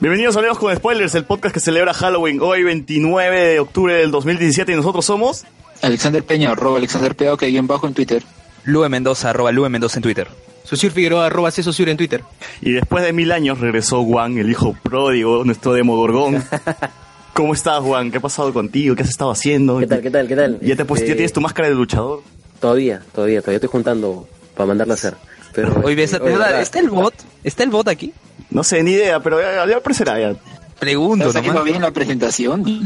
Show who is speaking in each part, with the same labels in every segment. Speaker 1: Bienvenidos amigos con Spoilers, el podcast que celebra Halloween hoy 29 de octubre del 2017 y nosotros somos...
Speaker 2: Alexander Peña, arroba Alexander Peña, que guión bajo en Twitter.
Speaker 3: Lue Mendoza, arroba Lue Mendoza en Twitter.
Speaker 4: Susir Figueroa, arroba C. Susir en Twitter.
Speaker 1: Y después de mil años regresó Juan, el hijo pródigo, nuestro demogorgón. ¿Cómo estás Juan? ¿Qué ha pasado contigo? ¿Qué has estado haciendo?
Speaker 5: ¿Qué tal, qué tal, qué tal?
Speaker 1: ¿Ya, te pues,
Speaker 5: Este,
Speaker 1: ¿Ya tienes tu máscara de luchador?
Speaker 5: Todavía, todavía, todavía estoy juntando para mandarla a hacer. Pero,
Speaker 1: Pues
Speaker 3: Hoy ves,
Speaker 5: este, oye,
Speaker 3: ¿verdad?
Speaker 5: ¿verdad?
Speaker 3: ¿Está el bot? ¿Está el bot aquí?
Speaker 1: No sé, ni idea, pero ya, ya aparecerá ya.
Speaker 3: Pregunto
Speaker 2: ¿Estás haciendo
Speaker 3: nomás.
Speaker 2: bien la presentación?
Speaker 1: Sí,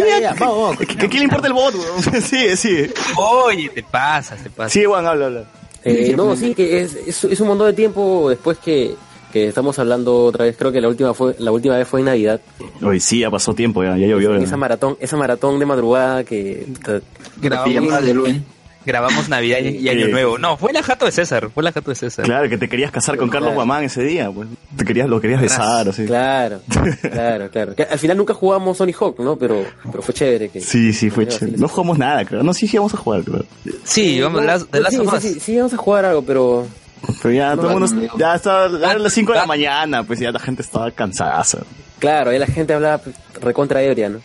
Speaker 4: Ya, ya, ya, vamos, vamos.
Speaker 1: ¿Qué, qué- qué le importa el bot? weón? sigue, sigue.
Speaker 3: Oye, te pasas, te pasas.
Speaker 1: Sigue Juan, habla, habla.
Speaker 5: Eh,
Speaker 3: pues,
Speaker 5: no, sí, que es, es, es un montón de tiempo después que, que estamos hablando otra vez. Creo que la última fue la última vez fue en Navidad.
Speaker 1: Hoy sí, ya pasó tiempo, ya, ya llovió.
Speaker 5: En
Speaker 1: ya.
Speaker 5: esa maratón, esa maratón de madrugada que ta-
Speaker 2: La pijamada de Luen.
Speaker 3: Grabamos Navidad y, y Año
Speaker 1: Sí.
Speaker 3: Nuevo. No, fue la jato de César, fue la jato de César.
Speaker 1: Claro, que te querías casar con Carlos Guamán ese día, pues. Te querías, lo querías besar, así.
Speaker 5: claro, claro, claro. Que al final nunca jugamos Sony Hawk, ¿no? Pero, pero fue chévere que
Speaker 1: Sí, sí, fue
Speaker 5: Pero sí,
Speaker 1: chévere.
Speaker 5: sí.
Speaker 1: No jugamos nada, creo. No, sí, sí, vamos a jugar, creo.
Speaker 3: Sí, vamos,
Speaker 5: No,
Speaker 3: las, de las
Speaker 5: sí, sí,
Speaker 3: hojas.
Speaker 5: sí, sí, vamos a jugar algo, pero
Speaker 1: Pero ya, todo el mundo.
Speaker 2: no, no.
Speaker 1: Ya estaba, ya eran las 5 de la
Speaker 3: Ah.
Speaker 1: mañana, pues ya la gente estaba cansadaza.
Speaker 5: claro, ahí la gente hablaba recontra ebria, ¿no?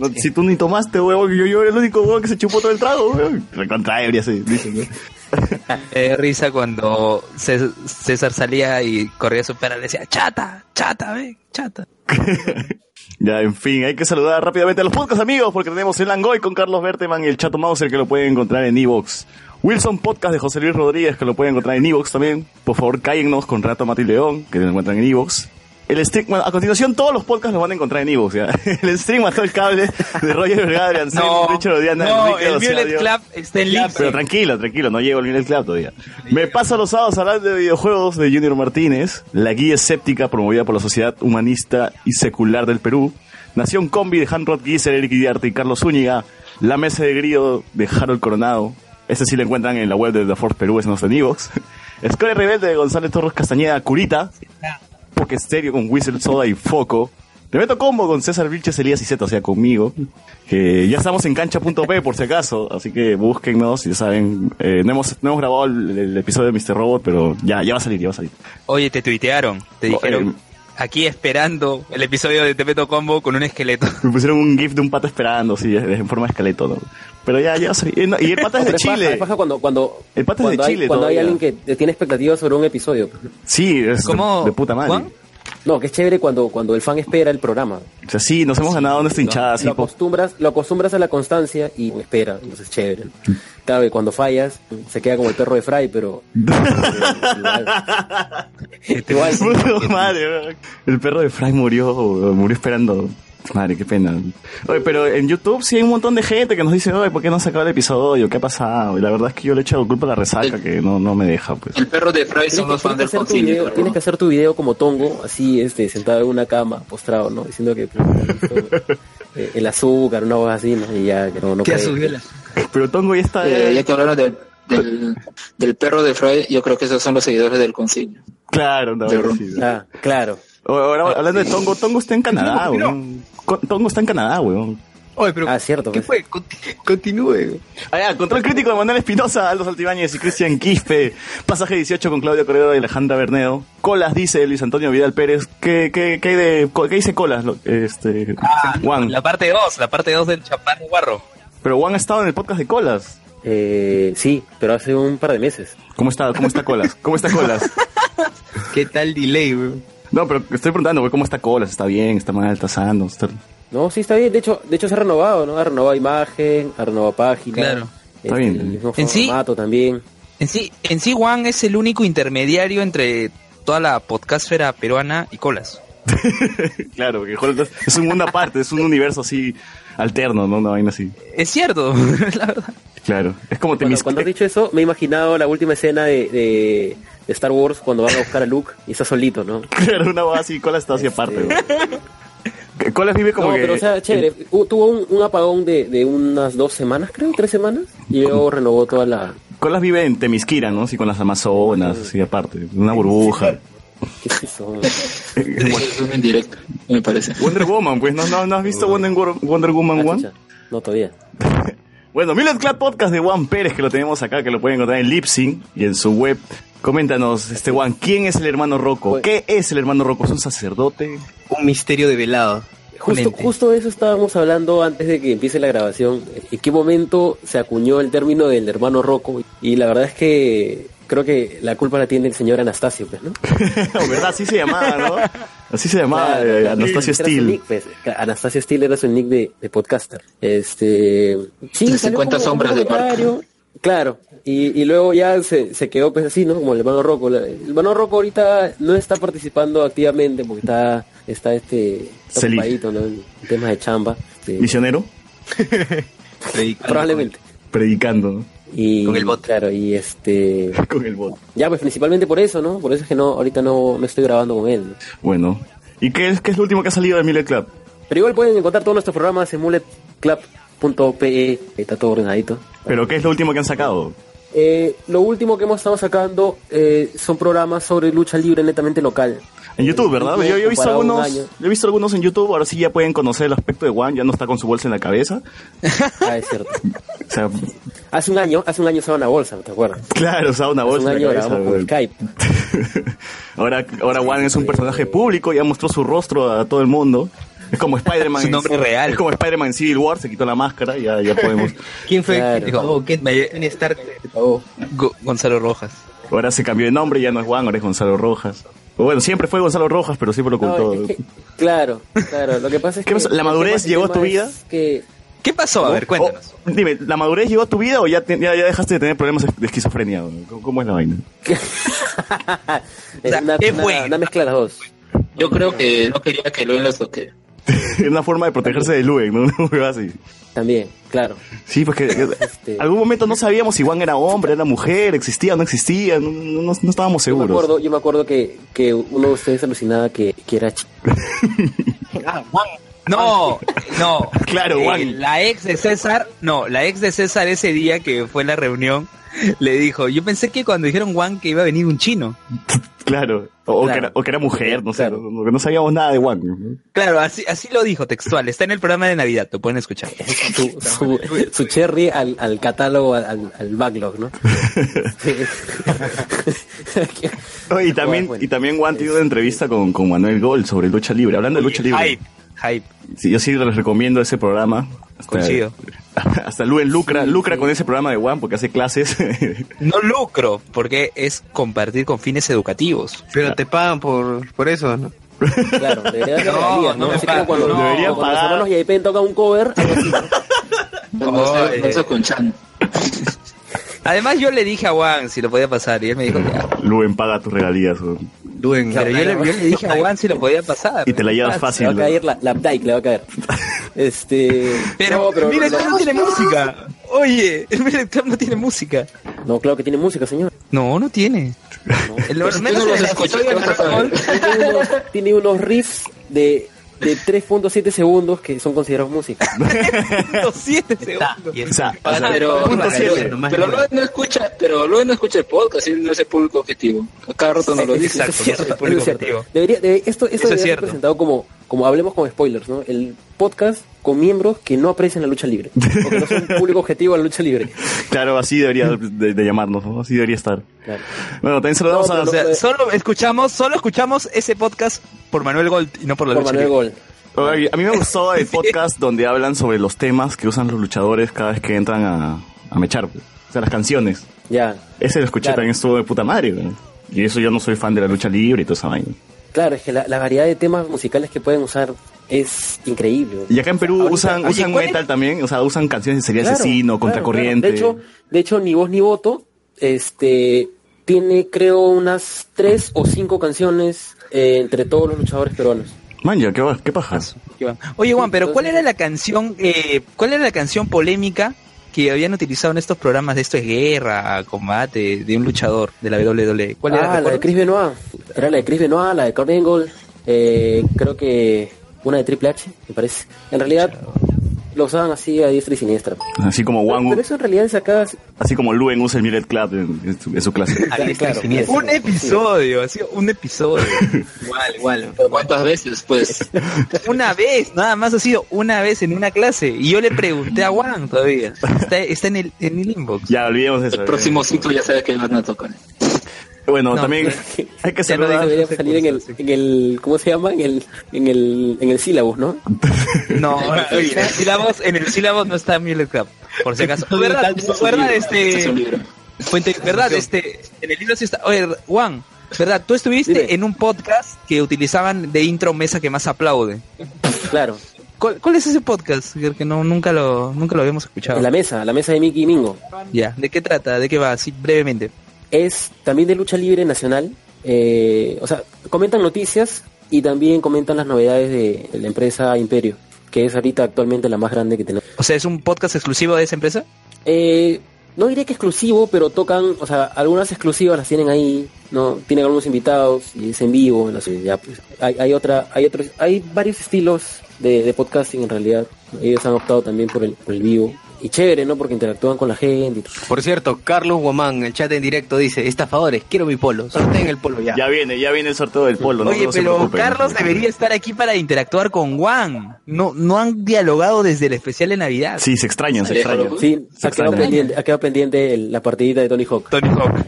Speaker 1: No, Si tú ni tomaste, huevón, yo, yo era el único huevón que se chupó todo el trago, huevón. Recontra ebria, sí, dicen, ¿no?
Speaker 3: Eh, risa cuando Cés- César salía y corría a su perra y le decía, chata, chata, ve, chata.
Speaker 1: Ya, en fin, hay que saludar rápidamente a los podcast amigos porque tenemos el Angoy con Carlos Berteman y el Chato Mauser que lo pueden encontrar en Evox. Wilson Podcast de José Luis Rodríguez que lo pueden encontrar en Evox también. Por favor, cállennos con Rato Mati León que lo encuentran en Evox. El Stigma, a continuación todos los podcasts los van a encontrar en Evox. ya. El Stigma, todo el cable de Roger Vergara, de Richard Odiana,
Speaker 3: no,
Speaker 1: Enrique
Speaker 3: el
Speaker 1: Oceadio.
Speaker 3: Violet Club está en Lips.
Speaker 1: Pero tranquilo, tranquilo, no llego al nivel clave todavía. Me pasa los sábados hablando de videojuegos de Junior Martínez, la guía escéptica promovida por la Sociedad Humanista y Secular del Perú, Nación Combi de Hanrod Gieser, Eric Idiarte y Carlos Zúñiga, La Mesa de Grillo de Harold Coronado, este sí lo encuentran en la web de The Force Perú, es no en Evox, Escoria Rebelde de González Torres Castañeda, Curita, Poké Stereo con Whistle Soda y Foco. Te meto combo con César Vilches, Elías y Z, o sea, conmigo. Que ya estamos en cancha.p por si acaso, así que búsquennos, ya saben. eh, no, hemos, no hemos grabado el, el episodio de Mr. Robot, pero ya, ya va a salir, ya va a salir.
Speaker 3: Oye, te tuitearon, te
Speaker 1: No,
Speaker 3: dijeron,
Speaker 1: eh,
Speaker 3: aquí esperando el episodio de Tepeto Combo con un esqueleto.
Speaker 1: Me pusieron un gif de un pato esperando, sí, en forma de esqueleto, ¿no? Pero ya, ya va a salir. Eh, no, y el pata es de
Speaker 5: Pero paja,
Speaker 1: Chile.
Speaker 5: paja cuando, cuando,
Speaker 1: El pata es de
Speaker 5: cuando
Speaker 1: Chile
Speaker 5: hay, cuando hay
Speaker 1: todavía.
Speaker 5: alguien que tiene expectativas sobre un episodio.
Speaker 1: Sí, es de,
Speaker 3: ¿Cómo?
Speaker 1: de puta madre.
Speaker 3: ¿Juan?
Speaker 5: No, que es chévere cuando, cuando el fan espera el programa.
Speaker 1: O sea, sí, nos hemos ganado nuestra hinchada, así,
Speaker 5: lo,
Speaker 1: Ah, po-
Speaker 5: acostumbras, lo acostumbras a la constancia y espera, entonces es chévere. Claro, y cuando fallas, se queda como el perro de Fry, pero... pero igual.
Speaker 1: Este
Speaker 5: Igual,
Speaker 1: Puta madre, weón. el perro de Fry murió, weón, murió esperando. Madre, qué pena. Oye, pero en YouTube sí hay un montón de gente que nos dice, oye, ¿por qué no han sacado el episodio? ¿Qué ha pasado? Y la verdad es que yo le he echado culpa a la resaca que no, no me deja, pues.
Speaker 2: El perro de Fry
Speaker 5: Tienes
Speaker 2: son
Speaker 5: que,
Speaker 2: los fans
Speaker 5: tienes que
Speaker 2: del
Speaker 5: hacer tu
Speaker 2: concilio.
Speaker 5: video, tienes que
Speaker 2: perro.
Speaker 5: hacer tu video como tongo, así, este, sentado en una cama, postrado, ¿no? Diciendo que pues, eh, el azúcar, una cosa así, ¿no? Y ya, que no, no cree.
Speaker 1: Pero Tongo ya está...
Speaker 2: Eh, ya que hablaron del, del, del perro de Fry, yo creo que esos son los seguidores del concilio.
Speaker 1: Claro, no,
Speaker 2: Pero-
Speaker 1: sí.
Speaker 5: Ah, claro.
Speaker 1: O- Ahora, hablando de Tongo, Tongo está en Canadá, weón. Con- Tongo está en Canadá, weón.
Speaker 4: Oye, pero.
Speaker 5: Ah, cierto,
Speaker 4: ¿Qué
Speaker 5: pues.
Speaker 4: fue? Conti- Continúe.
Speaker 1: Allá, control crítico de Manuel Espinosa, Aldo Saltibáñez y Cristian Quispe. Pasaje 18 con Claudio Corredor y Alejandra Bernedo. Colas dice Luis Antonio Vidal Pérez. ¿Qué, qué, qué, hay de, co- qué dice Colas? Lo- Este,
Speaker 5: Ah,
Speaker 1: Juan.
Speaker 3: Ah, La parte 2, la parte 2 del Chaparro Guarro.
Speaker 1: Pero Juan ha estado en el podcast de Colas.
Speaker 5: Eh, sí, pero hace un par de meses.
Speaker 1: ¿Cómo está, cómo está Colas? ¿Cómo está Colas?
Speaker 4: ¿Qué tal delay, weón?
Speaker 1: No, pero estoy preguntando, güey, ¿cómo está Colas? ¿Está bien? ¿Está mal? ¿Está sano? ¿Está-
Speaker 5: No, sí, está bien. De hecho, de hecho se ha renovado, ¿no? Ha renovado imagen, ha renovado página.
Speaker 3: Claro.
Speaker 5: Este,
Speaker 1: Está bien.
Speaker 5: El mismo
Speaker 3: En sí-
Speaker 5: formato también.
Speaker 3: En sí, en sí, Juan es el único intermediario entre toda la podcastfera peruana y Colas.
Speaker 1: Claro, que Colas es un mundo aparte, es un universo así alterno, ¿no? Una vaina así.
Speaker 3: Es cierto, la verdad.
Speaker 1: Claro. Es como te
Speaker 5: Cuando, cuando has dicho eso, me he imaginado la última escena de, de- de Star Wars cuando van a buscar a Luke y está solito, ¿no?
Speaker 1: Claro, una voz así, Colas está así aparte, güey. Colas vive como
Speaker 5: no,
Speaker 1: que...
Speaker 5: pero o sea, chévere. Hu- Tuvo un, un apagón de, de unas dos semanas, creo, tres semanas. Y luego renovó toda la...
Speaker 1: Colas vive en Temisquira, ¿no? Sí, con las Amazonas, así aparte. Una burbuja.
Speaker 5: ¿Qué es eso?
Speaker 2: Eso es un indirecto, me parece.
Speaker 1: Wonder Woman, pues, ¿no, no, no has visto Wonder, Wor- Wonder Woman
Speaker 5: Ah,
Speaker 1: One?
Speaker 5: chucha. No, todavía.
Speaker 1: Bueno, Millet Club Podcast de Juan Pérez, que lo tenemos acá, que lo pueden encontrar en Lipsing y en su web. Coméntanos, este Juan, ¿quién es el hermano
Speaker 5: Pues-
Speaker 1: Rocco? ¿Qué es el hermano Rocco? ¿Es un sacerdote?
Speaker 4: Un misterio develado.
Speaker 5: Justo,
Speaker 3: Ponente.
Speaker 5: justo de eso estábamos hablando antes de que empiece la grabación. ¿En qué momento se acuñó el término del hermano Rocco? Y la verdad es que creo que la culpa la tiene el señor Anastasio, pues, ¿no?
Speaker 1: ¿Verdad? Así se llamaba, ¿no? Así se llamaba
Speaker 5: Claro,
Speaker 1: eh,
Speaker 5: claro.
Speaker 1: Anastasio
Speaker 5: Era su nick,
Speaker 1: Steele.
Speaker 5: pues. Anastasio Steele era su nick de, de podcaster. Este. Sí,
Speaker 2: Las
Speaker 5: salió
Speaker 2: 50
Speaker 5: como un
Speaker 2: sombras de Mark.
Speaker 5: comentario, Claro, y, y luego ya se, se quedó pues así, ¿no? Como el hermano Rocco. La- El hermano Rocco ahorita no está participando activamente porque está, está este, está
Speaker 1: Feliz.
Speaker 5: ocupadito, ¿no? En temas de chamba. este,
Speaker 1: Misionero,
Speaker 4: Predicando
Speaker 5: probablemente.
Speaker 1: predicando, ¿no?
Speaker 5: Y,
Speaker 3: Con el bot.
Speaker 5: Claro, y este...
Speaker 1: Con el bot.
Speaker 5: Ya, pues principalmente por eso, ¿no? Por eso es que no, ahorita no, no estoy grabando con él. ¿no?
Speaker 1: Bueno. ¿Y qué es, qué es lo último que ha salido de Millet Club?
Speaker 5: Pero igual pueden encontrar todos nuestros programas en muletclub.pe, está todo ordenadito.
Speaker 1: ¿Pero qué es lo último que han sacado?
Speaker 5: Eh, lo último que hemos estado sacando eh, son programas sobre lucha libre netamente local.
Speaker 1: En YouTube, ¿verdad?
Speaker 5: YouTube
Speaker 1: Yo, yo he visto
Speaker 5: comparado a un
Speaker 1: algunos,
Speaker 5: año.
Speaker 1: yo he visto algunos en YouTube, ahora sí ya pueden conocer el aspecto de Juan, ya no está con su bolsa en la cabeza.
Speaker 5: Ah, es cierto.
Speaker 1: O sea,
Speaker 5: Hace un año, hace un año estaba en la bolsa, ¿te acuerdas?
Speaker 1: claro, usaba una
Speaker 5: Hace un
Speaker 1: bolsa en
Speaker 5: año
Speaker 1: la cabeza.
Speaker 5: grabamos con
Speaker 1: güey.
Speaker 5: Skype.
Speaker 1: ahora, ahora Juan es un personaje público, ya mostró su rostro a todo el mundo. Es como Spider-Man.
Speaker 3: Su
Speaker 1: en-
Speaker 3: nombre real.
Speaker 1: Es como Spider-Man en Civil War, se quitó la máscara, ya, ya podemos.
Speaker 4: ¿Quién fue?
Speaker 5: Claro.
Speaker 4: ¿Quién te pagó? ¿Quién
Speaker 3: Me-
Speaker 4: Tony Stark te pagó?
Speaker 3: Go- Gonzalo Rojas.
Speaker 1: Ahora se cambió de nombre, ya no es Juan, ahora es Gonzalo Rojas. O Bueno, siempre fue Gonzalo Rojas, pero siempre lo
Speaker 5: No,
Speaker 1: ocultó.
Speaker 5: es que- claro, claro. Lo que pasa es
Speaker 1: ¿Qué
Speaker 5: que...
Speaker 1: pasa? ¿La
Speaker 5: el
Speaker 1: madurez
Speaker 5: tema- el
Speaker 1: llegó a tu
Speaker 5: tema
Speaker 1: vida?
Speaker 5: es Que
Speaker 3: ¿Qué pasó? A ver, cuéntanos.
Speaker 1: O- Oh, dime, ¿la madurez llegó a tu vida o ya, te- ya, ya dejaste de tener problemas de esquizofrenia? güey? ¿Cómo, cómo es la vaina?
Speaker 5: es
Speaker 3: sea,
Speaker 5: una,
Speaker 3: ¿qué
Speaker 5: una-
Speaker 3: fue?
Speaker 5: una mezcla de las dos.
Speaker 2: Yo creo que no quería que lo las toque.
Speaker 1: Oh, Es una forma de protegerse de Luen, ¿no? Una huevada así.
Speaker 5: También, claro.
Speaker 1: Sí, porque
Speaker 5: Este-
Speaker 1: algún momento no sabíamos si Juan era hombre, era mujer, existía o no existía, no, no- no- no estábamos
Speaker 5: Yo me
Speaker 1: seguros.
Speaker 5: acuerdo, yo me acuerdo que, que uno de ustedes alucinaba que, que era chico.
Speaker 3: No, no. Eh,
Speaker 1: Claro, Juan.
Speaker 3: La ex de César, no, la ex de César ese día que fue la reunión, le dijo, yo pensé que cuando dijeron Juan que iba a venir un chino.
Speaker 1: Claro. O, o
Speaker 5: Claro.
Speaker 1: Que era, o que era mujer, no sé,
Speaker 5: Claro.
Speaker 1: no, no- no sabíamos nada de Juan. ¿no?
Speaker 3: Claro, así, así lo dijo textual. Está en el programa de Navidad, lo pueden escuchar.
Speaker 5: su, su, su cherry al, al catálogo, al, al backlog, ¿no? Sí.
Speaker 1: Oye, Y también,
Speaker 5: bueno. Este.
Speaker 1: y también Juan tiene una entrevista con, con Manuel Gol sobre lucha libre, hablando de lucha libre.
Speaker 3: Hype, hype.
Speaker 1: Sí, yo sí les recomiendo ese programa. Hasta-
Speaker 3: Coincido.
Speaker 1: Hasta Luen lucra, lucra con ese programa de Juan porque hace clases.
Speaker 3: No lucro, porque es compartir con fines educativos.
Speaker 4: Pero te pagan por, por eso, ¿no?
Speaker 5: Claro, debería darle
Speaker 3: No,
Speaker 5: regalías, ¿no?
Speaker 3: no me
Speaker 5: Así
Speaker 3: pagan,
Speaker 5: como cuando,
Speaker 3: no.
Speaker 5: como
Speaker 1: Deberían
Speaker 5: cuando los
Speaker 1: pagar.
Speaker 5: hermanos Yaipen tocan un cover, algo así, ¿no?
Speaker 2: Cuando
Speaker 3: Oh,
Speaker 2: se
Speaker 3: eh.
Speaker 2: lanza con Chan.
Speaker 3: Además, yo le dije a Juan si lo podía pasar y él me dijo, "Ya".
Speaker 1: Luen paga tus regalías. weón.
Speaker 4: Duen.
Speaker 3: pero yo le, yo le dije a Juan si lo podía pasar.
Speaker 1: Y te la llevas
Speaker 5: le
Speaker 1: fácil.
Speaker 5: va a
Speaker 1: ¿no?
Speaker 5: caer la, la Updike, le va a caer. Este.
Speaker 3: Pero,
Speaker 5: no, pero.
Speaker 3: mira, el
Speaker 5: no,
Speaker 3: club no tiene música. Oye, mira, el club no tiene música.
Speaker 5: no, claro que tiene música, señor.
Speaker 3: No, no tiene. El,
Speaker 2: Pero si tú no los escuchas, ¿qué vas a saber?
Speaker 5: Tiene unos, tiene unos riffs de, de 3.7 segundos que son considerados música.
Speaker 3: 7 segundos.
Speaker 1: O sea, o sea,
Speaker 2: Pero,
Speaker 1: punto siete.
Speaker 2: pero luego no escucha, pero luego no escucha el podcast, él no es el público objetivo. A Cada rato nos lo dice.
Speaker 3: Exacto, no soy público
Speaker 5: es cierto.
Speaker 3: objetivo.
Speaker 5: Debería, debe- esto esto
Speaker 3: Eso es
Speaker 5: debería ser
Speaker 3: cierto.
Speaker 5: presentado como, como hablemos con spoilers, ¿no? El podcast con miembros que no aprecian la lucha libre. O que no son público objetivo a la lucha libre.
Speaker 1: Claro, así debería de, de llamarnos, ¿no? así debería estar.
Speaker 5: Claro.
Speaker 1: Bueno, también saludamos
Speaker 5: No,
Speaker 1: a...
Speaker 5: pero
Speaker 3: O sea, solo escuchamos, solo escuchamos ese podcast por Manuel Gold y no por la
Speaker 5: Por
Speaker 3: lucha
Speaker 5: Manuel
Speaker 3: libre.
Speaker 5: Gol.
Speaker 1: Oye, a mí me gustó el podcast donde hablan sobre los temas que usan los luchadores cada vez que entran a, a mechar. pues. O sea, las canciones.
Speaker 5: Ya.
Speaker 1: Ese lo escuché
Speaker 5: Claro.
Speaker 1: también, estuvo de puta madre. weón. Y eso yo no soy fan de la lucha libre y toda esa vaina.
Speaker 5: Claro, es que la, la variedad de temas musicales que pueden usar es increíble.
Speaker 1: Y acá en Perú
Speaker 5: Ahorita-
Speaker 1: usan,
Speaker 5: oye,
Speaker 1: usan
Speaker 5: ¿cuál es?
Speaker 1: metal también, o sea, usan canciones de sería
Speaker 5: Claro,
Speaker 1: asesino,
Speaker 5: claro,
Speaker 1: contracorriente.
Speaker 5: claro. De hecho, de hecho, ni voz ni voto, este tiene creo unas tres o cinco canciones eh, entre todos los luchadores peruanos.
Speaker 1: Man, ya, qué, va- qué paja.
Speaker 3: Oye, Juan, pero ¿cuál era la canción, eh, cuál era la canción polémica que habían utilizado en estos programas de esto es guerra, combate, de un luchador de la WWE? ¿Cuál
Speaker 5: ah,
Speaker 3: era?
Speaker 5: la de
Speaker 3: ¿Recuerdas?
Speaker 5: Chris Benoit. Era la de Chris Benoit, la de Kurt Angle, eh, creo que una de Triple H, me parece. En realidad, lo usaban así a diestra y siniestra.
Speaker 1: Así como Wang,
Speaker 5: Pero eso en realidad sacabas
Speaker 1: así como Luen usa el Millet Club en, en su, en su clase.
Speaker 4: A diestra y
Speaker 5: Claro,
Speaker 4: siniestra.
Speaker 3: Un episodio, ha sido un episodio.
Speaker 4: Igual, igual.
Speaker 2: Pero ¿Cuántas veces? Pues
Speaker 3: Una vez, nada más ha sido una vez en una clase. Y yo le pregunté a Juan todavía. Está, está en, el, en el inbox.
Speaker 1: Ya, olvidemos eso. eh.
Speaker 2: el próximo ciclo ya sabes que van a tocar.
Speaker 1: Bueno,
Speaker 3: No,
Speaker 1: también hay que
Speaker 3: ya no
Speaker 1: saludar.
Speaker 5: debería salir en el, en el ¿cómo se llama? En el en el en el sílabos, ¿no?
Speaker 3: No, en el sílabos, en el sílabos no está Millet Club, por si acaso. ¿Verdad? ¿Verdad?
Speaker 2: Este es un
Speaker 3: Este,
Speaker 2: libro.
Speaker 3: Fuente, ¿verdad? Este, en el libro sí está. Oye, Juan, ¿verdad? Tú estuviste
Speaker 5: Dime.
Speaker 3: en un podcast que utilizaban de intro mesa que más aplaude.
Speaker 5: Claro.
Speaker 3: ¿Cuál, cuál es ese podcast? Que no, nunca lo, nunca lo habíamos escuchado.
Speaker 5: En la mesa, la mesa de Mickey y Mingo.
Speaker 3: Ya, ¿de qué trata? ¿De qué va? Así, brevemente.
Speaker 5: Es también de lucha libre nacional. eh, o sea, comentan noticias y también comentan las novedades de, de la empresa Imperio, que es ahorita actualmente la más grande que tenemos.
Speaker 3: O sea, ¿es un podcast exclusivo de esa empresa?
Speaker 5: Eh, no diría que exclusivo, pero tocan, o sea, algunas exclusivas las tienen ahí, ¿no? Tienen algunos invitados y es en vivo, no sé, ya pues. Hay, hay otra, hay otros, hay varios estilos de, de podcasting en realidad. Ellos han optado también por el, por el vivo. Y chévere, ¿no? Porque interactúan con la gente y todo.
Speaker 4: Por cierto, Carlos Guamán, en el chat en directo, dice, estafadores, quiero mi polo, sorteen el polo ya.
Speaker 1: Ya viene, ya viene el sorteo del polo. no-
Speaker 3: Oye,
Speaker 1: no se
Speaker 3: pero
Speaker 1: preocupen.
Speaker 3: Carlos debería estar aquí para interactuar con Juan. No, no han dialogado desde el especial de Navidad.
Speaker 1: Sí, se extrañan, se
Speaker 2: Déjalo,
Speaker 1: extrañan.
Speaker 2: pues.
Speaker 5: Sí, ha quedado
Speaker 1: extraña.
Speaker 5: pendiente, ha quedado pendiente el- la partidita de Tony Hawk.
Speaker 3: Tony Hawk.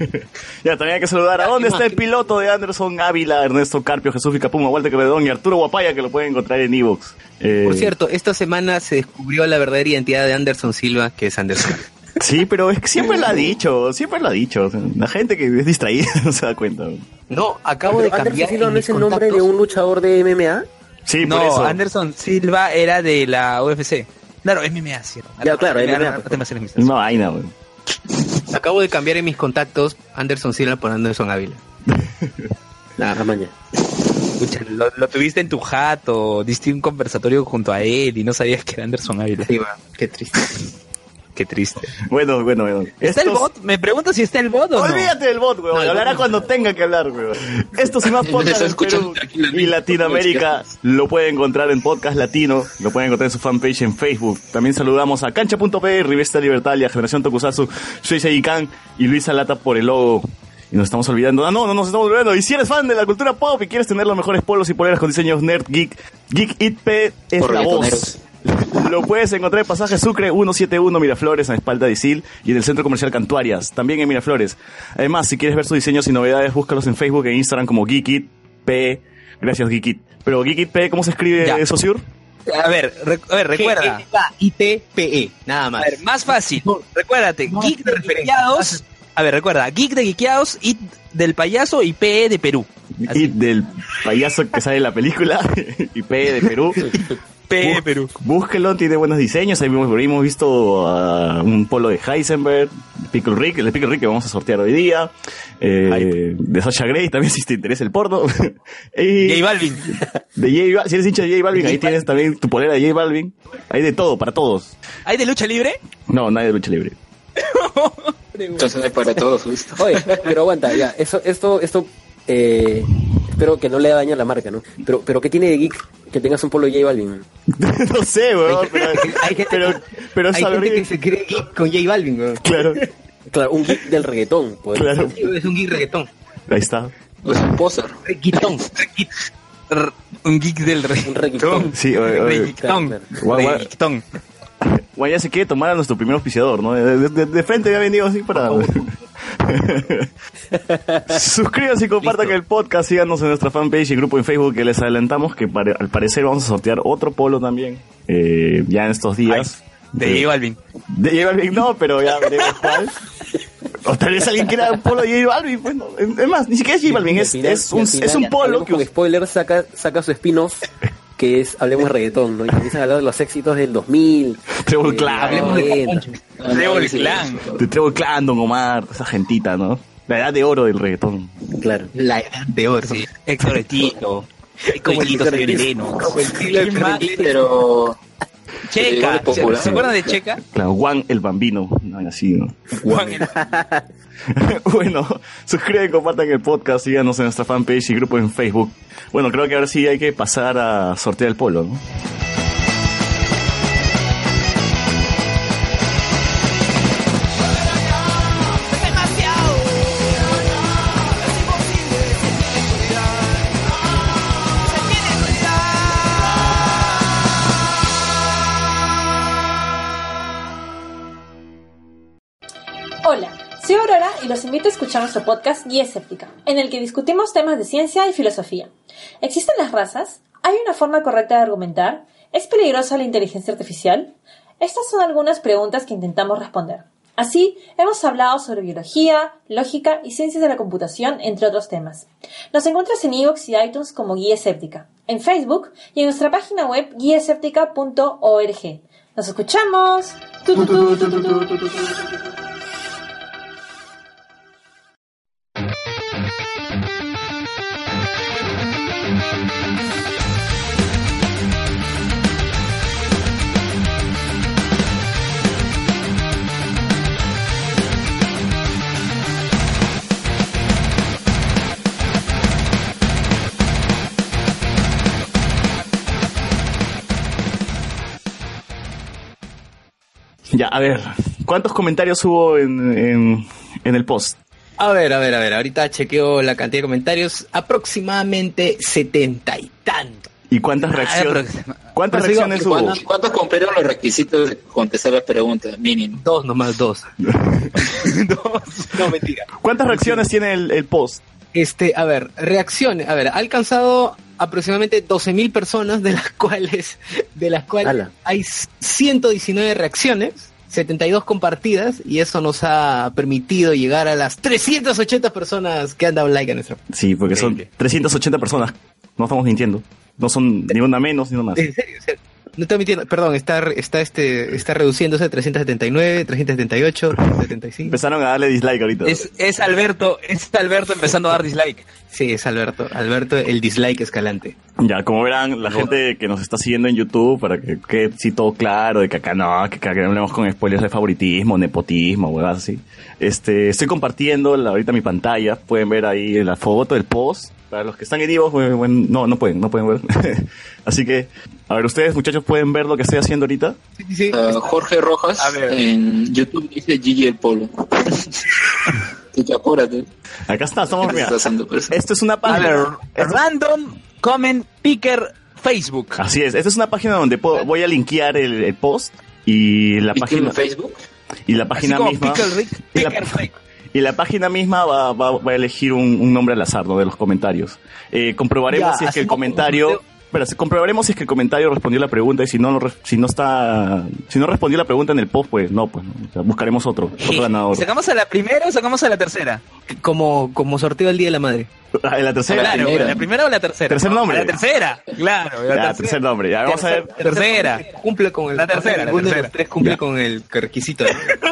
Speaker 1: Ya, también hay que saludar a dónde está el piloto de Anderson Ávila, Ernesto Carpio, Jesús Vicapuma, Walter Quevedón y Arturo Guapaya, que lo pueden encontrar en Evox. Eh,
Speaker 4: Por cierto, esta semana se descubrió la verdadera identidad de Anderson Silva, que es Anderson.
Speaker 1: Sí, pero es que siempre lo ha dicho, siempre lo ha dicho. O sea, La gente que es distraída no se da cuenta.
Speaker 4: No, acabo de
Speaker 5: Pero Anderson
Speaker 4: cambiar
Speaker 5: Silva
Speaker 4: en
Speaker 5: no es
Speaker 4: mis
Speaker 5: el nombre de
Speaker 4: contactos.
Speaker 5: un luchador de MMA.
Speaker 1: Sí, por
Speaker 3: No,
Speaker 1: eso.
Speaker 3: Anderson Silva era de la UFC. Claro, MMA, cierto.
Speaker 5: Ya, claro,
Speaker 3: Claro,
Speaker 5: MMA,
Speaker 3: no
Speaker 5: pues.
Speaker 3: te me haces la amistad.
Speaker 1: Es una vaina, güey.
Speaker 4: Acabo de cambiar en mis contactos Anderson Silva por Anderson Ávila.
Speaker 5: La mañana.
Speaker 3: Escucha, lo, lo tuviste en tu jato, diste un conversatorio junto a él y no sabías que era Anderson Ávila.
Speaker 4: Sí, va, qué triste.
Speaker 3: Qué triste.
Speaker 1: Bueno, bueno, bueno.
Speaker 3: ¿Está el
Speaker 1: Estos-
Speaker 3: bot? Me pregunto si está el bot o no.
Speaker 1: Olvídate del bot, weón.
Speaker 4: No, el
Speaker 1: Hablará
Speaker 4: bot no.
Speaker 1: cuando tenga que hablar, weón. Estos y más
Speaker 2: Él
Speaker 1: podcasts
Speaker 2: está
Speaker 1: del Perú
Speaker 2: escuchando tranquilamente.
Speaker 1: y Latinoamérica lo puede encontrar en Podcast Latino, lo pueden encontrar en su fanpage en Facebook. También saludamos a Cancha.p, Rivista Libertad, y a Generación Tokusatsu, Shueisha Ikan y Luisa Lata por el logo. Y nos estamos olvidando. Ah, no, no nos estamos olvidando. Y si eres fan de la cultura pop y quieres tener los mejores polos y poleras con diseños nerd, geek, geek it P es
Speaker 2: Por
Speaker 1: la voz.
Speaker 2: reggaetoneros.
Speaker 1: Lo puedes encontrar en Pasaje Sucre 171 Miraflores, en Espalda de Isil y en el Centro Comercial Cantuarias, también en Miraflores. Además, si quieres ver sus diseños y novedades, búscalos en Facebook e Instagram como GeekitP. Gracias, Geekit. Pero GeekitP, ¿cómo se escribe
Speaker 3: Ya.
Speaker 1: Sociur?
Speaker 3: A ver, re- a ver, recuerda.
Speaker 4: G-E-K-I-T-P-E, E, nada
Speaker 3: A
Speaker 4: más.
Speaker 3: ver, más fácil. Recuérdate,
Speaker 4: No,
Speaker 3: geek de
Speaker 4: no,
Speaker 3: referiados. A ver, recuerda, geek de geekeados, it del payaso y PE de Perú. Así,
Speaker 1: Y del payaso que sale en la película y P de Perú. E
Speaker 3: PE de Perú.
Speaker 1: Búsquelo, tiene buenos diseños. Ahí hemos, hemos visto ah, un polo de Heisenberg, Pickle Rick, el de Pickle Rick que vamos a sortear hoy día, eh, de Sasha Grey, también si te interesa el porno. y,
Speaker 3: J Balvin.
Speaker 1: De J Bal- si eres hincha de J Balvin, ahí tienes también tu polera de J Balvin. Hay de todo, para todos.
Speaker 3: ¿Hay de lucha libre?
Speaker 1: No, nadie de lucha libre.
Speaker 2: Entonces es para todos, listo.
Speaker 5: Oye, pero aguanta, ya, eso, esto, esto, eh, espero que no le dañe a la marca, ¿no? Pero, pero ¿qué tiene de geek que tengas un polo de J Balvin?
Speaker 1: no sé, weón, pero, pero, pero es
Speaker 4: Hay gente
Speaker 1: abrir-
Speaker 4: que se cree geek con J Balvin, weón.
Speaker 1: Claro,
Speaker 5: Claro, un geek del reggaetón, pues.
Speaker 1: claro.
Speaker 4: Sí, Es un geek reggaetón.
Speaker 1: Ahí está.
Speaker 2: O sea, Pues, poser.
Speaker 4: Reggaetón.
Speaker 3: R- Un geek del rey.
Speaker 5: Un reggaetón.
Speaker 1: Sí, oye, oye.
Speaker 5: Claro,
Speaker 3: Reggaetón.
Speaker 5: claro.
Speaker 1: Guau, guau.
Speaker 3: Reggaetón.
Speaker 1: Guay, ya se quiere tomar a nuestro primer auspiciador, ¿no? De, de- de frente había venido así para... Suscríbanse y compartan el podcast, síganos en nuestra fanpage y grupo en Facebook que les adelantamos que pare- al parecer vamos a sortear otro polo también eh, ya en estos días.
Speaker 3: De
Speaker 1: Eh,
Speaker 3: J Balvin.
Speaker 1: De J Balvin no, pero ya veremos cuál. O tal vez alguien quiera un polo de J Balvin. Bueno, es más, ni siquiera es J Balvin,
Speaker 5: Y al
Speaker 1: es,
Speaker 5: final-
Speaker 1: es
Speaker 5: y
Speaker 1: un,
Speaker 5: al final
Speaker 1: es un polo
Speaker 5: Hablemos
Speaker 1: que
Speaker 5: con
Speaker 1: us-
Speaker 5: spoiler saca, saca su spin-off, que es Hablemos de Reggaetón, ¿no? Y empiezan a hablar de los éxitos del 2000.
Speaker 1: Trevor
Speaker 5: eh,
Speaker 1: Clan,
Speaker 5: los
Speaker 1: hablemos
Speaker 4: de
Speaker 5: 90.
Speaker 2: Devil
Speaker 3: Clan.
Speaker 1: de Trevor Clan, Don Omar, esa gentita, ¿no? La edad de oro del reggaetón.
Speaker 5: Claro.
Speaker 4: La edad de oro.
Speaker 3: Sí. Héctor de Tito. Como el Tito
Speaker 5: Héctor
Speaker 3: soy
Speaker 5: de Tito.
Speaker 3: veneno.
Speaker 2: Sí, Pero
Speaker 3: Checa.
Speaker 2: Sí, popular.
Speaker 3: ¿Se acuerdan de Checa?
Speaker 1: Claro, Juan el Bambino, no así, ¿no?
Speaker 3: Juan el-
Speaker 1: bueno, suscriben, compartan el podcast, síganos en nuestra fanpage y grupo en Facebook. Bueno, creo que ahora sí hay que pasar a sortear el polo, ¿no?
Speaker 6: y los invito a escuchar nuestro podcast Guía Escéptica, en el que discutimos temas de ciencia y filosofía. ¿Existen las razas? ¿Hay una forma correcta de argumentar? ¿Es peligrosa la inteligencia artificial? Estas son algunas preguntas que intentamos responder. Así, hemos hablado sobre biología, lógica y ciencias de la computación, entre otros temas. Nos encuentras en iVoox y iTunes como Guía Escéptica, en Facebook y en nuestra página web guiaescéptica.org. ¡Nos escuchamos! Tu, tu, tu, tu, tu, tu, tu, tu.
Speaker 1: Ya, a ver, ¿cuántos comentarios hubo en, en, en el post?
Speaker 4: A ver, a ver, a ver, ahorita chequeo la cantidad de comentarios, aproximadamente setenta y tanto.
Speaker 1: ¿Y cuántas reacciones, cuántas
Speaker 4: Ah, pero sigo-
Speaker 1: reacciones hubo?
Speaker 2: ¿Cuántos, cuántos cumplieron los requisitos de contestar la pregunta? Mínimo.
Speaker 4: Dos nomás, dos. dos. No, mentira.
Speaker 1: ¿Cuántas reacciones tiene el, el post?
Speaker 4: Este, a ver, reacciones. A ver, ha alcanzado aproximadamente 12.000 personas, de las cuales, de las cuales
Speaker 5: Ala.
Speaker 4: hay 119 reacciones, 72 compartidas, y eso nos ha permitido llegar a las 380 personas que han dado like a nuestro.
Speaker 1: Sí, porque son
Speaker 4: Veinte.
Speaker 1: 380 personas. No estamos mintiendo. No son ni una menos ni una más.
Speaker 4: En serio, en serio. No estoy mintiendo, perdón, está, re- está, este, está reduciéndose a 379, 378, 375.
Speaker 1: Empezaron a darle dislike ahorita.
Speaker 3: Es, es Alberto, es Alberto empezando a dar dislike.
Speaker 4: Sí, es Alberto, Alberto, el dislike escalante.
Speaker 1: Ya, como verán, la gente que nos está siguiendo en YouTube, para que quede sí todo claro, de que acá no, que acá hablemos con spoilers de favoritismo, nepotismo, huevas así. Este, estoy compartiendo la- ahorita mi pantalla, pueden ver ahí la foto del post. Para los que están en Ivo, bueno, bueno, no, no pueden, no pueden ver. así que, a ver, ustedes muchachos pueden ver lo que estoy haciendo ahorita.
Speaker 4: Sí, sí, sí.
Speaker 2: Ah, Jorge Rojas
Speaker 3: A ver.
Speaker 2: en YouTube dice Gigi el Polo. Chica, apúrate.
Speaker 1: Acá está, estamos, mira.
Speaker 2: Estás haciendo presa.
Speaker 1: Esto es una
Speaker 3: A ver,
Speaker 1: página. esto-
Speaker 3: random comment picker Facebook.
Speaker 1: así es, esta es una página donde puedo- voy a linkear el, el post y la
Speaker 2: ¿Y
Speaker 1: página,
Speaker 2: tiene Facebook?
Speaker 1: y la
Speaker 3: Así
Speaker 1: página
Speaker 3: como
Speaker 1: misma.
Speaker 3: Pickle Rick,
Speaker 1: Y la-
Speaker 3: Picker Rick.
Speaker 1: Y la página misma va, va- va a elegir un, un nombre al azar, ¿no? De los comentarios. Eh, comprobaremos
Speaker 4: Ya,
Speaker 1: si es que el
Speaker 4: hacemos un
Speaker 1: comentario...
Speaker 4: sorteo.
Speaker 1: Espera, si- comprobaremos si es que el comentario respondió la pregunta y si no, lo re- si no está... Si no respondió la pregunta en el post, pues no, pues no. O sea, buscaremos otro, otro ganador.
Speaker 3: ¿Sacamos a la primera o sacamos a la tercera?
Speaker 4: Como, como sorteo del Día de la Madre.
Speaker 1: Ah, en la tercera.
Speaker 3: claro,
Speaker 2: primera.
Speaker 3: ¿la primera o la tercera?
Speaker 1: Tercer
Speaker 3: No,
Speaker 1: nombre.
Speaker 3: La tercera, claro. La
Speaker 1: Ya,
Speaker 3: tercera.
Speaker 1: tercer nombre. Ya, vamos a ver.
Speaker 3: Tercera.
Speaker 4: Cumple con el.
Speaker 3: La tercera, la
Speaker 4: Ninguno de los
Speaker 3: tercera.
Speaker 4: tres cumple
Speaker 1: Ya.
Speaker 4: con el requisito. ¿no?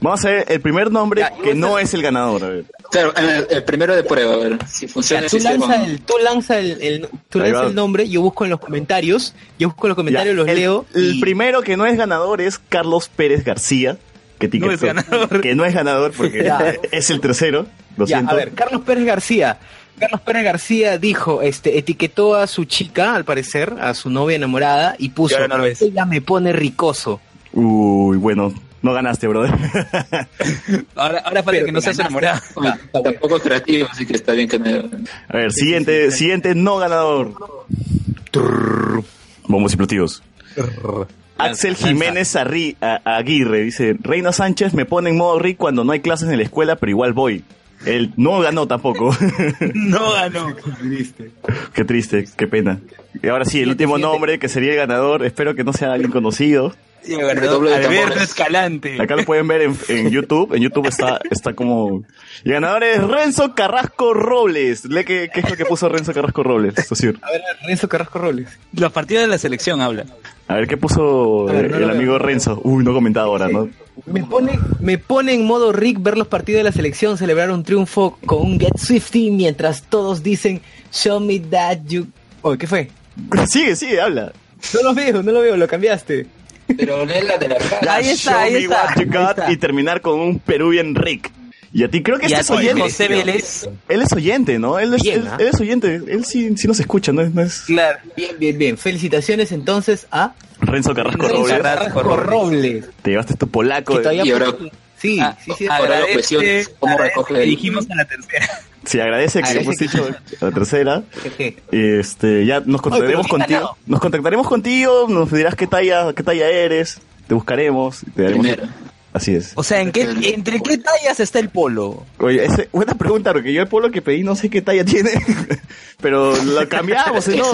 Speaker 1: Vamos a ver el primer nombre
Speaker 4: Ya, y
Speaker 1: que
Speaker 4: vos-
Speaker 1: no es el ganador. A ver.
Speaker 2: Claro, el, el primero de prueba, a ver si
Speaker 4: Ya,
Speaker 2: funciona el
Speaker 4: tú
Speaker 2: sistema.
Speaker 4: lanza el, tú lanza el, el- tú
Speaker 1: Ahí
Speaker 4: lanza
Speaker 1: va.
Speaker 4: el nombre, yo busco en los comentarios, yo busco en los
Speaker 1: Ya,
Speaker 4: comentarios, los
Speaker 1: el,
Speaker 4: leo.
Speaker 1: El
Speaker 4: y-
Speaker 1: primero que no es ganador es Carlos Pérez García. Que
Speaker 3: No es
Speaker 1: etiquetó-
Speaker 3: ganador.
Speaker 1: Que no es ganador porque
Speaker 4: Ya.
Speaker 1: es el tercero. Lo
Speaker 4: ya,
Speaker 1: siento.
Speaker 4: a ver, Carlos Pérez García. Carlos Pérez García dijo, este, etiquetó a su chica, al parecer, a su novia enamorada, y puso,
Speaker 3: Y ahora no lo es.
Speaker 4: ella me pone ricoso.
Speaker 1: Uy, bueno, no ganaste, brother.
Speaker 3: Ahora, ahora falta
Speaker 4: Pero
Speaker 3: que no
Speaker 4: te
Speaker 3: seas enamorada.
Speaker 2: Bueno, tampoco es creativo, así que está bien que me...
Speaker 1: A ver, siguiente, siguiente no ganador. Bombos y platillos. Axel Jiménez Arri- A- Aguirre dice, Reina Sánchez me pone en modo rico cuando no hay clases en la escuela, pero igual voy. Él no ganó tampoco.
Speaker 3: No ganó.
Speaker 1: qué triste, qué pena. Y ahora sí, el último nombre que sería el ganador, espero que no sea alguien conocido.
Speaker 3: Y el ganador,
Speaker 2: Redoble de
Speaker 3: Alberto
Speaker 2: tambores.
Speaker 3: Escalante.
Speaker 1: Acá lo pueden ver en, en YouTube. En YouTube está, está como... El ganador es Renzo Carrasco Robles. Lee qué, qué es lo que puso Renzo Carrasco Robles, socio.
Speaker 4: A ver, Renzo Carrasco Robles.
Speaker 3: Los partidos de la selección habla.
Speaker 1: A ver qué puso
Speaker 4: A ver, no
Speaker 1: el
Speaker 4: lo veo.
Speaker 1: amigo Renzo. Uy, no comentaba ahora, ¿no?
Speaker 4: Me pone, me pone en modo Rick ver los partidos de la selección, celebrar un triunfo con un Get Swifty mientras todos dicen Show me that you. Oh, ¿qué fue?
Speaker 1: Sigue, sigue, habla.
Speaker 4: No lo veo, no lo veo, lo cambiaste.
Speaker 2: Pero lee la de la cara.
Speaker 3: Ahí está,
Speaker 1: Show
Speaker 3: ahí
Speaker 1: me
Speaker 3: está,
Speaker 1: what you
Speaker 3: ahí
Speaker 1: got
Speaker 3: está.
Speaker 1: y terminar con un Peruvian Rick. Y a ti creo que
Speaker 3: Y
Speaker 1: este
Speaker 3: a
Speaker 1: es
Speaker 3: ti,
Speaker 1: oyente.
Speaker 3: José Vélez.
Speaker 1: Él es oyente, ¿no? Él es,
Speaker 4: Bien,
Speaker 1: él-
Speaker 4: ¿ah?
Speaker 1: él es oyente. Él sí, sí nos escucha, ¿no? es- no es
Speaker 4: Claro. Bien, bien, bien. Felicitaciones entonces a
Speaker 1: Renzo Carrasco
Speaker 3: Renzo
Speaker 1: Robles.
Speaker 3: Carrasco.
Speaker 4: Carrasco Robles.
Speaker 1: Te llevaste tu polaco.
Speaker 4: Que todavía
Speaker 2: Y ahora-
Speaker 4: Sí,
Speaker 3: Ah,
Speaker 4: sí, sí.
Speaker 2: ahora lo
Speaker 3: agradece,
Speaker 2: cuestiones, ¿cómo
Speaker 3: agradece
Speaker 2: recoge
Speaker 3: que
Speaker 2: el-
Speaker 3: dijimos a la tercera.
Speaker 1: Se agradece que hemos
Speaker 4: Agradece
Speaker 1: dicho la tercera.
Speaker 4: Jeje.
Speaker 1: Este, ya nos contactaremos
Speaker 4: Ay, pero ¿quién
Speaker 1: contigo. Nos contactaremos contigo, nos dirás qué talla, qué talla eres, te buscaremos, y te daremos
Speaker 2: Primero.
Speaker 1: Así es.
Speaker 3: O sea, ¿en qué, ¿entre qué tallas está el polo?
Speaker 1: Oye, ese- buena pregunta, porque yo el polo que pedí no sé qué talla tiene, pero lo cambiamos, si no,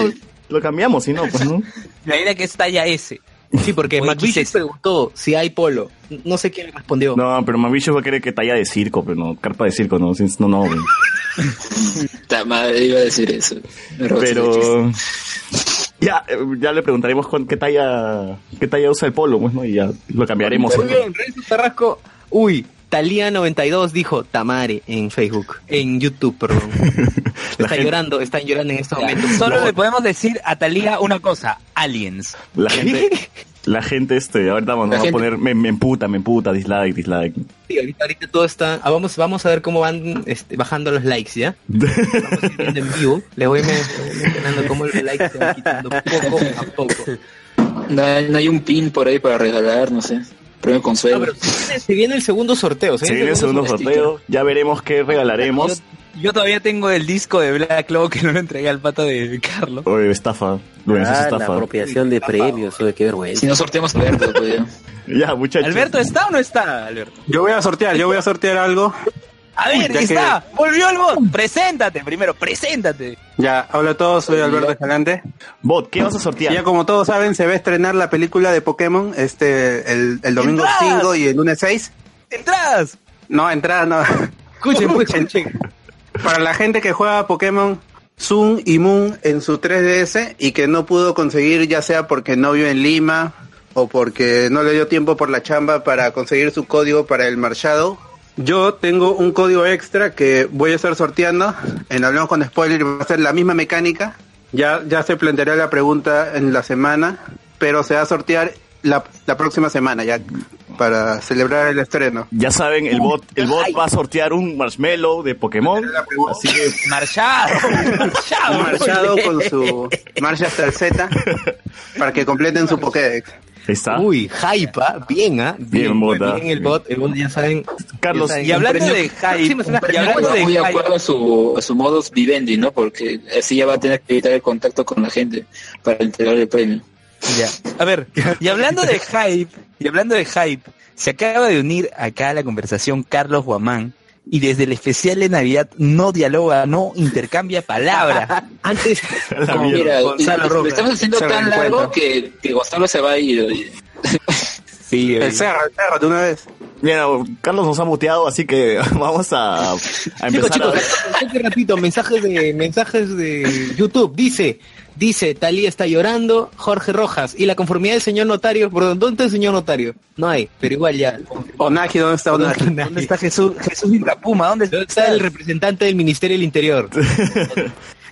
Speaker 1: lo cambiamos, si no, pues no.
Speaker 3: La idea que es talla S.
Speaker 4: Sí, porque
Speaker 3: Oye, ¿qué es
Speaker 4: McVicious
Speaker 3: esto?
Speaker 4: preguntó si hay polo. No sé quién le respondió.
Speaker 1: No, pero Mauricio va a querer que talla de circo, pero no, carpa de circo, no, sin- no, no. güey.
Speaker 2: Ta madre, iba a decir eso. Me robaste el chiste.
Speaker 1: Pero ya, eh, ya le preguntaremos cuán- qué talla, qué talla usa el polo, pues no, y ya lo cambiaremos.
Speaker 4: Muy bien, Renzo Tarrasco. Uy, Talía92 dijo Tamare en Facebook, en YouTube, perdón.
Speaker 1: La
Speaker 4: Está
Speaker 1: gente-
Speaker 4: llorando, están llorando en este
Speaker 3: este
Speaker 4: estos momentos.
Speaker 3: Solo le podemos decir a Talía una cosa, aliens.
Speaker 1: La gente, la gente, este, ahorita vamos
Speaker 2: La
Speaker 1: a
Speaker 2: gente-
Speaker 1: poner, me, me emputa, me emputa, dislike, dislike.
Speaker 4: Sí, ahorita, ahorita todo está. ah, vamos, vamos a ver cómo van este, bajando los likes, ¿ya? Vamos a ir viendo en vivo. Les voy men- mencionando cómo los likes se van quitando poco a poco.
Speaker 2: No, hay- no hay un pin por ahí para regalar, no sé. Premio consuelo.
Speaker 4: No, pero se viene, se viene el segundo sorteo.
Speaker 1: Se viene el segundo sorteo, ya veremos qué regalaremos.
Speaker 3: Yo, yo todavía tengo el disco de Black Lobo que no lo entregué al pato de Carlos.
Speaker 1: Oye, estafa. Bueno, eso es
Speaker 5: Ah, la
Speaker 1: estafa.
Speaker 5: apropiación de premios, oye, qué vergüenza.
Speaker 2: Si no sorteamos Alberto, pues ya.
Speaker 1: Ya, muchachos.
Speaker 3: ¿Alberto está o no está, Alberto?
Speaker 7: Yo voy a sortear, yo voy a sortear algo.
Speaker 3: A ver,
Speaker 7: ya que-
Speaker 3: está, volvió el bot. Preséntate primero, preséntate.
Speaker 7: Ya, hola a todos, soy Alberto Escalante.
Speaker 1: Bot, ¿qué vas a
Speaker 7: Y ya
Speaker 1: sortear?
Speaker 7: como todos saben, se va a estrenar la película de Pokémon este el, el domingo
Speaker 3: ¡Entradas!
Speaker 7: 5 y el lunes 6.
Speaker 3: Entradas.
Speaker 7: No, entrada no.
Speaker 4: Escuchen, pues, escuchen.
Speaker 7: Para la gente que juega Pokémon Sun y Moon en su 3DS y que no pudo conseguir, ya sea porque no vive en Lima o porque no le dio tiempo por la chamba para conseguir su código para el marchado, yo tengo un código extra que voy a estar sorteando. En Hablamos con Spoiler va a ser la misma mecánica. Ya, ya se planteará la pregunta en la semana, pero se va a sortear la, la próxima semana ya para celebrar el estreno.
Speaker 1: Ya saben, el bot, el bot va a sortear un marshmallow de Pokémon.
Speaker 7: La pregunta-
Speaker 1: Así que
Speaker 3: Marchado. Marchado.
Speaker 7: marchado con su marcha hasta el Z para que completen su Pokédex.
Speaker 1: ahí está.
Speaker 4: Uy, hype, ¿ah? bien, ¿ah?
Speaker 1: Bien, bota.
Speaker 4: bien el bot, el bot ya saben.
Speaker 1: Carlos,
Speaker 4: ya saben,
Speaker 3: Y hablando
Speaker 4: un premio-
Speaker 3: de hype,
Speaker 4: Próxima
Speaker 3: un
Speaker 4: semana.
Speaker 3: premio-
Speaker 2: Y hablando de muy de acuerdo a su, a su modus vivendi, ¿no? Porque así ya va a tener que evitar el contacto con la gente para entregar el premio.
Speaker 3: Ya. A ver, y hablando de hype, y hablando de hype, se acaba de unir acá a la conversación Carlos Guamán y desde el especial de Navidad no dialoga, no intercambia palabras.
Speaker 4: Antes,
Speaker 1: la
Speaker 4: como-
Speaker 1: mierda.
Speaker 2: Mira,
Speaker 4: Ah, Gonzalo
Speaker 2: y- lo
Speaker 4: Roca.
Speaker 2: estamos haciendo
Speaker 7: Se
Speaker 2: tan
Speaker 7: reencuentra.
Speaker 2: largo que, que Gonzalo se va a ir. eh, oye.
Speaker 3: Sí,
Speaker 7: El cerro, el cerro, de una vez.
Speaker 1: mira, Carlos nos ha muteado, así que vamos a, a
Speaker 4: Chicos,
Speaker 1: empezar
Speaker 4: chicos,
Speaker 1: a-
Speaker 4: espérate un ratito, mensajes de, mensajes de YouTube. Dice, dice, Talía está llorando, Jorge Rojas. Y la conformidad del señor notario, perdón, ¿dónde está el señor notario? No hay, pero igual ya.
Speaker 7: Onagi, ¿dónde está Onagi?
Speaker 3: ¿Dónde está Jesús? Jesús Vilcapuma, ¿dónde
Speaker 4: ¿Dónde está el representante del Ministerio del Interior?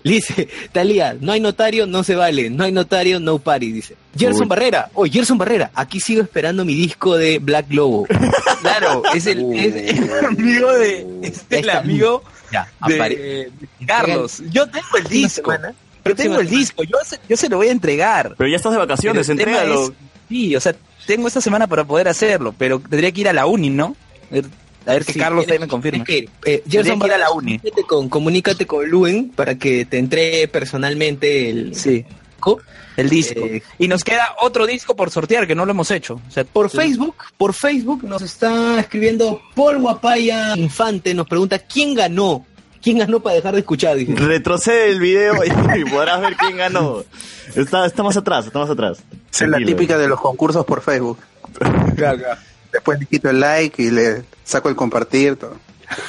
Speaker 4: Dice, Talía, no hay notario, no se vale. No hay notario, no party, dice. Gerson
Speaker 1: Uy.
Speaker 4: Barrera, oh, Gerson Barrera, aquí sigo esperando mi disco de Black Lobo.
Speaker 3: Claro, es el, es el amigo de, es el amigo
Speaker 4: Ya, apare-
Speaker 3: de Carlos. Yo tengo el disco.
Speaker 4: semana.
Speaker 3: Yo tengo el disco, yo se, yo se lo voy a entregar.
Speaker 1: Pero ya estás de
Speaker 3: Pero
Speaker 1: vacaciones,
Speaker 3: el tema
Speaker 1: entrégalo.
Speaker 3: es- sí, o sea, tengo esta semana para poder hacerlo, pero tendría que ir a la uni, ¿no? A ver, a ver que
Speaker 4: Sí,
Speaker 3: Carlos ahí
Speaker 4: tienes-
Speaker 3: me confirma.
Speaker 4: tienes que ir. Eh,
Speaker 3: Tendría
Speaker 4: Gerson
Speaker 3: que ir a
Speaker 4: Barrera,
Speaker 3: la uni.
Speaker 4: comunícate con, comunícate con Luen para que te entregue personalmente el
Speaker 3: Sí,
Speaker 4: disco.
Speaker 3: el disco.
Speaker 4: Eh,
Speaker 3: y nos queda otro disco por sortear que no lo hemos hecho. O sea,
Speaker 4: Por
Speaker 3: sí.
Speaker 4: Facebook, por Facebook nos está escribiendo Paul Guapaya Infante, nos pregunta quién ganó, quién ganó para dejar de escuchar. Dice.
Speaker 1: Retrocede el video y, podrás ver quién ganó. Está, está más atrás, está más atrás.
Speaker 7: Esa es la
Speaker 1: Tranquilo.
Speaker 7: típica de los concursos por Facebook. Después le quito el like y le saco el compartir. Todo.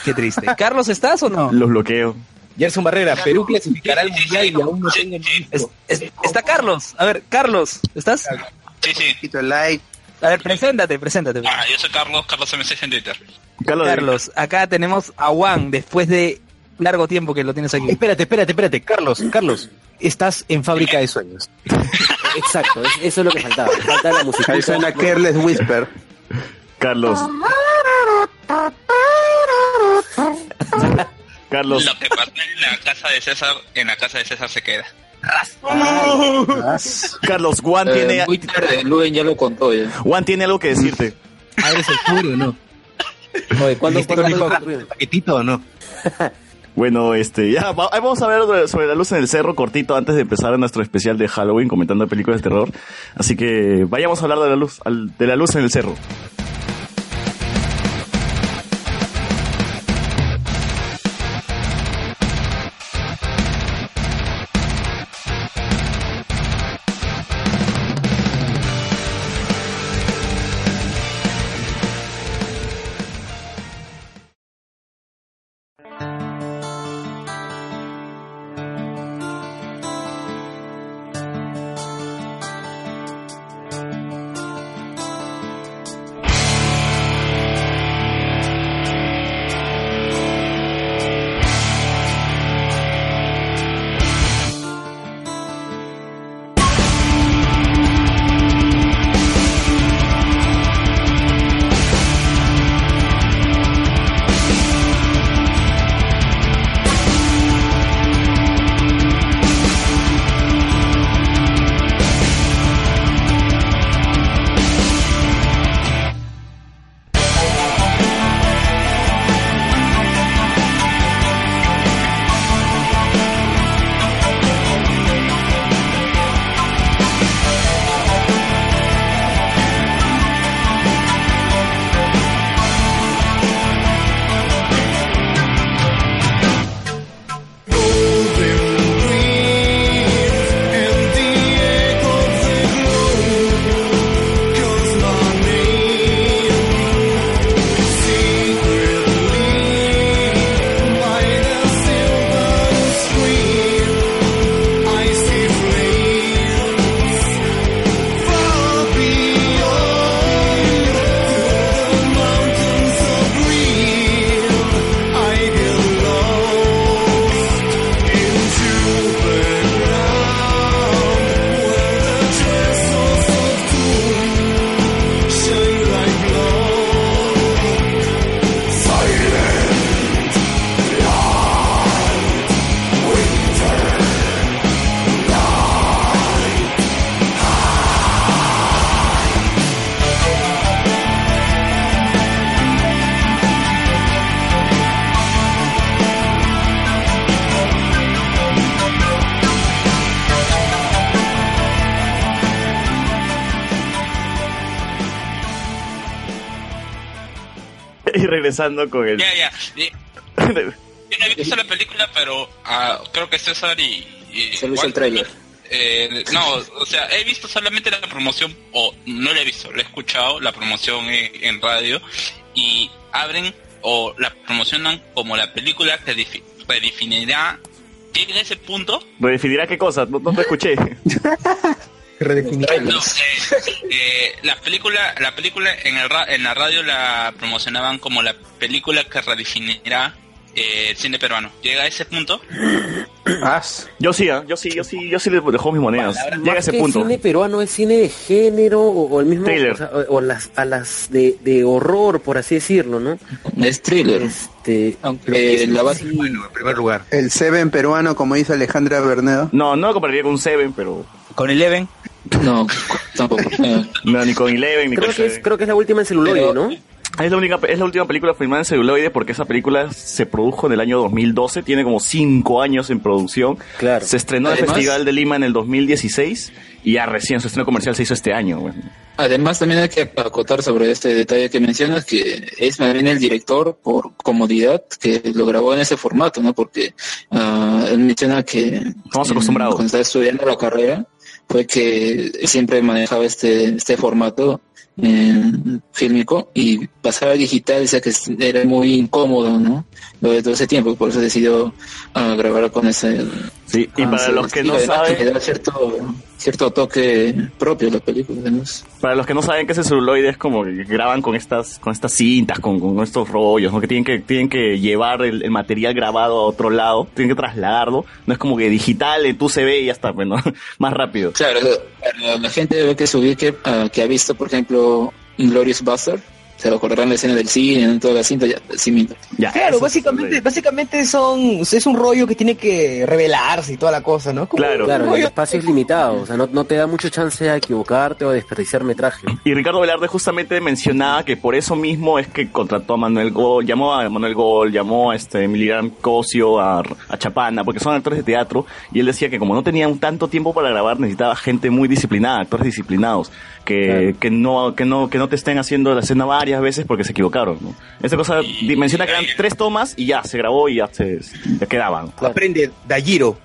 Speaker 3: Qué triste. ¿Carlos estás o no?
Speaker 1: Los bloqueo.
Speaker 4: Gerson Barrera, Perú clasificará al mundial y aún no tengo el disco.
Speaker 3: Es- es- está Carlos. A ver, Carlos, ¿estás?
Speaker 8: Sí, sí.
Speaker 7: Quito el like.
Speaker 3: A ver, preséntate, preséntate.
Speaker 8: Ah, yo soy Carlos, Carlos M6 en Twitter.
Speaker 1: Carlos,
Speaker 3: Carlos, acá tenemos a Juan después de largo tiempo que lo tienes aquí.
Speaker 4: Espérate, espérate, espérate, Carlos, Carlos, estás en fábrica de sueños.
Speaker 5: Exacto, es- eso es lo que faltaba. Faltaba la música.
Speaker 7: Ahí suena Careless Whisper.
Speaker 1: Carlos. Carlos,
Speaker 8: Lo que pasa en la casa de César, en la casa de César se queda.
Speaker 1: Carlos, Juan
Speaker 2: Eh,
Speaker 1: tiene,
Speaker 2: muy tarde, Luen ya lo contó. Ya.
Speaker 1: Juan tiene algo que decirte.
Speaker 4: ¿Abres el puro o no?
Speaker 5: Oye, ¿cuándo,
Speaker 4: ¿Viste
Speaker 5: cuándo-
Speaker 4: con
Speaker 5: cuándo-
Speaker 4: el pa- paquetito o no?
Speaker 1: Bueno, este, ya, va- ahí vamos a ver sobre la luz en el cerro cortito antes de empezar nuestro especial de Halloween comentando películas de terror. Así que vayamos a hablar de la luz, al- de la luz en el cerro. y regresando con el...
Speaker 8: Ya, ya. Y- Yo no he visto la película, pero ah, creo que César y... y
Speaker 2: Solo hizo el
Speaker 8: Juan-
Speaker 2: tráiler.
Speaker 8: Eh, no, o sea, he visto solamente la promoción, o no la he visto, la he escuchado, la promoción en, en radio, y abren o la promocionan como la película que defi- redefinirá, llega ese punto,
Speaker 1: ¿Redefinirá qué cosa? No, no te escuché.
Speaker 8: no, eh, eh, la película, la película en, el ra- en la radio la promocionaban como la película que redefinirá eh, el cine peruano. Llega a ese punto,
Speaker 1: Yo sí, ¿ah? yo sí, yo sí, yo sí le dejo mis monedas. Llega a ese
Speaker 5: que
Speaker 1: punto.
Speaker 5: cine peruano es cine de género o, o el mismo
Speaker 1: Thriller.
Speaker 5: o, sea, o- o las a las de, de horror por así decirlo no
Speaker 2: Es thriller.
Speaker 5: este
Speaker 4: Eh,
Speaker 2: Aunque la base
Speaker 5: sí,
Speaker 7: en primer lugar. El Seven peruano, como dice Alejandra Berneo.
Speaker 1: No, no lo compararía con un Seven, pero...
Speaker 3: Con Eleven.
Speaker 2: no, tampoco. Eh,
Speaker 1: No, ni con Eleven, ni
Speaker 5: creo
Speaker 1: con
Speaker 5: que es
Speaker 1: Seven.
Speaker 5: creo que es la última en celuloide
Speaker 2: Pero-
Speaker 5: no
Speaker 1: Es la, única, es la última película filmada en celuloide porque esa película se produjo en el año 2012, tiene como 5 años en producción.
Speaker 5: Claro.
Speaker 1: Se estrenó en el
Speaker 2: Además-
Speaker 1: Festival de Lima en el 2016 y ya recién su estreno comercial se hizo este año. güey.
Speaker 2: Además, también hay que acotar sobre este detalle que mencionas, que es más bien el director, por comodidad, que lo grabó en ese formato, ¿no? Porque ah, él menciona que...
Speaker 1: Estamos acostumbrados.
Speaker 2: eh, Cuando estaba estudiando la carrera, fue que siempre manejaba este, este formato eh, fílmico y pasar a digital, o sea que era muy incómodo, ¿no? Lo de todo ese tiempo, por eso decidió ah, grabar con ese...
Speaker 1: Sí, y
Speaker 5: Ah,
Speaker 2: con
Speaker 1: para
Speaker 2: ese
Speaker 1: los que
Speaker 2: estilo,
Speaker 1: no
Speaker 2: además,
Speaker 1: saben-
Speaker 2: le da cierto, cierto toque propio a la película, además.
Speaker 1: Para los que no saben qué es el celuloide, es como que graban con estas, con estas cintas, con, con estos rollos, ¿no? Que tienen que, tienen que llevar el, el material grabado a otro lado, tienen que trasladarlo. No es como que digital, eh, tú se ve y ya está, pues, ¿no? Más rápido.
Speaker 2: Claro, para la gente que se ubique, ah, que ha visto, por ejemplo, Glorious Buster, se acordarán la escena del cine, en toda la cinta, ya, sí, mira.
Speaker 1: Ya, eso
Speaker 4: Claro,
Speaker 1: es
Speaker 4: básicamente,
Speaker 1: celuloide.
Speaker 4: básicamente son, es un rollo que tiene que revelarse y toda la cosa, ¿no? Como
Speaker 1: Claro.
Speaker 4: un
Speaker 5: Claro, el
Speaker 4: rollo-
Speaker 5: espacio es limitado, o sea, no, no te da mucho chance a equivocarte o a desperdiciar metraje.
Speaker 1: Y Ricardo Velarde justamente mencionaba que por eso mismo es que contrató a Manuel Gol, llamó a Manuel Gol, llamó a este Milgram Cosio, a, a Chapana, porque son actores de teatro, y él decía que como no tenían tanto tiempo para grabar, necesitaba gente muy disciplinada, actores disciplinados, que,
Speaker 5: Claro.
Speaker 1: que no, que no, que no te estén haciendo la escena varias veces porque se equivocaron, ¿no? Esta cosa
Speaker 8: Y-
Speaker 1: di- menciona que
Speaker 8: y
Speaker 1: eran
Speaker 8: ahí-
Speaker 1: tres tomas y ya, se grabó y ya se, se quedaban.
Speaker 4: Aprende Dayiro.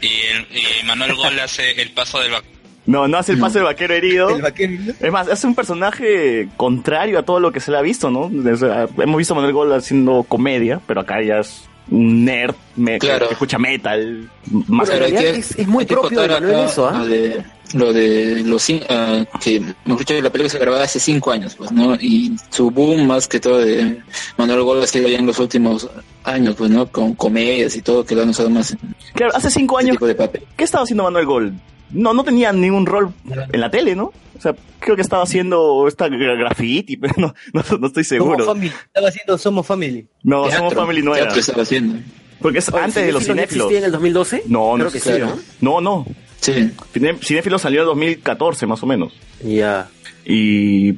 Speaker 8: y, el- y Manuel Gol hace el paso del vac-
Speaker 1: No, no hace el pase del vaquero herido.
Speaker 4: El vaquero.
Speaker 1: Es más, es un personaje contrario a todo lo que se le ha visto, ¿no? O sea, hemos visto a Manuel Gol haciendo comedia, pero acá ya es un nerd me-
Speaker 2: Claro.
Speaker 1: que escucha metal. Más
Speaker 5: Pero
Speaker 2: hay
Speaker 5: en realidad es- es muy
Speaker 2: hay que
Speaker 5: propio de
Speaker 2: acotar
Speaker 5: Manuel
Speaker 2: acá
Speaker 5: eso, ¿ah?
Speaker 2: lo de- Lo de los cin- ah, que, mejor dicho, la película se grababa hace cinco años, pues, ¿no? Y su boom más que todo de Manuel Gol ha sido ya en los últimos años, pues, ¿no? Con comedias y todo, que lo han usado más en este
Speaker 1: Claro, hace cinco años,
Speaker 2: tipo de papel.
Speaker 1: ¿qué estaba haciendo Manuel Gol? No, no tenía ningún rol en la tele, ¿no? O sea, creo que estaba haciendo esta gra- graffiti, pero no, no, no estoy
Speaker 4: Somos
Speaker 1: seguro.
Speaker 4: Family. Estaba haciendo Somos Family.
Speaker 1: No,
Speaker 2: Teatro,
Speaker 1: Somos Family no era.
Speaker 2: teatro estaba haciendo.
Speaker 1: Porque es
Speaker 5: Oye,
Speaker 1: antes de los
Speaker 5: ¿Cinéfilos ya
Speaker 1: cinéfilos.
Speaker 5: existía en el 2012?
Speaker 1: No, no
Speaker 5: Creo que sí,
Speaker 1: existía. No, no.
Speaker 2: Sí.
Speaker 1: Cine- Cinéfilos salió en 2014, más o menos.
Speaker 5: ¿no? Ya.
Speaker 1: Y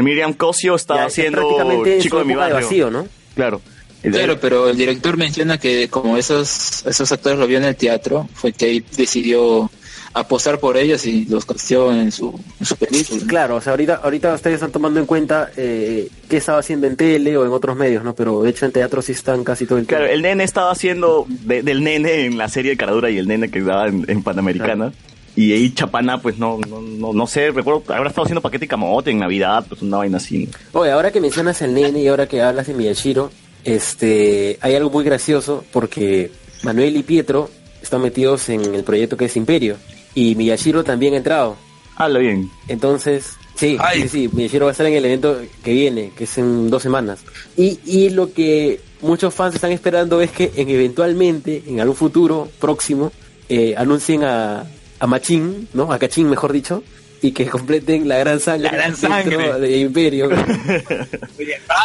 Speaker 1: Miriam Cosio estaba
Speaker 5: Mm. Ya, es
Speaker 1: haciendo
Speaker 5: prácticamente
Speaker 1: Chico
Speaker 5: su
Speaker 1: de mi
Speaker 5: época
Speaker 1: barrio.
Speaker 5: vacío, ¿no?
Speaker 1: Claro. El-
Speaker 2: Claro, pero el director menciona que como esos, esos actores lo vio en el teatro, fue que ahí decidió apostar por ellos y los casteó en su, en su película.
Speaker 5: Claro, o sea, ahorita, ahorita ustedes están tomando en cuenta eh, qué estaba haciendo en tele o en otros medios, ¿no? Pero de hecho en teatro sí están casi todo el tiempo.
Speaker 1: Claro, el nene estaba haciendo de- del nene en la serie de Caradura y el nene que daba en, en Panamericana. Y ahí Chapana, pues no, no, no, no sé, recuerdo, habrá estado haciendo paquete y camote en Navidad, pues una vaina así.
Speaker 5: Oye, ahora que mencionas al nene y ahora que hablas de Miyashiro, este, hay algo muy gracioso porque Manuel y Pietro están metidos en el proyecto que es Imperio y Miyashiro también ha entrado.
Speaker 1: Habla bien.
Speaker 5: Entonces, sí,
Speaker 3: Ay.
Speaker 5: sí, sí, Miyashiro va a estar en el evento que viene, que es en dos semanas. Y, y lo que muchos fans están esperando es que en eventualmente, en algún futuro próximo, eh, anuncien a, a Machín, ¿no? A Cachín, mejor dicho, y que completen la gran sangre,
Speaker 3: La gran
Speaker 5: dentro
Speaker 3: sangre.
Speaker 5: de Imperio.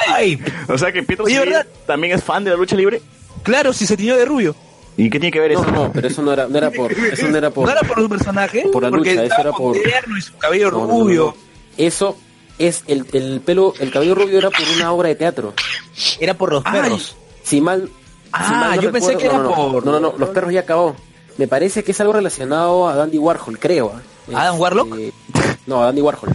Speaker 3: Ay,
Speaker 1: O sea que Pietro
Speaker 3: Oye,
Speaker 1: Civil
Speaker 3: ¿verdad?
Speaker 1: también es fan de la lucha libre.
Speaker 3: claro, si se tiñó de rubio.
Speaker 1: ¿Y qué tiene que ver
Speaker 5: No,
Speaker 1: eso?
Speaker 5: no, pero eso no era, no era por, eso no era por.
Speaker 3: No era por su personaje,
Speaker 5: Por la
Speaker 3: porque
Speaker 5: lucha, eso
Speaker 3: estaba
Speaker 5: era por-
Speaker 3: moderno y su cabello
Speaker 5: No, no, no, no.
Speaker 3: rubio.
Speaker 5: Eso es el, el pelo, el cabello rubio era por una obra de teatro.
Speaker 4: Era por los
Speaker 3: Ay.
Speaker 4: perros.
Speaker 5: Si mal.
Speaker 3: Ah,
Speaker 5: si mal no
Speaker 3: yo pensé
Speaker 5: recuerdo-
Speaker 3: que era
Speaker 5: no, no, no,
Speaker 3: por-
Speaker 5: No, no, no, los perros ya acabó. Me parece que es algo relacionado a Dandy Warhol, creo. ¿ah?
Speaker 3: ¿Adam Warlock?
Speaker 5: Este, No, a Andy Warhol.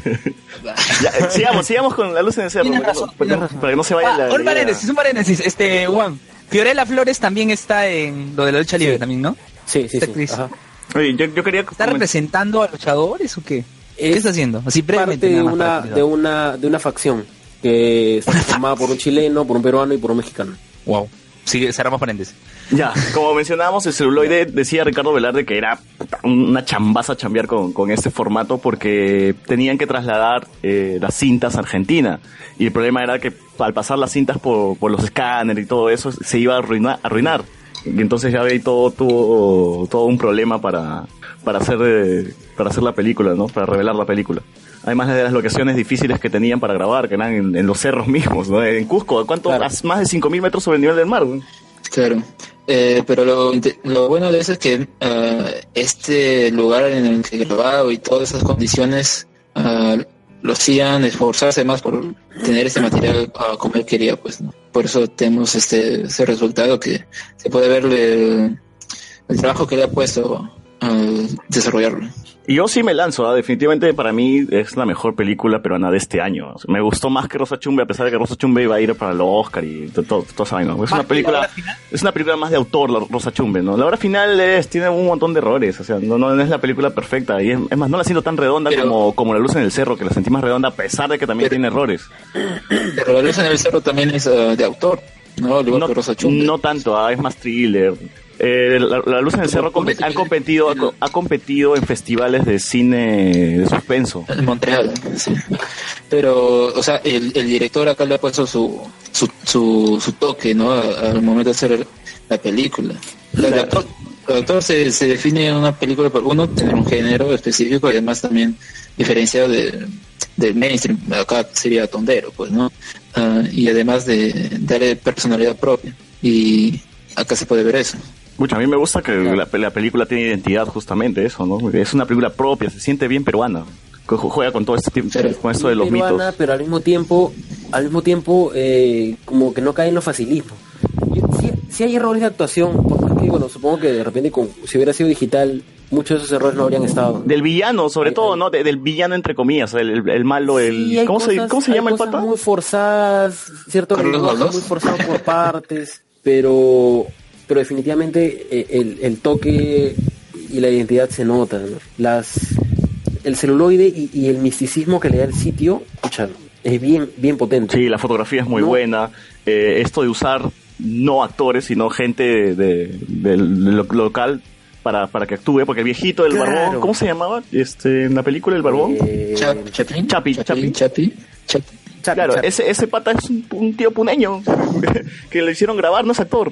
Speaker 1: Ya, eh, sigamos, sigamos con la luz en el cerro.
Speaker 3: Tienes
Speaker 1: porque-
Speaker 3: razón,
Speaker 1: porque-
Speaker 3: tienes
Speaker 1: para,
Speaker 3: razón.
Speaker 1: que no se vaya
Speaker 3: Ah,
Speaker 1: la. la-
Speaker 3: un paréntesis, un paréntesis. Este, Juan, Fiorella Flores también está en lo de la lucha libre también, ¿no?
Speaker 5: Sí, sí,
Speaker 3: Esta
Speaker 5: sí.
Speaker 3: actriz.
Speaker 5: ajá.
Speaker 1: Oye, yo, yo quería.
Speaker 3: ¿Está
Speaker 1: comentar-
Speaker 3: representando a luchadores o qué? ¿Qué
Speaker 5: Es
Speaker 3: está haciendo? Así
Speaker 5: Parte
Speaker 3: brevemente.
Speaker 5: de
Speaker 3: nada más
Speaker 5: una,
Speaker 3: para
Speaker 5: de, una, de una facción que está formada por un chileno, por un peruano y por un mexicano.
Speaker 3: finalizar. Wow. Sí, cerramos paréntesis.
Speaker 1: Ya, como mencionábamos, el celuloide decía Ricardo Velarde que era puta, una chambaza chambear con, con este formato porque tenían que trasladar eh, las cintas a Argentina. Y el problema era que al pasar las cintas por, por los escáneres y todo eso, se iba a arruinar. arruinar. Y entonces ya veis todo tuvo todo un problema para, para, hacer, eh, para hacer la película, ¿no? Para revelar la película. Además de las locaciones difíciles que tenían para grabar, que eran en, en los cerros mismos, ¿no? En Cusco, ¿cuánto?
Speaker 5: Claro.
Speaker 1: As- Más de 5.000 metros sobre el nivel del mar, güey.
Speaker 2: Claro, Eh, pero lo, inte- lo bueno de eso es que ah, este lugar en el que grababa y todas esas condiciones ah, lo hacían esforzarse más por tener este material ah, como él quería, pues, ¿no? Por eso tenemos este ese resultado que se puede ver el, el trabajo que le ha puesto al desarrollarlo.
Speaker 1: Y Yo sí me lanzo, ¿ah? definitivamente para mí es la mejor película peruana de este año. O sea, me gustó más que Rosa Chumbe, a pesar de que Rosa Chumbe iba a ir para el Oscar y to- to- toda esa vaina. Es una película, es una película más de autor, la Rosa Chumbe, ¿no? La hora final es, tiene un montón de errores, o sea, no, no, no es la película perfecta. Y es, es más, no la siento tan redonda
Speaker 2: Pero-
Speaker 1: como, como La Luz en el Cerro, que la sentí más redonda a pesar de que también
Speaker 2: Pero-
Speaker 1: tiene errores.
Speaker 2: Pero la luz en el cerro también es ah, de autor, ¿no? Al igual que Rosa Chumbe.
Speaker 1: no tanto, ah, es más thriller. Eh, la, la Luz en el Cerro compe- ha competido, ha, co- ha competido en festivales de cine de suspenso.
Speaker 2: En Montreal, sí. Pero, o sea, el, el director acá le ha puesto su, su, su, su toque, ¿no? A- Al momento de hacer la película. O sea, El autor, el autor se, se define en una película por uno, tener un género específico y además también diferenciado de, del mainstream. Acá sería tondero, pues, ¿no? Ah, y además de darle personalidad propia. Y acá se puede ver eso.
Speaker 1: Mucho, a mí me gusta que la, la película tiene identidad, justamente eso, ¿no? Es una película propia, se siente bien peruana. que ju- Juega con todo este tiempo,
Speaker 2: Pero-
Speaker 1: con eso de los
Speaker 5: Peruana,
Speaker 1: mitos.
Speaker 5: pero al mismo tiempo, al mismo tiempo, eh, como que no cae en los facilismos. Si hay errores de actuación, por más que, bueno, supongo que de repente con- si hubiera sido digital, muchos de esos errores no habrían estado.
Speaker 1: Del villano, sobre
Speaker 5: Hay-
Speaker 1: todo,
Speaker 5: hay-
Speaker 1: ¿no? De- del villano, entre comillas, el, el- el malo, el...
Speaker 5: Sí, hay
Speaker 1: ¿cómo, se,
Speaker 5: cosas-
Speaker 1: ¿Cómo se
Speaker 5: hay
Speaker 1: llama el
Speaker 5: cosas
Speaker 1: pata?
Speaker 5: Muy forzadas, cierto
Speaker 2: Carlos
Speaker 5: lenguaje
Speaker 2: Valdós.
Speaker 5: muy forzado por partes, pero pero definitivamente eh, el, el toque y la identidad se nota, ¿no? Las el celuloide y, y el misticismo que le da el sitio, escucha, es bien bien potente.
Speaker 1: Sí, la fotografía es muy
Speaker 5: No.
Speaker 1: buena. Eh, esto de usar no actores, sino gente de, del lo- local para, para que actúe, porque el viejito, el
Speaker 5: Claro.
Speaker 1: barbón, ¿cómo se llamaba este, en la película, el barbón?
Speaker 5: Eh,
Speaker 2: Cha- Chaplin.
Speaker 1: Chapi, Chapi.
Speaker 2: Chapi. Chapi. Chapi.
Speaker 5: Chapi,
Speaker 1: claro,
Speaker 5: Chapi.
Speaker 1: Ese, ese pata es un, un tío puneño que lo hicieron grabar, no es actor.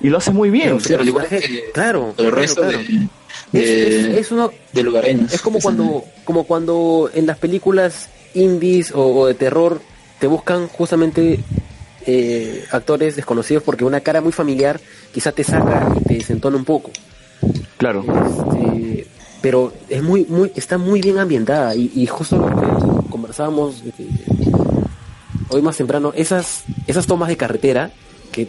Speaker 1: Y lo hace muy bien.
Speaker 2: Pero al igual que
Speaker 5: Claro,
Speaker 2: el
Speaker 5: claro,
Speaker 2: resto
Speaker 5: claro.
Speaker 2: de,
Speaker 5: Es-
Speaker 2: de,
Speaker 5: es- es uno-
Speaker 2: de lugareños.
Speaker 5: Es como
Speaker 2: que son-
Speaker 5: cuando, como cuando en las películas indies o, o de terror te buscan justamente eh, actores desconocidos porque una cara muy familiar quizá te saca y te desentona un poco.
Speaker 1: Claro.
Speaker 5: Este, pero es muy, muy, está muy bien ambientada y, y justo lo que conversábamos eh, hoy más temprano, esas, esas tomas de carretera que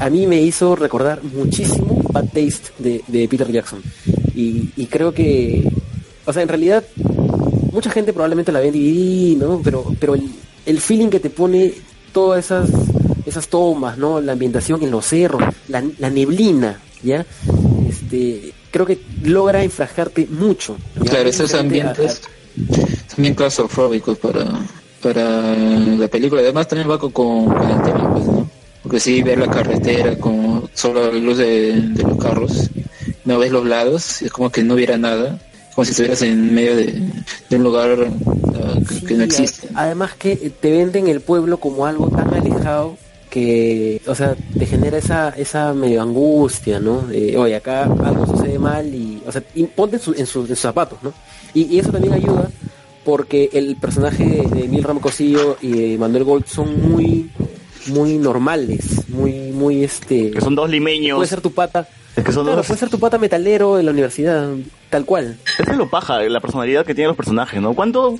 Speaker 5: a mí me hizo recordar muchísimo Bad Taste de, de Peter Jackson. Y, y creo que, o sea, en realidad, mucha gente probablemente la ve en DVD, ¿no? Pero, pero el, el feeling que te pone todas esas, esas tomas, ¿no? La ambientación en los cerros, la, la neblina, ¿ya? Este, creo que logra enfrascarte mucho. ¿ya?
Speaker 2: Claro, esos
Speaker 5: Frente a-
Speaker 2: ambientes son bien claustrofóbicos para, para la película. Además también va con, con el tema, pues, ¿no? Porque sí, ver la carretera con solo la luz de, de los carros, no ves los lados, es como que no hubiera nada, como si estuvieras en medio de, de un lugar ah, que, que no
Speaker 5: Sí,
Speaker 2: existe.
Speaker 5: a- Además que te venden el pueblo como algo tan alejado que, o sea, te genera esa, esa medio angustia, ¿no? Eh, oye, acá algo sucede mal y, o sea, y ponte en, su- en su- en sus zapatos, ¿no? Y, y eso también ayuda porque el personaje de Emil Ramcosillo y de Manuel Gold son muy, muy normales, muy, muy este...
Speaker 1: Que son dos
Speaker 5: Puede
Speaker 1: limeños.
Speaker 5: ser tu pata,
Speaker 1: Es que son
Speaker 5: claro,
Speaker 1: dos.
Speaker 5: puede ser tu pata metalero en la universidad, tal cual.
Speaker 1: Eso es lo paja, la personalidad que tienen los personajes, ¿no? ¿Cuánto,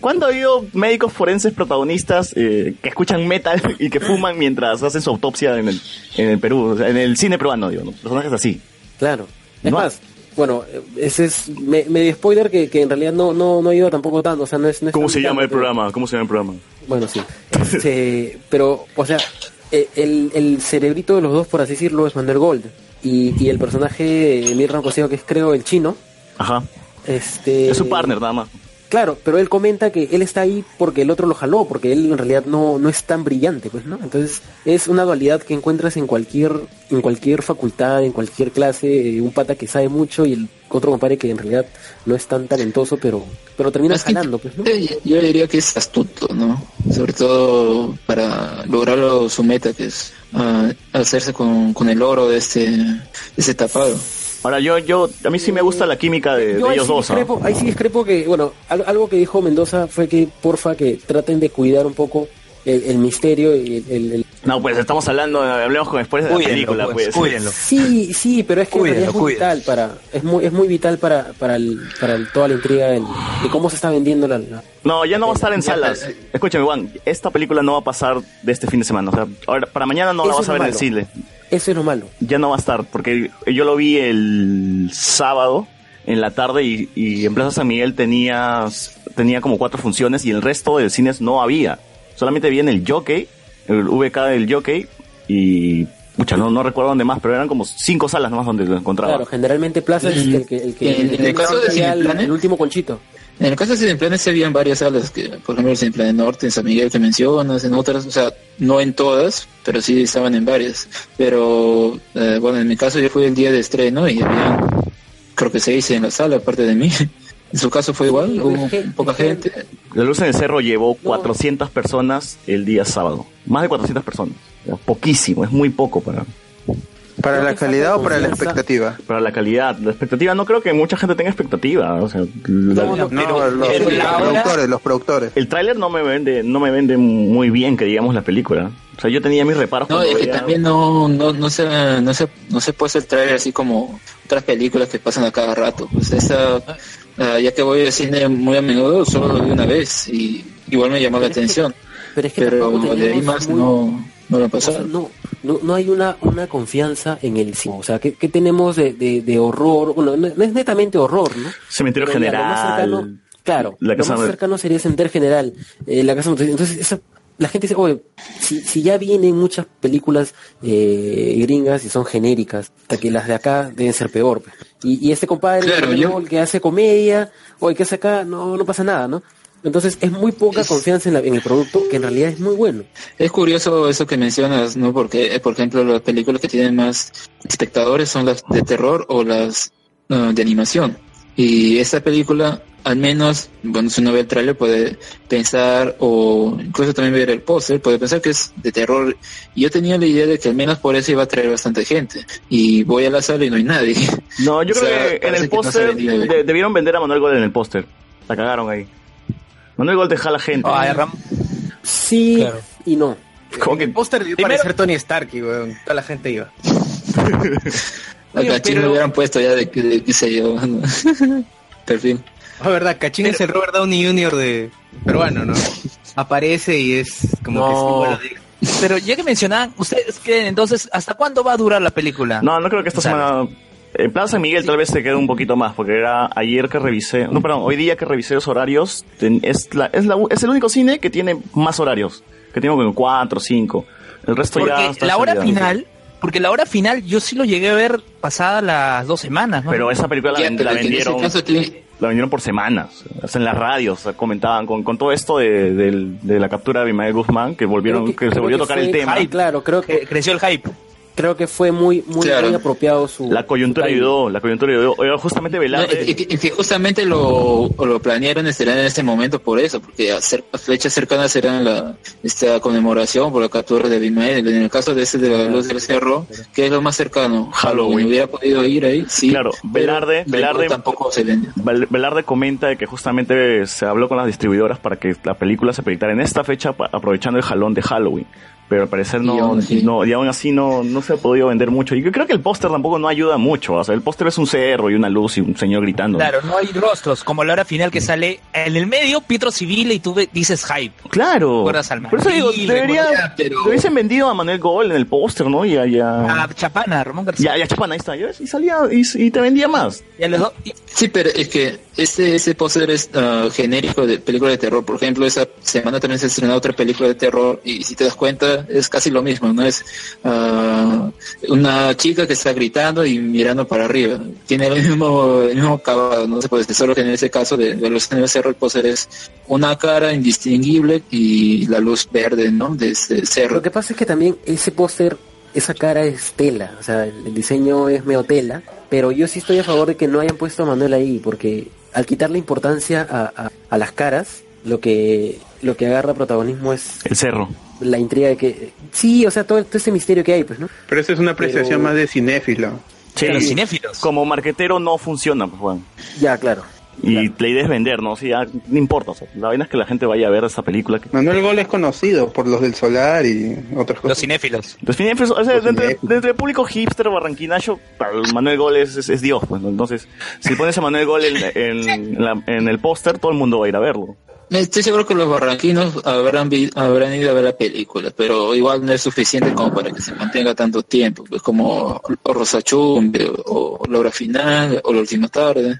Speaker 1: ¿cuánto ha habido médicos forenses protagonistas eh, que escuchan metal y que fuman mientras hacen su autopsia en el, en el Perú? O sea, en el cine peruano, digo, ¿no? Personajes así.
Speaker 5: Claro. Es
Speaker 1: No.
Speaker 5: más, Bueno, eh, ese es me- medio spoiler que, que en realidad no, no, no ayuda tampoco tanto. O sea, no es, no es
Speaker 1: ¿Cómo
Speaker 5: tan-
Speaker 1: se llama el
Speaker 5: tanto, pero-
Speaker 1: programa? ¿Cómo se llama el programa?
Speaker 5: Bueno, sí. Este, pero, o sea, eh, el, el cerebrito de los dos, por así decirlo, es Manuel Gold. Y, y el personaje de Mirna Cosío, que es creo el chino,
Speaker 1: Ajá.
Speaker 5: este...
Speaker 1: Es su partner, nada más.
Speaker 5: Claro, pero él comenta que él está ahí porque el otro lo jaló, porque él en realidad no, no es tan brillante, pues, ¿no? Entonces, es una dualidad que encuentras en cualquier, en cualquier facultad, en cualquier clase, eh, un pata que sabe mucho y el otro compadre que en realidad no es tan talentoso, pero, pero termina
Speaker 2: Más que-
Speaker 5: jalando, pues, ¿no?
Speaker 2: Eh, Yo diría que es astuto, ¿no? Sobre todo para lograr lo- su meta, que es ah, hacerse con, con el oro de este, de este tapado.
Speaker 1: Ahora, yo, yo, a mí sí me gusta la química de, de
Speaker 5: Yo ahí
Speaker 1: ellos
Speaker 5: sí
Speaker 1: dos. ¿ah?
Speaker 5: discrepo- Ahí sí discrepo que, bueno, al- algo que dijo Mendoza fue que porfa que traten de cuidar un poco el, el misterio y el, el- el-
Speaker 1: No, pues estamos hablando, hablemos con después de la
Speaker 3: Cuídenlo,
Speaker 1: película,
Speaker 3: pues,
Speaker 1: pues.
Speaker 3: cuídenlo.
Speaker 5: Sí, sí, pero es que en
Speaker 3: Cuídenlo,
Speaker 5: realidad es muy
Speaker 3: cuídenlo.
Speaker 5: vital para es muy es muy vital para para el, para el- toda la intriga del- de cómo se está vendiendo la, la-
Speaker 1: No, ya no va a estar en salas. Escúchame, Juan, esta película no va a pasar de este fin de semana. O sea, ahora, para mañana no la
Speaker 5: Eso
Speaker 1: vas a
Speaker 5: es
Speaker 1: ver en el
Speaker 5: malo.
Speaker 1: cine.
Speaker 5: eso es lo malo.
Speaker 1: Ya no va a estar, porque yo lo vi el sábado en la tarde y, y en Plaza San Miguel tenía, tenía como cuatro funciones y el resto de cines no había. Solamente vi en el Jockey, el VK del Jockey y... Pucha, no, no recuerdo dónde más, pero eran como cinco salas nomás donde lo encontraba.
Speaker 5: Claro, generalmente Plaza es
Speaker 2: Y-
Speaker 5: el que el que
Speaker 2: Mm. en- en el caso de
Speaker 5: que sea el,
Speaker 2: Cineplanet-
Speaker 5: el último conchito.
Speaker 2: En el caso de Cineplanet se habían varias salas, que, por ejemplo, en Cineplanet Norte, en San Miguel que mencionas, en otras, o sea, no en todas, pero sí estaban en varias. Pero, eh, bueno, en mi caso yo fui el día de estreno y había, creo que seis en la sala, aparte de mí. En su caso fue igual, hubo
Speaker 5: es que-
Speaker 2: poca
Speaker 5: es que-
Speaker 2: gente.
Speaker 1: La luz en el cerro llevó 400 personas el día sábado. Más de 400 personas. Poquísimo, es muy poco para,
Speaker 7: ¿Para la calidad o para la
Speaker 5: Confianza.
Speaker 7: expectativa?
Speaker 1: para la calidad. La expectativa, no creo que mucha gente tenga expectativa. ¿eh? O sea, la-
Speaker 5: No, no,
Speaker 7: No,
Speaker 3: pero-
Speaker 7: los,
Speaker 3: pero
Speaker 7: los
Speaker 3: la hora-
Speaker 7: productores, los productores.
Speaker 1: El tráiler no me vende, no me vende muy bien que digamos la película. O sea, yo tenía mis reparos.
Speaker 2: No,
Speaker 1: cuando
Speaker 2: es que
Speaker 1: veía-
Speaker 2: también no, no, no se, no se, no se puede hacer traer así como otras películas que pasan a cada rato. Pues esa, ah, ya que voy al cine muy a menudo, solo lo vi una vez y igual me llamó la atención.
Speaker 5: Pero es que
Speaker 2: Pero
Speaker 5: tampoco
Speaker 2: de ahí
Speaker 5: tenemos
Speaker 2: más
Speaker 5: muy-
Speaker 2: no, no lo
Speaker 5: O sea,
Speaker 2: pasaron.
Speaker 5: no, no, no hay una, una confianza en el cine. O sea, ¿qué, qué tenemos de, de- de horror? Bueno, no no es netamente horror, ¿no?
Speaker 1: Cementerio
Speaker 5: Pero mira, lo más
Speaker 1: general.
Speaker 5: cercano- claro,
Speaker 1: La
Speaker 5: lo
Speaker 1: casa
Speaker 5: más
Speaker 1: de-
Speaker 5: cercano sería Center General, eh, la casa Montes- Entonces, esa- la gente dice, oye, si, si ya vienen muchas películas eh, gringas y son genéricas, hasta que las de acá deben ser peor. pues. Y, y este compadre
Speaker 2: Claro, yo-
Speaker 5: ¿no? el que hace comedia, oye, que hace acá, no, no pasa nada, ¿no? Entonces es muy poca confianza en, la- en el producto, que en realidad es muy bueno.
Speaker 2: Es curioso eso que mencionas, ¿no? Porque, eh, por ejemplo, las películas que tienen más espectadores son las de terror o las ah, de animación. Y esta película, al menos, bueno, si uno ve el trailer puede pensar, o incluso también ver el póster, puede pensar que es de terror. Y yo tenía la idea de que al menos por eso iba a traer bastante gente. Y voy a la sala y no hay nadie.
Speaker 1: No, yo
Speaker 2: O sea,
Speaker 1: creo que en el
Speaker 2: parece que no se
Speaker 1: póster
Speaker 2: vendía bien.
Speaker 1: de- debieron vender a Manuel Gol en el póster. La cagaron ahí. Manuel Gol deja a la gente.
Speaker 3: Ay, Ram-
Speaker 5: Sí
Speaker 4: Claro.
Speaker 5: y no.
Speaker 1: Como que-
Speaker 4: Póster debió
Speaker 3: Primero-
Speaker 4: parecer Tony Stark, y, weón, toda la gente iba.
Speaker 2: Al
Speaker 3: Oye,
Speaker 2: cachín
Speaker 3: pero-
Speaker 2: lo hubieran puesto ya de que de qué sé yo. ¿no? Perfil.
Speaker 4: Ah, verdad, Cachín es el Robert Downey Jr. de peruano, ¿no? Aparece y es como que
Speaker 3: No.
Speaker 4: sí, bueno,
Speaker 3: Pero ya que mencionaban, ustedes creen entonces, ¿hasta cuándo va a durar la película?
Speaker 1: No, no creo que esta
Speaker 3: Sale.
Speaker 1: semana. En Plaza San Miguel tal vez se quede un poquito más, porque era ayer que revisé, no, perdón, hoy día que revisé los horarios, ten- es, la, es, la u- es el único cine que tiene más horarios, que tiene como cuatro, cinco. El resto ya
Speaker 3: porque
Speaker 1: está
Speaker 3: la hora
Speaker 1: salido.
Speaker 3: final, porque la hora final yo sí lo llegué a ver pasada las dos semanas, ¿no?
Speaker 1: Pero esa película la,
Speaker 2: Ya,
Speaker 1: ven-
Speaker 2: pero
Speaker 1: la
Speaker 2: es que en ese
Speaker 1: vendieron,
Speaker 2: caso tiene-
Speaker 1: la vendieron por semanas, o sea, en las radios, o sea, comentaban con, con todo esto de, del- de la captura de Abimael Guzmán, que volvieron,
Speaker 5: Creo
Speaker 1: que, se
Speaker 5: creo
Speaker 1: volvió a
Speaker 5: que
Speaker 1: tocar
Speaker 5: fue-
Speaker 1: el tema.
Speaker 5: Ay, claro, creo que
Speaker 3: Cre- Eh, creció el hype.
Speaker 5: creo que fue muy muy,
Speaker 2: Claro.
Speaker 5: muy apropiado su
Speaker 1: La coyuntura
Speaker 5: su timing.
Speaker 1: ayudó, la coyuntura ayudó. Oiga, justamente
Speaker 2: No,
Speaker 1: Velarde...
Speaker 2: es, que- es que justamente lo, lo planearon estarán en este momento por eso, porque a cer- a fechas cercanas serán la, esta conmemoración por la captura de Abimael. En el caso de ese de la luz del cerro, que es lo más cercano,
Speaker 1: Halloween.
Speaker 2: hubiera podido ir ahí, sí.
Speaker 1: Claro,
Speaker 2: pero
Speaker 1: Velarde- Velarde-
Speaker 2: tampoco se vendió.
Speaker 1: Vel- Velarde comenta de que justamente se habló con las distribuidoras para que la película se proyectara en esta fecha pa- aprovechando el jalón de Halloween. Pero al parecer
Speaker 2: Y
Speaker 1: no,
Speaker 2: aún así.
Speaker 1: no, y aún así no, no se ha podido vender mucho. Y yo creo que el póster tampoco no ayuda mucho. O sea, el póster es un cerro y una luz y un señor gritando.
Speaker 3: Claro, no hay rostros, como la hora final que sale en el medio Pietro Civil y tú ve- dices hype.
Speaker 1: Claro.
Speaker 3: Recuerdas al
Speaker 1: Por eso digo,
Speaker 3: Martín,
Speaker 1: debería,
Speaker 4: recuerdas- pero-
Speaker 1: lo hubiesen vendido a Manuel Gol en el póster, ¿no? Y a, y a,
Speaker 3: A Chapana, Ramón
Speaker 1: y
Speaker 3: García.
Speaker 1: a- y a Chapán, ahí está. Y y salía, y, y te vendía más.
Speaker 3: Y a los dos- y-
Speaker 2: Sí, pero es que ese, ese póster es ah, genérico de película de terror. Por ejemplo, esa semana también se estrenó otra película de terror y si te das cuenta es casi lo mismo, ¿no? Es ah, una chica que está gritando y mirando para arriba. Tiene el mismo, el mismo acabado, no se puede decir, solo que en ese caso de, de los años cerro el póster es una cara indistinguible y la luz verde, ¿no? De ese cerro.
Speaker 5: Lo que pasa es que también ese póster, esa cara es tela, o sea, el el diseño es medio tela, pero yo sí estoy a favor de que no hayan puesto a Manuel ahí, porque al quitarle importancia a, a- a las caras, lo que, lo que agarra protagonismo es
Speaker 1: El cerro.
Speaker 5: la intriga de que... Sí, o sea, todo, todo ese misterio que hay, pues, ¿no?
Speaker 7: Pero eso es una apreciación
Speaker 5: Pero-
Speaker 7: más de cinéfilo.
Speaker 1: Sí.
Speaker 3: a los cinéfilos.
Speaker 1: Como marquetero no funciona, pues, Juan.
Speaker 5: Ya, claro.
Speaker 1: Y la idea es vender, ¿no? O sea, no importa. o sea, la vaina es que la gente vaya a ver esa película. Que...
Speaker 7: Manuel Gol es conocido por los del Solar y otras
Speaker 3: Los
Speaker 7: cosas.
Speaker 3: cinéfilos.
Speaker 1: Los cinéfilos, pues, o sea,
Speaker 7: Los
Speaker 1: dentro,
Speaker 7: cinéfilos.
Speaker 1: dentro del público hipster barranquinacho, para el Manuel Gol es, es- es Dios, pues. ¿no? Entonces, si pones a Manuel Gol en, en- en la- en el póster, todo el mundo va a ir a verlo.
Speaker 2: Me Estoy seguro que los barranquinos habrán, vi- habrán ido a ver la película, pero igual no es suficiente como para que se mantenga tanto tiempo, pues como o Rosachumbre, o La Hora Final, o La Última Tarde.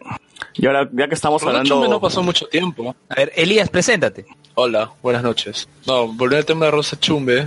Speaker 1: Y ahora, ya que estamos hablando...
Speaker 9: no pasó mucho tiempo.
Speaker 3: A ver, Elías, preséntate.
Speaker 9: Hola, buenas noches. No, volver al tema de Rosa Chumbe.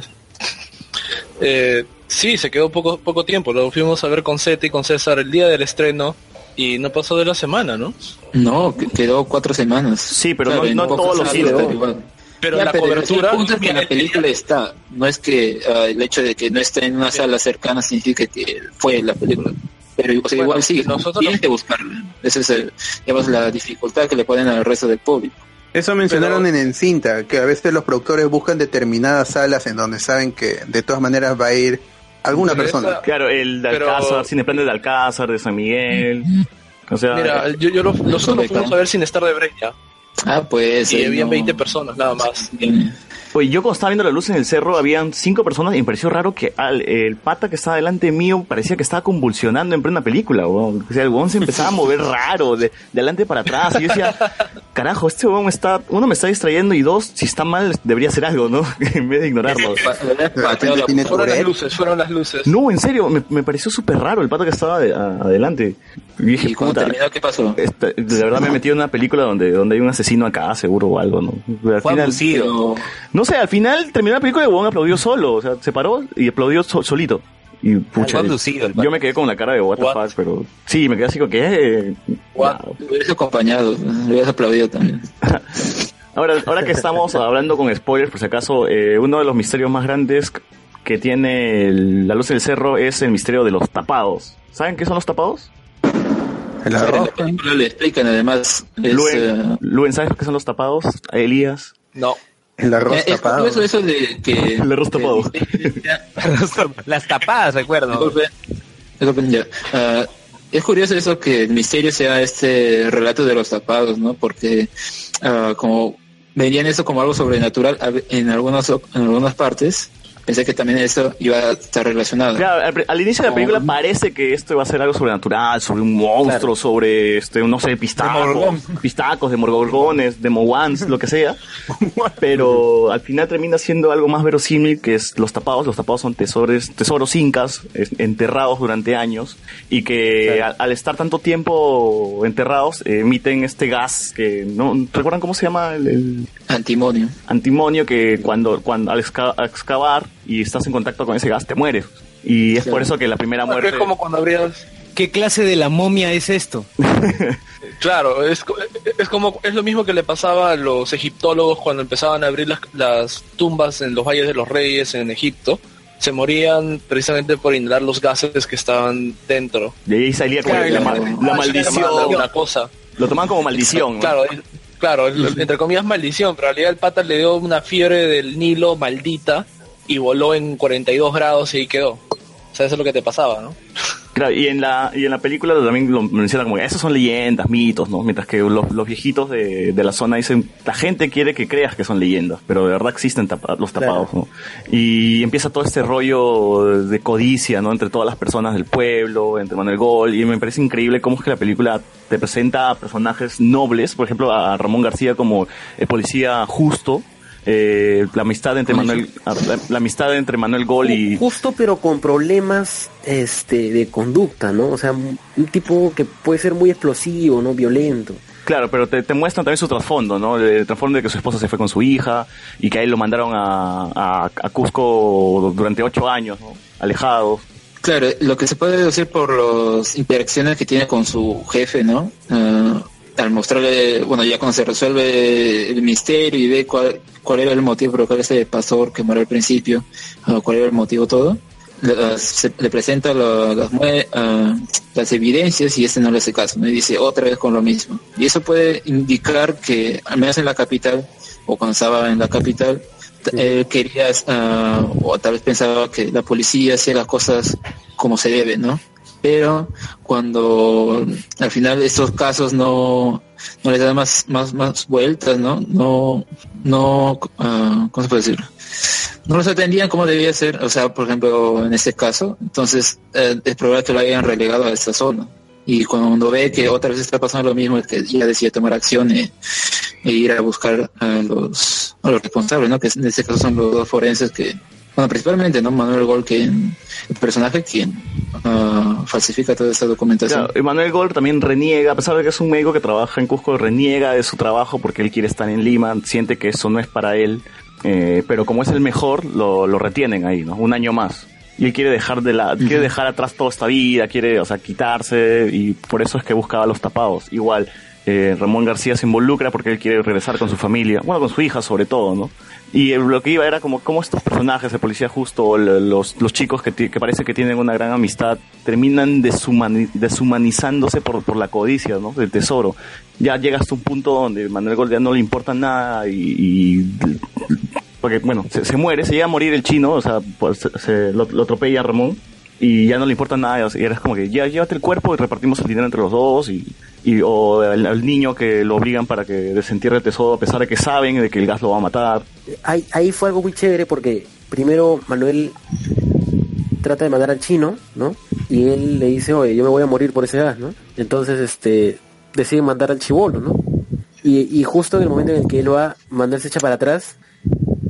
Speaker 9: Eh, sí, se quedó poco, poco tiempo. Lo fuimos a ver con Seti y con César el día del estreno y no pasó de la semana, ¿no?
Speaker 2: No, que- quedó cuatro semanas.
Speaker 1: Sí, pero no-
Speaker 2: en
Speaker 1: no
Speaker 2: pocas
Speaker 1: todos los
Speaker 2: semanas,
Speaker 1: cines.
Speaker 2: pero igual.
Speaker 9: Pero
Speaker 2: Ya,
Speaker 9: la
Speaker 2: El
Speaker 9: cobertura...
Speaker 2: punto es que la película está. No es que ah, el hecho de que no esté en una sala cercana significa que fue la película. Pero o sea,
Speaker 9: Bueno,
Speaker 2: igual sí,
Speaker 9: nosotros
Speaker 2: tienen
Speaker 9: no-
Speaker 2: que buscarla. Esa es el- digamos, la dificultad que le ponen al resto del público.
Speaker 7: Eso mencionaron en Encinta, que a veces los productores buscan determinadas salas en donde saben que de todas maneras va a ir alguna
Speaker 9: Pero
Speaker 7: persona.
Speaker 9: esa-
Speaker 1: Claro, el de
Speaker 9: Pero-
Speaker 1: Alcázar, Cineplanet de Alcázar, de San Miguel. O sea,
Speaker 9: Mira, yo, yo lo, nosotros
Speaker 2: Correcto.
Speaker 9: fuimos a ver sin estar de breña
Speaker 2: Ah, pues...
Speaker 9: y
Speaker 2: eh,
Speaker 9: habían
Speaker 2: no.
Speaker 9: 20 personas nada más.
Speaker 1: pues yo cuando estaba viendo la luz en el cerro, habían cinco personas y me pareció raro que al- el pata que estaba delante mío parecía que estaba convulsionando en plena película. weón. O sea, el weón se empezaba a mover raro, de, de adelante para atrás. Y yo decía, carajo, este weón está, uno me está distrayendo y dos, si está mal, debería hacer algo, ¿no? en vez de ignorarlo.
Speaker 2: Pa- pateo
Speaker 7: repente
Speaker 2: la-
Speaker 9: Fueron
Speaker 7: tiene
Speaker 9: las
Speaker 7: Tourette.
Speaker 9: luces, fueron las luces.
Speaker 1: No, en serio, me, me pareció súper raro el pata que estaba de- a- adelante. Y dije,
Speaker 2: Y cuando
Speaker 1: puta, Eh,
Speaker 2: terminó, ¿qué pasó?
Speaker 1: esta- de verdad me he metido en una película donde, donde hay un asesino acá, seguro o algo, ¿no? Pero al
Speaker 3: Juan
Speaker 1: final-
Speaker 3: Bucido.
Speaker 2: Pero-
Speaker 1: No sé, al final terminó la película y Wong aplaudió solo, o sea, se paró y aplaudió so- solito. Y pucha,
Speaker 3: Juan Lucido, el
Speaker 1: yo me quedé con la cara de what the
Speaker 9: What?
Speaker 1: fuck, pero sí, me quedé así como que... eh,
Speaker 9: What?
Speaker 1: nah.
Speaker 2: Lo hubieras acompañado, lo hubieras aplaudido también.
Speaker 1: Ahora, ahora que estamos hablando con spoilers, por si acaso, eh, uno de los misterios más grandes que tiene el- la luz del cerro es el misterio de los tapados. ¿Saben qué son los tapados?
Speaker 7: El
Speaker 2: Pero en
Speaker 7: arroz.
Speaker 2: la película le explican, además, es, eh,
Speaker 1: Luen, Luen, ¿sabes qué son los tapados? A Elías.
Speaker 9: No,
Speaker 7: El
Speaker 2: eh,
Speaker 7: arroz
Speaker 2: es
Speaker 7: tapado.
Speaker 2: curioso eso de que...
Speaker 1: El arroz tapado.
Speaker 3: Las tapadas, recuerdo.
Speaker 2: Disculpen, disculpen, ya. Ah, es curioso eso que el misterio sea este relato de los tapados, ¿no? Porque ah, como veían eso como algo sobrenatural a ve- en algunas, o- en algunas partes, pensé que también eso iba a estar relacionado.
Speaker 1: Claro, al, al inicio de la película parece que esto va a ser algo sobrenatural, sobre un monstruo, sobre, este, no sé,
Speaker 3: De
Speaker 1: pistacos,
Speaker 3: Morgón.
Speaker 1: pistacos, de morgorgones, de moguans, lo que sea. Pero al final termina siendo algo más verosímil que es los tapados. Los tapados son tesores, tesoros incas es- enterrados durante años y que al, al estar tanto tiempo enterrados eh, emiten este gas que no recuerdan cómo se llama el- el,
Speaker 2: Antimonio.
Speaker 1: antimonio que cuando, cuando al exca- a excavar y estás en contacto con ese gas te mueres. Y es
Speaker 2: Claro.
Speaker 1: por eso que la primera
Speaker 9: Porque
Speaker 1: muerte...
Speaker 9: es como cuando abrías...
Speaker 4: ¿Qué clase de la momia es esto?
Speaker 9: Claro, es, co- es como es lo mismo que le pasaba a los egiptólogos cuando empezaban a abrir las, las tumbas en los valles de los reyes en Egipto. Se morían precisamente por inhalar los gases que estaban dentro.
Speaker 1: Y ahí salía como
Speaker 9: Claro,
Speaker 1: la,
Speaker 2: y
Speaker 1: ma-
Speaker 2: la-
Speaker 1: la
Speaker 9: Ah, era
Speaker 1: maldición.
Speaker 9: Una cosa.
Speaker 1: Lo toman como maldición. ¿no?
Speaker 9: Claro, es- claro, el- entre comillas maldición, pero en realidad el pata le dio una fiebre del Nilo maldita y voló en 42 grados y ahí quedó. O sea, eso es lo que te pasaba, ¿no?
Speaker 1: Claro, y en la, y en la película también lo menciona como, esas son leyendas, mitos, ¿no? Mientras que los, los viejitos de, de la zona dicen, la gente quiere que creas que son leyendas, pero de verdad existen tapa- los tapados, ¿no? Y empieza todo este rollo de codicia, ¿no? Entre todas las personas del pueblo, entre Manuel Gol, y me parece increíble cómo es que la película te presenta a personajes nobles, por ejemplo, a Ramón García como el policía justo, eh, la amistad entre Manuel, la, la amistad entre Manuel Gol y,
Speaker 5: Justo pero con problemas este de conducta, ¿no? O sea, un tipo que puede ser muy explosivo, ¿no? Violento.
Speaker 1: Claro, pero te, te muestran también su trasfondo, ¿no? El trasfondo de que su esposa se fue con su hija y que a él lo mandaron a, a- a Cusco durante ocho años, ¿no? Alejado.
Speaker 2: Claro, lo que se puede deducir por las interacciones que tiene con su jefe, ¿no? Ah, al mostrarle, bueno, ya cuando se resuelve el misterio y ve cuál, cuál era el motivo por el cual ese pastor que murió al principio, o cuál era el motivo todo, le, ah, se- le presenta la- las, mue- ah, las evidencias y este no le hace caso, ¿no? Y dice otra vez con lo mismo. Y eso puede indicar que, al menos en la capital, o cuando estaba en la capital, t- él Eh, quería, ah, o tal vez pensaba que la policía hacía las cosas como se debe, ¿no? Pero cuando al final estos casos no, no les dan más, más, más vueltas, ¿no? No, no, ah, ¿cómo se puede decir? No los atendían como debía ser, o sea, por ejemplo, en este caso, entonces eh, es probable que lo hayan relegado a esta zona. Y cuando ve que otra vez está pasando lo mismo, es que ya decide tomar acción e, e ir a buscar a los, a los responsables, ¿no? Que en este caso son los dos forenses que, bueno, principalmente, ¿no? Manuel Gol, que el personaje quien ah, falsifica toda esta documentación.
Speaker 1: Claro, y Manuel Gol también reniega, a pesar de que es un médico que trabaja en Cusco, reniega de su trabajo porque él quiere estar en Lima, siente que eso no es para él, eh, pero como es el mejor, lo, lo retienen ahí, ¿no? Un año más. Y él quiere dejar de la, quiere dejar atrás toda esta vida, quiere, o sea, quitarse, y por eso es que buscaba los tapados. Igual, eh, Ramón García se involucra porque él quiere regresar con su familia, bueno, con su hija sobre todo, ¿no? Y eh, lo que iba era como cómo estos personajes, el policía justo, o lo- los, los chicos que, ti- que parece que tienen una gran amistad, terminan deshumani- deshumanizándose por, por la codicia, ¿no? Del tesoro. Ya llegas a un punto donde Manuel Goldea no le importa nada y... y- porque, bueno, se, se muere, se llega a morir el chino, o sea, pues, se, se- lo, lo atropella Ramón y ya no le importa nada. Y eres como que ya llévate el cuerpo y repartimos el dinero entre los dos. Y, y- o al, al niño que lo obligan para que desentierre el tesoro, a pesar de que saben de que el gas lo va a matar.
Speaker 5: Ahí, ahí fue algo muy chévere porque primero Manuel trata de matar al chino, ¿no? Y él le dice, oye, yo me voy a morir por ese gas, ¿no? Entonces, este, decide mandar al chivolo, ¿no? Y, y justo en el momento en el que él va, Manuel se echa para atrás,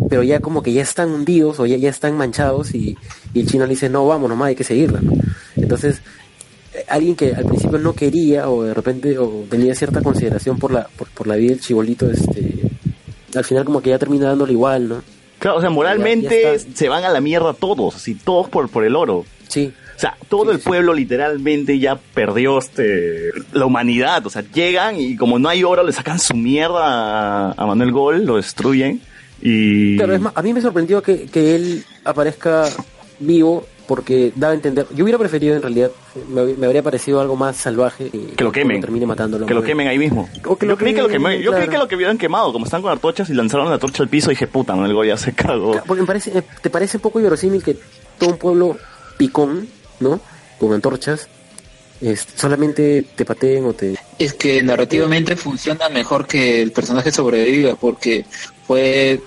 Speaker 5: pero ya como que ya están hundidos o ya, ya están manchados y, y el chino le dice, no, vamos nomás, hay que seguirla, ¿no? Entonces, eh, alguien que al principio no quería o de repente o tenía cierta consideración por la, por, por la vida del chibolito, este, al final como que ya termina dándole igual, ¿no?
Speaker 1: Claro, o sea, moralmente
Speaker 5: Ya- ya está.
Speaker 1: se van a la mierda todos, así, todos por, por el oro.
Speaker 5: Sí,
Speaker 1: O sea, todo el pueblo literalmente ya perdió este, la humanidad. O sea, llegan y como no hay oro, le sacan su mierda a, a Manuel Gol, lo destruyen. Y.
Speaker 5: Claro, es más, a mí me sorprendió que, que él aparezca vivo porque daba a entender. Yo hubiera preferido, en realidad, me, hab- me habría parecido algo más salvaje. y-
Speaker 1: Que lo quemen.
Speaker 5: Termine matándolo.
Speaker 1: Que lo quemen ahí mismo.
Speaker 5: O que
Speaker 1: yo
Speaker 5: lo
Speaker 1: creí que lo
Speaker 5: quemen,
Speaker 1: quemé- yo creí
Speaker 5: claro.
Speaker 1: que lo que hubieran quemado, como están con antorchas y lanzaron la torcha al piso, dije, puta, Manuel Gol ya se cagó.
Speaker 5: Claro, Porque me parece, eh, te parece un poco verosímil que todo un pueblo picón, ¿no? Con antorchas, es- solamente te pateen o te.
Speaker 2: es que narrativamente funciona mejor que el personaje sobreviva porque fue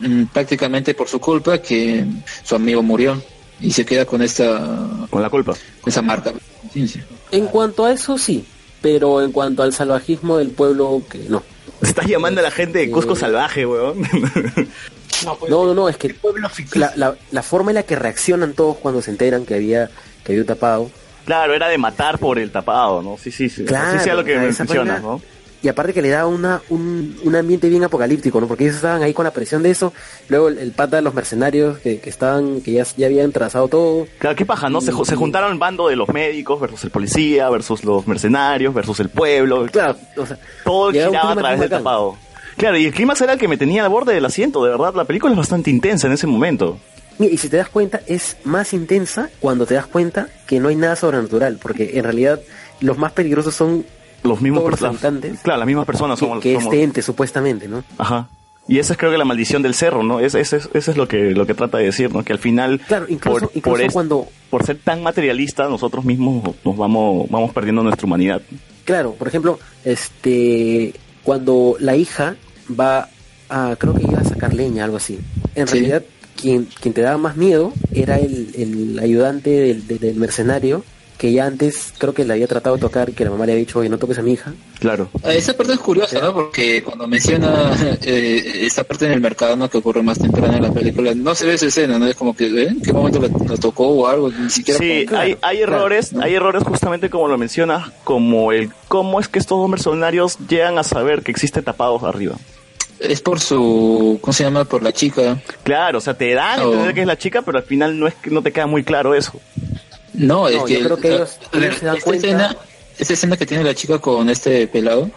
Speaker 2: mm, prácticamente por su culpa que su amigo murió y se queda con esta
Speaker 1: Con la culpa.
Speaker 2: con esa marca de conciencia.
Speaker 5: En cuanto a eso, sí. Pero en cuanto al salvajismo del pueblo, que no.
Speaker 1: Estás llamando a la gente de Cusco
Speaker 5: Eh.
Speaker 1: salvaje, weón.
Speaker 5: No, no, no, es que la, la, la forma en la que reaccionan todos cuando se enteran que había, que había un tapado
Speaker 1: claro, era de matar por el tapado, ¿no? Sí, sí, sí.
Speaker 5: Claro,
Speaker 1: Así sea lo que
Speaker 5: o sea, esa
Speaker 1: mencionas,
Speaker 5: vaina-
Speaker 1: ¿no?
Speaker 5: Y aparte que le daba una, un, un ambiente bien apocalíptico, ¿no? Porque ellos estaban ahí con la presión de eso. Luego el, el pata de los mercenarios que, que estaban, que ya, ya habían trazado todo.
Speaker 1: Claro, qué paja, ¿no? Se, ju- se juntaron el bando de los médicos versus el policía, versus los mercenarios, versus el pueblo.
Speaker 5: Claro, o sea,
Speaker 1: Todo
Speaker 5: llegaba un
Speaker 1: giraba a
Speaker 5: clima
Speaker 1: través
Speaker 5: bien
Speaker 1: del
Speaker 5: bacán.
Speaker 1: tapado. Claro, y el clima era el que me tenía al borde del asiento, de verdad. La película es bastante intensa en ese momento.
Speaker 5: Mira, y si te das cuenta, es más intensa cuando te das cuenta que no hay nada sobrenatural, porque en realidad los más peligrosos son
Speaker 1: Los mismos
Speaker 5: Todos los
Speaker 1: las-
Speaker 5: habitantes.
Speaker 1: Claro, las mismas personas
Speaker 5: que, este
Speaker 1: somos
Speaker 5: que
Speaker 1: somos-
Speaker 5: este ente, supuestamente, ¿no?
Speaker 1: Ajá. Y esa es creo que la maldición del cerro, ¿no? Es, es, es- eso es lo que, lo que trata de decir, ¿no? Que al final,
Speaker 5: Claro, incluso,
Speaker 1: por,
Speaker 5: incluso
Speaker 1: por es-
Speaker 5: cuando,
Speaker 1: por ser tan materialista, nosotros mismos nos vamos, vamos perdiendo nuestra humanidad.
Speaker 5: claro, por ejemplo, este, cuando la hija va a, creo que iba a sacar leña, algo así. En
Speaker 2: Sí.
Speaker 5: realidad, quien, quien te daba más miedo era el, el ayudante del, del- del mercenario, que ya antes creo que le había tratado de tocar y que la mamá le había dicho, oye, no toques a mi hija.
Speaker 1: Claro.
Speaker 2: Ah, Esa parte es curiosa, ¿no? Porque cuando menciona eh, esta parte en el mercado, ¿no? Que ocurre más temprano en la película, no se ve esa escena, ¿no? Es como que, ¿eh? ¿En qué momento la, la tocó o algo? Ni siquiera.
Speaker 1: Sí,
Speaker 2: como-
Speaker 1: hay, hay
Speaker 2: claro,
Speaker 1: errores,
Speaker 2: ¿no?
Speaker 1: hay errores justamente como lo mencionas, como el cómo es que estos dos mercenarios llegan a saber que existe tapados arriba.
Speaker 2: Es por su. ¿Cómo se llama? Por la chica.
Speaker 1: Claro, o sea, te dan a
Speaker 2: No.
Speaker 1: entender que es la chica, pero al final no es que no te queda muy claro eso.
Speaker 2: No, es
Speaker 5: yo
Speaker 2: que.
Speaker 5: creo que ellos-
Speaker 2: a ver,
Speaker 5: ellos se dan
Speaker 2: esta
Speaker 5: cuenta.
Speaker 2: Escena, esta escena que tiene la chica con este pelado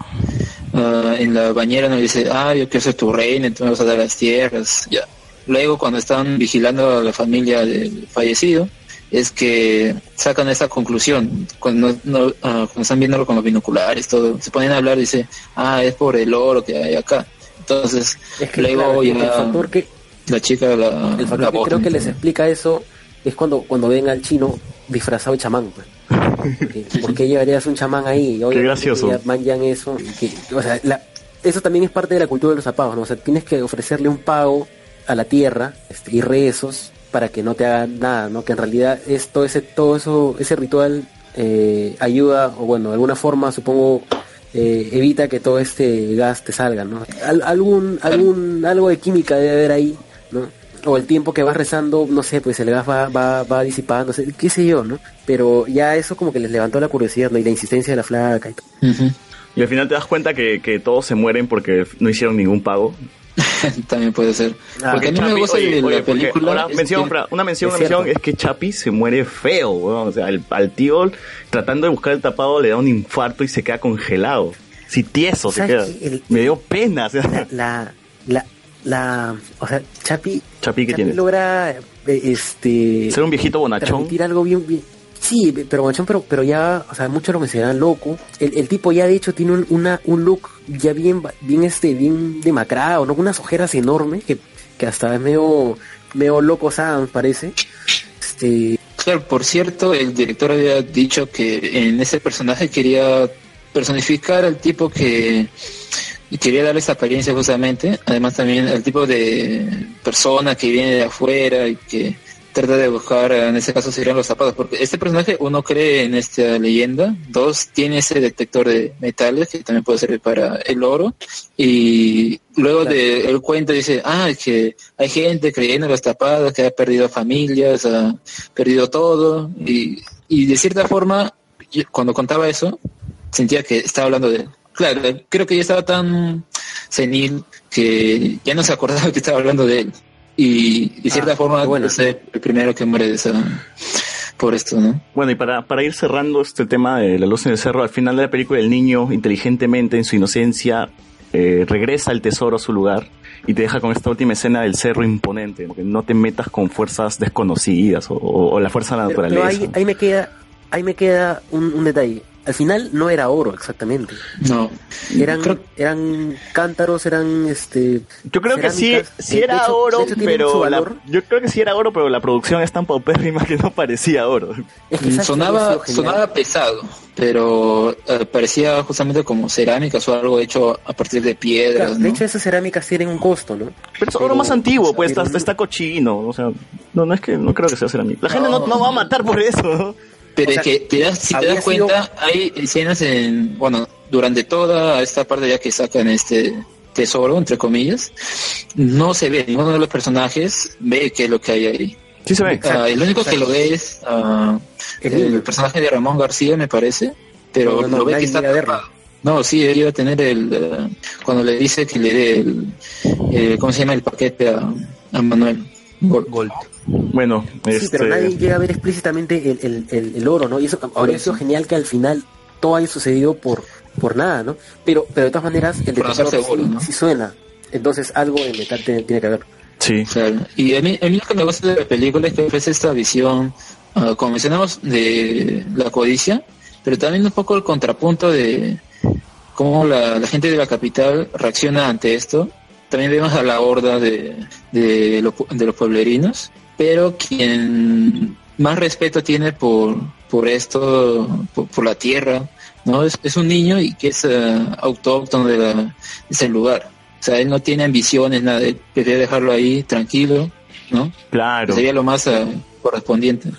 Speaker 2: ah, en la bañera, no Y dice, ah, yo quiero ser tu reina, tú me vas a dar las tierras, ya. Luego, cuando están vigilando a la familia del fallecido, es que sacan esa conclusión. Cuando, no- ah, cuando están viéndolo con los binoculares, todo, se ponen a hablar, dice, ah, es por el oro que hay acá. Entonces,
Speaker 5: Es que
Speaker 2: luego
Speaker 5: claro,
Speaker 2: ya
Speaker 5: el factor que,
Speaker 2: la chica la.
Speaker 5: el
Speaker 2: la
Speaker 5: factor que
Speaker 2: botan,
Speaker 5: creo que
Speaker 2: ¿no?
Speaker 5: les explica eso es cuando, cuando ven al chino disfrazado de chamán. pues. Porque, porque llevarías un chamán ahí. Y obviamente
Speaker 1: gracioso.
Speaker 5: ya manjan eso. y que- o sea, la- eso también es parte de la cultura de los zapados, ¿no? O sea, tienes que ofrecerle un pago a la tierra este, y rezos para que no te hagan nada, ¿no? Que en realidad es todo ese, todo eso, ese ritual eh, ayuda, o bueno, de alguna forma supongo eh, evita que todo este gas te salga, ¿no? Al- algún, algún, algo de química debe haber ahí, ¿no? O el tiempo que vas rezando, no sé, pues el gas va, va, va disipándose, qué sé yo, ¿no? Pero ya eso como que les levantó la curiosidad, ¿no? Y la insistencia de la flaca y todo.
Speaker 2: Ujú.
Speaker 1: Y al final te das cuenta que, que todos se mueren porque no hicieron ningún pago.
Speaker 2: También puede ser.
Speaker 5: Ah,
Speaker 2: porque a mí me
Speaker 1: Chapi-
Speaker 2: gusta
Speaker 1: oye,
Speaker 2: de la
Speaker 1: oye, porque
Speaker 2: película. este,
Speaker 1: ahora
Speaker 2: es
Speaker 1: mención,
Speaker 2: que-
Speaker 1: fra- una mención,
Speaker 5: es
Speaker 1: una mención
Speaker 5: cierto.
Speaker 1: es que Chapi se muere feo, weón. O sea, al, al tío tratando de buscar el tapado le da un infarto y se queda congelado. Si tieso se queda.
Speaker 5: ¿Sabes qué? El-
Speaker 1: Me dio pena. o sea,
Speaker 5: La, la, la, o sea, Chapi,
Speaker 1: Chapi, ¿qué
Speaker 5: Chapi
Speaker 1: tiene?
Speaker 5: logra, eh, este...
Speaker 1: Ser un viejito bonachón.
Speaker 5: transmitir algo bien, bien- Sí, pero machón, pero, pero ya, o sea, muchos lo mencionan loco. El, el tipo ya de hecho tiene un, una, un look ya bien, ba- bien este, bien demacrado, ¿no? Unas ojeras enormes que, que hasta es medio, medio loco Sam, parece. Este,
Speaker 2: Claro, por cierto, el director había dicho que en ese personaje quería personificar al tipo que y quería darle esa apariencia justamente, además también al tipo de persona que viene de afuera y que trata de buscar, en este caso serían los zapatos, porque este personaje, uno cree en esta leyenda, dos, tiene ese detector de metales que también puede servir para el oro, y luego
Speaker 5: Claro.
Speaker 2: de él cuenta dice, ah, es que hay gente creyendo en los tapados, que ha perdido familias, ha perdido todo, y, y de cierta forma, yo cuando contaba eso, sentía que estaba hablando de él. Claro, creo que ya estaba tan senil que ya no se acordaba que estaba hablando de él. Y de cierta
Speaker 5: Ah,
Speaker 2: forma,
Speaker 5: qué bueno.
Speaker 2: es el primero que muere de esa- por esto, ¿no?
Speaker 1: Bueno, y para, para ir cerrando este tema de La Luz en el Cerro, al final de la película el niño inteligentemente, en su inocencia, eh, regresa el tesoro a su lugar y te deja con esta última escena del cerro imponente, porque no te metas con fuerzas desconocidas o, o- o la fuerza de la
Speaker 5: pero, pero
Speaker 1: naturaleza.
Speaker 5: ahí, ahí me queda, ahí me queda un, un detalle. Al final no era oro exactamente.
Speaker 2: No.
Speaker 5: Eran,
Speaker 2: Creo-
Speaker 5: eran cántaros, eran este
Speaker 1: Yo creo que sí,
Speaker 5: cerámicas,
Speaker 1: sí
Speaker 5: de
Speaker 1: era
Speaker 5: hecho-
Speaker 1: oro,
Speaker 5: de hecho tienen su
Speaker 1: pero la,
Speaker 5: valor.
Speaker 1: yo creo que sí era oro, pero la producción es tan paupérrima que no parecía oro.
Speaker 5: es que ¿sabes qué hubiera sido
Speaker 2: Mm, sonaba,
Speaker 5: genial?
Speaker 2: sonaba pesado, pero eh, parecía justamente como cerámicas o algo hecho a partir de piedras,
Speaker 5: Claro,
Speaker 2: ¿no?
Speaker 5: De hecho esas cerámicas tienen un costo, ¿no?
Speaker 1: Pero es oro
Speaker 5: Pero-
Speaker 1: más antiguo, pues
Speaker 5: pero
Speaker 1: está,
Speaker 5: no-
Speaker 1: está cochino, o sea, no, no es que no creo que sea cerámica. La gente no, no va a matar por eso. ¿no?
Speaker 2: Pero
Speaker 5: O sea,
Speaker 2: que te das, si te
Speaker 5: habría
Speaker 2: das cuenta, hay escenas en, bueno, durante toda esta parte ya que sacan este tesoro, entre comillas, no se ve, ninguno de los personajes ve qué es lo que hay ahí.
Speaker 1: Sí se ve.
Speaker 2: Ah, el único que lo ve es ah,
Speaker 5: El
Speaker 2: el,
Speaker 5: niño.
Speaker 2: personaje de Ramón García, me parece, pero
Speaker 5: No, no, no,
Speaker 2: lo ve
Speaker 5: nadie
Speaker 2: que está
Speaker 5: llega a verlo.
Speaker 2: tapado. No, sí, él iba a tener el, ah, cuando le dice que le dé el, eh, ¿cómo se llama? El paquete a, a Manuel. Gol.
Speaker 3: Gold.
Speaker 1: Bueno,
Speaker 5: Sí,
Speaker 1: este...
Speaker 5: pero nadie llega a ver explícitamente el, el- el- el oro, ¿no? Y eso habría sido genial que al final todo haya sucedido por, por nada, ¿no? Pero, pero de todas maneras, el
Speaker 2: Por hacerse
Speaker 5: detector sí,
Speaker 2: oro, ¿no?
Speaker 5: sí suena. Entonces algo de metal tiene, tiene que haber.
Speaker 1: Sí.
Speaker 2: Claro. Y a mí, a mí lo que me gusta de la película es que ofrece esta visión, ah, como mencionamos, de la codicia, pero también un poco el contrapunto de cómo la, la gente de la capital reacciona ante esto También vemos a la horda de, de, lo- de los pueblerinos, pero quien más respeto tiene por, por esto, por, por la tierra, ¿no? Es, es un niño y que es eh, autóctono de, la, de ese lugar. O sea, él no tiene ambiciones, nada, él prefiere dejarlo ahí tranquilo, ¿no?
Speaker 1: Claro.
Speaker 2: Sería lo más eh, correspondiente.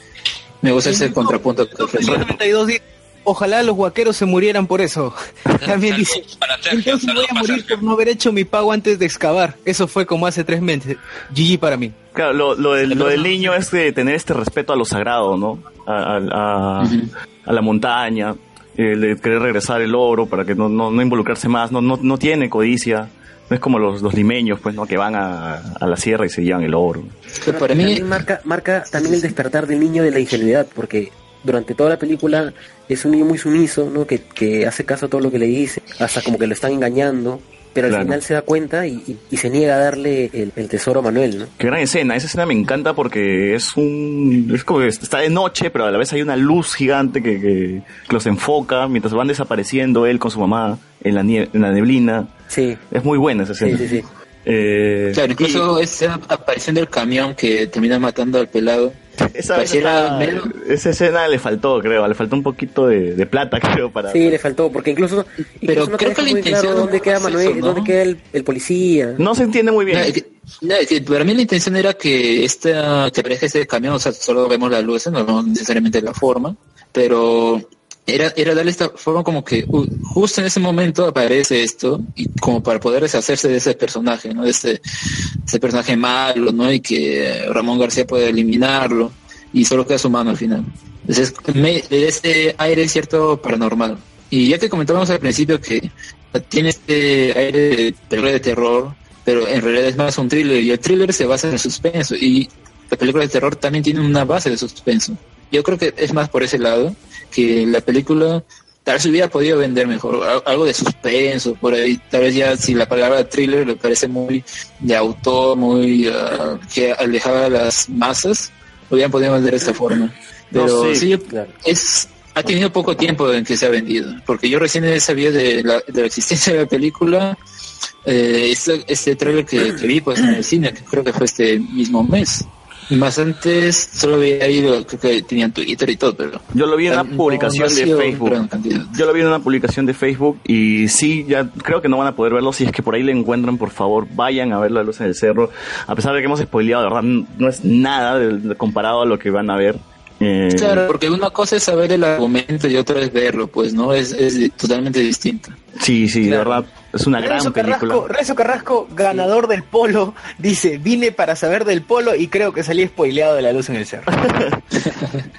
Speaker 2: Me gusta ese contrapunto que ofrece.
Speaker 4: 92 dice, Ojalá los guaqueros se murieran por eso. También dice,
Speaker 8: Para Sergio,
Speaker 4: entonces voy
Speaker 8: saludos
Speaker 4: a
Speaker 8: para
Speaker 4: morir
Speaker 8: Sergio.
Speaker 4: por no haber hecho mi pago antes de excavar. Eso fue como hace tres meses. GG para mí.
Speaker 1: Claro, lo, lo del, lo del niño es de tener este respeto a lo sagrado, ¿no? A, a- a-
Speaker 2: Ujú.
Speaker 1: a la montaña, el de querer regresar el oro para que no, no, no involucrarse más, no, no, no tiene codicia. No es como los, los limeños, pues, ¿no? Que van a, a la sierra y se llevan el oro.
Speaker 2: Que para mí,
Speaker 5: También marca, marca también el despertar del niño de la ingenuidad, porque durante toda la película es un niño muy sumiso, ¿no? Que, que hace caso a todo lo que le dice, hasta como que lo están engañando, pero al
Speaker 1: Claro.
Speaker 5: final se da cuenta y, y- y se niega a darle el, el tesoro a Manuel, ¿no?
Speaker 1: Qué gran escena, esa escena me encanta porque es un... Es como que está de noche, pero a la vez hay una luz gigante que, que- que los enfoca mientras van desapareciendo él con su mamá en la, nie- en la neblina.
Speaker 5: Sí,
Speaker 1: Es muy buena esa
Speaker 5: sí,
Speaker 1: escena.
Speaker 5: sí, sí.
Speaker 1: Eh,
Speaker 2: claro, incluso esa aparición del camión que termina matando al pelado.
Speaker 1: Esa,
Speaker 2: Pues Pareciera
Speaker 1: esa-
Speaker 2: menos-
Speaker 1: esa escena le faltó, creo, le faltó un poquito de, de plata, creo, para...
Speaker 5: Sí, le faltó, porque incluso, incluso
Speaker 2: creo
Speaker 5: te deja
Speaker 2: que la
Speaker 5: muy
Speaker 2: intención
Speaker 5: claro
Speaker 2: no
Speaker 5: dónde
Speaker 2: es
Speaker 5: queda
Speaker 2: eso,
Speaker 5: Manuel,
Speaker 2: ¿no?
Speaker 5: dónde queda el, el policía.
Speaker 1: No se entiende muy bien.
Speaker 2: No, es que- no, es que para mí la intención era que esta que aparezca este camión, o sea, solo vemos la luz, no vemos necesariamente la forma, pero era, era darle esta forma como que u- justo en ese momento aparece esto, y como para poder deshacerse de ese personaje, ¿no? De ese, ese personaje malo, ¿no? Y que Ramón García puede eliminarlo, y solo queda su mano al final. Entonces, me, le da ese aire cierto paranormal. Y ya te comentábamos al principio que tiene este aire de película de terror, pero en realidad es más un thriller y el thriller se basa en el suspenso y la película de terror también tiene una base de suspenso. Yo creo que es más por ese lado que la película tal vez hubiera podido vender mejor al- algo de suspenso por ahí tal vez ya si la palabra thriller le parece muy de autor muy ah, que alejaba a las masas hubieran podido vender de esta forma
Speaker 1: No,
Speaker 2: pero
Speaker 1: sí,
Speaker 2: sí, yo
Speaker 5: Claro.
Speaker 2: es ha tenido poco tiempo en que se ha vendido, porque yo recién sabía de la, de la existencia de la película, eh, este, este trailer que, que vi pues, en el cine, que creo que fue este mismo mes. Más antes solo había ido, creo que tenían Twitter y todo, pero...
Speaker 1: Yo lo vi en una
Speaker 2: No, no
Speaker 1: publicación
Speaker 2: ha
Speaker 1: de
Speaker 2: sido
Speaker 1: Facebook.
Speaker 2: gran cantidad.
Speaker 1: Yo lo vi en una publicación de Facebook y sí, ya creo que no van a poder verlo. Si es que por ahí le encuentran, por favor, vayan a ver la luz en el cerro. A pesar de que hemos spoileado, de verdad, n- no es nada del- comparado a lo que van a ver. Eh,
Speaker 2: Claro, porque una cosa es saber el argumento y otra es verlo, pues no, es, es totalmente distinto.
Speaker 1: Sí, sí, de
Speaker 4: Claro.
Speaker 1: verdad, es una gran
Speaker 4: Rezo
Speaker 1: película.
Speaker 4: Carrasco, Rezo Carrasco, ganador del polo, dice, vine para saber del polo y creo que salí spoileado de la luz en el cerro.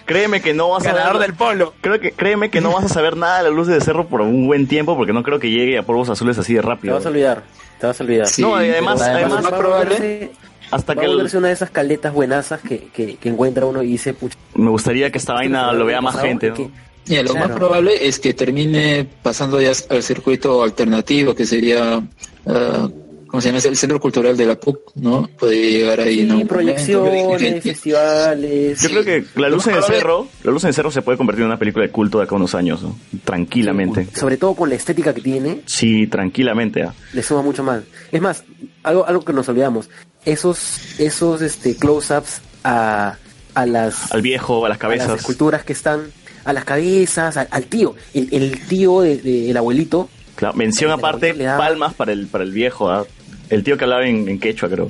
Speaker 1: Créeme que no vas a
Speaker 3: Ganador
Speaker 1: ver...
Speaker 3: del polo.
Speaker 1: Creo que, créeme que no vas a saber nada de la luz del cerro por un buen tiempo, porque no creo que llegue a polvos azules así de
Speaker 5: Te
Speaker 1: rápido.
Speaker 5: vas a olvidar, te vas a olvidar.
Speaker 2: Sí,
Speaker 1: No, y además-
Speaker 5: Pero
Speaker 1: además-
Speaker 5: va a
Speaker 2: probable-
Speaker 5: volverse-
Speaker 1: Hasta
Speaker 5: va
Speaker 1: que
Speaker 5: a
Speaker 1: el-
Speaker 5: volverse una de esas caletas buenazas que, que, que encuentra uno y dice, pucha,
Speaker 1: me gustaría que esta vaina lo vea más
Speaker 5: pasado,
Speaker 1: gente.
Speaker 5: que-
Speaker 1: ¿no?
Speaker 2: Mira, lo
Speaker 5: Claro.
Speaker 2: más probable es que termine pasando ya al circuito alternativo, que sería, ah, ¿cómo se llama? Es El Centro Cultural de la PUC, ¿no? Puede llegar ahí.
Speaker 5: Sí,
Speaker 2: ¿no?
Speaker 5: proyecciones,
Speaker 2: Que- que-
Speaker 5: festivales.
Speaker 1: Yo creo que La Luz en el
Speaker 2: Probable-
Speaker 1: Cerro, La Luz en el Cerro se puede convertir en una película de culto de acá a unos años, ¿no? Tranquilamente.
Speaker 5: Sobre todo con la estética que tiene,
Speaker 1: Sí, tranquilamente. ¿ah?
Speaker 5: le suma mucho más. Es más, algo, algo que nos olvidamos, esos, esos este, close-ups a, a las,
Speaker 1: Al viejo, a las
Speaker 5: a las
Speaker 1: cabezas.
Speaker 5: esculturas que están, a las cabezas, al, al tío, el, el tío de- de- del abuelito.
Speaker 1: Claro, mención
Speaker 5: Al
Speaker 1: aparte,
Speaker 5: abuelito le da-
Speaker 1: palmas para el, para el viejo, ¿ah? El tío que hablaba en, en quechua, creo.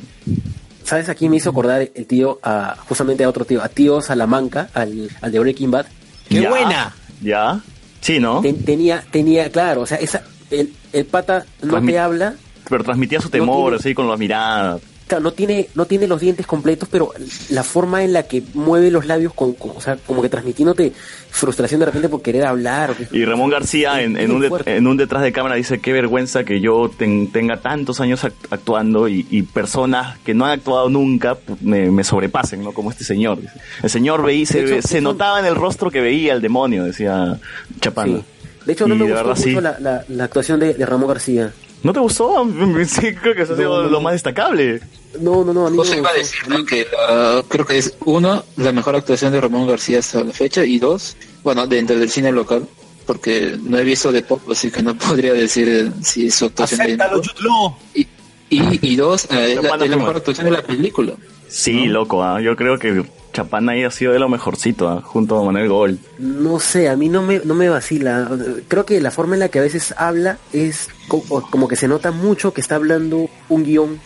Speaker 5: ¿Sabes? Aquí me hizo acordar el tío a, justamente a otro tío, a tío Salamanca, al, al de Breaking Bad.
Speaker 4: ¡Qué
Speaker 1: Ya,
Speaker 4: buena!
Speaker 1: ¿Ya? Sí, ¿no?
Speaker 5: Ten- tenía, tenía, claro, o sea, esa, el, el pata no
Speaker 1: Transmi-
Speaker 5: te habla,
Speaker 1: Pero transmitía su
Speaker 5: No tiene-
Speaker 1: temor, así, con las miradas.
Speaker 5: Claro, no tiene, no tiene los dientes completos, pero la forma en la que mueve los labios, con, con- o sea, como que transmitiéndote frustración de repente por querer hablar. o que-
Speaker 1: Y Ramón García en, en un, det- en un detrás de cámara dice, qué vergüenza que yo ten- tenga tantos años act- actuando y, y personas que no han actuado nunca pu- me, me sobrepasen, ¿no? Como este señor. dice. El señor veía, se,
Speaker 5: De hecho,
Speaker 1: ve- se
Speaker 5: son-
Speaker 1: notaba en el rostro que veía el demonio, decía Chapano.
Speaker 5: Sí. De hecho, no
Speaker 1: Y
Speaker 5: me
Speaker 1: de
Speaker 5: gustó
Speaker 1: verdad,
Speaker 5: mucho
Speaker 1: sí.
Speaker 5: la, la- la actuación de, de Ramón García.
Speaker 1: ¿No te gustó? sí, creo que eso ha sido lo más destacable.
Speaker 5: No, no, no, a mí no
Speaker 2: Justo
Speaker 5: me
Speaker 2: iba a
Speaker 5: gustó.
Speaker 2: decir ¿no? que ah, creo que es, uno, la mejor actuación de Ramón García hasta la fecha, y dos, bueno, dentro del cine local, porque no he visto de pop, así que no podría decir eh, si su actuación... ahí-
Speaker 4: Acéptalo, Jude Law.
Speaker 2: Y, Y, y dos, eh, es la,
Speaker 1: Chapana
Speaker 2: es
Speaker 1: fue
Speaker 2: la mejor
Speaker 1: bueno.
Speaker 2: actuación de la película.
Speaker 1: Sí, loco, ah, yo creo que Chapán ahí ha sido de lo mejorcito, ah, junto a Manuel Gol.
Speaker 5: No sé, a mí no me, no me vacila. Creo que la forma en la que a veces habla es co- o- como que se nota mucho que está hablando un guión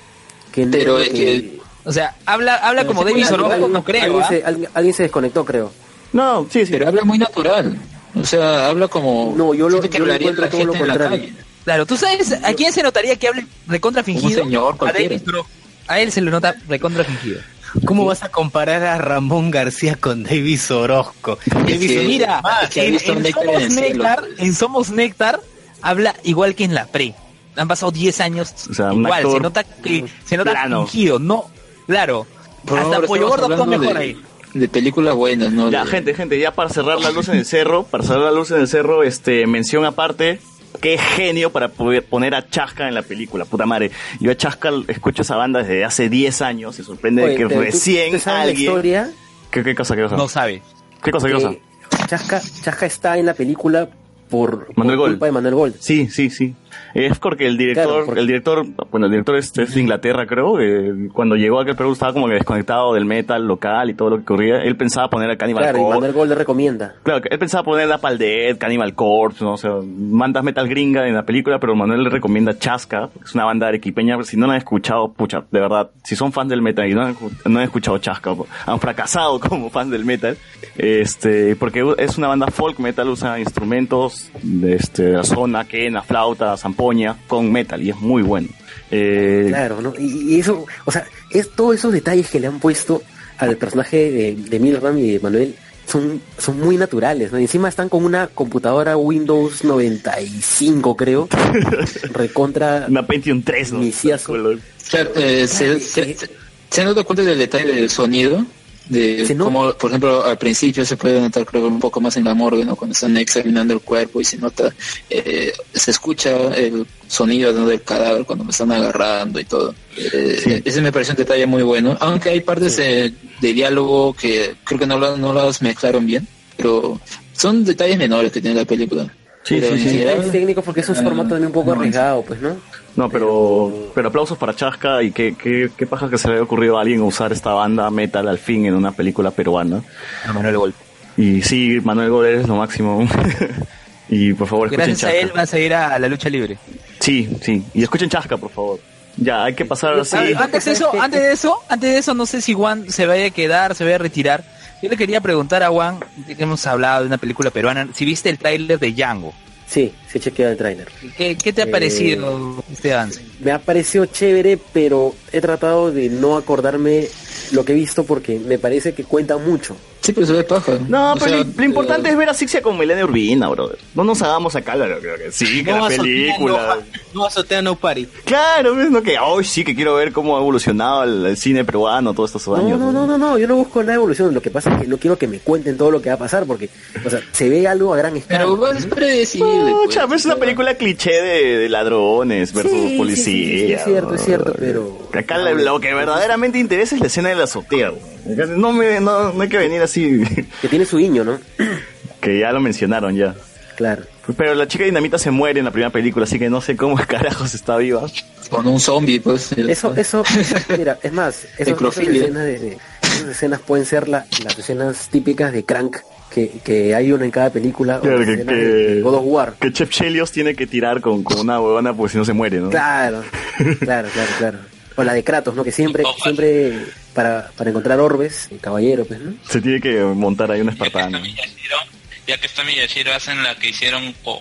Speaker 5: que no
Speaker 2: Pero es
Speaker 5: que-
Speaker 2: que-
Speaker 3: O sea, habla, habla como
Speaker 5: Sí,
Speaker 3: David
Speaker 5: algo-
Speaker 3: Sorbo,
Speaker 5: algo-
Speaker 3: no creo.
Speaker 5: alguien,
Speaker 3: ¿ah?
Speaker 5: se, alguien- alguien se desconectó, creo.
Speaker 1: No, sí, sí.
Speaker 2: Pero habla muy natural. O sea, habla como.
Speaker 5: No, yo lo-
Speaker 2: siento que
Speaker 5: yo lo
Speaker 2: hablaría
Speaker 5: encuentro
Speaker 2: la
Speaker 5: todo lo
Speaker 2: gente en la
Speaker 5: contrario.
Speaker 2: calle.
Speaker 3: Claro, ¿tú sabes a quién se notaría que hable recontra fingido?
Speaker 2: Un señor
Speaker 3: a
Speaker 2: cualquiera.
Speaker 3: David Sorbo. A él se le nota recontra fingido.
Speaker 4: ¿Cómo vas a comparar a Ramón García con Davis Orozco? Davis
Speaker 2: que-
Speaker 4: Orozco-
Speaker 3: Mira,
Speaker 2: Ah, que ha
Speaker 3: en,
Speaker 2: visto
Speaker 3: en
Speaker 2: Néctar en
Speaker 3: Somos
Speaker 2: el cielo.
Speaker 3: Néctar, en Somos Néctar, habla igual que en la pre. Han pasado 10 años.
Speaker 1: O sea, un
Speaker 3: igual,
Speaker 1: actor
Speaker 3: se nota que se nota
Speaker 1: plano.
Speaker 3: fingido, no. Claro.
Speaker 2: Por
Speaker 3: hasta
Speaker 2: favor,
Speaker 3: Pollo
Speaker 2: estamos
Speaker 3: Gordo actúa
Speaker 2: hablando
Speaker 3: mejor
Speaker 2: de,
Speaker 3: ahí.
Speaker 2: De películas buenas, ¿no?
Speaker 1: Ya,
Speaker 2: De-
Speaker 1: gente, gente, ya para cerrar la luz en el cerro, para cerrar la luz en el cerro, este, mención aparte, qué genio para poder poner a Chasca en la película, puta madre. Yo a Chasca escucho esa banda desde hace 10 años, se sorprende
Speaker 5: Oye,
Speaker 1: de que
Speaker 5: pero tú-
Speaker 1: recién
Speaker 5: ¿tú sabes la
Speaker 1: alguien...
Speaker 5: historia
Speaker 1: ¿Qué, qué cosa, qué cosa?
Speaker 3: No sabe.
Speaker 1: ¿Qué cosa, qué cosa?
Speaker 5: que Chasca, Chasca está en la película por, por
Speaker 1: Manuel Gold.
Speaker 5: culpa de Manuel Gold.
Speaker 1: Sí, sí, sí. Es porque el director,
Speaker 5: Claro, porque-
Speaker 1: el director, bueno, el director es, es de Inglaterra, creo. eh, cuando llegó acá al Perú estaba como que desconectado del metal local y todo lo que ocurría. Él pensaba poner a Cannibal
Speaker 5: Claro, y
Speaker 1: Corpse.
Speaker 5: Manuel Gold le recomienda.
Speaker 1: Claro, que él pensaba poner la Paldead, Cannibal Corpse, ¿no? O sea, bandas metal gringa en la película, pero Manuel le recomienda Chasca, porque es una banda arequipeña. Si no la han escuchado, pucha, de verdad, si son fans del metal y no han, no han escuchado Chasca, po, han fracasado como fans del metal, este, porque u- es una banda folk metal, usa instrumentos, de este, zona, quena, flauta, zampoña, con metal, y es muy bueno. Eh,
Speaker 5: Claro, ¿no? Y, y eso, o sea, es todos esos detalles que le han puesto al personaje de, de Milram y de Manuel son, son muy naturales, ¿no? Y encima están con una computadora Windows 95, creo, recontra...
Speaker 1: Una Pentium 3, ¿no?
Speaker 5: Misiazo.
Speaker 2: Claro, eh, se, se, se- ¿se han dado cuenta del detalle del sonido? De
Speaker 5: Se nota.
Speaker 2: como, por ejemplo, al principio se puede notar, creo, un poco más en la morgue, ¿no? Cuando están examinando el cuerpo y se nota, eh, se escucha el sonido ¿no? del cadáver cuando me están agarrando y todo. Eh,
Speaker 1: Sí.
Speaker 2: Ese me parece un detalle muy bueno, aunque hay partes eh, de diálogo que creo que no, lo- no las mezclaron bien, pero son detalles menores que tiene la película.
Speaker 1: Sí,
Speaker 2: Pero
Speaker 1: sí,
Speaker 2: en
Speaker 1: sí.
Speaker 2: general,
Speaker 5: Es técnico porque es un
Speaker 2: Ah,
Speaker 5: formato también un poco
Speaker 2: no,
Speaker 5: arriesgado, pues, ¿no?
Speaker 1: No, pero, pero aplausos para Chasca y qué, qué, qué paja que se le haya ocurrido a alguien usar esta banda metal al fin en una película peruana.
Speaker 3: Manuel Gol.
Speaker 1: Y sí, Manuel Gol eres lo máximo. y por favor, escuchen
Speaker 3: Gracias a
Speaker 1: Chasca.
Speaker 3: él vas a ir a, a la lucha libre.
Speaker 1: Sí, sí. Y escuchen Chasca, por favor. Ya, hay que pasar
Speaker 5: Ya,
Speaker 1: así.
Speaker 5: a ver,
Speaker 3: Ah, Antes de eso,
Speaker 5: ¿Sabes qué?
Speaker 3: antes de eso, antes de eso, no sé si Juan se vaya a quedar, se vaya a retirar. Yo le quería preguntar a Juan, ya que hemos hablado de una película peruana, si viste el tráiler de Django.
Speaker 5: Sí, se chequea el tráiler.
Speaker 3: ¿Qué, qué te ha
Speaker 5: Eh,
Speaker 3: parecido este avance?
Speaker 5: me ha parecido chévere, pero he tratado de no acordarme lo que he visto porque me parece que cuenta mucho.
Speaker 2: Sí, pero se ve paja.
Speaker 1: No,
Speaker 2: O
Speaker 1: pero
Speaker 2: sea,
Speaker 1: lo- lo importante
Speaker 2: eh,
Speaker 1: es ver a Sixia con Melena Urbina, brother. No nos hagamos acá, claro, creo que sí, que la
Speaker 4: azotea,
Speaker 1: película.
Speaker 4: No, no azotea No Party.
Speaker 1: Claro, ves, no que hoy sí que quiero ver cómo ha evolucionado el, el cine peruano todos estos
Speaker 5: No,
Speaker 1: años.
Speaker 5: no, no, no, no, yo no busco la evolución. Lo que pasa es que no quiero que me cuenten todo lo que va a pasar porque, o sea, se ve algo a gran escala.
Speaker 2: Pero es predecible.
Speaker 1: Pucha,
Speaker 2: pues,
Speaker 1: es una
Speaker 2: o sea,
Speaker 1: película cliché de, de ladrones versus
Speaker 5: Sí, sí, sí,
Speaker 1: policía.
Speaker 5: sí, es cierto,
Speaker 1: ¿no?
Speaker 5: es cierto, pero-
Speaker 1: Acá la- lo que verdaderamente interesa es la escena de la azotea. güey. Acá No, me, no, no hay que venir así.
Speaker 5: Que tiene su guiño, ¿no?
Speaker 1: que ya lo mencionaron ya.
Speaker 5: Claro.
Speaker 1: Pero la chica dinamita se muere en la primera película, así que no sé cómo carajos está viva.
Speaker 2: Con un zombie, pues.
Speaker 5: Eso, eso, mira, es más, esas- esas,
Speaker 2: Necrofilia.
Speaker 5: escenas de- de- esas escenas pueden ser la- las escenas típicas de Crank, que, que hay una en cada película, o
Speaker 1: Claro,
Speaker 5: las
Speaker 1: que,
Speaker 5: escenas de- de
Speaker 1: que,
Speaker 5: God of War.
Speaker 1: que Chef Chelios tiene que tirar con, con una huevona porque si no se muere, ¿no?
Speaker 5: Claro, claro, claro, claro. O la de Kratos, ¿no? Que siempre,
Speaker 8: Ojalá.
Speaker 5: siempre para, para encontrar orbes, el caballero, pues, ¿no?
Speaker 1: Se tiene que montar ahí un
Speaker 8: Ya que
Speaker 1: espartano.
Speaker 8: está Miyashiro, ya que está Miyashiro, hacen la que hicieron con-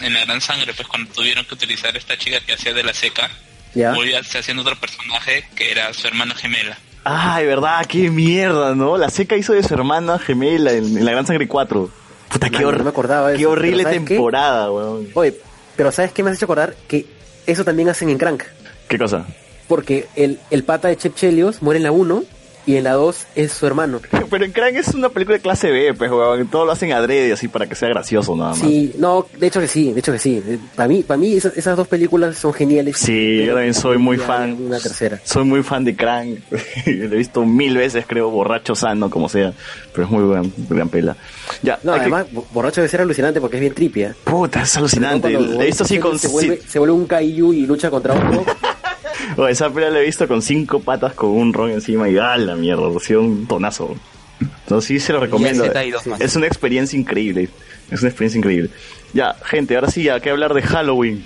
Speaker 8: en la Gran Sangre, pues cuando tuvieron que utilizar esta chica que hacía de la seca,
Speaker 5: Ya.
Speaker 8: volvíase haciendo otro personaje que era su hermana gemela.
Speaker 1: Ay, verdad, qué mierda, ¿no? La seca hizo de su hermana gemela en, en La Gran Sangre 4. Puta, qué,
Speaker 5: Ay,
Speaker 1: hor-
Speaker 5: no me acordaba de
Speaker 1: qué
Speaker 5: eso,
Speaker 1: horrible
Speaker 5: pero ¿sabes qué?
Speaker 1: temporada, weón.
Speaker 5: Oye, pero ¿sabes qué me has hecho acordar? Que eso también hacen en Crank.
Speaker 1: ¿Qué cosa?
Speaker 5: Porque el, el pata de Chepchelios muere en la 1 y en la 2 es su hermano.
Speaker 1: Pero en Crank es una película de clase B, pues, weón. Todo lo hacen adrede, así, para que sea gracioso, nada más.
Speaker 5: Sí, no, de hecho que sí, de hecho que sí. Para mí, para mí esas, esas dos películas son geniales.
Speaker 1: Sí, yo también soy muy fan.
Speaker 5: Una tercera.
Speaker 1: Soy muy fan de Crank. Lo he visto mil veces, creo, borracho sano, como sea. Pero es muy gran, gran pela. Ya,
Speaker 5: No,
Speaker 1: hay que-
Speaker 5: además, Bo- borracho debe ser alucinante porque es bien tripia.
Speaker 1: Puta, es alucinante.
Speaker 5: Cuando este
Speaker 1: Le he visto así con...
Speaker 5: se vuelve, se vuelve un kaiju y lucha contra otro.
Speaker 1: O esa pelea la he visto con cinco patas con un ron encima y ¡ah, la mierda! Recibió un tonazo. Entonces sí se lo recomiendo.
Speaker 3: Y el Z y dos más.
Speaker 1: Es una experiencia increíble. Es una experiencia increíble. Ya, gente, ahora sí, ya hay que hablar de Halloween.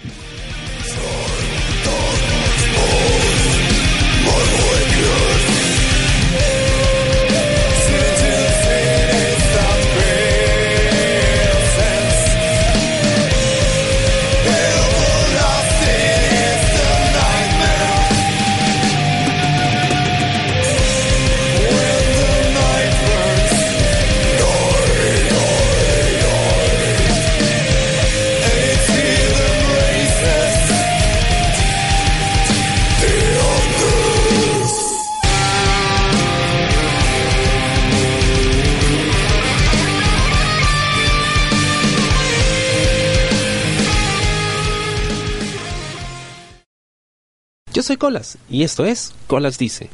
Speaker 10: Yo soy Colas y esto es Colas Dice.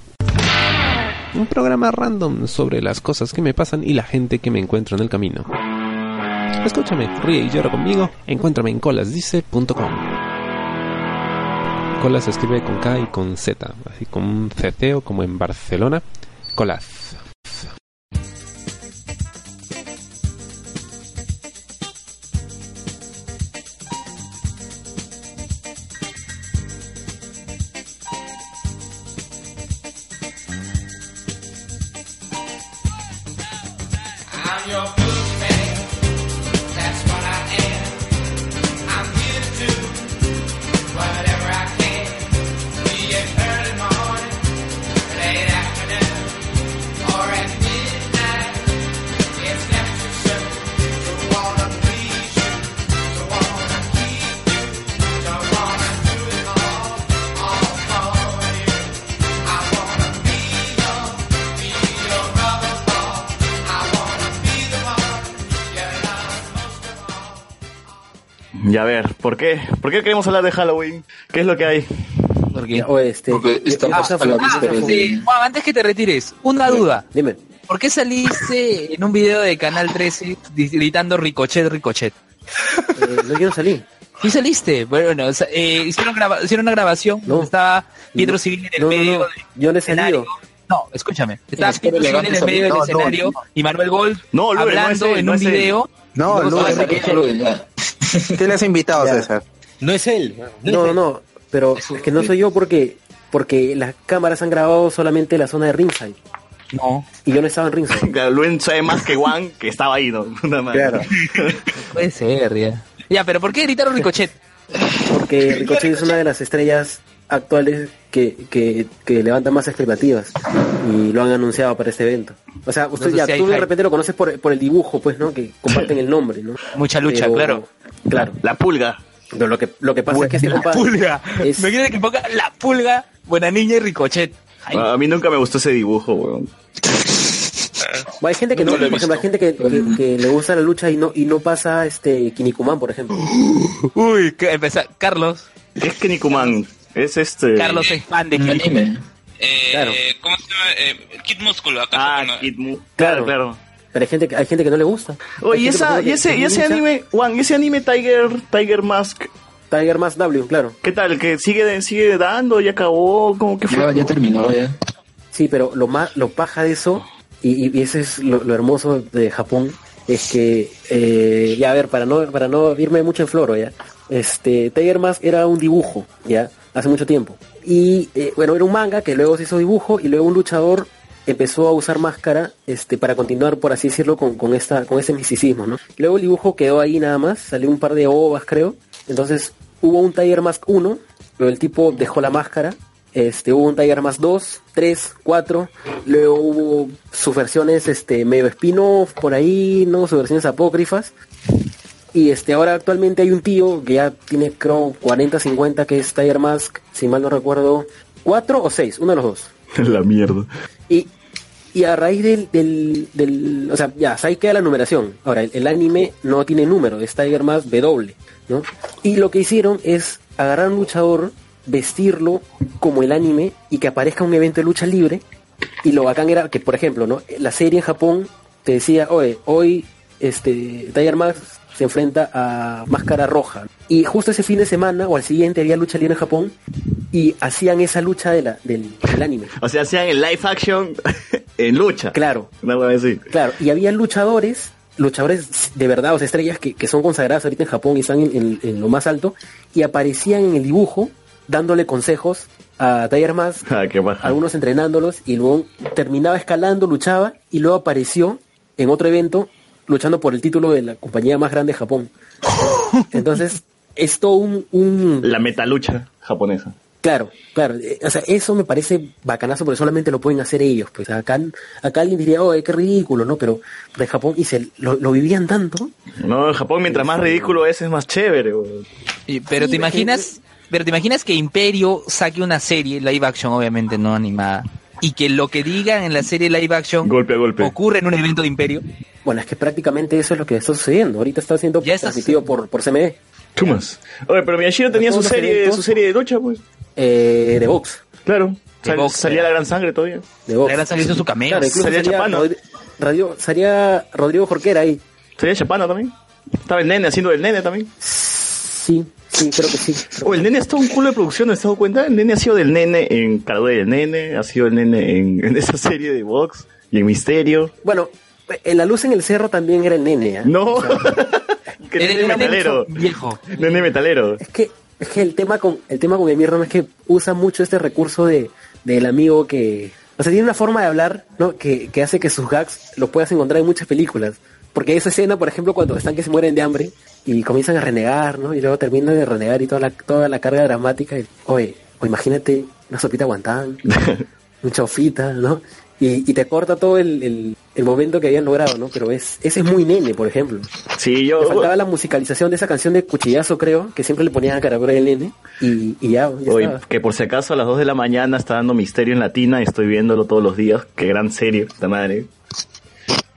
Speaker 10: Un programa random sobre las cosas que me pasan y la gente que me encuentro en el camino. Escúchame, ríe y llora conmigo. Encuéntrame en colasdice.com. Colas se escribe con K y con Z, así con un ceteo como en Barcelona. Colas.
Speaker 1: Ya a ver, ¿por qué? ¿Por qué queremos hablar de Halloween? ¿Qué es lo que hay?
Speaker 4: Porque
Speaker 5: O este,
Speaker 2: Porque estamos
Speaker 5: Ah,
Speaker 2: a la víspera
Speaker 5: ah,
Speaker 2: de-
Speaker 5: sí.
Speaker 3: Juan, antes que te retires, una duda.
Speaker 5: Dime.
Speaker 3: ¿Por qué saliste en un video de Canal 13 gritando Ricochet, Ricochet?
Speaker 5: Eh, no, yo no salí.
Speaker 3: ¿Y saliste? Bueno, o sea, eh, hicieron, graba- hicieron una grabación
Speaker 5: No.
Speaker 3: donde estaba Pietro
Speaker 5: No,
Speaker 3: Civil en el
Speaker 5: no, no,
Speaker 3: medio
Speaker 5: no.
Speaker 3: del
Speaker 5: Yo no he
Speaker 3: escenario.
Speaker 5: salido.
Speaker 3: No, escúchame. Estaba
Speaker 2: Pero
Speaker 3: Pietro Civil en
Speaker 2: elegante
Speaker 3: el medio del
Speaker 2: salió. No, no,
Speaker 3: escenario y Manuel Gold
Speaker 1: No, Lube, no es
Speaker 3: hablando
Speaker 1: él,
Speaker 3: en
Speaker 1: no
Speaker 3: un
Speaker 1: es él.
Speaker 3: video.
Speaker 7: No,
Speaker 3: No,
Speaker 7: Lube,
Speaker 3: no,
Speaker 7: ¿qué- ¿qué le has invitado,
Speaker 5: Ya.
Speaker 7: César?
Speaker 4: No es él.
Speaker 5: No, no, no. Pero es que no soy yo porque porque las cámaras han grabado solamente la zona de ringside
Speaker 3: No,
Speaker 5: y yo no estaba en ringside.
Speaker 1: Claro, Luen sabe más que Juan, que estaba ahí, ¿no? Puta madre.
Speaker 7: Claro.
Speaker 3: puede ser, ya. Ya, pero ¿por qué gritaron Ricochet?
Speaker 5: Porque Ricochet es una de las estrellas actuales que, que, que levanta más expectativas y lo han anunciado para este evento. O sea, usted
Speaker 3: No sé
Speaker 5: ya,
Speaker 3: si hay
Speaker 5: tú de
Speaker 3: hype.
Speaker 5: repente lo conoces por, por el dibujo, pues, ¿no? Que comparten el nombre, ¿no?
Speaker 3: Mucha lucha,
Speaker 5: Pero-
Speaker 3: claro.
Speaker 5: Claro.
Speaker 1: La pulga.
Speaker 5: Pero lo que, lo que pasa es que este
Speaker 3: La
Speaker 5: compa-
Speaker 3: pulga.
Speaker 5: es-
Speaker 3: Me quiere que ponga la pulga, buena niña y Ricochet. Ay,
Speaker 1: A mí nunca me gustó ese dibujo, weón.
Speaker 5: Hay gente que
Speaker 9: No
Speaker 5: no,
Speaker 9: lo he
Speaker 5: por ejemplo, hay gente que, que- que le gusta la lucha y no, y no pasa este Kinnikuman, por ejemplo.
Speaker 3: Uy, que empezar. Carlos,
Speaker 1: ¿Qué es Kinnikuman? Es este...
Speaker 3: Carlos es fan de
Speaker 2: un
Speaker 3: Kinnikuman.
Speaker 2: anime.
Speaker 8: Eh,
Speaker 5: Claro.
Speaker 8: ¿Cómo se llama? Eh, Kid Músculo, acá.
Speaker 1: Ah,
Speaker 8: bueno,
Speaker 1: Kid Mu. Claro,
Speaker 5: Claro.
Speaker 1: claro.
Speaker 5: Pero hay gente que, hay gente que no le gusta.
Speaker 1: Oye,
Speaker 5: Hay
Speaker 1: y,
Speaker 5: gente,
Speaker 1: esa,
Speaker 5: por
Speaker 1: y
Speaker 5: ejemplo, que-
Speaker 1: ese,
Speaker 5: que
Speaker 1: y ese
Speaker 5: lucha,
Speaker 1: anime, Juan, y ese anime Tiger, Tiger Mask,
Speaker 5: Tiger Mask W, claro.
Speaker 1: ¿qué tal? ¿Que sigue, de- sigue dando y acabó? ¿Cómo que
Speaker 2: Ya,
Speaker 1: fue?
Speaker 2: ya terminó, ya.
Speaker 5: Sí, pero lo más, lo paja de eso, y, y ese es lo, lo hermoso de Japón, es que, eh, ya a ver, para no, para no irme mucho en floro, ya, este, Tiger Mask era un dibujo, ya, hace mucho tiempo. Y, eh, bueno, era un manga que luego se hizo dibujo y luego un luchador empezó a usar máscara este, para continuar, por así decirlo, con, con, esta, con ese misticismo, ¿no? Luego el dibujo quedó ahí nada más, salió un par de ovas, creo. Entonces hubo un Tiger Mask 1, pero el tipo dejó la máscara. Este, hubo un Tiger Mask 2, 3, 4. Luego hubo sus versiones este, medio spin-off por ahí, ¿no? Sus versiones apócrifas. Y este, ahora actualmente hay un tío que ya tiene, creo, 40, 50, que es Tiger Mask, si mal no recuerdo, 4 o 6, uno de los dos.
Speaker 1: La mierda.
Speaker 5: Y, y a raíz del, del, del- O sea, ya, ahí queda la numeración. Ahora, el, el anime no tiene número, es Tiger Mask W, ¿no? Y lo que hicieron es agarrar a un luchador, vestirlo como el anime y que aparezca un evento de lucha libre. Y lo bacán era que, por ejemplo, ¿no? La serie en Japón te decía, oye, hoy este, Tiger Mask se enfrenta a Máscara Roja. Y justo ese fin de semana o al siguiente había lucha libre en Japón y hacían esa lucha de la, del, del anime.
Speaker 1: O sea, hacían el live action en lucha.
Speaker 5: Claro,
Speaker 1: Una hueá así.
Speaker 5: claro. Y había luchadores, luchadores de verdad, o sea, estrellas que, que son consagradas ahorita en Japón y están en, en- en lo más alto, y aparecían en el dibujo dándole consejos a Tiger Mask
Speaker 1: Ah, qué paja.
Speaker 5: algunos entrenándolos y luego terminaba escalando, luchaba y luego apareció en otro evento luchando por el título de la compañía más grande de Japón. Entonces, es todo un, un-
Speaker 1: La metalucha japonesa.
Speaker 5: Claro, claro. eh, O sea, eso me parece bacanazo porque solamente lo pueden hacer ellos. Pues acá, acá alguien diría, oh, qué ridículo, ¿no? Pero de Japón, y se lo, lo vivían tanto.
Speaker 1: No, en Japón mientras más ridículo es, es más chévere. weón.
Speaker 3: Y- pero te imaginas, pero te imaginas que Imperio saque una serie live action, obviamente no animada, y que lo que digan en la serie live action
Speaker 1: Golpe a golpe.
Speaker 3: ocurre en un evento de Imperio.
Speaker 5: Bueno, es que prácticamente eso es lo que está sucediendo. Ahorita está siendo
Speaker 3: Ya está
Speaker 5: transmitido por, por CMD,
Speaker 1: Chumas. Oye, pero Miyashiro tenía su
Speaker 5: Todos los
Speaker 1: serie,
Speaker 5: eventos.
Speaker 1: su serie de lucha, pues.
Speaker 5: eh, de Vox.
Speaker 1: Claro.
Speaker 3: De
Speaker 1: Sal-
Speaker 3: boxeo.
Speaker 1: salía la gran sangre todavía.
Speaker 5: De Vox.
Speaker 3: La gran salida hizo su cameo.
Speaker 5: Claro, incluso
Speaker 1: Salía
Speaker 5: salía,
Speaker 1: Chapano.
Speaker 5: Rodri- Radio- salía Rodrigo Jorquera ahí.
Speaker 1: Salía Chapana también. Estaba el nene haciendo el nene también.
Speaker 5: Sí, sí, creo que sí.
Speaker 1: O el nene ha estado un culo de producción, ¿te has dado cuenta? El nene ha sido del nene en Cardo del Nene, ha sido el nene en, en esa serie de Vox y en Misterio.
Speaker 5: Bueno, en la luz en el cerro también era el nene. ¿ah?
Speaker 1: No. que
Speaker 3: Era-
Speaker 1: nene
Speaker 3: era
Speaker 1: metalero.
Speaker 3: mucho Viejo.
Speaker 1: Nene metalero.
Speaker 5: Es que es que el tema con el tema con mi mierda es que usa mucho este recurso de del amigo que o sea tiene una forma de hablar no que, que hace que sus gags los puedas encontrar en muchas películas porque esa escena por ejemplo cuando están que se mueren de hambre y comienzan a renegar no y luego terminan de renegar y toda la toda la carga dramática y, oye o imagínate una sopita guantán un chaufita no y, y te corta todo el, el, el momento que habían logrado no pero es ese es muy nene por ejemplo
Speaker 1: Sí,
Speaker 5: le
Speaker 1: yo.
Speaker 5: faltaba la musicalización de esa canción de Cuchillazo, creo, que siempre le ponían a Carabra el N. Y, y ya, ya
Speaker 1: Oye,
Speaker 5: estaba.
Speaker 1: que por si acaso a las 2 de la mañana está dando Misterio en Latina y estoy viéndolo todos los días. Qué gran serie, esta madre.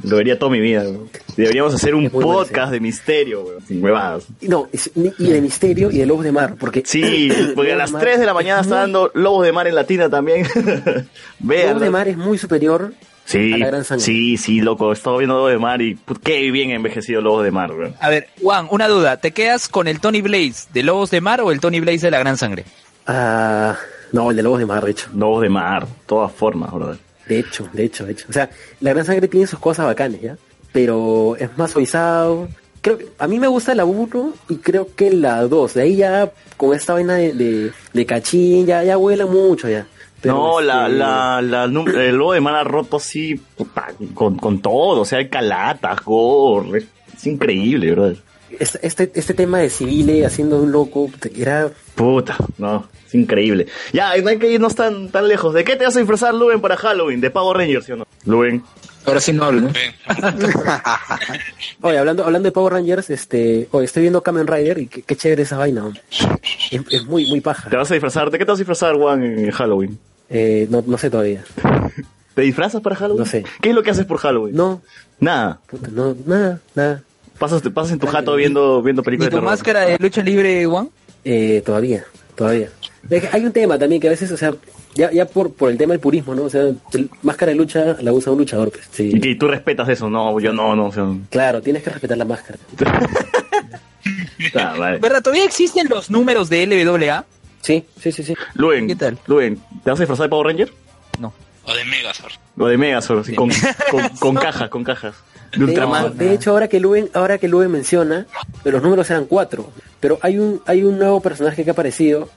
Speaker 1: Lo vería toda mi vida. weón. Deberíamos hacer un
Speaker 5: Es muy buena
Speaker 1: podcast de Misterio, weón, sin huevadas.
Speaker 5: Y No, es- y de Misterio y de Lobos de Mar, porque...
Speaker 1: Sí, porque a las
Speaker 5: Lobos
Speaker 1: 3 de la
Speaker 5: Mar
Speaker 1: mañana
Speaker 5: es
Speaker 1: está
Speaker 5: muy-
Speaker 1: dando Lobos de Mar en Latina también.
Speaker 5: Lobos de
Speaker 1: Vean.
Speaker 5: Mar es muy superior
Speaker 1: Sí,
Speaker 5: a la Gran Sangre.
Speaker 1: sí, sí, loco. He estado viendo Lobos de Mar y put, qué bien envejecido Lobos de Mar, weón.
Speaker 3: A ver, Juan, una duda. ¿Te quedas con el Tony Blaze de Lobos de Mar o el Tony Blaze de la Gran Sangre?
Speaker 5: Ah, no, el de Lobos de Mar, de hecho.
Speaker 1: Lobos de Mar, todas formas, brother.
Speaker 5: De hecho, de hecho, de hecho. O sea, la Gran Sangre tiene sus cosas bacanas, ¿ya? Pero es más suavizado. Creo que a mí me gusta la 1 y creo que la 2. De ahí ya, con esta vaina de, de, de cachín, ya, ya huele mucho, ya. Pero,
Speaker 1: no, la,
Speaker 5: este,
Speaker 1: la, la, num- el lobo de mar ha roto así puta, con, con todo, o sea, hay calatas, gore, es increíble, brother.
Speaker 5: Este, este, este tema de Civile haciendo un loco puta, que era
Speaker 1: Puta, no, es increíble. Ya, no hay que irnos tan, tan lejos. ¿De qué te vas a disfrazar, Luben, para Halloween? ¿De Power Rangers, sí o no? Luben.
Speaker 2: Ahora sí no hablo, ¿no?
Speaker 8: Ven.
Speaker 5: oye hablando hablando de Power Rangers este oye estoy viendo Kamen Rider y qué, qué chévere esa vaina hombre. es, es muy muy
Speaker 1: ¿Te
Speaker 5: paja
Speaker 1: vas a disfrazar? ¿De qué te vas a disfrazar, Juan, en Halloween?
Speaker 5: Eh, no, no sé todavía
Speaker 1: ¿Te disfrazas para Halloween?
Speaker 5: No sé.
Speaker 1: ¿Qué es lo que haces por Halloween?
Speaker 5: no
Speaker 1: Nada.
Speaker 5: puta, no nada nada
Speaker 1: Pasas, te pasas en tu jato viendo, viendo
Speaker 3: ¿Y
Speaker 1: películas de
Speaker 3: tu
Speaker 1: terror.
Speaker 3: máscara de lucha libre, Juan?
Speaker 5: Eh, todavía todavía Es que hay un tema también que a veces o sea ya, ya por por el tema del purismo no o sea el- máscara de lucha la usa un luchador pues, sí.
Speaker 1: Y que tú respetas eso. No, yo no, no. O sea,
Speaker 5: claro tienes que respetar la máscara
Speaker 1: ah, vale.
Speaker 3: ¿Verdad? ¿Todavía existen los números de LWA?
Speaker 5: sí sí sí sí
Speaker 1: Luben,
Speaker 3: ¿Qué tal?
Speaker 1: Luben, ¿te vas a disfrazar de Power Ranger?
Speaker 3: No.
Speaker 8: O de Megazord.
Speaker 1: Lo de Megazord, sí, con, con, con cajas, con cajas. De
Speaker 5: De hecho,
Speaker 1: Ultraman.
Speaker 5: de hecho, ahora que Luen, ahora que Luen menciona, de los números eran cuatro. Pero hay un, hay un nuevo personaje que ha aparecido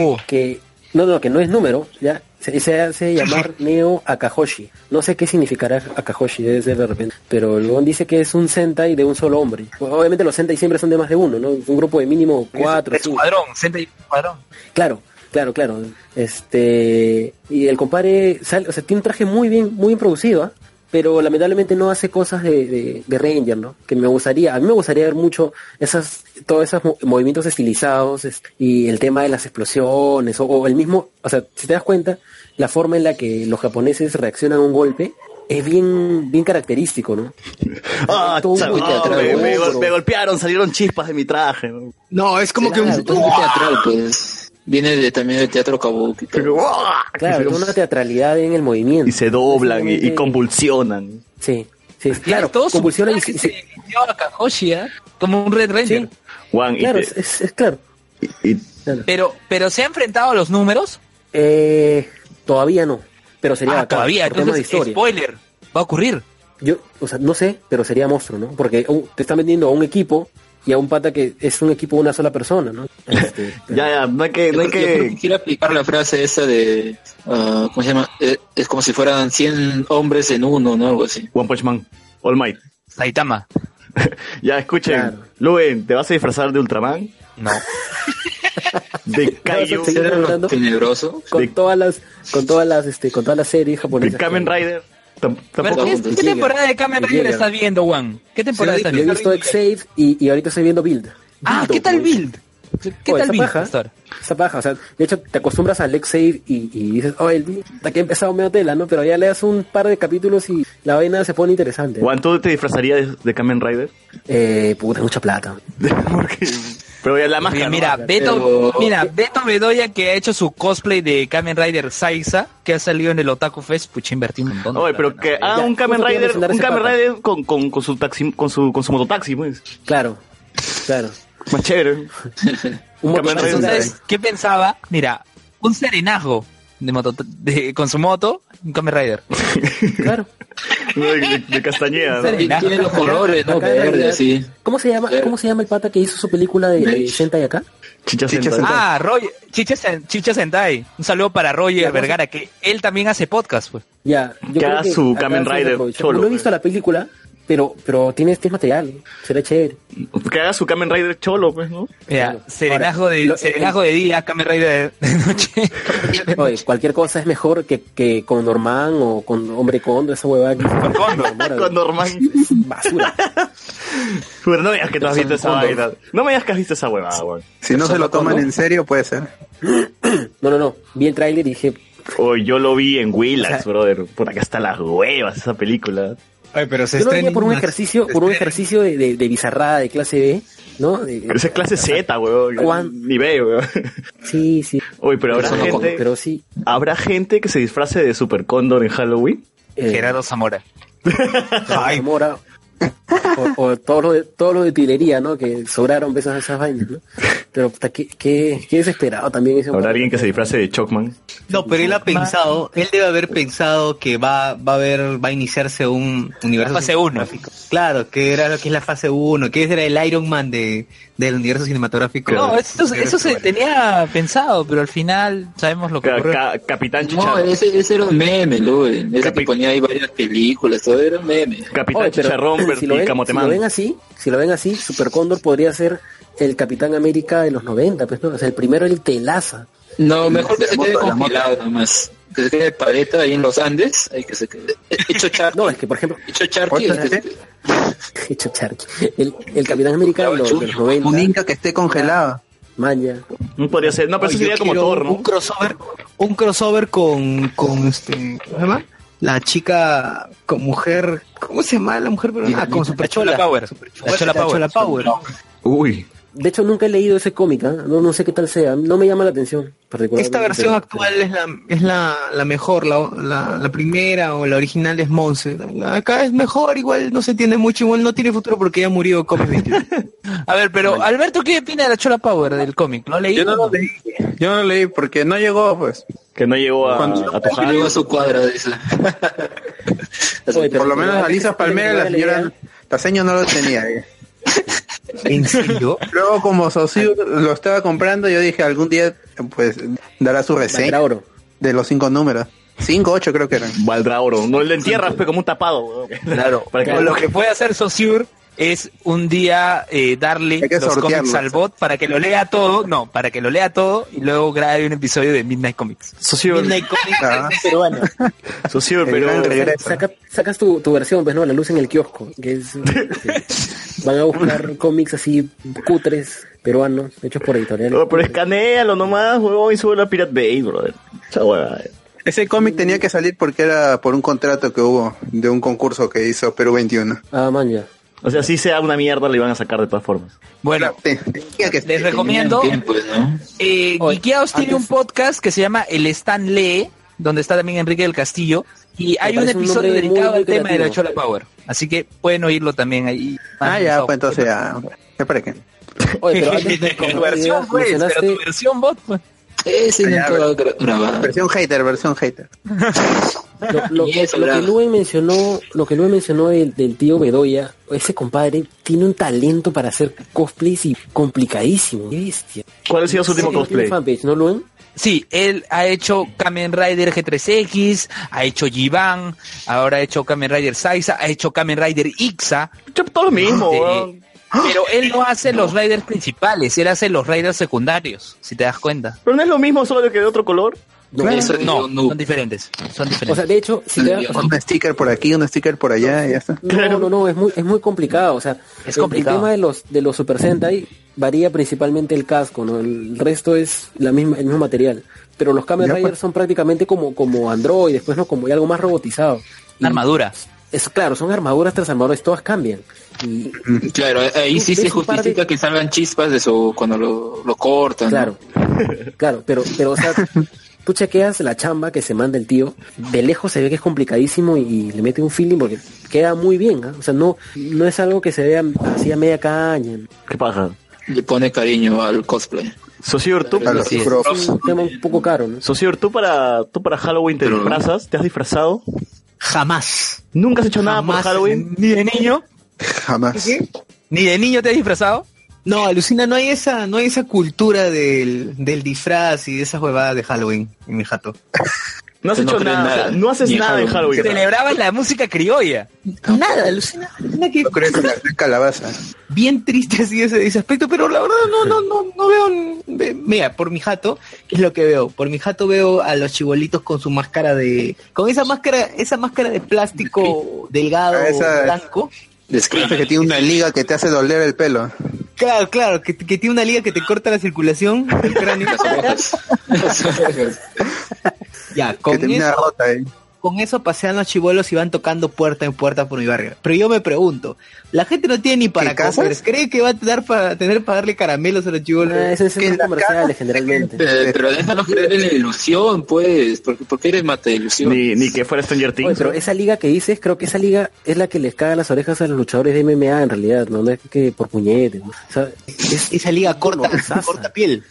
Speaker 5: Oh. que no, no, que no es número, ya se, se hace llamar Neo Akahoshi. No sé qué significará Akahoshi, debe ser de repente. Pero Luon dice que es un Sentai de un solo hombre. Obviamente los Sentai siempre son de más de uno, ¿no? Un grupo de mínimo cuatro, cinco.
Speaker 3: Escuadrón, Sentai Escuadrón.
Speaker 5: Claro, claro, claro. Este y el compadre sale, o sea, tiene un traje muy bien, muy bien producido, ¿ah? pero lamentablemente no hace cosas de, de- de Ranger, ¿no? Que me gustaría, a mí me gustaría ver mucho esas, todos esos mo- movimientos estilizados es- y el tema de las explosiones o, o el mismo, o sea, si te das cuenta, la forma en la que los japoneses reaccionan a un golpe es bien, bien característico, ¿no?
Speaker 1: Ah,
Speaker 5: Todo
Speaker 1: cha-
Speaker 5: muy
Speaker 1: ah,
Speaker 5: teatral,
Speaker 1: me, me
Speaker 5: ¿no?
Speaker 1: gol- me golpearon, salieron chispas de mi traje. ¿no?
Speaker 4: No, es como que
Speaker 5: Claro,
Speaker 4: un...
Speaker 5: entonces-
Speaker 2: Entonces, ah, teatral, pues. Viene de, también del teatro kabuki.
Speaker 1: Pero, ¡guau!
Speaker 5: Claro, toda una teatralidad en el movimiento.
Speaker 1: Y se doblan y, y
Speaker 5: Definitivamente-
Speaker 1: convulsionan.
Speaker 5: Sí, sí, claro,
Speaker 3: todos
Speaker 5: convulsionan y se-
Speaker 3: se,
Speaker 5: y se-
Speaker 3: se... a Kahoshi, ¿ah? ¿eh? Como un Red Ranger.
Speaker 5: Sí.
Speaker 1: Juan, y
Speaker 5: Claro,
Speaker 1: te-
Speaker 5: es, es- es claro.
Speaker 1: Y-
Speaker 3: Pero, pero se ha enfrentado a los números.
Speaker 5: Eh, todavía no, pero sería
Speaker 3: Ah,
Speaker 5: bacán,
Speaker 3: todavía,
Speaker 5: por temas de
Speaker 3: entonces,
Speaker 5: historia.
Speaker 3: spoiler, va a ocurrir.
Speaker 5: Yo, o sea, no sé, pero sería monstruo, ¿no? Porque uh, te están vendiendo a un equipo y a un pata que es un equipo de una sola persona, ¿no? Este,
Speaker 1: Ya, ya, no hay que, no hay
Speaker 2: Yo creo
Speaker 1: que...
Speaker 2: que quiero aplicar la frase esa de, ah, ¿cómo se llama? Eh, es como si fueran 100 hombres en uno, ¿no? Algo así.
Speaker 1: One Punch Man, All Might.
Speaker 3: Saitama.
Speaker 1: Ya, escuchen.
Speaker 5: Claro.
Speaker 1: Luen, ¿te vas a disfrazar de Ultraman?
Speaker 3: No.
Speaker 1: De Kaiju,
Speaker 5: Sí,
Speaker 2: ¿Será
Speaker 5: ¿no?
Speaker 2: lo tenebroso?
Speaker 5: con
Speaker 1: de-
Speaker 5: todas las, con todas las, este, con todas las series
Speaker 1: de
Speaker 5: japonesas.
Speaker 1: Kamen Rider. Tam-
Speaker 3: A ver,
Speaker 1: tampoco-
Speaker 3: ¿qué,
Speaker 2: Tampoco.
Speaker 3: qué temporada de Kamen Rider
Speaker 5: Llega.
Speaker 3: estás viendo, Juan? ¿Qué temporada
Speaker 4: Sí,
Speaker 3: estás
Speaker 5: Yo he
Speaker 3: viendo?
Speaker 5: visto X-Save y, y ahorita estoy viendo Build.
Speaker 3: Ah,
Speaker 5: Build,
Speaker 3: ¿qué tal
Speaker 5: pues.
Speaker 3: Build? ¿Qué
Speaker 5: Oh,
Speaker 3: tal
Speaker 5: esa
Speaker 3: Build?
Speaker 5: paja.
Speaker 3: Pastor?
Speaker 5: Esa paja, o sea, de hecho te acostumbras al X-Save y, y dices, oh, el Build, hasta que he empezado medio tela, ¿no? Pero ya le das un par de capítulos y la vaina se pone interesante.
Speaker 1: Juan, ¿tú te disfrazarías de, de Kamen Rider?
Speaker 5: Eh, puta, mucha plata.
Speaker 1: Porque... Pero ya la
Speaker 3: Oye,
Speaker 1: máscara.
Speaker 3: mira,
Speaker 1: ¿no?
Speaker 3: Beto,
Speaker 2: Pero-
Speaker 3: mira, Beto Bedoya que ha hecho su cosplay de Kamen Rider Saiza, que ha salido en el Otaku Fest, pucha, invertí un montón. de
Speaker 1: Oye, pero
Speaker 3: plata,
Speaker 1: que
Speaker 3: ¿no?
Speaker 1: ah,
Speaker 5: Ya,
Speaker 1: un Kamen
Speaker 5: justo te iba
Speaker 1: Rider,
Speaker 5: a mencionar
Speaker 1: un
Speaker 5: ese
Speaker 1: Kamen
Speaker 5: pata.
Speaker 1: Rider con, con, con su taxi, con su, con su mototaxi, pues.
Speaker 5: Claro, claro.
Speaker 1: Más chévere.
Speaker 5: Un
Speaker 1: Kamen
Speaker 5: motor-
Speaker 1: Rider.
Speaker 5: ¿sabes?
Speaker 3: Entonces, ¿qué pensaba? Mira, un serenazgo de moto, de- con su moto, un Kamen Rider.
Speaker 5: Claro.
Speaker 1: No, De, de- de Castañeda, ¿no?
Speaker 5: Sí.
Speaker 2: Y Tiene los colores, ¿no?
Speaker 5: Acá en
Speaker 2: Verde,
Speaker 5: realidad-
Speaker 2: así.
Speaker 5: ¿Cómo se llama?
Speaker 2: Claro.
Speaker 5: ¿Cómo se llama el pata que hizo su película de, de Sentai acá?
Speaker 1: Chicha
Speaker 7: Chicha
Speaker 1: sentada.
Speaker 7: sentada.
Speaker 3: Ah, Roger, Chicha, Sen- Chicha Sentai. Un saludo para
Speaker 5: Ya,
Speaker 3: Roger
Speaker 5: vamos a-
Speaker 3: Vergara, que él también hace podcast, pues.
Speaker 5: Ya,
Speaker 1: Que
Speaker 5: yo creo
Speaker 1: haga
Speaker 5: que
Speaker 1: su
Speaker 5: acá
Speaker 1: Kamen
Speaker 5: se
Speaker 1: Rider
Speaker 5: aprovecha.
Speaker 1: cholo,
Speaker 5: No he
Speaker 1: pues.
Speaker 5: visto la película, pero pero tiene este material. Será chévere.
Speaker 1: Ah, Que haga su Kamen Rider cholo, pues, ¿no?
Speaker 3: Mira,
Speaker 5: Claro.
Speaker 3: serenazgo,
Speaker 5: Ahora,
Speaker 3: de,
Speaker 5: lo-
Speaker 3: serenazgo de día, Kamen Rider de, de noche.
Speaker 5: Oye, cualquier cosa es mejor que, que con Norman o con Hombre Condo, esa huevada que con
Speaker 1: Con Norman.
Speaker 5: basura.
Speaker 1: Pero no me digas que tú has
Speaker 2: Son
Speaker 1: visto esa
Speaker 2: condoms.
Speaker 1: vaina. No me digas que has visto esa huevada, weón.
Speaker 7: Si no se lo toman en serio, puede ser.
Speaker 5: No, no, no. Vi el tráiler y dije,
Speaker 1: O yo lo vi en Willax, brother. Puta, que hasta las huevas esa película.
Speaker 4: Ay, pero se
Speaker 5: yo lo
Speaker 4: estrena
Speaker 5: veía por un
Speaker 4: una-
Speaker 5: ejercicio, por un ejercicio de, de, de bizarrada de clase B, ¿no? De-
Speaker 1: Pero esa es clase Z, weón.
Speaker 5: Juan.
Speaker 1: Ni veo, weón.
Speaker 5: Sí, sí.
Speaker 1: Oye, pero habrá
Speaker 5: Pero no con-
Speaker 1: gente,
Speaker 5: pero sí.
Speaker 1: habrá gente que se disfrace de Super Cóndor en Halloween.
Speaker 5: eh,
Speaker 3: Gerardo Zamora.
Speaker 5: Ay. Mora. O, o todo, lo de, todo lo de utilería, ¿no? Que sobraron veces a esas vainas, ¿no? Pero puta, qué, qué, qué desesperado también ese
Speaker 1: Habrá alguien que se disfrace de Chocman.
Speaker 4: No, pero él ha pensado, él debe haber pensado que va, va a haber, va a iniciarse un universo
Speaker 3: La fase uno.
Speaker 4: cinematográfico. Claro, que era lo que es la fase 1, que ese era el Iron Man de, del universo cinematográfico.
Speaker 3: No, eso, eso se tenía pensado, pero al final sabemos lo que
Speaker 1: Ca-
Speaker 3: ocurrió.
Speaker 1: ca- Capitán
Speaker 2: No,
Speaker 1: Chicharrón.
Speaker 2: ese, ese era un meme, lo Ese
Speaker 1: Capi-
Speaker 2: que ponía ahí varias películas, todo era un meme.
Speaker 1: Capitán
Speaker 5: Oye, pero
Speaker 1: Chicharrón
Speaker 5: si
Speaker 1: versus
Speaker 5: lo, ven, si
Speaker 1: Camotemán.
Speaker 5: lo ven así, si lo ven así, Super Cóndor podría ser el Capitán América de los 90, pues no, o sea, el primero el telaza.
Speaker 2: No, mejor que se quede congelado nomás. Que se quede paleta ahí en los Andes, ahí que se quede. Hecho charqui,
Speaker 5: No, es que por ejemplo,
Speaker 2: hecho charqui.
Speaker 7: ¿Otra
Speaker 2: que se-
Speaker 5: hecho charqui, el, el Capitán América de los, de los 90,
Speaker 7: Un Inca que esté congelado.
Speaker 5: Maya.
Speaker 1: No podría ser. No, pero eso
Speaker 4: Oye, yo
Speaker 1: sería como
Speaker 4: quiero
Speaker 1: Thor, ¿no?
Speaker 4: Un crossover, un crossover con, con este, ¿cómo se llama? La chica, con mujer, ¿cómo se llama la mujer peruana? Ah, con Superchola.
Speaker 3: Chola Power. La Chola Power.
Speaker 4: Chola Power.
Speaker 1: Uy.
Speaker 5: De hecho, nunca he leído ese cómic, ¿ah? no, no sé qué tal sea, no me llama la atención. particularmente,
Speaker 4: Esta versión
Speaker 5: pero-
Speaker 4: actual es la, es la, la mejor, la, la, la primera o la original es Monse. La- Acá es mejor, igual no se entiende mucho, igual no tiene futuro porque ya murió COVID-21.
Speaker 3: A ver, pero Alberto, ¿qué opina de la Chola Power del cómic? ¿No leí?
Speaker 7: Yo no lo leí. Yo no lo leí porque no llegó, pues.
Speaker 1: Que no llegó a,
Speaker 7: Cuando-
Speaker 1: a Tojar.
Speaker 2: Llegó a su cuadra, dice.
Speaker 5: Oye, pero
Speaker 7: Por lo
Speaker 5: la
Speaker 7: menos
Speaker 5: verdad
Speaker 7: a
Speaker 5: es que
Speaker 7: Lisa
Speaker 5: sí tiene
Speaker 7: Palmera,
Speaker 5: buena
Speaker 7: la señora
Speaker 5: idea.
Speaker 7: Taseño no lo tenía. eh.
Speaker 4: ¿En serio?
Speaker 7: Luego, como socio lo estaba comprando, yo dije algún día, pues, dará su
Speaker 5: Valdrá
Speaker 7: reseña
Speaker 5: oro.
Speaker 7: de los cinco números. Cinco, ocho creo que eran.
Speaker 1: Valdrá oro. No le entierras, pe, como un tapado, weón.
Speaker 3: Claro.
Speaker 1: Para que-
Speaker 3: O lo que puede hacer Saussure es un día eh, darle
Speaker 7: Hay que
Speaker 3: los cómics
Speaker 7: sortearlos.
Speaker 3: al bot para que lo lea todo. No, para que lo lea todo y luego grabe un episodio de Midnight Comics.
Speaker 1: Socio,
Speaker 7: Ah,
Speaker 5: Peruana.
Speaker 1: socio,
Speaker 7: el gran
Speaker 1: pero.
Speaker 7: regreso.
Speaker 5: Saca- sacas tu, tu versión, pues no, la luz en el kiosco, que es que van a buscar cómics así cutres peruanos, hechos por editoriales.
Speaker 1: No, pero escanealo nomás, weón, y sube la Pirate Bay, brother. Esa huevada. eh.
Speaker 7: Ese cómic tenía que salir porque era por un contrato que hubo de un concurso que hizo Perú 21.
Speaker 5: Ah, man, ya.
Speaker 1: O sea, si sea una mierda, le iban a sacar de todas formas.
Speaker 3: Bueno,
Speaker 7: Te- tenía que-
Speaker 3: les recomiendo.
Speaker 2: Bien, pues, ¿no?
Speaker 3: Eh,
Speaker 5: Oye,
Speaker 3: Geekeaos tiene un
Speaker 5: antes-
Speaker 3: podcast que se llama El Stan Lee, donde está también Enrique del Castillo. Y hay un
Speaker 5: parece un
Speaker 3: episodio
Speaker 5: nombre muy,
Speaker 3: dedicado
Speaker 5: muy
Speaker 3: al tema de la
Speaker 5: creativo. Ah,
Speaker 3: Chola Power. Así que pueden oírlo también ahí.
Speaker 5: pues,
Speaker 7: Ah, ya, pues entonces ya. ¿Ya para qué?
Speaker 5: Oye, pero antes de eh,
Speaker 9: tu versión,
Speaker 5: comenzaste-
Speaker 9: pues, pero tu versión bot, pues.
Speaker 2: Ese
Speaker 7: Ya,
Speaker 2: nunca
Speaker 7: ver-
Speaker 2: va a gra- grabar.
Speaker 7: Versión hater, versión hater.
Speaker 5: Lo, lo-
Speaker 2: Y eso,
Speaker 5: lo que
Speaker 2: bravo.
Speaker 5: Luen mencionó, lo que Luen mencionó del, del tío Bedoya, ese compadre tiene un talento para hacer cosplays y complicadísimo. Qué bestia.
Speaker 1: ¿Cuál ha sido su último
Speaker 5: Sí, tiene
Speaker 1: cosplay?
Speaker 5: fanpage, ¿no, Luen?
Speaker 3: Sí, él ha hecho Kamen Rider G3X, ha hecho Jivan, ahora ha hecho Kamen Rider Saiza, ha hecho Kamen Rider Ixa,
Speaker 1: Todo lo
Speaker 5: Oh,
Speaker 1: mismo,
Speaker 3: Este,
Speaker 1: weón.
Speaker 3: pero él no hace los Riders principales, él hace los Riders secundarios, si te das cuenta.
Speaker 1: Pero no es lo mismo solo que de otro color.
Speaker 5: No,
Speaker 2: Eso
Speaker 3: No,
Speaker 2: digo, no.
Speaker 3: son diferentes, son
Speaker 5: O
Speaker 3: diferentes.
Speaker 5: sea, de hecho, si te-
Speaker 2: Claro.
Speaker 7: Un sticker por aquí, un sticker por allá, y ya está.
Speaker 5: no, no, no, es muy, es muy complicado. O sea, el-
Speaker 3: complicado.
Speaker 5: el tema de los, de los Super Sentai varía principalmente el casco, ¿no? El resto es la misma, el mismo material. Pero los Kamen
Speaker 7: Ya, pues.
Speaker 5: Riders son prácticamente como, como Android, después no, como y algo más robotizado. Y
Speaker 3: Una armadura.
Speaker 5: Es claro, son armaduras tras armaduras, todas cambian. Y,
Speaker 2: Claro, eh, ahí sí
Speaker 5: Ves
Speaker 2: se
Speaker 5: un par de-
Speaker 2: justifica que salgan chispas de su cuando lo, lo cortan.
Speaker 5: Claro, claro, pero, pero, o sea, tú chequeas la chamba que se manda el tío, de lejos se ve que es complicadísimo y, y le mete un feeling porque queda muy bien, ¿ah? o sea, no, no es algo que se vea así a media caña.
Speaker 1: ¿Qué paja?
Speaker 2: ¿no? Le pone cariño al cosplay.
Speaker 1: Socio, tú,
Speaker 7: A los
Speaker 3: Sí,
Speaker 7: props.
Speaker 5: Es un tema un poco caro, ¿no?
Speaker 1: Socio, tú para, tú para Halloween te
Speaker 2: Pero-
Speaker 1: disfrazas, te has disfrazado.
Speaker 4: Jamás.
Speaker 1: ¿Nunca has hecho nada por
Speaker 4: Jamás.
Speaker 1: Halloween?
Speaker 3: Ni de niño,
Speaker 7: Jamás.
Speaker 3: ni de niño te has disfrazado.
Speaker 4: No, alucina, no hay esa, no hay esa cultura del, del disfraz y de esa huevada de Halloween en mi jato.
Speaker 1: No has
Speaker 2: Yo no
Speaker 1: hecho
Speaker 2: creo en
Speaker 1: nada,
Speaker 2: nada.
Speaker 1: o sea, no haces
Speaker 2: Ni en
Speaker 1: nada en
Speaker 2: Halloween.
Speaker 1: Halloween.
Speaker 3: Celebrabas la música criolla.
Speaker 4: Nada, alucina, alucina que
Speaker 7: Yo creo que la la calabaza.
Speaker 4: bien triste así ese, ese aspecto, pero la verdad no, no, no, no veo. un- ve- Mira, por mi jato, ¿qué es lo que veo? Por mi jato veo a los chibolitos con su máscara de. con esa máscara, esa máscara de plástico delgado,
Speaker 7: Ah, esa-
Speaker 4: blanco.
Speaker 7: Describe
Speaker 2: Describe.
Speaker 7: que tiene una liga que te hace doler el pelo.
Speaker 4: Claro, claro, que, que tiene una liga que te corta la circulación del cráneo. ya,
Speaker 7: Que
Speaker 4: con
Speaker 7: termina
Speaker 4: eso,
Speaker 7: rota ahí.
Speaker 4: con eso pasean los chibolos y van tocando puerta en puerta por mi barrio. Pero yo me pregunto, la gente no tiene ni para
Speaker 7: casas?
Speaker 4: comer, ¿cree que va a dar para tener para darle caramelos a los chibolos?
Speaker 5: Ah, Ese es
Speaker 7: que
Speaker 5: en los
Speaker 7: la
Speaker 5: comerciales generalmente.
Speaker 2: Eh, pero déjalo creer en la ilusión, pues. porque por qué eres mata de ilusión?
Speaker 1: Ni, ni que fuera Stranger
Speaker 5: Oye,
Speaker 1: Things.
Speaker 5: pero esa liga que dices, creo que esa liga es la que les caga las orejas a los luchadores de MMA en realidad, no, No es que por puñetes, ¿no? o sea, es,
Speaker 4: Esa liga corta,
Speaker 5: Sasa.
Speaker 4: corta piel.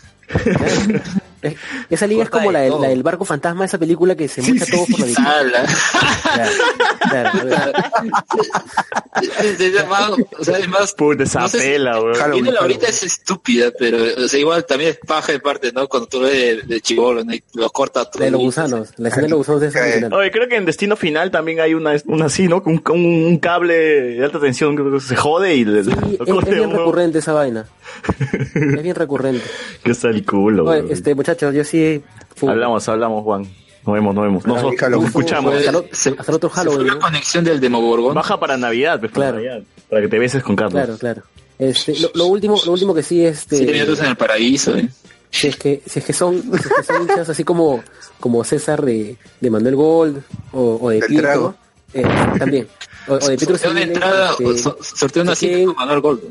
Speaker 5: es- esa liga es
Speaker 4: Corta
Speaker 5: como
Speaker 4: de
Speaker 5: la, del-
Speaker 4: todo.
Speaker 5: la del barco fantasma, esa película que se
Speaker 4: Sí,
Speaker 5: muestra
Speaker 4: sí,
Speaker 5: todo
Speaker 4: sí,
Speaker 5: por la vista.
Speaker 2: Ala.
Speaker 5: Claro, claro, claro.
Speaker 2: Es- es más- o sea, es más
Speaker 1: Puta, esa
Speaker 2: no sé si-
Speaker 1: pela, weón.
Speaker 7: Halloween,
Speaker 2: Viéndola
Speaker 7: Halloween.
Speaker 2: ahorita es estúpida, pero o sea, igual también es paja de parte, ¿no? Cuando tú ves de, de chibolo, ¿no? Y los corta
Speaker 5: La de los gusanos, la escena de los gusanos es
Speaker 7: Eh,
Speaker 5: original.
Speaker 1: Oye, creo que en Destino Final también hay una, una así, ¿no? Un, un, un cable de alta tensión que se jode y le,
Speaker 5: Sí,
Speaker 1: lo
Speaker 5: es, es
Speaker 1: corte a
Speaker 5: bien
Speaker 1: uno.
Speaker 5: recurrente esa vaina. Es bien recurrente.
Speaker 1: Que está el culo,
Speaker 5: Oye,
Speaker 1: weón.
Speaker 5: este, muchachos, yo sí... fútbol.
Speaker 1: Hablamos, hablamos, Juan. Nos vemos, nos vemos. Nos,
Speaker 7: Halloween.
Speaker 1: nos escuchamos.
Speaker 5: Hasta, lo- hasta el
Speaker 2: Fue
Speaker 5: otro Halloween,
Speaker 2: la
Speaker 5: ¿no?
Speaker 2: conexión del Demogorgon.
Speaker 1: Baja para Navidad, pues,
Speaker 5: Claro.
Speaker 1: para, Navidad, para que te beses con Carlos.
Speaker 5: Claro, claro. Este, lo, lo último, lo último que sí, este,
Speaker 2: Siete minutos en el paraíso, ¿eh?
Speaker 5: si es que, si es que son, si es que son hinchas así como, como César de, de Manuel Gold o, o de
Speaker 7: Del
Speaker 5: Pietro,
Speaker 7: trago.
Speaker 5: eh, también, o, o de Pietro
Speaker 2: Sorteo una
Speaker 5: Civile,
Speaker 2: entrada,
Speaker 5: este,
Speaker 2: o so- sorteo una
Speaker 5: sí.
Speaker 2: cita con Manuel Gold.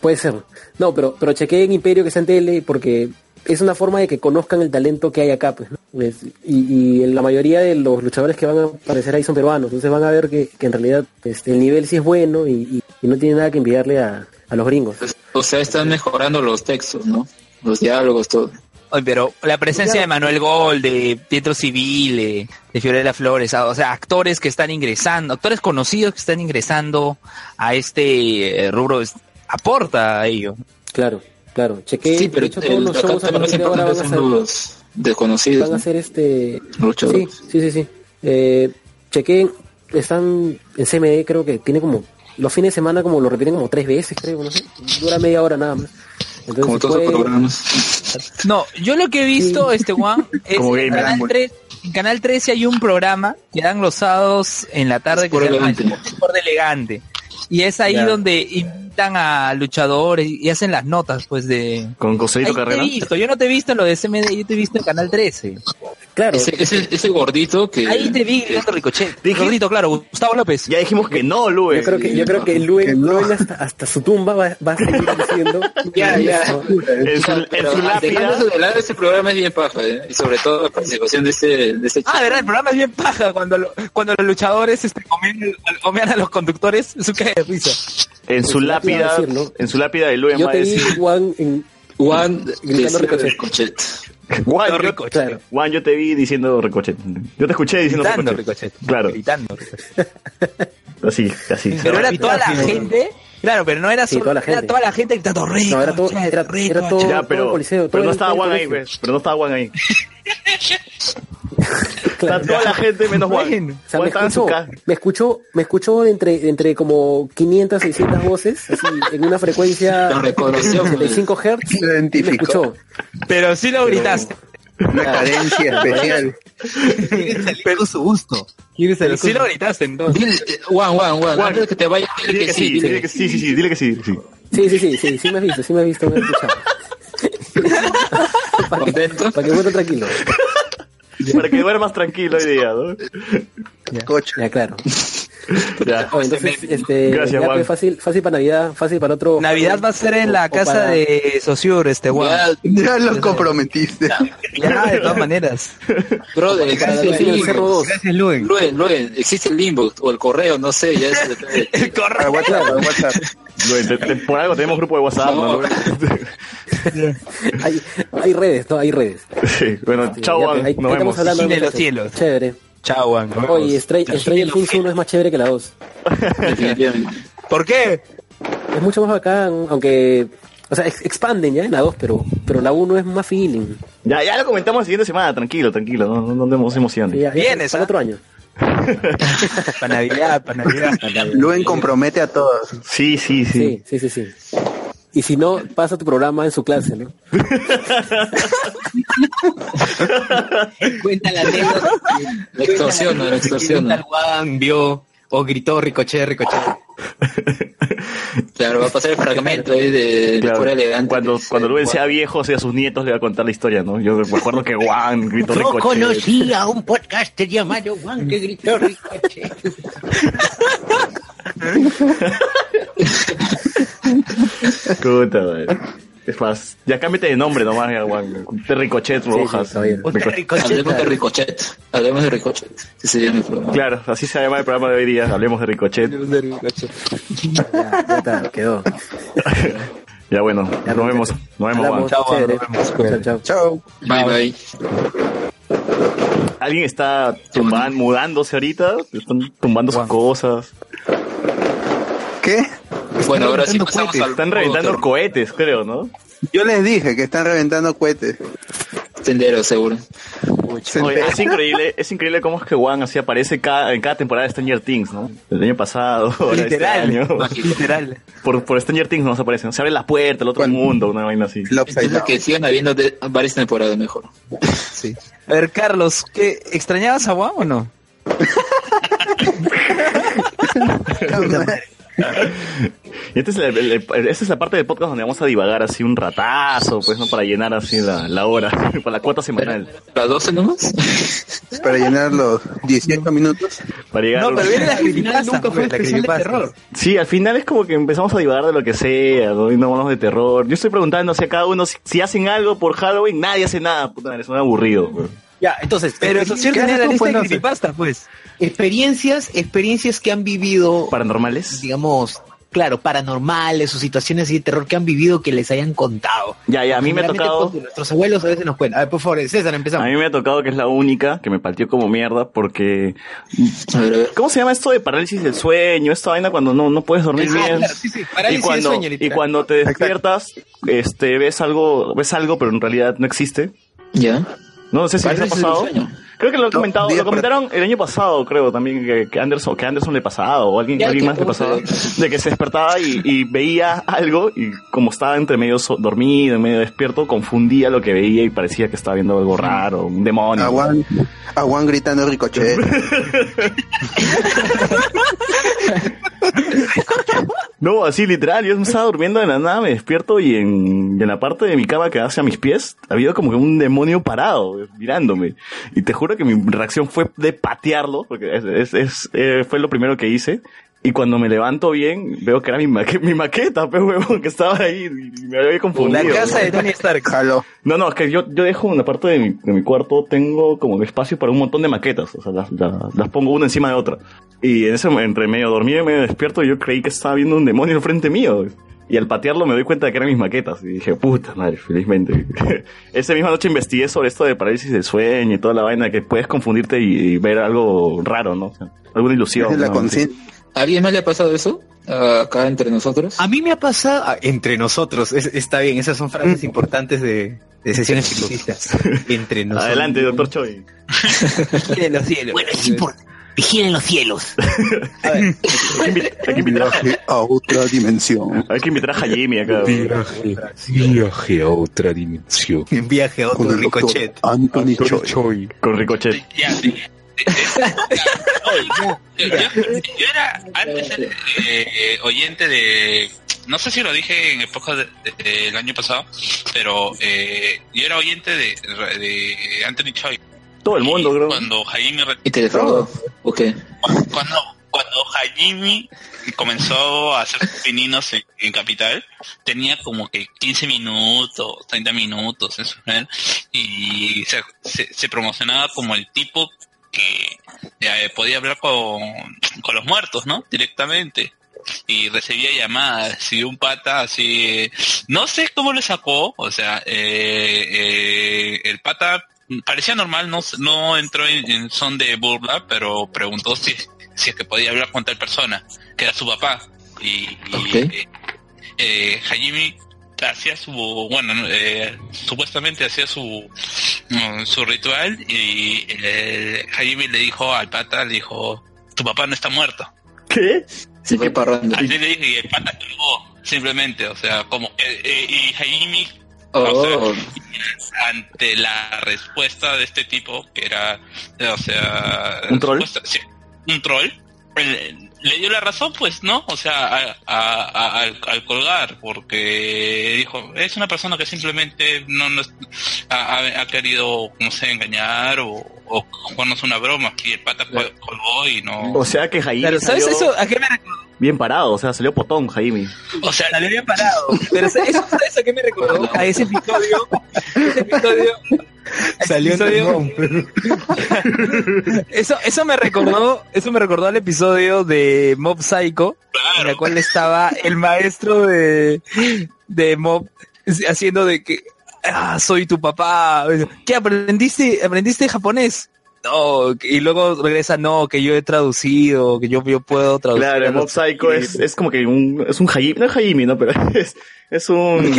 Speaker 5: Puede ser. No, pero, pero chequeen Imperio que está en tele porque es una forma de que conozcan el talento que hay acá. Pues, ¿no? Es- y, y la mayoría de los luchadores que van a aparecer ahí son peruanos. Entonces van a ver que, que en realidad este, el nivel sí es bueno y, y- y no tiene nada que enviarle a, a los gringos.
Speaker 2: O sea, están mejorando los textos, ¿no? Los diálogos, todo.
Speaker 3: Oye, pero la presencia de Manuel Gol, de Pietro Civile, de Fiorella Flores, ah, o sea, actores que están ingresando, actores conocidos que están ingresando a este eh, rubro, es- aporta a ello.
Speaker 5: Claro, claro. Chequeen.
Speaker 2: sí, pero
Speaker 5: de hecho, todos
Speaker 2: el-
Speaker 5: los
Speaker 2: acá
Speaker 5: shows a
Speaker 2: también los
Speaker 5: partir de ahora van
Speaker 2: importantes
Speaker 5: a
Speaker 2: son
Speaker 5: ser,
Speaker 2: los desconocidos,
Speaker 5: van a
Speaker 2: ¿no?
Speaker 5: ser este, Sí,
Speaker 2: luchadores.
Speaker 5: sí, sí, sí. Eh, chequeen, están en CMD, creo que tiene como los fines de semana como lo repiten como tres veces, creo, no sé. Dura media hora nada más. Entonces,
Speaker 2: Como todos los
Speaker 5: puede-
Speaker 2: programas.
Speaker 3: No, yo lo que he visto, este Juan, es
Speaker 1: Como
Speaker 3: en,
Speaker 1: gamer. pues.
Speaker 3: Canal 3, en Canal 13 hay un programa que dan los sábados en la tarde que
Speaker 2: Sport
Speaker 3: se llama
Speaker 2: Elegante.
Speaker 3: Sport Elegante. Y es ahí
Speaker 1: Ya.
Speaker 3: donde invitan a luchadores y hacen las notas, pues, de...
Speaker 1: Con
Speaker 3: Ahí
Speaker 1: Joséito
Speaker 3: te he
Speaker 1: Carrera.
Speaker 3: visto, yo no te he visto en lo de SMD, yo te he visto en Canal 13.
Speaker 5: Claro.
Speaker 2: Ese, ese, ese gordito que.
Speaker 3: Ahí te vi gritando Ricochet.
Speaker 1: Dije-
Speaker 3: Gordito, claro, Gustavo López.
Speaker 1: Ya dijimos que no, Lube.
Speaker 5: Yo creo que, yo creo que
Speaker 2: pues,
Speaker 5: Luen, Luen hasta, hasta su tumba va, va a seguir diciendo.
Speaker 2: Ya, ya.
Speaker 1: En su, en
Speaker 2: Pero
Speaker 1: su lápida.
Speaker 2: dejándose de lado, ese programa es bien paja, ¿eh? Y sobre todo la participación de ese, de este ese
Speaker 3: Ah,
Speaker 2: chico.
Speaker 3: verdad, el programa es bien paja cuando, lo- cuando los luchadores este, comen, comen a los conductores, es un cae de risa.
Speaker 1: En su
Speaker 5: su lápida
Speaker 1: lápida.
Speaker 5: va a decir, ¿no?
Speaker 1: En su lápida de Lube
Speaker 5: Yo
Speaker 1: va a
Speaker 5: te vi,
Speaker 1: decir.
Speaker 5: Juan, en,
Speaker 2: Juan
Speaker 5: Gritando Ricochet.
Speaker 2: Ricochet.
Speaker 1: Juan, yo-
Speaker 5: claro.
Speaker 1: Juan, yo te vi diciendo Ricochet. Yo te escuché diciendo
Speaker 3: Gritando
Speaker 1: Ricochet.
Speaker 3: Ricochet.
Speaker 1: Claro,
Speaker 3: Gritando Ricochet.
Speaker 1: así, así.
Speaker 3: Pero era toda la
Speaker 5: Gritando.
Speaker 3: gente. Claro, pero no era
Speaker 5: Sí,
Speaker 3: solo.
Speaker 5: toda la gente.
Speaker 3: Era toda la gente gritando rico.
Speaker 5: No, era todo- era- era todo-
Speaker 1: Ya,
Speaker 5: todo
Speaker 1: pero,
Speaker 5: el coliseo, todo
Speaker 1: pero no
Speaker 5: el-
Speaker 1: estaba
Speaker 5: todo el
Speaker 1: Juan ahí,
Speaker 5: coliseo.
Speaker 1: pues. Pero no estaba Juan ahí.
Speaker 2: Pues,
Speaker 1: Está
Speaker 5: claro.
Speaker 1: toda la gente menos Juan.
Speaker 3: Bueno,
Speaker 5: O sea,
Speaker 1: Juan
Speaker 5: me
Speaker 1: estaba en su
Speaker 5: escuchó,
Speaker 1: casa.
Speaker 5: me escuchó, me escuchó de entre, de entre como 500, 600 voces, así, en una frecuencia
Speaker 2: Lo reconoció, pues.
Speaker 5: de 5 Hz.
Speaker 7: Lo
Speaker 5: y Me
Speaker 7: identificó.
Speaker 5: escuchó.
Speaker 3: Pero sí lo gritaste.
Speaker 7: Una
Speaker 3: Ah.
Speaker 7: cadencia especial.
Speaker 3: Pero su gusto. Pero sí lo gritaste entonces.
Speaker 2: Dile, eh, Juan, Juan, Juan,
Speaker 1: Juan.
Speaker 2: antes de que te vayas, dile
Speaker 1: Dile que sí, dile que sí, sí, sí, dile que sí. sí.
Speaker 5: Sí, sí, sí, sí, sí me has visto, sí me has visto, me has escuchado. para, que,
Speaker 2: ¿Contento?
Speaker 5: para que vuelva tranquilo.
Speaker 1: Para que duermas tranquilo hoy día, ¿no?
Speaker 7: Cocha.
Speaker 5: Ya, claro.
Speaker 1: Ya.
Speaker 5: Oh, entonces, este,
Speaker 1: Gracias,
Speaker 5: ya,
Speaker 1: Juan.
Speaker 5: pues, fácil, fácil para Navidad, fácil para otro.
Speaker 3: Navidad va a ser en la
Speaker 5: o
Speaker 3: casa
Speaker 5: para-
Speaker 3: de Sociur, este guau.
Speaker 7: Ya los comprometiste.
Speaker 3: Ya, de todas maneras.
Speaker 2: Brother, existe
Speaker 5: Para la
Speaker 2: el
Speaker 5: vecina del Cerro
Speaker 2: inbox.
Speaker 3: Pues,
Speaker 5: 2.
Speaker 4: Gracias, Luen.
Speaker 2: Luen, Luen, existe el inbox o el correo, no sé, ya eh, eso depende.
Speaker 3: El correo.
Speaker 7: Al WhatsApp, al WhatsApp.
Speaker 1: Bueno, te- te- por algo tenemos grupo de WhatsApp, ¿no?
Speaker 5: Hay, hay redes, no, hay redes.
Speaker 1: Sí, bueno,
Speaker 5: Sí,
Speaker 1: chao,
Speaker 5: ya,
Speaker 1: Juan.
Speaker 5: pues, ahí-
Speaker 1: Nos
Speaker 5: ahí estamos
Speaker 1: vemos.
Speaker 5: hablando
Speaker 3: De los
Speaker 5: muchachos.
Speaker 3: cielos.
Speaker 5: Chévere.
Speaker 3: Chao, Juan. nos vemos.
Speaker 5: Oye, Stray, Stranger Things 1 es más chévere que la 2.
Speaker 2: Definitivamente.
Speaker 3: ¿Por qué?
Speaker 5: Es mucho más bacán, aunque. O sea, ex- expanden ya en la 2, pero, pero la 1 es más feeling.
Speaker 1: Ya, ya lo comentamos la siguiente semana, tranquilo, tranquilo, no, no, no demos emociones.
Speaker 5: Sí, ya- ya
Speaker 3: Vienes, ¿ah?
Speaker 5: para el otro año.
Speaker 3: Para Navidad, para Navidad.
Speaker 7: Luen compromete a todos.
Speaker 1: Sí, sí, sí.
Speaker 5: Sí, sí, sí, sí. Y si no, pasa tu programa en su clase, ¿no?
Speaker 4: Cuenta la anécdota.
Speaker 2: La extorsiona, la
Speaker 4: Cuenta el
Speaker 2: extorsiona.
Speaker 4: Juan vio o gritó Ricochet, Ricochet.
Speaker 2: Claro, va a pasar el fragmento ahí de, de
Speaker 1: Claro,
Speaker 2: pura elegante.
Speaker 1: cuando cuando Rubén sea viejo, o sea, a sus nietos le va a contar la historia, ¿no? Yo recuerdo que Juan gritó
Speaker 4: Yo
Speaker 1: Ricochet.
Speaker 4: conocí a un podcaster llamado Juan que gritó Ricochet.
Speaker 1: Puta, madre. Es más, ya cámbiate de nombre nomás, ya, Juan. Te Ricochet Rojas.
Speaker 5: está bien.
Speaker 1: Rico-
Speaker 2: Hablemos de Ricochet. Hablemos de Ricochet. Que se llama el programa.
Speaker 1: Claro, así se llama el programa de hoy día. Hablemos de Ricochet.
Speaker 5: Ya, ya está, quedó.
Speaker 1: Ya bueno,
Speaker 5: Ya,
Speaker 1: nos vemos. Nos vemos, Juan.
Speaker 5: Hablamos, chévere. Chao, chao.
Speaker 7: Chao.
Speaker 2: Bye, bye.
Speaker 1: Alguien está tumban- mudándose ahorita. Están tumbando sus
Speaker 3: Juan.
Speaker 1: cosas.
Speaker 7: ¿Qué?
Speaker 2: Bueno, ahora sí
Speaker 7: reventando
Speaker 2: pasamos
Speaker 7: cohetes,
Speaker 2: al
Speaker 1: Están
Speaker 2: modo
Speaker 1: reventando
Speaker 2: ter-
Speaker 1: cohetes, creo, ¿no?
Speaker 7: Yo les dije que están reventando cohetes.
Speaker 2: Sendero, seguro.
Speaker 1: Oye,
Speaker 7: Senpai.
Speaker 1: es increíble, es increíble cómo es que Juan así aparece cada, en cada temporada de Stranger Things, ¿no? El año pasado, ahora este año.
Speaker 3: Literal. Literal.
Speaker 1: Por, por Stranger Things nos aparece, ¿no? Se abre las puertas, el otro
Speaker 7: Bueno.
Speaker 1: mundo, una vaina así.
Speaker 7: El upside
Speaker 2: Entonces
Speaker 7: down.
Speaker 2: que sigan habiendo de- varias temporadas mejor.
Speaker 3: Sí. A ver, Carlos, ¿qué, ¿extrañabas a Juan o no?
Speaker 1: Y este es el- el- el- esta es la parte del podcast donde vamos a divagar así un ratazo, pues, ¿no? Para llenar así la, la hora, para la cuota semanal.
Speaker 2: ¿Las 12 nomás?
Speaker 7: Para llenar los 18 minutos.
Speaker 1: Para llegar
Speaker 3: No, pero viene la creepypasta.
Speaker 4: nunca fue
Speaker 3: la
Speaker 4: especial de
Speaker 3: creepypasta.
Speaker 4: terror.
Speaker 1: Sí, al final es como que empezamos a divagar de lo que sea, ¿no? Y no hablamos de terror. Yo estoy preguntando si a cada uno, si, si hacen algo por Halloween, nadie hace nada. Puta madre, son aburridos. güey.
Speaker 4: Ya, entonces,
Speaker 3: Pero eso sí
Speaker 4: ¿qué
Speaker 3: tenía
Speaker 4: haces
Speaker 3: la
Speaker 4: tú,
Speaker 3: lista
Speaker 4: pues,
Speaker 3: de
Speaker 4: entonces?
Speaker 3: creepypasta, pues.
Speaker 4: experiencias, experiencias que han vivido,
Speaker 1: ¿Paranormales?
Speaker 4: digamos, claro, paranormales o situaciones así de terror que han vivido que les hayan contado.
Speaker 1: Ya, ya, a mí me ha
Speaker 4: Generalmente,
Speaker 1: tocado...
Speaker 4: pues, nuestros abuelos a veces nos cuentan. A ver, por favor, César,
Speaker 1: A
Speaker 4: empezamos.
Speaker 1: mí me ha tocado que es la única que me partió como mierda porque...
Speaker 2: A ver, a ver.
Speaker 1: ¿Cómo se llama esto de parálisis del sueño? Esta vaina cuando no, no puedes dormir
Speaker 4: Ah,
Speaker 1: bien.
Speaker 4: claro, sí, sí, parálisis
Speaker 1: y
Speaker 4: de
Speaker 1: cuando,
Speaker 4: sueño,
Speaker 1: y
Speaker 4: literal.
Speaker 1: cuando te despiertas, este, ves algo, ves algo, pero en realidad no existe.
Speaker 2: Ya.
Speaker 1: No sé si les ha
Speaker 2: Parálisis del
Speaker 1: pasado.
Speaker 2: sueño.
Speaker 1: Creo que lo, he comentado,
Speaker 7: día
Speaker 1: lo comentaron el año pasado, creo también, que, que Anderson, que Anderson le pasaba, o alguien,
Speaker 2: Ya,
Speaker 1: alguien
Speaker 2: que
Speaker 1: más le
Speaker 2: puta.
Speaker 1: pasaba, de que se despertaba y, y veía algo, y como estaba entre medio so- dormido, medio despierto, confundía lo que veía y parecía que estaba viendo algo raro, un demonio.
Speaker 7: A Juan, a Juan gritando ricochet.
Speaker 1: No, así literal, yo estaba durmiendo de la nada, me despierto y en, y en la parte de mi cama que da hacia mis pies había como que un demonio parado eh, mirándome. Y te juro que mi reacción fue de patearlo, porque es, es- es, eh, fue lo primero que hice. Y cuando me levanto bien, veo que era mi, maque- mi maqueta, pues, huevón, que estaba ahí y me había
Speaker 3: La
Speaker 1: confundido.
Speaker 3: casa de Tony Stark.
Speaker 7: Jaló.
Speaker 1: No, no, es que yo, yo dejo una parte de mi, de mi cuarto, tengo como que espacio para un montón de maquetas. O sea, las, las- las pongo una encima de otra. Y en ese, entre medio dormido y medio despierto, yo creí que estaba viendo un demonio enfrente mío. Y al patearlo me doy cuenta de que eran mis maquetas. Y dije, puta madre, felizmente. Esa misma noche investigué sobre esto de parálisis del sueño y toda la vaina, que puedes confundirte y, y ver algo raro, ¿no? O sea, alguna ilusión.
Speaker 7: Es la
Speaker 1: ¿no?
Speaker 7: conciencia.
Speaker 2: ¿A alguien más le ha pasado eso? Acá entre nosotros.
Speaker 4: A mí me ha pasado, ah, entre nosotros, es- está bien, esas son
Speaker 1: Mm.
Speaker 4: frases importantes de, de sesiones espiritistas. Entre nosotros.
Speaker 1: Adelante, doctor Choi.
Speaker 3: Vigilen los cielos.
Speaker 4: Bueno, es importante. Vigilen los cielos. A ver,
Speaker 1: Hay que invi- hay que invitar a-
Speaker 7: Viaje a otra dimensión.
Speaker 1: hay que invitar a Jaime acá.
Speaker 11: Viaje a otra dimensión.
Speaker 4: en viaje a
Speaker 7: Con
Speaker 4: otro
Speaker 7: el doctor
Speaker 4: ricochet.
Speaker 7: Anthony Choi.
Speaker 1: Con Ricochet.
Speaker 8: Ya, de- de- de- de- yo, yo era antes era, eh, oyente de no sé si lo dije en el podcast de- de- del año pasado pero eh, yo era oyente de, de Anthony Choi
Speaker 1: Todo el mundo,
Speaker 8: Y
Speaker 1: creo.
Speaker 8: cuando Jaime re-
Speaker 2: ¿Y te defraudó? ¿O qué?
Speaker 8: cuando cuando Hajime comenzó a hacer sus pininos en, en Capital, tenía como que 15 minutos, 30 minutos, eso, ¿eh? y se, se- se promocionaba como el tipo que eh, podía hablar con, con los muertos, ¿no? Directamente. Y recibía llamadas, recibió un pata así, no sé cómo le sacó, o sea, eh, eh, el pata parecía normal, no, no entró en, en son de burla, pero preguntó si, si es que podía hablar con tal persona, que era su papá. Y, y,
Speaker 2: Ok.
Speaker 8: eh, eh, Hajime hacía su, bueno, eh, supuestamente hacía su, mm, su ritual y eh, Hajime le dijo al pata, le dijo, tu papá no está muerto.
Speaker 1: ¿Qué?
Speaker 2: Se fue parrando.
Speaker 8: Así le dije, y el pata cagó, simplemente, o sea, como que, eh, y Jaime
Speaker 2: Oh,
Speaker 8: ante la respuesta de este tipo, que era, o sea,
Speaker 1: ¿Un troll?
Speaker 8: supuesta- sí, un troll, él- le dio la razón, pues, ¿no? O sea, a- a- a- al, al colgar, porque dijo, es una persona que simplemente no, no es- ha, ha- ha querido, no sé, engañar o, o jugarnos una broma, y el pata col- colgó y no...
Speaker 1: O sea que Jaime
Speaker 3: Claro, ¿sabes
Speaker 1: salió
Speaker 3: eso? ¿A qué me recordó?
Speaker 1: bien parado, o sea, salió potón Jaime.
Speaker 8: O sea,
Speaker 3: Le había parado. Pero ¿sabes eso, ¿sabes a qué me recordó? A ese episodio. Ese episodio
Speaker 4: Salió en
Speaker 3: Episodio-
Speaker 4: Ramón.
Speaker 3: Eso, eso me recordó, eso me recordó al episodio de Mob Psycho, en el
Speaker 8: claro,
Speaker 3: cual estaba el maestro de, de Mob haciendo de que "Ah, soy tu papá. ¿Qué aprendiste? ¿Aprendiste japonés? No, y luego regresa, no, que yo he traducido, que yo, yo puedo traducir.
Speaker 1: Claro, el Mob Psycho es, es como que un, es un Jaime, no es Jaime, no, pero es, es un...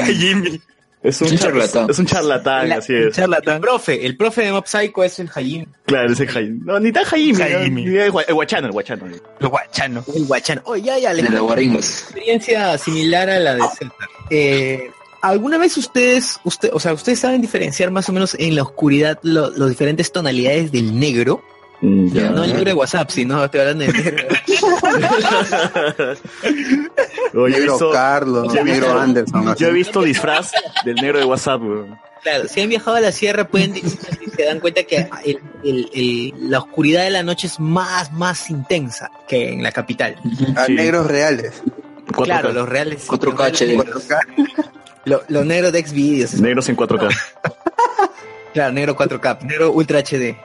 Speaker 1: Es un
Speaker 2: Un
Speaker 1: char-
Speaker 2: charlatán.
Speaker 1: Es un charlatán,
Speaker 3: La-
Speaker 1: así es.
Speaker 4: El
Speaker 3: charlatán.
Speaker 4: profe, el profe de Mob Psycho es el Jaime.
Speaker 1: Claro, ese Jaime. No, ni tan Jaime.
Speaker 3: Jaime.
Speaker 1: ni- ni- El gua- el guachano, el guachano.
Speaker 3: Lo guachano.
Speaker 4: El guachano. Oye, ya, ya, le
Speaker 2: de los guaringos.
Speaker 4: experiencia similar a la de César. Eh, ¿Alguna vez ustedes, usted, o sea, ustedes saben diferenciar más o menos en la oscuridad lo- los diferentes tonalidades del negro?
Speaker 1: Mm, ya.
Speaker 4: No el negro de WhatsApp, sino estoy hablando de negro.
Speaker 1: Oye, he
Speaker 7: Negro
Speaker 1: visto,
Speaker 7: Carlos,
Speaker 1: yo he
Speaker 7: negro
Speaker 1: visto-
Speaker 7: Anderson. así.
Speaker 1: yo he visto disfraz del negro de WhatsApp, weón.
Speaker 4: claro, si han viajado a la sierra pueden divisar y se dan cuenta que el- el- el- la oscuridad de la noche es más, más intensa que en la capital.
Speaker 7: A
Speaker 1: Sí.
Speaker 7: negros reales.
Speaker 1: Cuatro
Speaker 4: claro,
Speaker 1: K.
Speaker 4: los reales.
Speaker 2: Otro
Speaker 4: los reales-
Speaker 2: cache.
Speaker 4: lo- los negros de Xvideos,
Speaker 1: Negros en 4K.
Speaker 4: Claro, negro 4K, negro Ultra HD.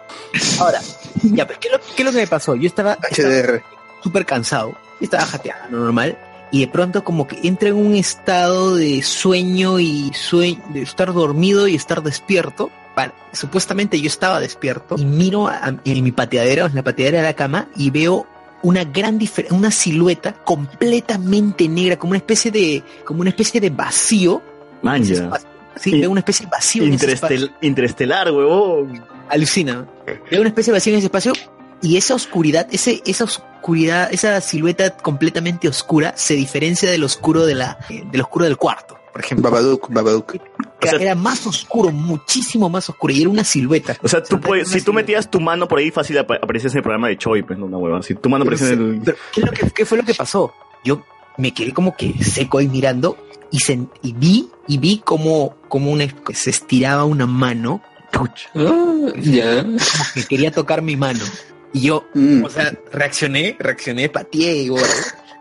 Speaker 4: Ahora, ya, pero ¿qué es lo, qué es lo que me pasó? Yo estaba estaba
Speaker 7: HDR.
Speaker 4: súper cansado, yo estaba jateando normal, y de pronto como que entra en un estado de sueño y sueño, de estar dormido y estar despierto. Pa- supuestamente yo estaba despierto y miro a- en mi pateadera, o en la pateadera de la cama, y veo una gran diferencia, una silueta completamente negra, como una especie de, como una especie de vacío.
Speaker 1: Man,
Speaker 4: Ese
Speaker 1: ya.
Speaker 4: espacio. Sí,
Speaker 1: In-
Speaker 4: veo una especie de vacío. en ese espacio
Speaker 1: Interestel- interestelar, huevón.
Speaker 4: alucina. Veo una especie de vacío en ese espacio y esa oscuridad, ese, esa oscuridad, esa silueta completamente oscura se diferencia del oscuro de la, eh, del oscuro del cuarto, por ejemplo.
Speaker 7: Babadook, Babadook.
Speaker 1: O sea-
Speaker 4: era más oscuro, muchísimo más oscuro y era una silueta.
Speaker 1: O sea, tú
Speaker 4: Una
Speaker 1: puedes, si tú
Speaker 4: silueta.
Speaker 1: metías tu mano por ahí, fácil ap- aparecías en el programa de Choi, pues, no, una hueva. Si tu mano aparecía en el...
Speaker 4: Pero, ¿qué, es lo que- qué fue lo que pasó? Yo me quedé como que seco ahí mirando y, sen- y vi y vi como, como una, se estiraba una mano pucha,
Speaker 2: Ah, Ya.
Speaker 4: que quería tocar mi mano. Y yo,
Speaker 2: Mm.
Speaker 4: o sea, reaccioné, reaccioné, pateé y gordo.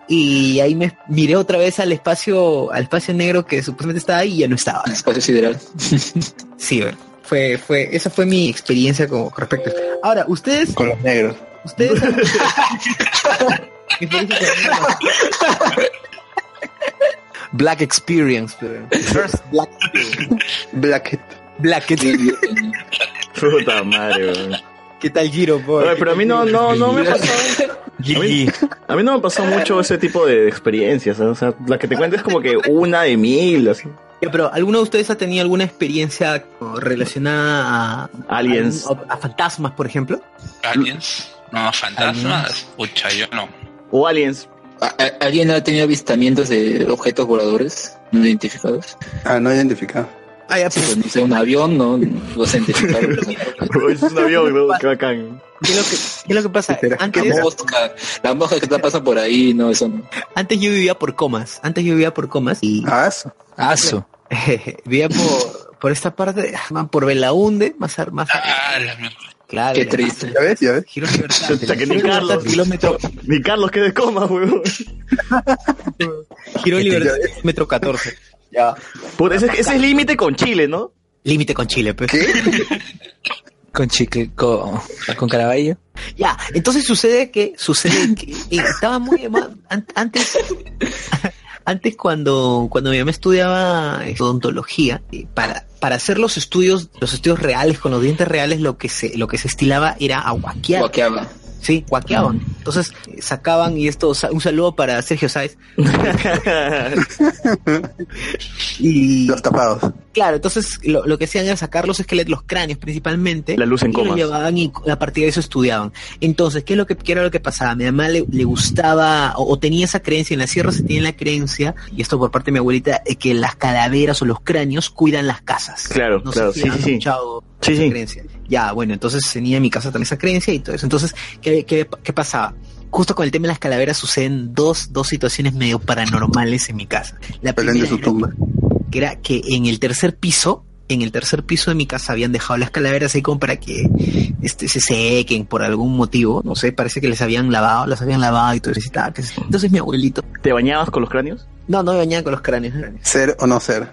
Speaker 4: Y ahí me miré otra vez al espacio, al espacio negro que supuestamente estaba ahí y ya no estaba.
Speaker 2: Espacio sideral.
Speaker 4: Sí, bueno, fue, fue, esa fue mi experiencia con con respecto. Ahora, ustedes,
Speaker 7: Con los negros.
Speaker 4: ustedes. Mi experiencia con- Black Experience, pero- First Black
Speaker 7: Blackhead.
Speaker 4: Black.
Speaker 1: Puta madre, weón.
Speaker 4: ¿Qué tal Giro, boy?
Speaker 1: Oye, pero a mí no, no, no me pasó. A mí, a mí no me pasó mucho ese tipo de experiencias. ¿eh? O sea, la que te cuento es como que una de mil, así.
Speaker 4: Ya, pero ¿alguno de ustedes ha tenido alguna experiencia relacionada a
Speaker 1: Aliens.
Speaker 4: a, a fantasmas, por ejemplo?
Speaker 8: ¿Aliens? No, fantasmas. Pucha, yo no.
Speaker 1: O aliens.
Speaker 2: ¿A- a- ¿Alguien ha tenido avistamientos de objetos voladores no identificados?
Speaker 7: Ah, no identificado.
Speaker 4: Ah, ya,
Speaker 2: Pues, no sé, un avión, no los identificaron.
Speaker 1: Es un avión, ¿no? Qué bacán.
Speaker 4: ¿Qué es lo que, qué es lo que pasa?
Speaker 7: Espera,
Speaker 4: Antes,
Speaker 2: La mosca, la mosca que está pasando por ahí, no, eso no.
Speaker 4: antes yo vivía por comas. Antes yo vivía por comas y
Speaker 7: Ah, eso.
Speaker 3: Aso.
Speaker 4: vivía por, por esta parte, ah, man, por Belaunde, más, ar- más ar-
Speaker 8: Ah, la mierda.
Speaker 4: claro.
Speaker 2: Qué
Speaker 4: ya.
Speaker 2: triste.
Speaker 7: ¿Ya ves? ¿Ya ves?
Speaker 4: Giro Libertad.
Speaker 1: O sea, que ni
Speaker 4: Giro Libertad,
Speaker 1: Carlos.
Speaker 4: kilómetro,
Speaker 1: Ni Carlos que de coma, weón.
Speaker 4: Giro Libertad, metro 14.
Speaker 1: Puta, ese, ese es límite con Chile, ¿no?
Speaker 4: Límite con Chile, pues.
Speaker 3: Con chicle, con, con caraballo.
Speaker 4: Ya, entonces sucede que, sucede que eh, estaba muy de ma- an- antes, antes cuando, cuando mi mamá estudiaba eh, odontología, eh, para, para hacer los estudios, los estudios reales, con los dientes reales, lo que se, lo que se estilaba era aguaquear.
Speaker 2: Guaqueaba.
Speaker 4: Sí, guaqueaban. Entonces eh, sacaban, y esto, sa- un saludo para Sergio Sáez. Y
Speaker 7: Los tapados.
Speaker 4: claro, entonces lo, lo que hacían era sacar los esqueletos, los cráneos principalmente.
Speaker 1: La luz en
Speaker 4: y lo
Speaker 1: comas.
Speaker 4: llevaban y a partir de eso estudiaban. Entonces, ¿qué es lo que qué era lo que pasaba? Mi mamá le, le gustaba o, o tenía esa creencia, en la sierra se tiene la creencia, y esto por parte de mi abuelita, eh, que las calaveras o los cráneos cuidan las casas.
Speaker 1: Claro,
Speaker 4: no
Speaker 1: claro,
Speaker 4: sé si
Speaker 1: sí,
Speaker 4: han
Speaker 1: sí, sí.
Speaker 4: escuchado
Speaker 1: Sí,
Speaker 4: esa
Speaker 1: sí.
Speaker 4: creencia. Ya, bueno, entonces tenía en mi casa también esa creencia y todo eso. Entonces, ¿qué, qué, qué pasaba? Justo con el tema de las calaveras suceden dos, dos situaciones medio paranormales en mi casa. La
Speaker 7: Pelén
Speaker 4: primera
Speaker 7: de su
Speaker 4: es la-
Speaker 7: tumba.
Speaker 4: que era que en el tercer piso, en el tercer piso de mi casa habían dejado las calaveras ahí como para que este, se sequen por algún motivo, no sé, parece que les habían lavado, las habían lavado y todo eso. y tal, que- Entonces mi abuelito,
Speaker 1: ¿Te bañabas con los cráneos?
Speaker 4: no, no me bañaba con los cráneos.
Speaker 7: Ser o no ser.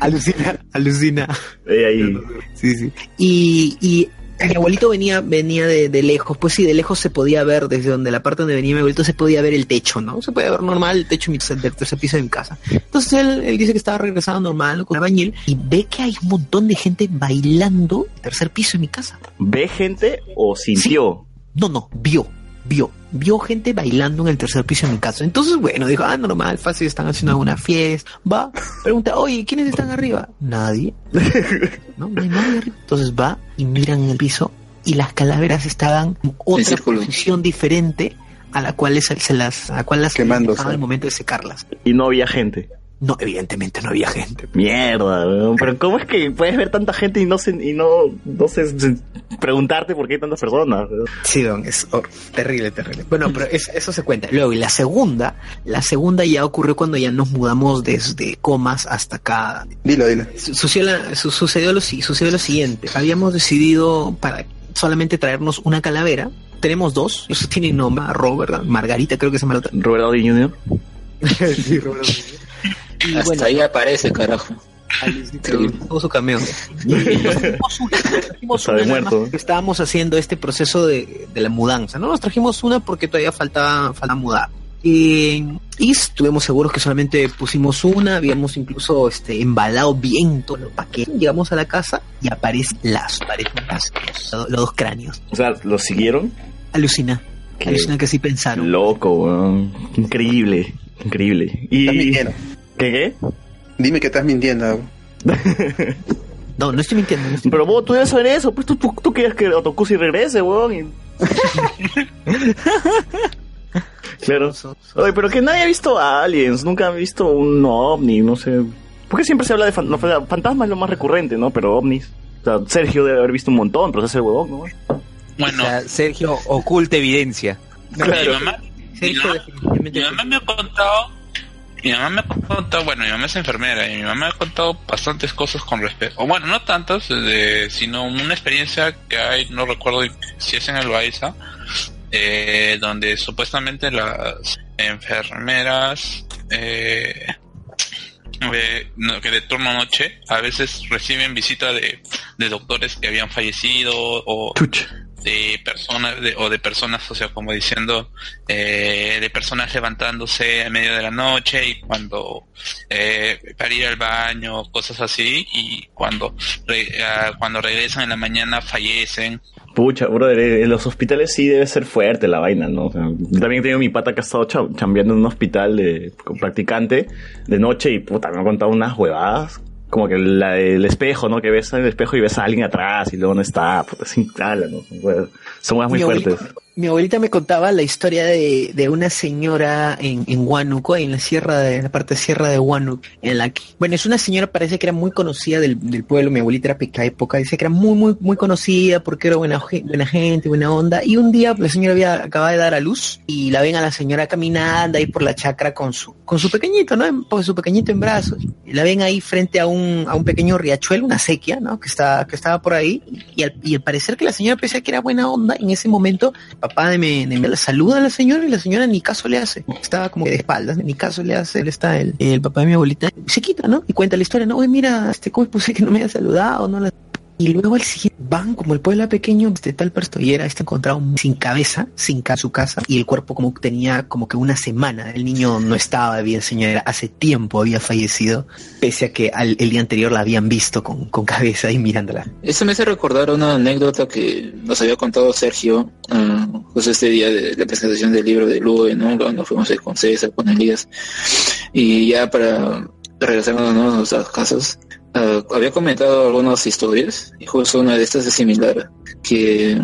Speaker 4: Alucina, alucina.
Speaker 1: Eh, ahí.
Speaker 4: Sí, sí. Y, y mi abuelito venía, venía de, de lejos, pues sí, de lejos se podía ver, desde donde la parte donde venía mi abuelito se podía ver el techo, ¿no? Se podía ver normal el techo de mi- del tercer piso de mi casa. Entonces él, él dice que estaba regresando normal con el bañil y ve que hay un montón de gente bailando en el tercer piso de mi casa.
Speaker 1: ¿Ve gente o sintió?
Speaker 4: No, no, vio, vio, vio gente bailando en el tercer piso de mi casa. Entonces, bueno, dijo, ah, normal, fácil, están haciendo alguna fiesta. Va, pregunta, oye, ¿quiénes están arriba? Nadie. No, no hay nadie arriba. Entonces va y miran en el piso y las calaveras estaban en otra
Speaker 2: círculo.
Speaker 4: posición diferente a la cual se, se las, a la cual las
Speaker 7: Quemándose.
Speaker 4: dejaba al momento de secarlas.
Speaker 1: Y no había gente.
Speaker 4: No, evidentemente no había gente.
Speaker 1: Mierda, weón. Pero ¿cómo es que puedes ver tanta gente y no se- y no, no sé, se- preguntarte por qué hay tantas personas? weón?
Speaker 4: Sí, don, es hor- terrible, terrible. Bueno, pero es- eso se cuenta. Luego, y la segunda, la segunda ya ocurrió cuando ya nos mudamos desde Comas hasta acá.
Speaker 7: Dilo, dilo.
Speaker 4: Su- Sucedió, la- su- sucedió, lo, si- sucedió lo siguiente. Habíamos decidido para solamente traernos una calavera. Tenemos dos. Eso tiene nombre, Robert, Margarita, creo que se llama la otra.
Speaker 1: Robert Downey Jr.
Speaker 4: Sí, Robert. Y
Speaker 2: Hasta
Speaker 4: bueno,
Speaker 2: ahí aparece, carajo. Increíble.
Speaker 4: Tuvo su cameo. Trajimos una, nos trajimos
Speaker 1: Está de
Speaker 4: una nada más
Speaker 1: muerto.
Speaker 4: porque Estábamos haciendo este proceso de, de la mudanza, ¿no? Nos trajimos una porque todavía faltaba, faltaba mudar. Eh, y estuvimos seguros que solamente pusimos una, habíamos incluso este, embalado bien todo los paquetes. Llegamos a la casa y aparecen las, aparecen las- los, los dos cráneos.
Speaker 1: O sea, ¿lo siguieron?
Speaker 4: Alucina,
Speaker 1: Qué
Speaker 4: alucina que sí pensaron.
Speaker 1: Loco, weón. Increíble. Increíble. Y...
Speaker 7: Estás mintiendo.
Speaker 1: ¿Qué
Speaker 7: Dime que estás mintiendo.
Speaker 1: qué?
Speaker 4: No, no estoy mintiendo. no estoy
Speaker 1: Pero vos, tú debes saber eso. Pues tú, tú, tú quieres que Otokusi regrese, weón. y- claro.
Speaker 4: mintiendo.
Speaker 1: Oye, pero que nadie ha visto aliens, nunca ha visto un ovni, no sé. Porque siempre se habla de fan- no, fantasma es lo más recurrente, ¿no? Pero ovnis. O sea, Sergio debe haber visto un montón, pero se hace el huevón, ¿no?
Speaker 8: Bueno,
Speaker 3: O sea, Sergio oculta evidencia.
Speaker 8: mi, mamá,
Speaker 4: se ha
Speaker 8: Mi
Speaker 4: visto
Speaker 8: mamá-
Speaker 4: definitivamente.
Speaker 8: Mi mamá me ha contado, mi mamá me ha contado, bueno, mi mamá es enfermera y mi mamá me ha contado bastantes cosas con respecto, o bueno, no tantas, de- sino una experiencia que hay, no recuerdo si es en el Baiza, eh, donde supuestamente las enfermeras eh, eh, no, que de turno noche a veces reciben visita de, de doctores que habían fallecido o de personas de- o de personas o sea como diciendo eh, de personas levantándose a medio de la noche y cuando eh, para ir al baño cosas así y cuando re- ah, cuando regresan en la mañana fallecen
Speaker 1: Pucha, brother, eh, en los hospitales sí debe ser fuerte la vaina, ¿no? O sea, yo también tengo mi pata que ha estado cha- chambeando en un hospital de como practicante de noche y puta, me ha contado unas huevadas. Como que la del espejo, ¿no? Que ves en el espejo y ves a alguien atrás y luego no está, puta, sin cala, ¿no? Son huevas- Son huevas muy
Speaker 4: Mi abuelita-
Speaker 1: fuertes.
Speaker 4: Mi abuelita me contaba la historia de, de una señora en, en Huánuco, en la sierra de en la parte de sierra de Huánuco, en la que, bueno, es una señora parece que era muy conocida del, del pueblo, mi abuelita era peca época, dice que era muy, muy, muy conocida porque era buena, ge- buena gente, buena onda, y un día la señora había acababa de dar a luz y la ven a la señora caminando ahí por la chacra con su, con su pequeñito, ¿no? En- Con su pequeñito en brazos, y la ven ahí frente a un, a un pequeño riachuelo, una sequía, ¿no? Que está, que estaba por ahí, y al, y al parecer que la señora pensaba que era buena onda, en ese momento papá de me, de me- la saluda a la señora y la señora ni caso le hace. Estaba como que de espaldas, ni caso le hace. Él está el, el papá de mi abuelita. Se quita, ¿no? Y cuenta la historia, ¿no? Oye, mira, este, ¿cómo es posible que no me haya saludado? No la... Y luego al siguiente van como el pueblo era pequeño, este tal perstollera está encontrado sin cabeza, sin ca su casa, y el cuerpo como que tenía como que una semana. El niño no estaba bien, señora, hace tiempo había fallecido, pese a que al- el día anterior la habían visto con, con cabeza y mirándola.
Speaker 2: Eso me hace recordar una anécdota que nos había contado Sergio ah, justo este día de la presentación del libro de Lube, ¿no? Cuando fuimos ahí con César, con Elías. Y ya para regresarnos ¿no? a nuestras casas, ah, había comentado algunas historias y justo una de estas es similar, que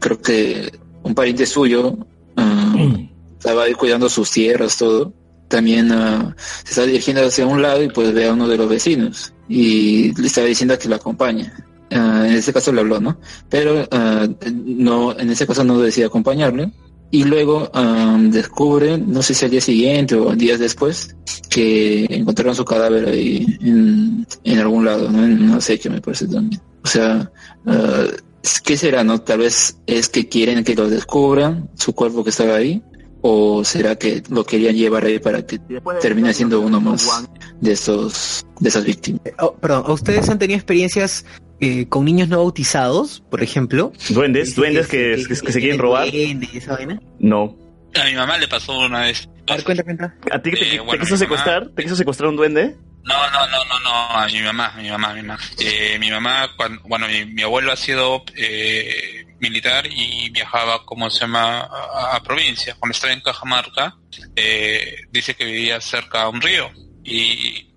Speaker 2: creo que un pariente suyo ah,
Speaker 4: Mm.
Speaker 2: estaba ahí cuidando sus tierras, todo. También ah, se está dirigiendo hacia un lado y pues ve a uno de los vecinos y le estaba diciendo que lo acompañe. Ah, en ese caso le habló, ¿no? Pero ah, no, en ese caso no decide acompañarle. Y luego ah, descubre, no sé si al día siguiente o días después, que encontraron su cadáver ahí en, en algún lado, ¿no? En una acequia, me parece también. O sea, ah, ¿qué será, no? Tal vez es que quieren que lo descubran, su cuerpo que estaba ahí, o será que lo querían llevar ahí para que termine siendo uno más de esos, de esas víctimas.
Speaker 4: Oh, perdón, ¿a ustedes han tenido experiencias eh, con niños no bautizados, por ejemplo?
Speaker 1: Duendes, duendes que, que- que se quieren robar.
Speaker 4: Duendes y esa vaina.
Speaker 1: No.
Speaker 8: a mi mamá le pasó una vez
Speaker 4: A ver, cuenta, cuenta.
Speaker 1: ¿A ti que te,
Speaker 8: Eh,
Speaker 1: te
Speaker 8: bueno,
Speaker 1: quiso
Speaker 8: mi mamá-
Speaker 1: secuestrar? ¿Te quiso secuestrar un duende?
Speaker 8: No, no, no, no, no, a mi mamá, mi mamá, mi mamá. Eh, mi mamá, cuando, bueno, mi, mi abuelo ha sido eh, militar y viajaba, como se llama?, a, a provincia. Cuando estaba en Cajamarca, eh, dice que vivía cerca a un río y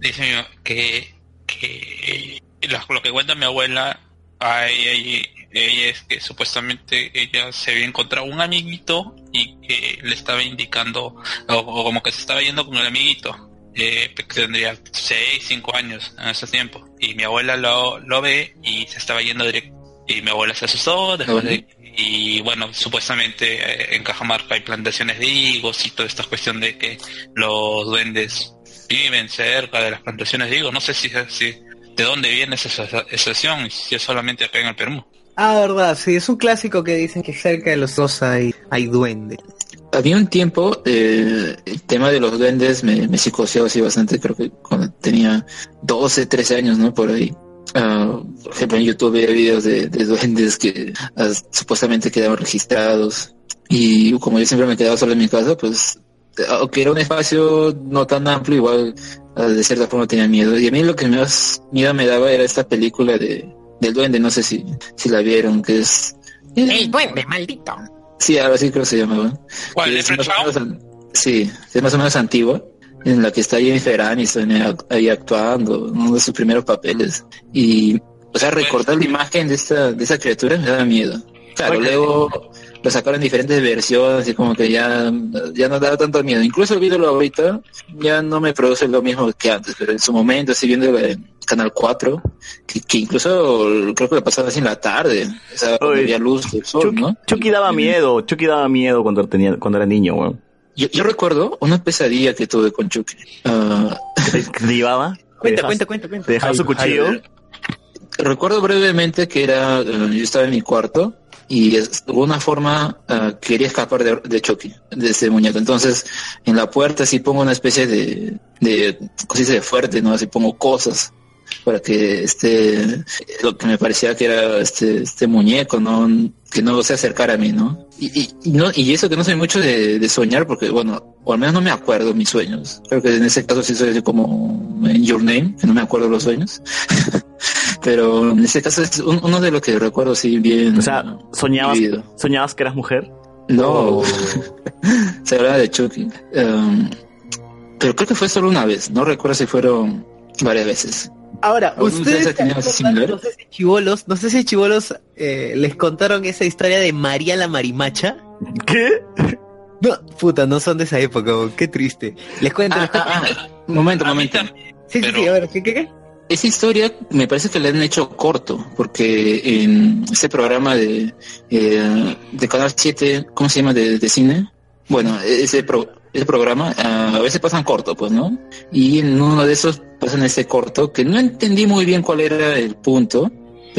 Speaker 8: dice mi ma- que, que la- lo que cuenta mi abuela, a ella, y- ella es que supuestamente ella se había encontrado un amiguito y que le estaba indicando, o- o como que se estaba yendo con el amiguito eh, que tendría 6, 5 años en ese tiempo. Y mi abuela lo, lo ve y se estaba yendo directo. Y mi abuela se asustó, dejó de- y bueno, supuestamente eh, en Cajamarca hay plantaciones de higos y toda esta cuestión de que los duendes viven cerca de las plantaciones de higos. No sé si, si de dónde viene esa aso- asociación, y si es solamente acá en el Perú.
Speaker 4: Ah, verdad, sí, es un clásico que dicen que cerca de los dos hay, hay duendes.
Speaker 2: Había un tiempo, eh, el tema de los duendes me, me psicoseó así bastante, creo que cuando tenía 12, 13 años, ¿no? Por ahí. Ah, por ejemplo, en YouTube había videos de, de duendes que ah, supuestamente quedaban registrados. Y como yo siempre me quedaba solo en mi casa, pues, aunque era un espacio no tan amplio, igual ah, de cierta forma tenía miedo. Y a mí lo que más miedo me daba era esta película de, del duende, no sé si, si la vieron, que es...
Speaker 4: El duende, maldito.
Speaker 2: Sí, ahora sí creo que se llamaba.
Speaker 8: ¿Cuál?
Speaker 2: Que
Speaker 8: ¿De
Speaker 2: es más o menos an- Sí, es más o menos antigua, en la que está Jennifer Aniston ahí ac- ahí actuando, en uno de sus primeros papeles. Y, o sea, recordar la imagen de esta, de esa criatura me daba miedo. Claro,
Speaker 1: Oye.
Speaker 2: luego lo sacaron en diferentes versiones y como que ya, ya no daba tanto miedo. Incluso viéndolo ahorita, ya no me produce lo mismo que antes, pero en su momento, así viendo en Canal 4, que, que incluso creo que lo pasaba así en la tarde, o sea, cuando
Speaker 1: Oye,
Speaker 2: había luz del sol,
Speaker 1: Chucky,
Speaker 2: ¿no?
Speaker 1: Chucky daba miedo, Chucky daba miedo cuando, tenía, cuando era niño, weón.
Speaker 2: Yo, yo recuerdo una pesadilla que tuve con Chucky. Ah,
Speaker 1: Te te llevaba, te
Speaker 4: Cuenta,
Speaker 1: dejaba-
Speaker 4: cuenta, cuenta, cuenta.
Speaker 1: te dejaba su cuchillo.
Speaker 2: recuerdo brevemente que era, eh, yo estaba en mi cuarto y es- de alguna forma ah, quería escapar de, de Chucky, de ese muñeco. Entonces, en la puerta sí pongo una especie de, de cosita de fuerte, ¿no? Así pongo cosas para que este, lo que me parecía que era este, este muñeco, ¿no? Que no se acercara a mí, ¿no? Y, y- y no, y eso que no soy mucho de, de soñar, porque bueno, o al menos no me acuerdo mis sueños. Creo que en ese caso sí soy así como en Your Name, que no me acuerdo los sueños. Pero en ese caso es un- uno de los que recuerdo sí bien.
Speaker 1: O sea, soñabas,
Speaker 2: vivido.
Speaker 1: soñabas que eras mujer.
Speaker 2: No, se hablaba de Chucky. Em, pero creo que fue solo una vez, no recuerdo si fueron varias veces.
Speaker 4: Ahora,
Speaker 2: ¿Alguno de ustedes
Speaker 4: ustedes
Speaker 2: ha tenido
Speaker 4: se
Speaker 2: asesinos
Speaker 4: acuerdan, no sé si chivolos, no sé si chivolos eh, les contaron esa historia de María la Marimacha.
Speaker 1: ¿Qué?
Speaker 4: No, puta, no son de esa época, weón, qué triste. Les cuento.
Speaker 2: Ah,
Speaker 4: les cuento.
Speaker 2: ah, ah, momento, momento.
Speaker 4: sí, sí, sí,
Speaker 8: pero-
Speaker 4: a ver, ¿qué, qué, qué?
Speaker 2: Esa historia me parece que la han hecho corto, porque en ese programa de, eh, de Canal 7, ¿cómo se llama? De, de cine. Bueno, ese, pro- ese programa ah, a veces pasan corto, pues, ¿no? Y en uno de esos pasan ese corto, que no entendí muy bien cuál era el punto,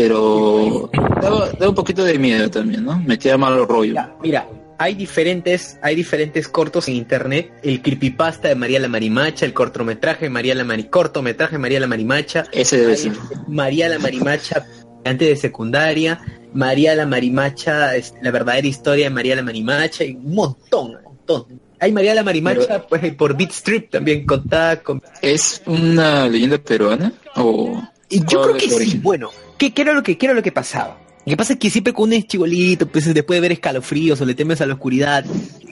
Speaker 2: pero daba, daba un poquito de miedo también, ¿no? Metía malo rollo.
Speaker 4: Mira, mira, hay diferentes, hay diferentes cortos en internet. El creepypasta de María la Marimacha, el cortometraje de María la Mari, cortometraje de María la Marimacha,
Speaker 2: Ese debe
Speaker 4: Ay,
Speaker 2: ser.
Speaker 4: María la Marimacha antes de secundaria, María la Marimacha, es la verdadera historia de María la Marimacha, y un montón, un montón. Hay María la Marimacha pues, por Beat Strip también contada con...
Speaker 2: ¿Es una leyenda peruana? ¿O
Speaker 4: Y yo
Speaker 2: cuál
Speaker 4: creo
Speaker 2: es
Speaker 4: que
Speaker 2: su
Speaker 4: sí,
Speaker 2: origen?
Speaker 4: bueno, ¿qué, qué era lo que, qué era lo que pasaba? Lo que pasa es que siempre con un chibolito, pues después de ver escalofríos o le temes a la oscuridad,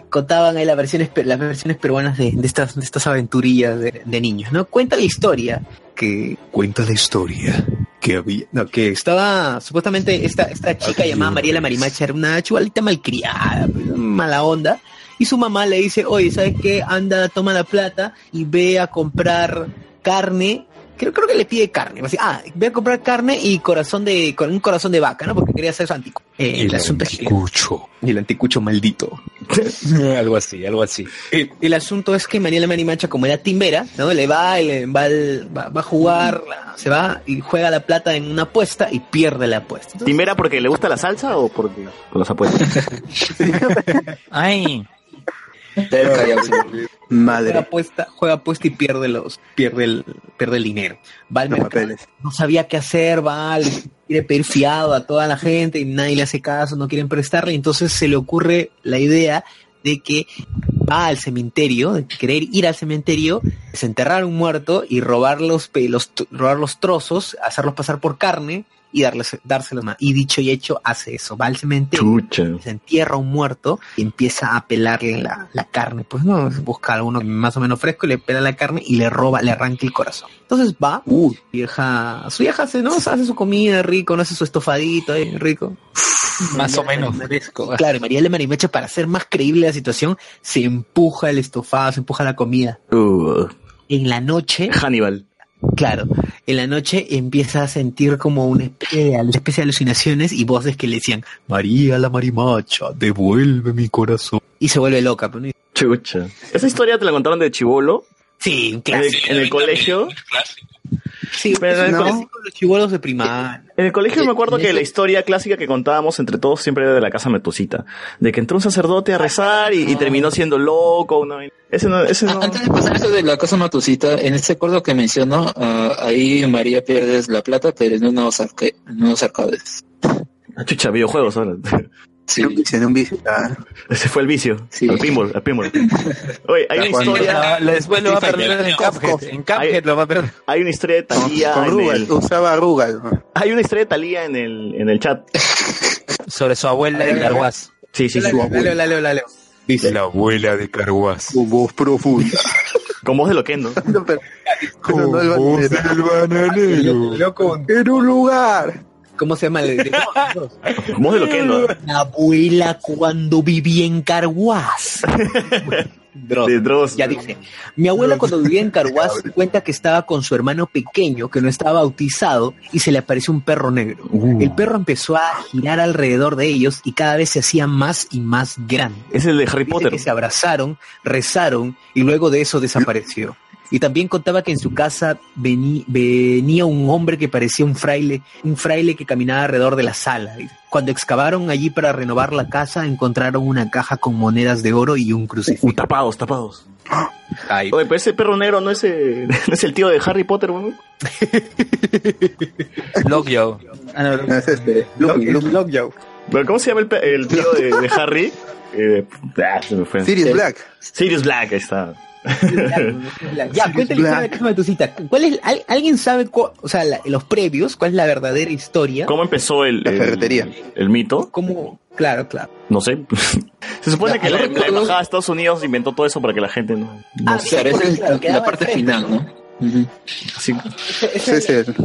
Speaker 4: contaban ahí las versiones, pe- las versiones peruanas de, de estas, de estas aventurillas de, de niños, ¿no? Cuenta la historia que
Speaker 12: Cuenta la historia que había.
Speaker 4: No, que estaba, supuestamente, esta, esta chica
Speaker 12: Ay,
Speaker 4: llamada
Speaker 12: Dios.
Speaker 4: Mariela Marimacha era una chubalita malcriada, pues, mala onda. Y su mamá le dice, oye, ¿sabes qué? Anda, toma la plata y ve a comprar carne. Creo, creo que le pide carne. Así, ah, ve a comprar carne y corazón de, con un corazón de vaca, ¿no? Porque quería hacer su antico. Eh, el,
Speaker 12: El
Speaker 4: asunto es que...
Speaker 12: anticucho.
Speaker 4: El anticucho maldito.
Speaker 12: algo así, algo así.
Speaker 4: El, el asunto es que Mariela Marimacha, como era timbera, ¿no? Le va, y le va, al- va, va a jugar, se va y juega la plata en una apuesta y pierde la apuesta. Entonces,
Speaker 1: ¿Timera porque le gusta la salsa o porque por las apuestas?
Speaker 3: Ay,
Speaker 2: Debe haber callado, sí.
Speaker 4: juega
Speaker 7: Madre,
Speaker 4: apuesta, juega apuesta y pierde los, pierde el, pierde el dinero. Va al
Speaker 7: los
Speaker 4: mercado,
Speaker 7: papeles.
Speaker 4: no sabía qué hacer, va, le quiere pedir fiado a toda la gente y nadie le hace caso, no quieren prestarle, entonces se le ocurre la idea de que va al cementerio, de querer ir al cementerio, desenterrar un muerto y robar los, pe- los tro- robar los trozos, hacerlos pasar por carne y darles, dárselos más. Y dicho y hecho, hace eso, va al cementerio
Speaker 1: Chucha.
Speaker 4: se entierra un muerto y empieza a pelarle la, la carne. Pues no, busca a uno más o menos fresco y le pela la carne y le roba, le arranca el corazón. Entonces va, vieja, su vieja hace, ¿no? O sea, hace su comida rico, no hace su estofadito ahí, rico.
Speaker 3: más o menos.
Speaker 4: Y Claro, y María Le Marimecha, para hacer más creíble la situación, se empuja el estofado, se empuja la comida.
Speaker 1: Uh,
Speaker 4: En la noche,
Speaker 1: Hannibal.
Speaker 4: claro, en la noche empieza a sentir como una especie de, una especie de alucinaciones y voces que le decían,
Speaker 12: María la marimacha, devuelve mi corazón.
Speaker 4: y se vuelve loca. pues, ¿no?
Speaker 1: Chucha. Esa historia te la contaron de chivolo.
Speaker 4: Sí, un
Speaker 1: En
Speaker 4: clásico.
Speaker 1: el, en el colegio.
Speaker 4: Sí,
Speaker 1: Pero
Speaker 4: pero
Speaker 1: en el
Speaker 4: no.
Speaker 1: colegio-
Speaker 4: los chibolos de primaria.
Speaker 1: En el colegio me acuerdo que la historia clásica que contábamos entre todos siempre era de la casa metosita. De que entró un sacerdote a rezar y, y terminó siendo loco. una vaina. Ese no, ese
Speaker 4: Ah,
Speaker 1: no.
Speaker 2: Ah, Antes de pasar eso de la casa Matusita, en este acuerdo que mencionó, ah, ahí María pierdes la plata, pero en unos, arca- en unos arcades.
Speaker 1: Ah, Chucha, videojuegos ahora.
Speaker 2: Sí.
Speaker 7: Un vicio, un vicio, ah.
Speaker 1: Ese fue el vicio.
Speaker 2: Sí.
Speaker 1: Al pinball, al pinball. Oye, hay una
Speaker 7: Está jugando.
Speaker 1: historia,
Speaker 3: Ah, Después lo va a perder en Cuphead. En Cuphead lo va a perder.
Speaker 1: hay una historia de Talía
Speaker 7: Con
Speaker 1: en
Speaker 7: Rugal,
Speaker 1: el,
Speaker 7: usaba Rugal. ¿no?
Speaker 1: hay una historia de Talía en el, en el chat.
Speaker 3: Sobre su abuela y Garguaz.
Speaker 1: Sí, sí, sí.
Speaker 4: La leo, la leo, la leo.
Speaker 12: Dice
Speaker 11: La abuela de Carguaz.
Speaker 12: Con voz profunda.
Speaker 1: Con voz de Loquendo.
Speaker 7: No, pero-
Speaker 12: Con
Speaker 7: no, no, el
Speaker 12: voz
Speaker 7: bananero.
Speaker 12: del bananero.
Speaker 7: En un lugar
Speaker 4: ¿Cómo se llama? De- de-
Speaker 1: Voz de Loquendo.
Speaker 4: La abuela cuando vivía en Carhuaz. Dross.
Speaker 1: De Dross.
Speaker 4: Pues Ya dije. Mi abuela cuando vivía en Carhuaz cuenta que estaba con su hermano pequeño que no estaba bautizado y se le apareció un perro negro. El perro empezó a girar alrededor de ellos y cada vez se hacía más y más grande.
Speaker 1: Es el de Harry
Speaker 4: Dice que se abrazaron, rezaron y luego de eso desapareció. Y también contaba que en su casa vení- venía un hombre que parecía un fraile, un fraile que caminaba alrededor de la sala. Cuando excavaron allí para renovar la casa, encontraron una caja con monedas de oro y un crucifijo.
Speaker 1: Uh, tapados, tapados. Oye, pero ese perro negro no es el, no es el tío de Harry Potter, weón.
Speaker 3: Lockjaw.
Speaker 7: No, es este. Luke- Luke-
Speaker 1: Pero ¿cómo se llama el, pe- el tío de, de Harry? Eh, ah, se me fue.
Speaker 7: Sirius Black.
Speaker 1: Sirius Black, ahí está.
Speaker 4: Ya, cuéntale la historia de tu cita. ¿Cuál es, al- ¿Alguien sabe, cu- o sea, la- los previos, cuál es la verdadera historia?
Speaker 1: ¿Cómo empezó el,
Speaker 7: La
Speaker 1: el-
Speaker 7: ferretería.
Speaker 1: el mito?
Speaker 4: ¿Cómo? Claro, claro.
Speaker 1: No sé. se supone
Speaker 4: Ya,
Speaker 1: que la,
Speaker 4: yo
Speaker 1: la
Speaker 4: recuerdo-
Speaker 1: embajada de Estados Unidos inventó todo eso para que la gente no... no
Speaker 4: Ah,
Speaker 1: sé.
Speaker 2: Claro, esa es
Speaker 4: Claro, quedaba
Speaker 2: la parte
Speaker 4: al frente,
Speaker 2: final, ¿no? Ujú.
Speaker 1: Sí.
Speaker 4: Ese- ese
Speaker 7: Ese es el-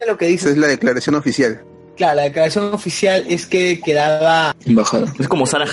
Speaker 4: es lo que dice.
Speaker 7: esa es la declaración oficial.
Speaker 4: Claro, la declaración oficial es que quedaba
Speaker 2: Embajada.
Speaker 1: Es como Sara,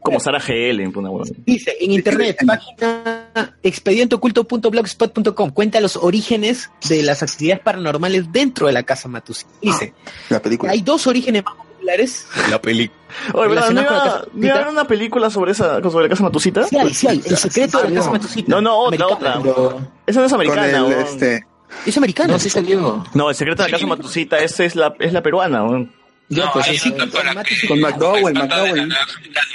Speaker 1: como Sara GL, una huevada.
Speaker 4: Dice en internet, página expedienteoculto.blogspot.com, cuenta los orígenes de las actividades paranormales dentro de la casa Matusí. Dice,
Speaker 7: La película.
Speaker 4: hay dos orígenes más populares.
Speaker 12: La película.
Speaker 1: Oye, ¿verdad? ¿No
Speaker 4: Relacionado con
Speaker 1: iba,
Speaker 4: la casa
Speaker 1: ¿no iba a haber una película sobre esa, sobre la casa Matusita?
Speaker 4: Sí hay, sí hay, el secreto de la casa Matusita.
Speaker 1: No, no, otra,
Speaker 4: Americana.
Speaker 1: otra.
Speaker 2: Pero
Speaker 1: Esa no es
Speaker 7: Con
Speaker 1: americana,
Speaker 7: el,
Speaker 1: huevón.
Speaker 7: este,
Speaker 4: Es americana.
Speaker 2: no, sí salió.
Speaker 1: No, el secreto de la casa Matusita, esa es la, es la peruana, huevón.
Speaker 2: Ya, pues
Speaker 8: hay
Speaker 2: así.
Speaker 8: otra para que-
Speaker 7: con McDowell,
Speaker 8: la espanta de
Speaker 7: McDowell.
Speaker 8: la naranja.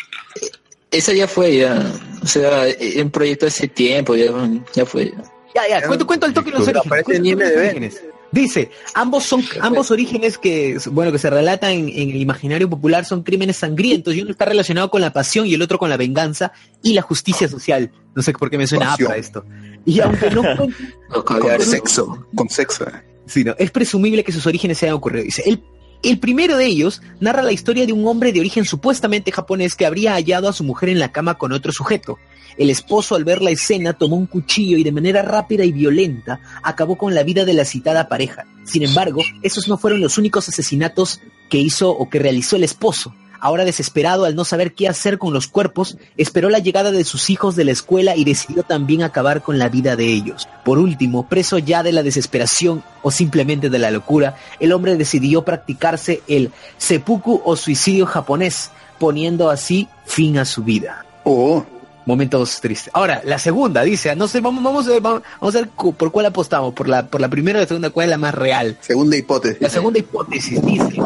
Speaker 2: Esa ya fue, ya. O sea, eh, un proyecto hace tiempo, ya, ya fue. ya.
Speaker 4: Ya, ya, cuento, cuento el toque los orígenes.
Speaker 7: Aparece en
Speaker 4: Cuento los
Speaker 7: IMDb.
Speaker 4: orígenes. Dice, ambos son, ambos orígenes que, bueno, que se relatan en, en el imaginario popular son crímenes sangrientos y uno está relacionado con la pasión y el otro con la venganza y la justicia social. No sé por qué me suena
Speaker 7: Pasión.
Speaker 4: APA esto. Y aunque no cuente
Speaker 2: O
Speaker 7: Con
Speaker 2: cagar,
Speaker 7: sexo. Con sexo.
Speaker 4: sino es presumible que sus orígenes se hayan ocurrido. Dice, el, el primero de ellos narra la historia de un hombre de origen supuestamente japonés que habría hallado a su mujer en la cama con otro sujeto. El esposo al ver la escena tomó un cuchillo y de manera rápida y violenta acabó con la vida de la citada pareja. Sin embargo, esos no fueron los únicos asesinatos que hizo o que realizó el esposo. Ahora desesperado al no saber qué hacer con los cuerpos, esperó la llegada de sus hijos de la escuela y decidió también acabar con la vida de ellos. Por último, preso ya de la desesperación o simplemente de la locura, el hombre decidió practicarse el seppuku o suicidio japonés, poniendo así fin a su vida.
Speaker 7: Oh,
Speaker 4: Momentos tristes. Ahora, la segunda, dice, no sé, vamos, vamos a ver, vamos, vamos a ver cu- por cuál apostamos, por la, por la primera o la segunda, cuál es la más real.
Speaker 7: segunda hipótesis.
Speaker 4: La segunda hipótesis dice,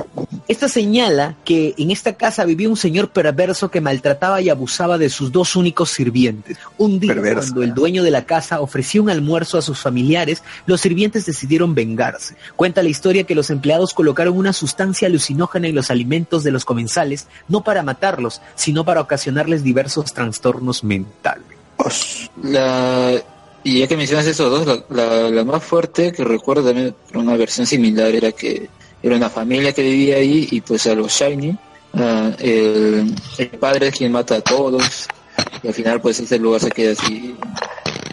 Speaker 4: esta señala que en esta casa vivía un señor perverso que maltrataba y abusaba de sus dos únicos sirvientes. Un día,
Speaker 7: Perverso.
Speaker 4: cuando el dueño de la casa ofrecía un almuerzo a sus familiares, los sirvientes decidieron vengarse. Cuenta la historia que los empleados colocaron una sustancia alucinógena en los alimentos de los comensales, no para matarlos, sino para ocasionarles diversos trastornos mentales.
Speaker 2: La, y ya que mencionas esos dos, la, la, la más fuerte que recuerdo también una versión similar era que era una familia que vivía ahí y pues a los Shiny, ah, el, el padre es quien mata a todos y al final pues ese lugar se queda así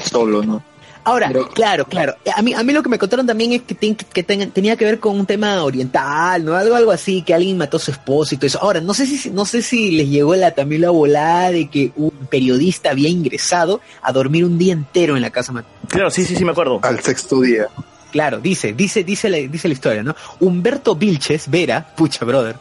Speaker 2: solo, ¿no?
Speaker 4: Ahora,
Speaker 2: Pero-
Speaker 4: claro, claro. A mí, a mí lo que me contaron también es que, ten- que ten- tenía que ver con un tema oriental, ¿no? Algo, algo así, que alguien mató a su esposo y todo eso. Ahora, no sé si, no sé si les llegó la, también la volada de que un periodista había ingresado a dormir un día entero en la casa mat-
Speaker 1: Claro, sí, sí, sí, me acuerdo.
Speaker 7: Al sexto día.
Speaker 4: Claro, dice, dice, dice la, dice la historia, ¿no? Humberto Vilches Vera, pucha brother.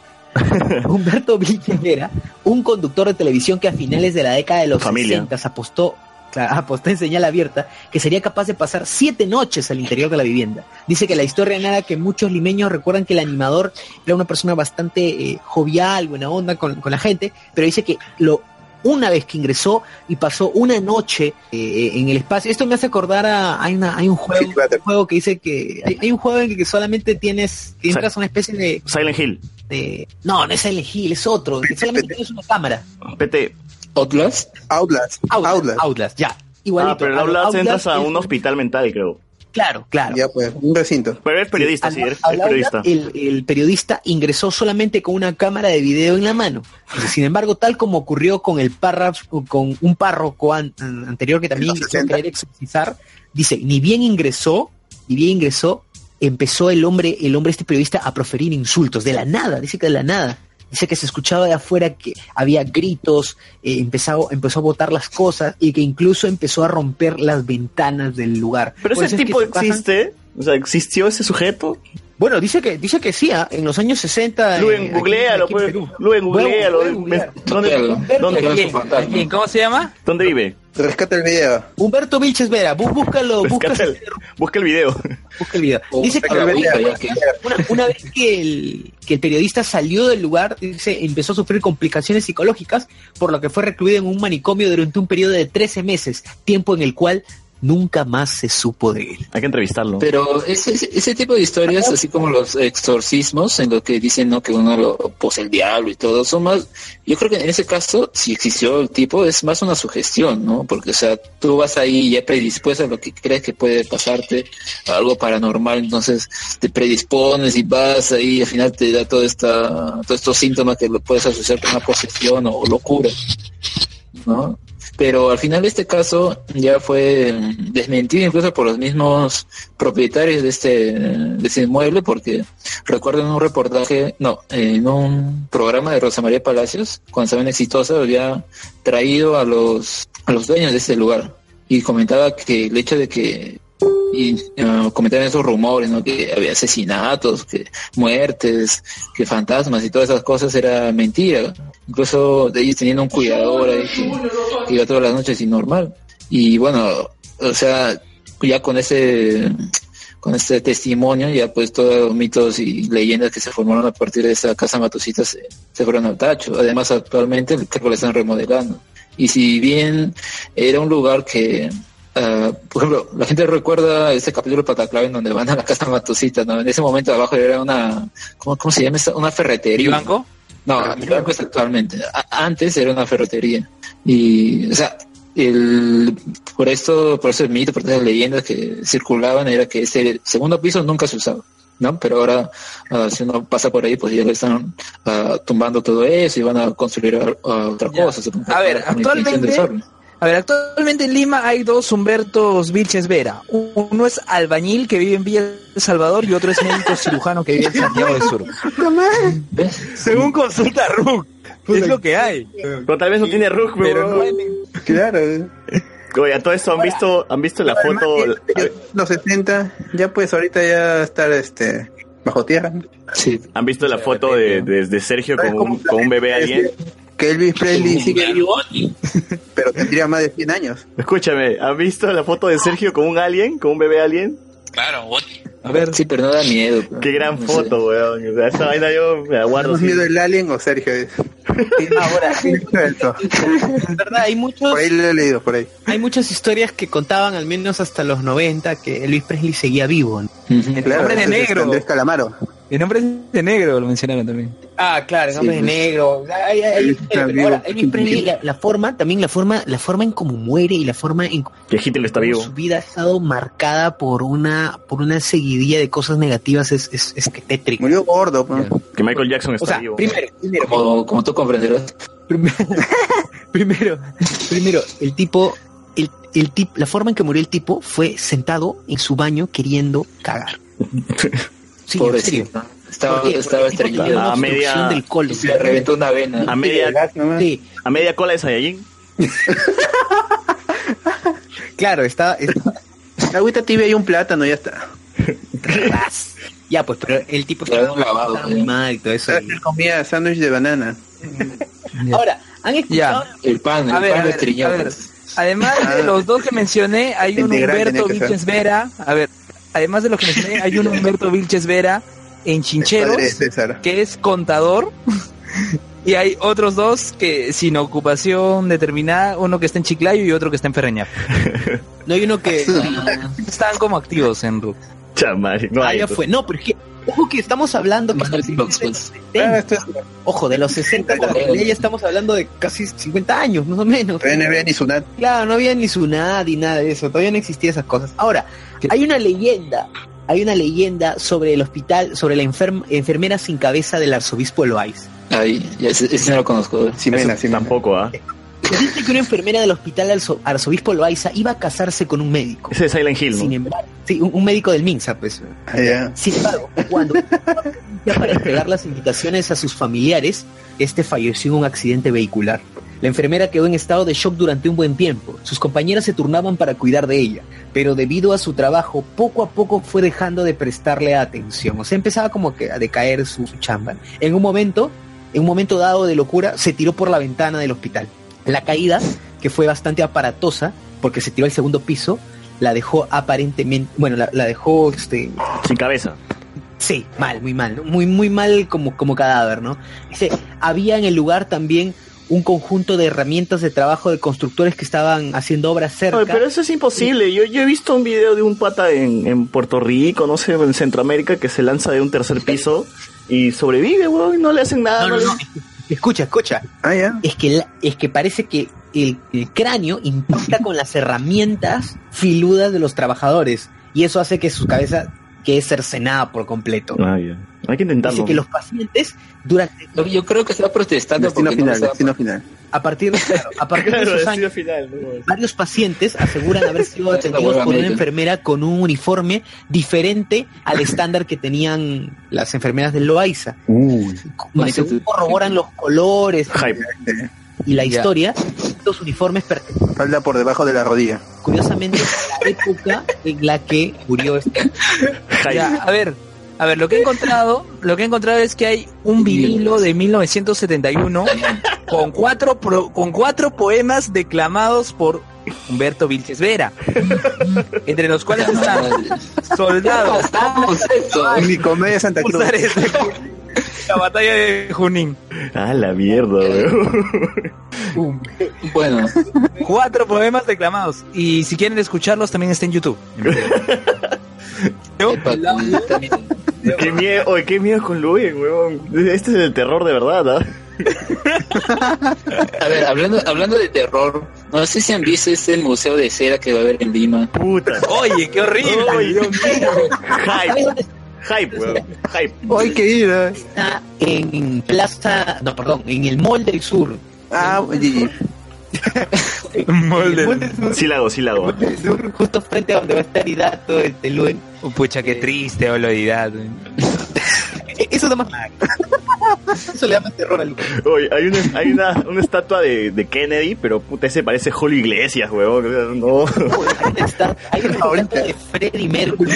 Speaker 4: Humberto Vilches Vera, un conductor de televisión que a finales de la década de los
Speaker 1: Familia.
Speaker 4: 60 apostó, claro, apostó en señal abierta que sería capaz de pasar siete noches al interior de la vivienda. Dice que la historia nada que muchos limeños recuerdan que el animador era una persona bastante eh, jovial, buena onda con, con la gente, pero dice que lo una vez que ingresó y pasó una noche eh, en el espacio, esto me hace acordar a hay, una, hay un juego
Speaker 7: Sí, claro.
Speaker 4: un este juego que dice que hay, hay un juego en el que solamente tienes que entras a una especie de,
Speaker 1: Silent Hill.
Speaker 4: de- no no es el Hill es otro que solamente tienes una cámara
Speaker 1: PT.
Speaker 2: Outlast,
Speaker 7: Outlast.
Speaker 4: Outlast,
Speaker 7: Outlast.
Speaker 4: Outlast, ya igualito
Speaker 1: Ah, pero en Outlast entras a un hospital mental, creo.
Speaker 4: claro claro
Speaker 7: Ya pues, un recinto.
Speaker 1: Pero es periodista,
Speaker 4: Al-
Speaker 1: sí, es,
Speaker 4: al
Speaker 1: es
Speaker 4: aula,
Speaker 1: periodista.
Speaker 4: El, el periodista ingresó solamente con una cámara de video en la mano. Sin embargo, tal como ocurrió con el párrafo, con un párroco an- anterior que también
Speaker 7: En los
Speaker 4: ingresó a
Speaker 7: 60.
Speaker 4: querer exorcizar, dice, ni bien ingresó, ni bien ingresó, empezó el hombre, el hombre este periodista a proferir insultos de la nada, dice que de la nada. Dice que se escuchaba de afuera que había gritos, eh, empezó, empezó a botar las cosas y que incluso empezó a romper las ventanas del lugar.
Speaker 1: Pero
Speaker 4: Por
Speaker 1: ese
Speaker 4: eso Pues es que
Speaker 1: tipo
Speaker 4: se pasan-
Speaker 1: existe. O sea, existió ese sujeto.
Speaker 4: Bueno, dice que, dice que sí, ah, en los años 60.
Speaker 1: Luen,
Speaker 4: eh,
Speaker 1: googlealo,
Speaker 4: aquí en
Speaker 1: pues.
Speaker 4: Perú.
Speaker 1: Luen,
Speaker 4: Voy a-
Speaker 1: googlealo.
Speaker 4: voy a googlear.
Speaker 1: Me- ¿Dónde,
Speaker 4: Humberto
Speaker 1: dónde-
Speaker 4: Vilches-
Speaker 3: ¿Quién? ¿Cómo se llama?
Speaker 1: dónde vive?
Speaker 7: Rescata el video.
Speaker 4: Humberto Vilches Vera, bú- búscalo, busca,
Speaker 1: Rescata el- busca el video.
Speaker 4: busca el video.
Speaker 2: Oh,
Speaker 4: Dice que
Speaker 7: Rescata el video.
Speaker 4: una, una vez que el, que el periodista salió del lugar, dice, empezó a sufrir complicaciones psicológicas, por lo que fue recluido en un manicomio durante un periodo de 13 meses, tiempo en el cual nunca más se supo de él.
Speaker 1: Hay que entrevistarlo.
Speaker 2: Pero ese, ese- ese tipo de historias, así como los exorcismos, en los que dicen no que uno lo posee el diablo y todo, son más, yo creo que en ese caso, si existió el tipo, es más una sugestión, ¿no? Porque, o sea, tú vas ahí ya predispuesto a lo que crees que puede pasarte, a algo paranormal, entonces te predispones y vas ahí y al final te da toda esta, todos estos síntomas que lo puedes asociar con una posesión o locura. ¿no? Pero al final este caso ya fue mm, desmentido incluso por los mismos propietarios de este, de este inmueble, porque recuerdo en un reportaje, no, en un programa de Rosa María Palacios, cuando estaba en Exitosa, había traído a los, a los dueños de este lugar y comentaba que el hecho de que y eh, comentaban esos rumores, ¿no? Que había asesinatos, que muertes, que fantasmas y todas esas cosas era mentira. Incluso de ellos teniendo un cuidador ahí que, que iba todas las noches y normal. Y bueno, o sea, ya con ese con este testimonio, ya pues todos los mitos y leyendas que se formaron a partir de esa casa matosita se, se fueron al tacho. Además, actualmente creo que la están remodelando. Y si bien era un lugar que, ah, por ejemplo, la gente recuerda ese capítulo de Pataclave en donde van a la casa matosita, ¿no? En ese momento abajo era una, ¿cómo, cómo se llama? esa? Una ferretería.
Speaker 3: ¿Vivanco?
Speaker 2: No, mi banco es actualmente. A- antes era una ferretería. Y, o sea, el, por esto, por ese mito, por esas leyendas que circulaban, era que ese segundo piso nunca se usaba, ¿no? Pero ahora, ah, si uno pasa por ahí, pues ya le están ah, tumbando todo eso y van a construir ah, otra cosa. supongo,
Speaker 3: A ver,
Speaker 2: con la intención de
Speaker 3: actualmente-
Speaker 2: usarlo.
Speaker 3: A ver, actualmente en Lima hay dos Humbertos Vilches Vera. Uno es albañil que vive en Villa El Salvador y otro es médico cirujano que vive en Santiago del Sur. Según consulta RUC, es lo que hay.
Speaker 1: Pero tal vez no tiene rug,
Speaker 3: Pero no hay
Speaker 7: Claro.
Speaker 1: Oye, a todo esto han visto, han visto la
Speaker 7: Además,
Speaker 1: foto.
Speaker 7: eh, eh, los 70, ya pues ahorita ya estar este bajo tierra. ¿no?
Speaker 2: Sí.
Speaker 1: ¿Han visto la foto de, de- de Sergio con un, con un bebé alien?
Speaker 7: Que Elvis Presley sigue vivo, pero tendría más de 100 años.
Speaker 1: Escúchame, ¿han visto la foto de Sergio con un alien? ¿Con un bebé alien?
Speaker 8: Claro, what?
Speaker 3: A ver,
Speaker 2: Sí, pero no da miedo. pero
Speaker 1: Qué gran
Speaker 2: no sé.
Speaker 1: foto, weón. O sea, esa vaina yo me la guardo.
Speaker 7: ¿Más
Speaker 1: sí.
Speaker 7: miedo el alien o Sergio?
Speaker 4: Ahora,
Speaker 7: Suelto.
Speaker 4: en verdad, hay muchos...
Speaker 7: Por ahí lo he leído, por ahí.
Speaker 4: Hay muchas historias que contaban, al menos hasta los 90, que Elvis Presley seguía vivo. ¿no?
Speaker 2: Ujú.
Speaker 3: El hombre de
Speaker 7: ese es
Speaker 3: negro.
Speaker 7: Andrés Calamaro.
Speaker 3: el nombre es de negro, lo mencionaron también.
Speaker 4: Ah, claro,
Speaker 2: hombre de
Speaker 4: negro.
Speaker 7: Está vivo.
Speaker 4: Ahora, Elvis Presley, la, la forma, también la forma, la forma en cómo muere y la forma en
Speaker 1: Que Hitler está vivo.
Speaker 4: Su vida ha estado marcada por una, por una seguidilla de cosas negativas, es, es, es que tétrico.
Speaker 7: Murió gordo. pues.
Speaker 1: Que Michael Jackson
Speaker 4: O
Speaker 1: está
Speaker 4: sea,
Speaker 1: vivo.
Speaker 4: primero, primero,
Speaker 2: Como, como tú comprenderás.
Speaker 4: primero, primero, el tipo, el, el tip, la forma en que murió el tipo fue sentado en su baño queriendo cagar. Sí, en serio.
Speaker 2: Pobrecito. Estaba,
Speaker 4: ¿Por qué?
Speaker 2: estaba
Speaker 4: Porque el tipo tenía
Speaker 2: estreñido.
Speaker 1: A
Speaker 4: una
Speaker 1: media-
Speaker 4: obstrucción del
Speaker 2: Y
Speaker 4: colon.
Speaker 2: Se le reventó una vena.
Speaker 1: A media,
Speaker 4: Sí,
Speaker 1: a media cola de Saiyajin.
Speaker 4: claro, está, está-
Speaker 7: Agüita tibia y un plátano, ya está.
Speaker 4: ya pues, pero el tipo
Speaker 2: Le
Speaker 4: estaba
Speaker 2: dan un lavado,
Speaker 4: estaba
Speaker 2: ¿no?
Speaker 4: muy mal y todo eso. y-
Speaker 7: Él comía sándwich de banana.
Speaker 4: Ahora, han escuchado
Speaker 2: El pan, el
Speaker 3: A ver,
Speaker 2: pan
Speaker 3: a
Speaker 2: lo
Speaker 3: ver,
Speaker 2: estriñó,
Speaker 3: a ver.
Speaker 2: pues.
Speaker 3: Además de los dos que mencioné, hay
Speaker 7: El
Speaker 3: un
Speaker 7: de gran
Speaker 3: Humberto
Speaker 7: tenía que ser.
Speaker 3: Vilches Vera. A ver, además de los que mencioné, hay un Humberto Vilches Vera en Chincheros,
Speaker 7: Padre de César.
Speaker 3: que es contador. Y hay otros dos que sin ocupación determinada, uno que está en Chiclayo y otro que está en Ferreña.
Speaker 4: No hay uno que.
Speaker 3: Están como activos en RUC.
Speaker 1: Chamari, no
Speaker 4: Ah,
Speaker 1: hay.
Speaker 4: ya fue. No, pero es que. Ojo que estamos hablando. Que
Speaker 2: Más Xbox, pues.
Speaker 7: Claro, Ah, esto es
Speaker 4: Ojo, de los 60 a la actualidad ya estamos hablando de casi 50 años, más o menos.
Speaker 7: PNB y Sunat.
Speaker 4: Claro, no había ni Tsunami ni nada de eso. Todavía no existían esas cosas. Ahora,
Speaker 3: ¿Qué?
Speaker 4: hay una leyenda. Hay una leyenda sobre el hospital, sobre la enferm- enfermera sin cabeza del arzobispo Loaiz.
Speaker 2: Ahí, Ah, ya, ese, ese no lo conozco.
Speaker 7: Simena,
Speaker 1: Eso
Speaker 7: Simena.
Speaker 1: Tampoco, ¿ah?
Speaker 4: Dice que una enfermera del hospital Arzo- arzobispo Loaiza iba a casarse con un médico.
Speaker 1: Ese es Silent Hill, ¿no?
Speaker 4: Sin embargo, sí, un, un médico del Minsa, pues.
Speaker 7: Ah,
Speaker 4: Sin embargo, cuando ya para entregar las invitaciones a sus familiares, este falleció en un accidente vehicular. La enfermera quedó en estado de shock durante un buen tiempo. Sus compañeras se turnaban para cuidar de ella, pero debido a su trabajo, poco a poco fue dejando de prestarle atención. O sea, empezaba como que a decaer su, su chamba. En un momento, en un momento dado de locura, se tiró por la ventana del hospital. La caída, que fue bastante aparatosa, porque se tiró al segundo piso, la dejó aparentemente, bueno, la, la dejó este,
Speaker 1: Sin cabeza.
Speaker 4: Sí, mal, muy mal, ¿no? muy muy mal como, como cadáver, ¿no? Dice, había en el lugar también un conjunto de herramientas de trabajo de constructores que estaban haciendo obras cerca.
Speaker 1: Ay, pero eso es imposible. Yo, yo he visto un video de un pata en, en Puerto Rico, no sé, en Centroamérica, que se lanza de un tercer piso y sobrevive, weón, y no le hacen nada.
Speaker 4: No, no,
Speaker 1: le-
Speaker 4: no. Escucha, escucha.
Speaker 7: Ah,
Speaker 4: Es que la- es que parece que el, el cráneo impacta con las herramientas filudas de los trabajadores y eso hace que su cabeza quede cercenada por completo.
Speaker 1: Ah, ya. Hay que intentarlo.
Speaker 4: Dice que los pacientes durante
Speaker 2: Yo creo que estaba protestando
Speaker 4: Destino
Speaker 2: porque no
Speaker 4: final,
Speaker 2: estaba-
Speaker 4: destino a partir de, claro, a partir de
Speaker 1: Claro,
Speaker 4: esos
Speaker 1: ha
Speaker 4: años
Speaker 1: sido final, ¿no?
Speaker 4: Varios pacientes aseguran haber sido
Speaker 2: Esta
Speaker 4: atendidos
Speaker 2: hueva
Speaker 4: por una
Speaker 2: médica.
Speaker 4: enfermera con un uniforme diferente al estándar que tenían las enfermeras de Loaiza.
Speaker 11: Uy.
Speaker 4: Más según corroboran los colores y la historia, estos uniformes pertenecen
Speaker 7: Falda por debajo de la rodilla.
Speaker 4: curiosamente a la época en la que murió este.
Speaker 3: Ya, a ver, a ver, lo que he encontrado, lo que he encontrado es que hay un vinilo de 1971 con cuatro pro- con cuatro poemas declamados por Humberto Vilches Vera, entre los cuales están soldados.
Speaker 7: Mi comedia de Santa Cruz.
Speaker 3: Usar ese- La batalla de Junín.
Speaker 1: Ah, la mierda, weón.
Speaker 2: Bueno,
Speaker 3: Cuatro poemas declamados. Y si quieren escucharlos, también está en YouTube. Yo,
Speaker 1: qué miedo, oye, qué miedo con Luis, weón. Este es el terror de verdad, ¿ah?
Speaker 2: a ver, hablando, hablando de terror, no sé si han visto este museo de cera que va a haber en Lima.
Speaker 1: Puta.
Speaker 3: Oye, qué horrible.
Speaker 1: Ay, Dios mío.
Speaker 4: ¿Sabes
Speaker 1: Hype,
Speaker 4: dónde
Speaker 1: hype, weón. Hype.
Speaker 7: Hoy que ir. eh.
Speaker 4: está? En Plaza, no, perdón, en el Mall del Sur.
Speaker 7: Ah, GG.
Speaker 4: En el Mall
Speaker 3: Molde.
Speaker 4: del Sur,
Speaker 1: Sí la hago, sí la hago.
Speaker 4: del Sur, justo frente a donde va a estar Hidato, este Luen.
Speaker 3: Pucha, qué triste, olvidad.
Speaker 4: E-, Eso da más. Eso le da más terror al
Speaker 1: Oye, hay una, hay una, una estatua de, de Kennedy, pero puta, ese parece Julio Iglesias, weón. O sea, No.
Speaker 4: Hay una esta- hay una estatua de Freddie Mercury.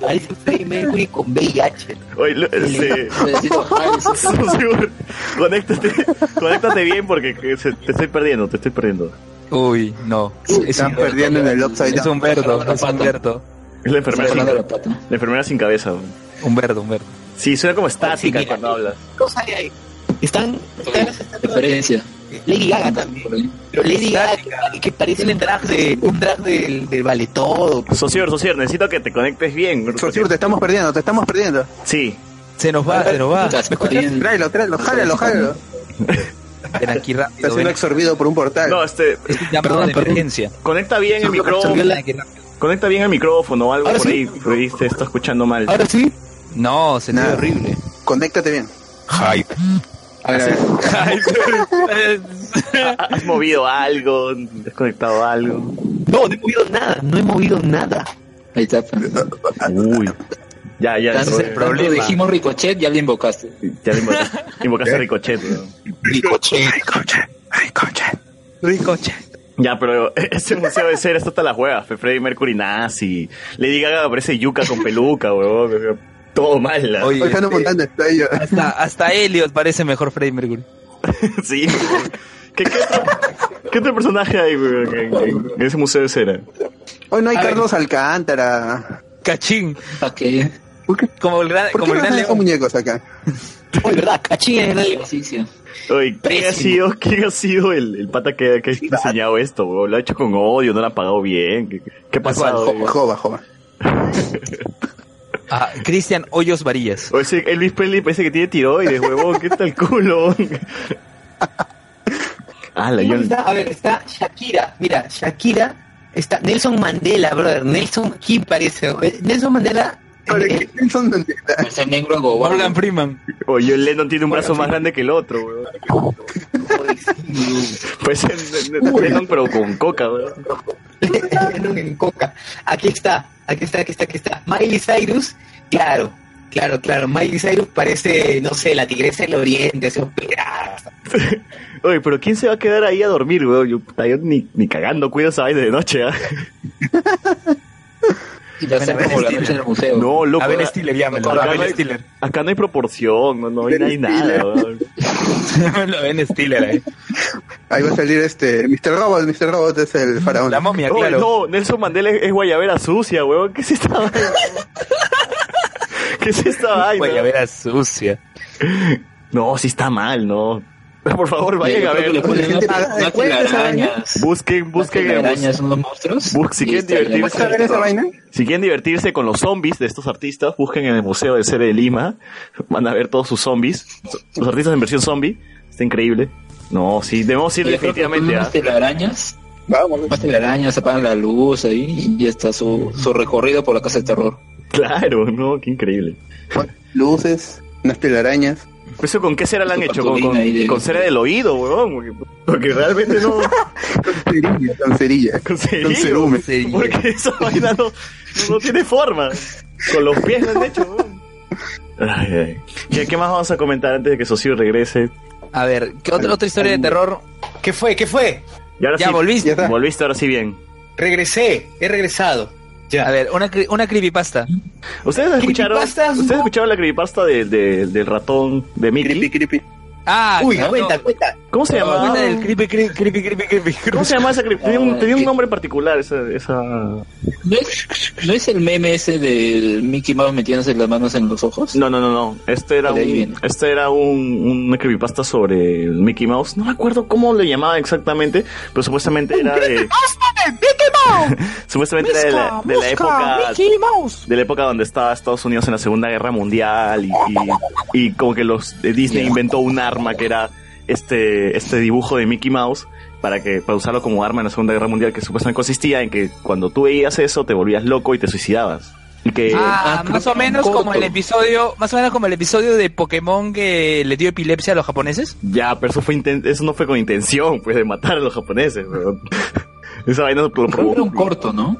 Speaker 4: Parece Freddie Mercury con VIH.
Speaker 1: Oye, lo- este, se- Susur, conéctate, conéctate bien porque que se- te estoy perdiendo, te estoy perdiendo.
Speaker 3: Uy, no. Es
Speaker 7: Están
Speaker 3: un,
Speaker 7: perdiendo en el upside
Speaker 3: es
Speaker 7: down.
Speaker 3: Humberto, es Humberto.
Speaker 1: Es la enfermera, sin,
Speaker 2: Fernando
Speaker 1: la
Speaker 2: la pata.
Speaker 1: enfermera sin cabeza. weón.
Speaker 3: Humberto, Humberto.
Speaker 1: Sí, suena como estática
Speaker 4: mira.
Speaker 1: cuando hablas.
Speaker 4: Cosa hay ahí. Están, están las estatuas de
Speaker 2: Referencia.
Speaker 4: Lady Gaga
Speaker 3: Ah,
Speaker 4: también. Pero Lady Gaga que, que parece un drag de un drag del, del vale todo.
Speaker 1: Socior, Socior, necesito que te conectes bien.
Speaker 7: Sosur, te estamos perdiendo, te estamos perdiendo.
Speaker 1: Sí,
Speaker 3: Se nos va, se nos va.
Speaker 2: Gasparín.
Speaker 7: Tráelo, tráelo, jálalo, jálalo.
Speaker 3: Ven aquí
Speaker 7: Está
Speaker 3: rápido.
Speaker 7: siendo
Speaker 3: Ven.
Speaker 7: absorbido por un portal.
Speaker 1: no, este,
Speaker 3: Es un llamado de emergencia.
Speaker 1: conecta bien el micrófono,
Speaker 3: Ven aquí rápido.
Speaker 1: conecta bien el micrófono o algo
Speaker 4: Ahora
Speaker 1: por
Speaker 4: sí.
Speaker 1: ahí, por ahí te está escuchando mal.
Speaker 4: Ahora sí.
Speaker 3: No, se te
Speaker 7: ¿Ah, Nada.
Speaker 3: ve horrible.
Speaker 7: Conéctate bien.
Speaker 2: A
Speaker 3: Ah,
Speaker 2: ver, a ver.
Speaker 1: Ha- Has movido algo, has conectado algo.
Speaker 4: No, no he movido nada. No he movido nada.
Speaker 2: Ahí está. pues.
Speaker 1: Uy. Ya, ya,
Speaker 2: Tanto,
Speaker 1: ya,
Speaker 2: tanto dijimos Ricochet, ya le invocaste.
Speaker 1: ya le invocaste, invocaste a Ricochet. weón.
Speaker 3: Ricoche.
Speaker 1: Ya, pero este museo de ser esto hasta las huevas. Fe- Freddie Mercury nazi. Lady Gaga parece yuca con peluca, weón. Todo mal. la-
Speaker 3: Oye,
Speaker 7: Hoy están montando el playo.
Speaker 3: hasta, hasta Elliot parece mejor Freddie Mercury.
Speaker 1: Sí. ¿Qué, qué, otro, qué otro personaje hay, weón, en, en- en ese museo de cera?
Speaker 7: Hoy no hay Carlos Alcántara.
Speaker 3: Cachín.
Speaker 2: ¿Para qué?
Speaker 7: ¿Por qué,
Speaker 3: Como el gran,
Speaker 7: por qué
Speaker 3: como el
Speaker 7: no
Speaker 3: gran
Speaker 7: están esos
Speaker 3: león.
Speaker 7: muñecos acá?
Speaker 4: Uy, verdad, cachín es el-
Speaker 2: Ejercicio.
Speaker 1: Oye, ¿quién ha sido, quién ha sido el, el pata que, que ha diseñado esto, weón? Lo ha hecho con odio, no lo ha pagado bien. ¿Qué, qué ha pasado? weón?
Speaker 7: Jova, jova.
Speaker 3: Ah, Cristian Hoyos Varillas.
Speaker 1: O ese Elvis Presley parece que tiene tiroides, huevón. ¿Qué tal culo? Ah, la yo...
Speaker 4: Está- a ver, está Shakira. Mira, Shakira. Está Nelson Mandela, brother. Nelson aquí parece. Eh, Nelson Mandela. eh, eh,
Speaker 7: Nelson Mandela. Oh,
Speaker 2: Parece negro gobardo.
Speaker 3: Morgan Freeman.
Speaker 1: O John Lennon tiene un brazo más grande que el otro, huevón. Pues en, en- en Lennon, pero con coca, weón.
Speaker 4: en coca. Aquí está, aquí está, aquí está, aquí está. Miley Cyrus, claro, claro, claro. Miley Cyrus parece, no sé, la tigresa del oriente, así, pirata.
Speaker 1: Oye, pero ¿quién se va a quedar ahí a dormir, weón? Yo, puta, yo ni, ni cagando cuido esa vaina de noche, ¿ah?
Speaker 2: Ya sea como la noche en el museo.
Speaker 1: No, loco.
Speaker 2: A Ben
Speaker 1: acá-
Speaker 2: Stiller, llámalo,
Speaker 1: Acá,
Speaker 2: a Ben
Speaker 1: no hay,
Speaker 2: Stiller.
Speaker 1: acá no hay proporción, no, no hay,
Speaker 7: Ben
Speaker 1: no hay nada,
Speaker 7: Stiller.
Speaker 1: weón.
Speaker 3: Lo ven eh. Stiller ahí.
Speaker 7: Ahí va a salir este Mr. Robot, Mr. Robot es el faraón. La
Speaker 3: momia,
Speaker 1: Oye, No, Nelson Mandela es, es guayabera sucia, weón. ¿Qué es esta vaina? ¿Qué es esta vaina?
Speaker 3: Guayabera sucia.
Speaker 1: No, sí está mal, no. Por favor, vayan
Speaker 2: Eh, Yo
Speaker 1: a
Speaker 2: creo que le
Speaker 1: ver.
Speaker 2: ponen una-
Speaker 7: Ah,
Speaker 2: una
Speaker 7: ¿cuál es esa
Speaker 2: telaraña.
Speaker 1: Busquen, busquen.
Speaker 2: Unas
Speaker 1: en-
Speaker 2: telarañas, unos monstruos.
Speaker 1: Bus- si
Speaker 2: Y
Speaker 1: quieren
Speaker 2: este, está bien,
Speaker 1: divertirse.
Speaker 2: ¿vas a ver esa vaina?
Speaker 1: Si quieren divertirse con los zombies de estos artistas, busquen en el Museo del Cere de Lima. Van a ver todos sus zombies. Los artistas en versión zombie. Está increíble. No, sí, debemos ir
Speaker 2: Y yo creo que este-
Speaker 1: definitivamente ah.
Speaker 2: unas
Speaker 1: a.
Speaker 2: telarañas. Unas telarañas, apagan la luz ahí y está su, su recorrido por la casa del terror.
Speaker 1: Claro, no, qué increíble.
Speaker 7: Luces, unas telarañas.
Speaker 1: Pues eso, ¿con qué cera la han
Speaker 2: Su
Speaker 1: hecho? Con, con,
Speaker 2: cartulina ahí de-
Speaker 1: con cera del oído, weón. Porque, porque realmente no.
Speaker 7: Cerilla, con cerilla.
Speaker 1: Con cerillo.
Speaker 7: Con cerumen.
Speaker 1: Porque esa vaina no, no tiene forma. Con los pies lo han hecho, weón. Ay, ay. ¿Qué, qué más vamos a comentar antes de que Socio regrese?
Speaker 3: A ver, ¿qué otra, otra historia de terror?
Speaker 4: ¿Qué fue? ¿Qué fue?
Speaker 1: Y ahora
Speaker 3: Ya
Speaker 1: sí,
Speaker 3: volviste.
Speaker 7: Ya está.
Speaker 1: Volviste ahora sí bien.
Speaker 4: Regresé, he regresado.
Speaker 3: A ver, una, cre- una creepypasta.
Speaker 1: ¿Ustedes escucharon,
Speaker 4: Creepypastas,
Speaker 1: ¿ustedes
Speaker 4: ¿no?
Speaker 1: escucharon la creepypasta de- de- del ratón de
Speaker 7: Creepy,
Speaker 1: Mickey?
Speaker 7: creepy.
Speaker 3: Ah,
Speaker 4: Uy,
Speaker 3: no,
Speaker 4: cuenta,
Speaker 3: no.
Speaker 4: cuenta.
Speaker 1: ¿Cómo se
Speaker 3: No,
Speaker 1: llamaba?
Speaker 3: cuenta Ah, del creepy, creepy, creepy, creepy, creepy, creepy.
Speaker 1: ¿Cómo se llamaba esa creepy? Tenía un, tenía un nombre particular esa... esa...
Speaker 2: ¿No es, ¿No es el meme ese del Mickey Mouse metiéndose las manos en los ojos?
Speaker 1: No, no, no, no. Este era
Speaker 2: De ahí
Speaker 1: un,
Speaker 2: viene.
Speaker 1: este era un, una creepypasta sobre el Mickey Mouse. No me acuerdo cómo le llamaba exactamente, pero supuestamente era de... Supuestamente era de la, de la época... De la época donde estaba Estados Unidos en la Segunda Guerra Mundial y, y, y como que los eh, Disney inventó un arma que era este, este dibujo de Mickey Mouse para que para usarlo como arma en la Segunda Guerra Mundial que supuestamente consistía en que cuando tú veías eso te volvías loco y te suicidabas. Y que
Speaker 3: Ah, más o menos como el episodio, más o menos como el episodio de Pokémon que le dio epilepsia a los japoneses.
Speaker 1: Ya, pero eso, fue inten- eso no fue con intención, pues, de matar a los japoneses, weón. Esa vaina lo
Speaker 2: Era un
Speaker 1: provocó.
Speaker 2: corto, ¿no?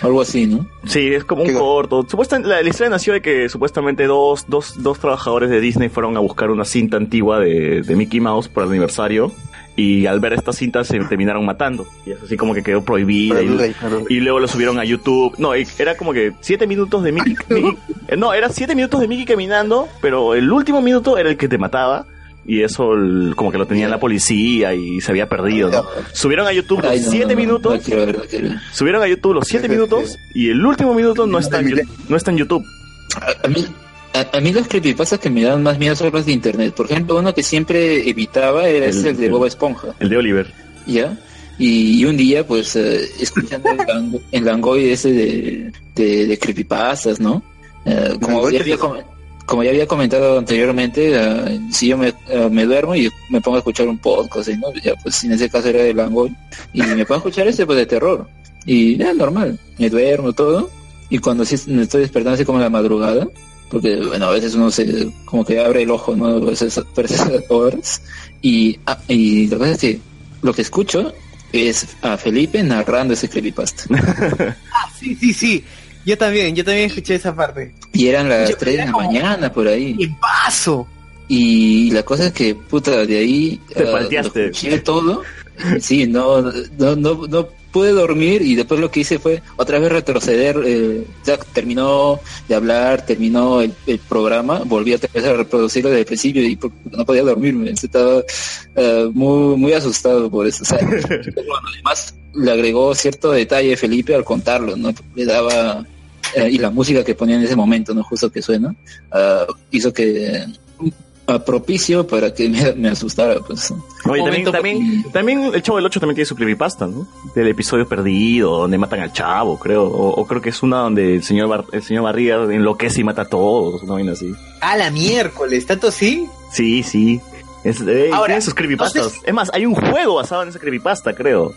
Speaker 2: Algo así, ¿no?
Speaker 1: Sí, es como un
Speaker 7: ¿Qué?
Speaker 1: corto. Supuestamente, la, la historia nació de que supuestamente dos, dos, dos trabajadores de Disney fueron a buscar una cinta antigua de, de Mickey Mouse para el aniversario. Y al ver esta cinta se terminaron matando. Y es así como que quedó prohibida.
Speaker 7: Para
Speaker 1: y-
Speaker 7: Blu-ray, para Blu-ray.
Speaker 1: y luego lo subieron a YouTube. No, y era como que siete minutos de Mickey. Mickey- eh, no, era siete minutos de Mickey caminando, pero el último minuto era el que te mataba. Y eso el- como que lo tenía la policía y se había perdido, ¿no? Subieron a YouTube los
Speaker 2: Ay, no,
Speaker 1: siete
Speaker 2: no, no,
Speaker 1: minutos.
Speaker 2: no quiero ver, no quiero ver.
Speaker 1: Subieron a YouTube los siete
Speaker 7: Sí, sí,
Speaker 1: minutos
Speaker 7: sí.
Speaker 1: y el último minuto no está en,
Speaker 7: Mire.
Speaker 1: Yu- no está en YouTube.
Speaker 2: A, a mí, a, a mí las creepypastas que me dan más miedo son las de internet. Por ejemplo, uno que siempre evitaba era
Speaker 1: El-
Speaker 2: ese, el de
Speaker 1: el-
Speaker 2: Bob Esponja,
Speaker 1: El de Oliver.
Speaker 2: ¿ya? Y, y un día, pues, eh, escuchando el, lang- el langoy ese de, de, de creepypastas, ¿no? Eh, como,
Speaker 7: Langoy
Speaker 2: ya
Speaker 7: que
Speaker 2: había
Speaker 7: se-
Speaker 2: com- como ya había comentado anteriormente, eh, si yo me, eh, me duermo y me pongo a escuchar un podcast, ¿no? Ya, pues, en ese caso era el langoy. Y me pongo a escuchar ese, pues, de terror. Y ya, normal. Me duermo, todo. Y cuando sí me estoy despertando así como en la madrugada, porque bueno, a veces uno se como que abre el ojo, ¿no? A veces, a veces horas. Y, ah, y la cosa es que lo que escucho es a Felipe narrando ese creepypasta.
Speaker 4: Ah, sí, sí, sí. Yo también, yo también escuché esa parte.
Speaker 2: Y eran las
Speaker 4: Yo
Speaker 2: 3 de la
Speaker 4: como-
Speaker 2: mañana por ahí.
Speaker 4: ¡Qué paso!
Speaker 2: Y la cosa es que, puta, de ahí...
Speaker 1: Te
Speaker 2: ah, lo
Speaker 1: palteaste.
Speaker 2: escuché todo. Sí, no, no, no, no pude dormir y después lo que hice fue otra vez retroceder. eh, ya terminó de hablar, terminó el, el programa, volví a empezar a reproducirlo desde el principio y por- no podía dormirme. Estaba eh, muy, muy asustado por eso. o sea, bueno, además, le agregó cierto detalle Felipe al contarlo, ¿no? Le daba... eh, y la música que ponía en ese momento, ¿no? Justo que suena, ah, hizo que... eh, a propicio para que me, me asustara, pues.
Speaker 1: Oye, también,
Speaker 2: Momento-
Speaker 1: también, también el Chavo del 8 también tiene su creepypasta, ¿no? Del episodio perdido, donde matan al chavo, creo. O, o creo que es una donde el señor, Bar- el señor Barriga enloquece y mata a todos, una vaina así.
Speaker 4: A la miércoles, tanto sí.
Speaker 1: Sí, sí. Es, eh,
Speaker 4: Ahora,
Speaker 1: tiene sus creepypastas.
Speaker 4: entonces-
Speaker 1: Es más, hay un juego basado en esa creepypasta, creo.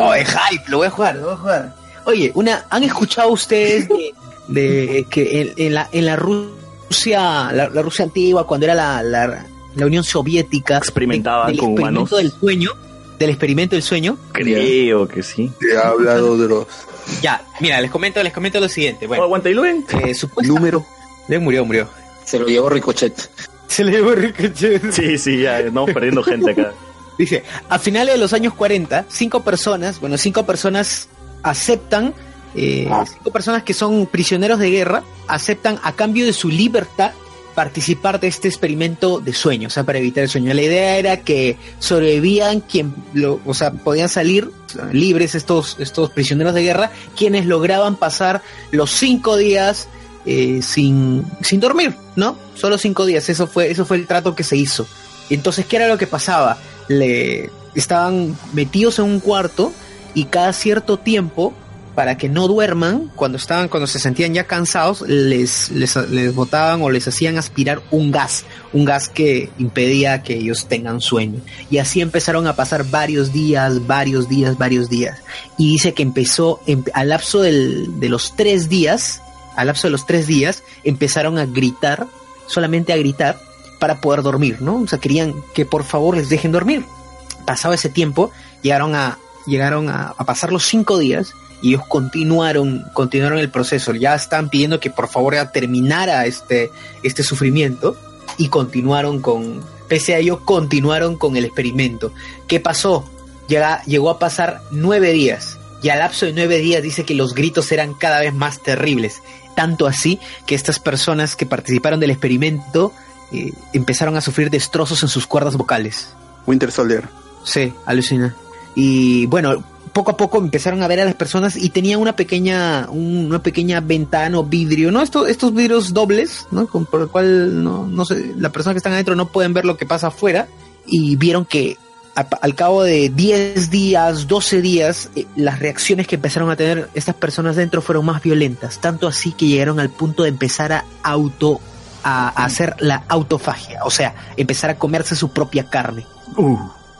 Speaker 4: Oh, es hype, lo voy a jugar, lo voy a jugar. Oye, una, ¿han escuchado ustedes de, de que en, en la, en la Rusia, la, la Rusia antigua, cuando era la, la, la Unión Soviética
Speaker 1: Experimentaban
Speaker 4: del
Speaker 1: con
Speaker 4: experimento
Speaker 1: humanos.
Speaker 4: del sueño, del experimento del sueño.
Speaker 1: Creo que sí.
Speaker 7: Te ha hablado de los.
Speaker 4: Ya, mira, les comento, les comento lo siguiente. Bueno,
Speaker 1: Oh, aguanta y Luen.
Speaker 4: Número. Luen murió, murió.
Speaker 2: Se lo llevó Ricochet.
Speaker 4: Se le llevó Ricochet.
Speaker 1: Sí, sí, ya estamos perdiendo gente acá.
Speaker 4: Dice, a finales de los años 40, cinco personas, bueno, cinco personas aceptan, eh, cinco personas que son prisioneros de guerra, aceptan a cambio de su libertad participar de este experimento de sueño, o sea, para evitar el sueño. La idea era que sobrevivían quien, lo, o sea, podían salir libres estos, estos prisioneros de guerra, quienes lograban pasar los cinco días eh, sin, sin dormir, ¿no? Solo cinco días, eso fue, eso fue el trato que se hizo. Entonces, ¿qué era lo que pasaba? Le estaban metidos en un cuarto y cada cierto tiempo, para que no duerman, cuando estaban, cuando se sentían ya cansados, les, les, les botaban o les hacían aspirar un gas, un gas que impedía que ellos tengan sueño. Y así empezaron a pasar varios días, varios días, varios días. Y dice que empezó, em- al lapso del- de los tres días, al lapso de los tres días, empezaron a gritar, solamente a gritar, para poder dormir, ¿no? O sea, querían que por favor les dejen dormir. Pasado ese tiempo, llegaron a, llegaron a, a pasar los cinco días y ellos continuaron, continuaron el proceso. Ya están pidiendo que por favor ya terminara este, este sufrimiento y continuaron con, pese a ello, continuaron con el experimento. ¿Qué pasó? Llega- llegó a pasar nueve días y al lapso de nueve días dice que los gritos eran cada vez más terribles. Tanto así que estas personas que participaron del experimento eh, empezaron a sufrir destrozos en sus cuerdas vocales.
Speaker 7: Winter Soldier.
Speaker 4: Sí, alucina. Y bueno, poco a poco empezaron a ver a las personas y tenía una pequeña, un- una pequeña ventana o vidrio, ¿no? Estos, estos vidrios dobles, ¿no? Con- por el cual no, no sé, la persona que están adentro no pueden ver lo que pasa afuera. Y vieron que a- al cabo de 10 días, 12 días, eh, las reacciones que empezaron a tener estas personas dentro fueron más violentas, tanto así que llegaron al punto de empezar a auto a a hacer la autofagia, o sea, empezar a comerse su propia carne
Speaker 1: Uh.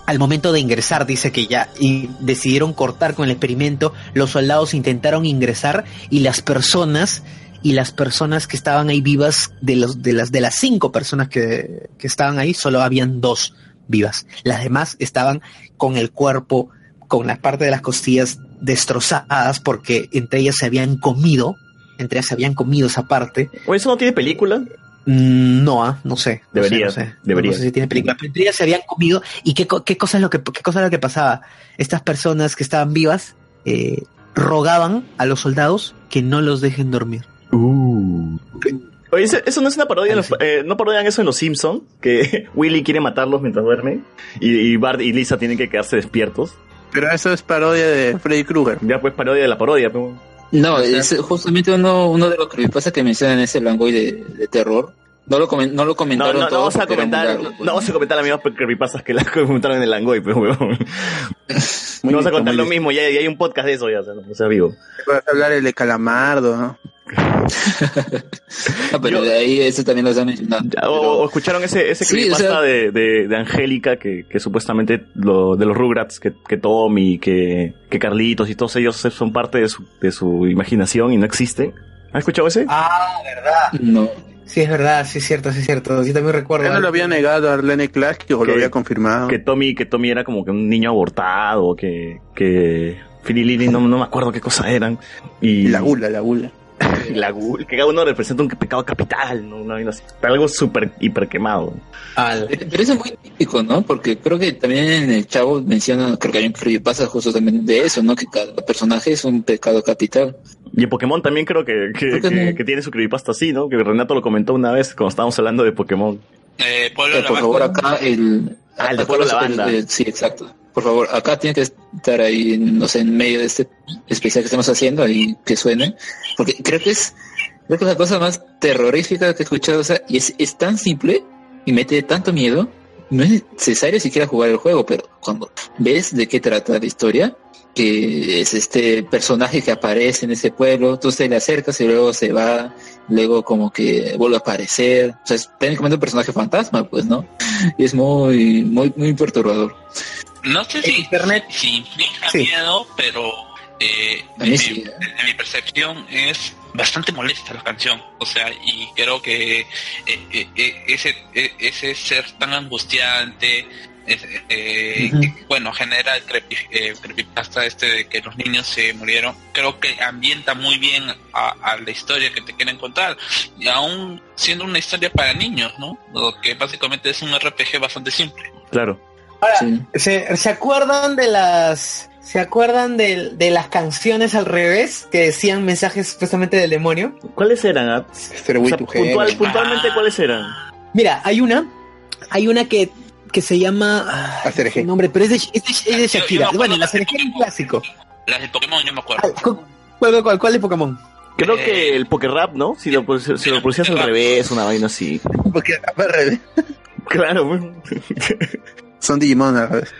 Speaker 4: al momento de ingresar, dice que ya y decidieron cortar con el experimento, los soldados intentaron ingresar y las personas y las personas que estaban ahí vivas de los de las de las cinco personas que, que estaban ahí solo habían dos vivas. Las demás estaban con el cuerpo, con la parte de las costillas destrozadas porque entre ellas se habían comido, entre ellas se habían comido esa parte.
Speaker 1: ¿O eso no tiene película?
Speaker 4: Mm, No, ah, no sé. no
Speaker 1: Debería,
Speaker 4: sé, no sé.
Speaker 1: debería.
Speaker 4: No sé si tiene película. Pero entre ellas se habían comido y qué, co- qué cosa es lo que qué cosa es lo que pasaba. Estas personas que estaban vivas eh, rogaban a los soldados que no los dejen dormir.
Speaker 1: Uh. Oye, ¿eso, eso no es una parodia? de los- eh, ¿No parodian eso en Los Simpson? Que Willy quiere matarlos mientras duerme y, y Bart y Lisa tienen que quedarse despiertos.
Speaker 7: Pero eso es parodia de Freddy Krueger.
Speaker 1: Ya pues parodia de la parodia. pero-
Speaker 2: No, es justamente uno, uno de los que pasa que mencionan ese Langoy de, de terror. No lo, comen- no lo
Speaker 1: No,
Speaker 2: comentaron
Speaker 1: no, no
Speaker 2: todos
Speaker 1: vamos a
Speaker 2: porque era muy
Speaker 1: comentar,
Speaker 2: largo,
Speaker 1: no,
Speaker 2: pues.
Speaker 1: vamos a comentar las mismas creepypastas que las que comentaron en el Langoy, pues, pero huevón. No vamos a contar lo mismo, ya, ya hay un podcast de eso, ya, o sea, no sea vivo.
Speaker 7: Vas a hablar el de Calamardo, ¿no?
Speaker 2: No, pero de ahí ese también lo están mencionando.
Speaker 1: O, o escucharon ese, ese
Speaker 2: Sí,
Speaker 1: creepypasta
Speaker 2: o sea-
Speaker 1: de, de, de Angélica, que, que supuestamente lo, de los Rugrats, que, que Tommy, que, que Carlitos y todos ellos son parte de su, de su imaginación y no existen. ¿Has escuchado ese?
Speaker 4: Ah, verdad.
Speaker 2: No.
Speaker 4: Sí, es verdad, sí es cierto, sí es cierto. Yo también recuerdo.
Speaker 7: Él no lo había negado a Arlene Clark o
Speaker 1: Que-
Speaker 7: lo había confirmado.
Speaker 1: Que Tommy, que Tommy era como que un niño abortado, que, que Philly Lily, no, no me acuerdo qué cosa eran. Y
Speaker 7: La gula, la gula.
Speaker 1: la gul, que cada uno representa un pecado capital, ¿no? Una vaina así. algo súper hiper quemado.
Speaker 2: Pero eso es muy típico, ¿no? Porque creo que también en el Chavo menciona, creo que hay un creepypasta justo también de eso, ¿no? Que cada personaje es un pecado capital.
Speaker 1: Y en Pokémon también creo que, que,
Speaker 2: Creo que
Speaker 1: que-
Speaker 2: no.
Speaker 1: que tiene su creepypasta así, ¿no? Que Renato lo comentó una vez cuando estábamos hablando de Pokémon.
Speaker 8: Eh, Pueblo
Speaker 2: Eh,
Speaker 8: de la
Speaker 2: por
Speaker 8: Banda.
Speaker 2: favor, acá el...
Speaker 1: Ah, el de
Speaker 2: acá
Speaker 1: Pueblo
Speaker 2: los-
Speaker 1: de la Banda.
Speaker 2: eh, sí, exacto. Por favor, acá tiene que estar ahí, no sé, en medio de este especial que estamos haciendo y que suene. Porque creo que es, creo que es la cosa más terrorífica que he escuchado. O sea, y es, es tan simple y mete tanto miedo. No es necesario siquiera jugar el juego, pero cuando ves de qué trata la historia, que es este personaje que aparece en ese pueblo, tú se le acercas y luego se va, luego como que vuelve a aparecer, o sea, es técnicamente un personaje fantasma, pues, ¿no? Y es muy, muy, muy perturbador.
Speaker 8: No sé si, si implica miedo, pero eh,
Speaker 2: A mí
Speaker 8: mi-
Speaker 2: sí. ¿eh?
Speaker 8: desde mi percepción es bastante molesta la canción. O sea, y creo que eh, eh, eh, ese, eh, ese ser tan angustiante, es- eh,
Speaker 13: Ujú.
Speaker 8: que, bueno, genera el creepy- eh, creepypasta este de que los niños se murieron. Creo que ambienta muy bien a, a la historia que te quieren contar. Y aún siendo una historia para niños, ¿no? Lo que básicamente es un RPG bastante simple.
Speaker 1: Claro.
Speaker 4: Ahora, ¿se, se acuerdan de las... ¿Se acuerdan de, de las canciones al revés que decían mensajes supuestamente del demonio?
Speaker 1: ¿Cuáles eran? ah? O sea, puntual- puntualmente, ¿cuáles eran?
Speaker 4: Mira, hay una, hay una que, que se llama... ah, su nombre, pero es de, es de- es de Shakira. bueno, la Shakira es un clásico.
Speaker 8: Las del Pokémon, yo me acuerdo.
Speaker 4: ¿Cuál, cuál, cuál, cuál de Pokémon?
Speaker 1: Creo que el poker rap, ¿no? Si lo, pus- si lo pusieras al revés, una vaina así.
Speaker 7: Porque al revés.
Speaker 1: Claro, bueno.
Speaker 7: Son Digimon al revés.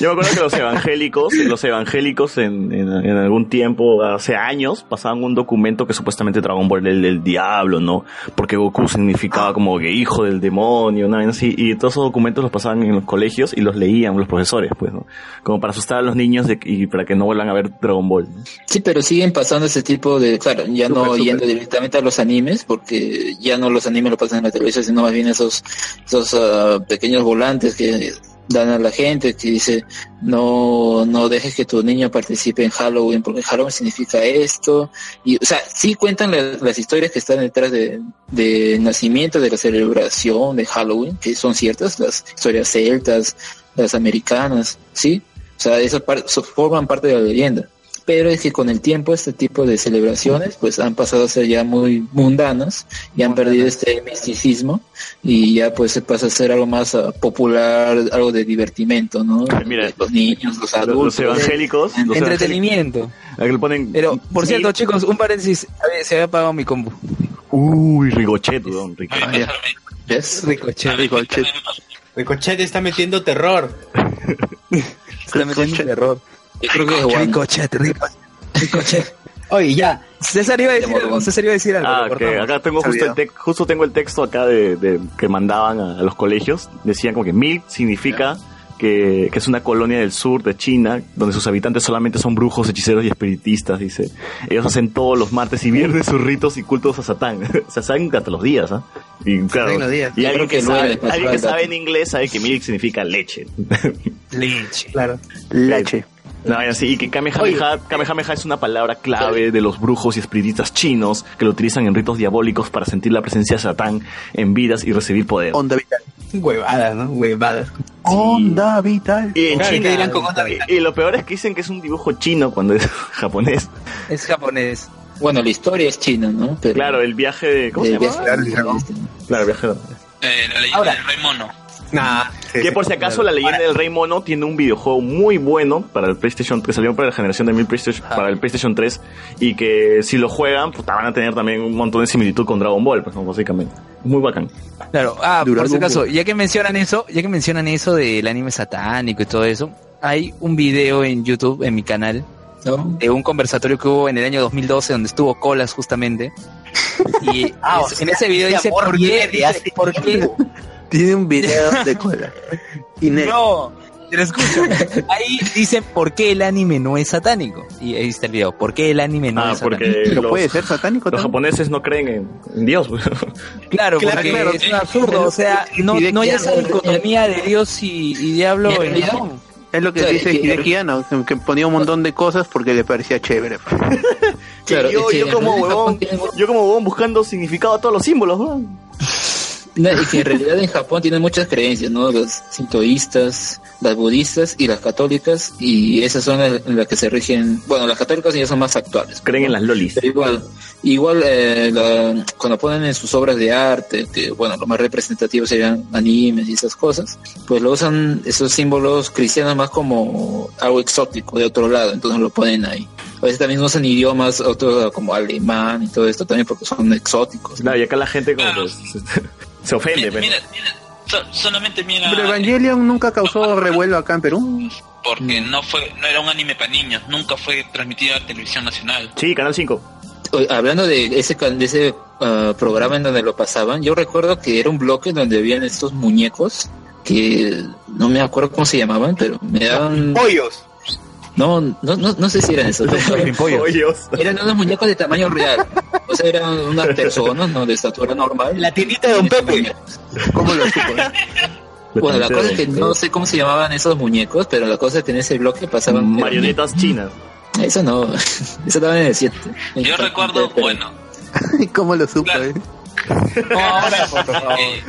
Speaker 1: Yo me acuerdo que los evangélicos, los evangélicos en, en, en algún tiempo, hace años, pasaban un documento que supuestamente Dragon Ball era el del diablo, ¿no? Porque Goku significaba como que hijo del demonio, una vaina así. Y todos esos documentos los pasaban en los colegios y los leían los profesores, pues, ¿no? Como para asustar a los niños de- y para que no vuelvan a ver Dragon Ball. ¿no?
Speaker 2: Sí, pero siguen pasando ese tipo de, claro, ya no yendo directamente a los animes, porque ya no los animes lo pasan en la televisión, sino más bien esos, esos ah, pequeños volantes que dan a la gente, que dice, no, no dejes que tu niño participe en Halloween, porque Halloween significa esto, y, o sea, sí cuentan la- las historias que están detrás de, de nacimiento, de la celebración de Halloween, que son ciertas, las historias celtas, las americanas, ¿sí? O sea, eso par- so- forman parte de la leyenda. Pero es que con el tiempo este tipo de celebraciones pues han pasado a ser ya muy mundanas y han perdido este misticismo y ya pues se pasa a ser algo más ah, popular, algo de divertimento, ¿no?
Speaker 1: Pues
Speaker 2: los niños, los adultos.
Speaker 1: evangélicos, los
Speaker 3: Entretenimiento.
Speaker 1: Pero,
Speaker 3: por cierto, chicos, un paréntesis. A ver, se había apagado mi combo.
Speaker 1: Uy, Ricochet, don Ricochet.
Speaker 4: Ricochet. Ricochet. Ricochet está metiendo terror. está metiendo terror.
Speaker 2: creo
Speaker 3: Ah,
Speaker 2: que es guano.
Speaker 4: Ricochet, Ricochet. Ricochet. Oye, ya. César iba a decir algo. César iba a decir algo.
Speaker 1: Ah,
Speaker 4: lo
Speaker 1: que
Speaker 4: cortamos.
Speaker 1: acá tengo justo, el tec- justo tengo el texto acá de, de- que mandaban a, a los colegios. Decían como que Milk significa que, que es una colonia del sur de China donde sus habitantes solamente son brujos, hechiceros y espiritistas, dice. Ellos hacen todos los martes y viernes sus ritos y cultos a Satán. Satán hasta los días, ¿ah? Y claro,
Speaker 4: Satán los días.
Speaker 1: y
Speaker 4: Yo
Speaker 1: alguien
Speaker 4: creo
Speaker 1: que,
Speaker 4: que
Speaker 1: sabe,
Speaker 4: nueve, pues,
Speaker 1: alguien que
Speaker 4: falta.
Speaker 1: sabe en inglés sabe que Milk significa leche.
Speaker 3: Leche.
Speaker 4: Claro.
Speaker 1: Leche. No, y así, y que Kamehameha, Kamehameha es una palabra clave de los brujos y espiritistas chinos que lo utilizan en ritos diabólicos para sentir la presencia de Satán en vidas y recibir poder.
Speaker 7: Onda vital.
Speaker 4: Huevadas, ¿no? Huevadas.
Speaker 7: Onda vital.
Speaker 1: Y en
Speaker 4: Claro,
Speaker 1: China,
Speaker 4: ¿qué dirán con onda
Speaker 1: y, y lo peor es que dicen que es un dibujo chino cuando es japonés.
Speaker 3: Es japonés.
Speaker 2: Bueno, la historia es china, ¿no? Pero eh,
Speaker 1: Claro, el viaje de... ¿Cómo se
Speaker 2: El
Speaker 1: llama?
Speaker 2: viaje
Speaker 1: Claro, el viaje de...
Speaker 8: Eh, Ahora. El rey mono.
Speaker 1: que por si acaso la leyenda del Rey Mono tiene un videojuego muy bueno para el PlayStation 3, salió para la generación de mil PlayStation, para el PlayStation 3 y que si lo juegan, puta, van a tener también un montón de similitud con Dragon Ball, pues, ¿no? básicamente. Muy bacán.
Speaker 3: Claro, ah,
Speaker 1: Durar
Speaker 3: por si
Speaker 1: un
Speaker 3: acaso,
Speaker 1: poco.
Speaker 3: ya que mencionan eso, ya que mencionan eso del anime satánico y todo eso, hay un video en YouTube, en mi canal, de un conversatorio que hubo en el año 2012 donde estuvo Colas justamente. Y
Speaker 4: Ah,
Speaker 3: es- en ese video dice,
Speaker 4: amor
Speaker 3: ¿por
Speaker 4: viene
Speaker 3: qué?
Speaker 4: de
Speaker 3: Dice,
Speaker 4: hace
Speaker 3: ¿por qué?
Speaker 7: Tiene un video de cola.
Speaker 3: No, pero escucha, ahí dice, ¿por qué el anime no es satánico? Y ahí está el video, ¿por qué el anime no
Speaker 1: Ah,
Speaker 3: es satánico?
Speaker 1: porque los,
Speaker 7: satánico
Speaker 1: los japoneses no creen en, en Dios. pues. Claro,
Speaker 3: Claro, porque
Speaker 1: claro.
Speaker 3: es un absurdo, o sea, no, no hay esa dicotomía de Dios y, y diablo en Japón.
Speaker 7: Es lo que
Speaker 3: Claro,
Speaker 7: dice
Speaker 3: y-
Speaker 7: Hidekiano, que- que ponía un montón de cosas porque le parecía chévere.
Speaker 2: Claro,
Speaker 1: yo,
Speaker 2: es que
Speaker 1: yo
Speaker 2: en
Speaker 1: como
Speaker 2: realidad
Speaker 1: huevón, yo como huevón buscando significado a todos los símbolos, huevón.
Speaker 2: No, y que en realidad en Japón tienen muchas creencias, ¿no? Las sintoístas, las budistas y las católicas, y esas son las, las que se rigen, bueno, las católicas ya son más actuales.
Speaker 1: Creen en las lolis.
Speaker 2: Pero igual, igual eh, la- cuando ponen en sus obras de arte, que bueno, lo más representativo serían animes y esas cosas, pues lo usan esos símbolos cristianos más como algo exótico de otro lado, entonces lo ponen ahí. A veces también usan idiomas otros como alemán y todo esto también porque son exóticos.
Speaker 1: Claro, y acá la gente como que se, se ofende. pues. pero-
Speaker 8: So- solamente mira
Speaker 7: Pero Evangelion nunca causó revuelo acá en Perú.
Speaker 8: porque no fue no era un anime para niños, nunca fue transmitido a televisión nacional.
Speaker 1: Sí, Canal 5.
Speaker 2: Oye, Hablando de ese, can- de ese ah, programa en donde lo pasaban, yo recuerdo que era un bloque donde habían estos muñecos que no me acuerdo cómo se llamaban, pero me daban...
Speaker 4: Pollos.
Speaker 2: No, no, no, no sé si eran esos.
Speaker 1: Los
Speaker 2: pero-
Speaker 1: pimpollos.
Speaker 2: Eran unos muñecos de tamaño real. O sea, eran unas personas ¿no? de estatura normal.
Speaker 4: La tiendita de Don Pepe.
Speaker 2: ¿Cómo lo supo? Bueno, la cosa es que no sé cómo se llamaban esos muñecos, pero la cosa es que en ese bloque pasaban...
Speaker 1: Marionetas chinas.
Speaker 2: Eso no, eso estaba en el 7.
Speaker 8: Yo recuerdo, bueno,
Speaker 2: ¿Cómo lo supo?
Speaker 7: eh?
Speaker 8: ahora eh,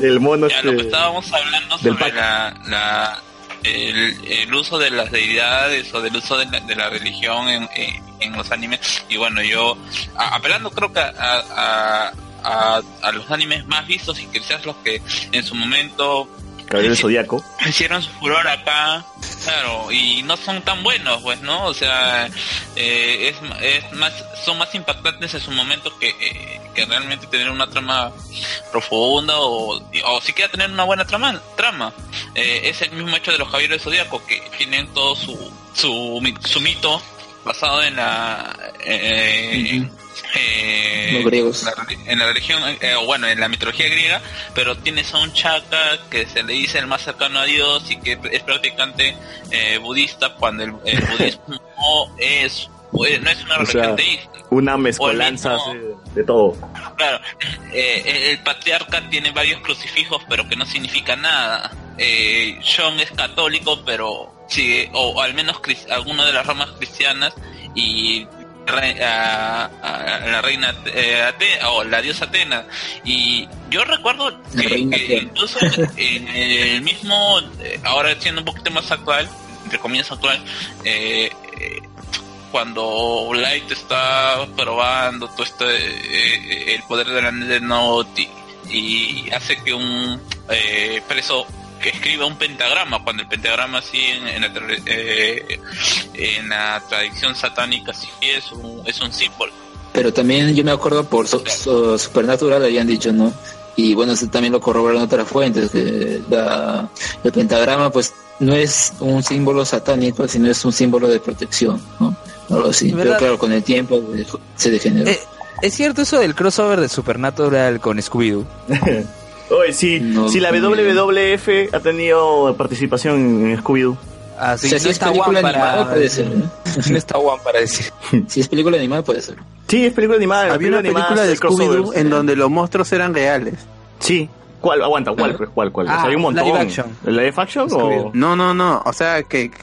Speaker 1: El mono este,
Speaker 8: ya lo que estábamos hablando sobre la, la- el, el uso de las deidades o del uso de la, de la religión en, en- en los animes. Y bueno, yo a- apelando creo que a, a- a- a los animes más vistos y quizás los que en su momento
Speaker 1: Gabriel Zodíaco.
Speaker 8: hicieron su furor acá, claro, y no son tan buenos, pues, ¿no? O sea, eh, es, ma- es más, son más impactantes en su momento que, eh, que realmente tener una trama profunda o, o siquiera tener una buena trama. trama. Eh, es el mismo hecho de los Caballeros Zodíaco, que tienen todo su, su, mi- su mito basado en la... eh, eh,
Speaker 2: Los griegos.
Speaker 8: la reli- en la religión, eh, o bueno, en la mitología griega, pero tienes a un chaka que se le dice el más cercano a Dios y que es practicante eh, budista cuando el, el budismo no es, pues, no es una
Speaker 1: O
Speaker 8: religión
Speaker 1: sea,
Speaker 8: teísta.
Speaker 1: una mezcolanza así de- de todo.
Speaker 8: Claro, eh, el- el patriarca tiene varios crucifijos, pero que no significa nada. Eh, John es católico, pero sigue, o al menos cris- alguna de las ramas cristianas, y re- a- a- a la reina eh, Ate- o la diosa Atena. Y yo recuerdo
Speaker 2: La
Speaker 8: que,
Speaker 2: reina
Speaker 8: que
Speaker 2: Atena.
Speaker 8: incluso en el mismo, eh, ahora siendo un poquito más actual, entre comillas actual, eh, eh, cuando Light está probando todo este eh, el poder de la Not y, y hace que un eh, preso que escriba un pentagrama cuando el pentagrama así en, en la, tra- eh, en la tradición satánica sí es un, es un símbolo
Speaker 2: Pero también yo me acuerdo por So- So- Supernatural habían dicho, ¿no? Y bueno, eso también lo corroboraron otras fuentes, que la- el pentagrama pues no es un símbolo satánico, sino es un símbolo de protección, ¿no? Algo así. Pero
Speaker 3: ¿Verdad?
Speaker 2: claro, con el tiempo eh, se degeneró.
Speaker 3: Eh, ¿Es cierto eso del crossover de Supernatural con Scooby-Doo?
Speaker 1: Oye, sí,
Speaker 3: No,
Speaker 1: sí, la
Speaker 3: no.
Speaker 1: WWF ha tenido participación en Scooby-Doo.
Speaker 3: Ah,
Speaker 1: sí, O sea, no si es está película guapa para- animada, puede ser, ¿no?
Speaker 3: No está guan para decir.
Speaker 2: Si es película animada, puede ser.
Speaker 1: Sí, es película animada.
Speaker 7: Había
Speaker 1: película
Speaker 7: una
Speaker 1: animada
Speaker 7: película de
Speaker 1: hace
Speaker 7: Scooby-Doo
Speaker 1: crossovers.
Speaker 7: en donde los monstruos eran reales.
Speaker 1: Sí. ¿Cuál? Aguanta, ¿cuál? pues, ¿Cuál? cuál? O sea,
Speaker 7: Ah,
Speaker 1: hay un montón.
Speaker 7: live action.
Speaker 1: ¿El live action o...?
Speaker 7: No, no, no. O sea, que, que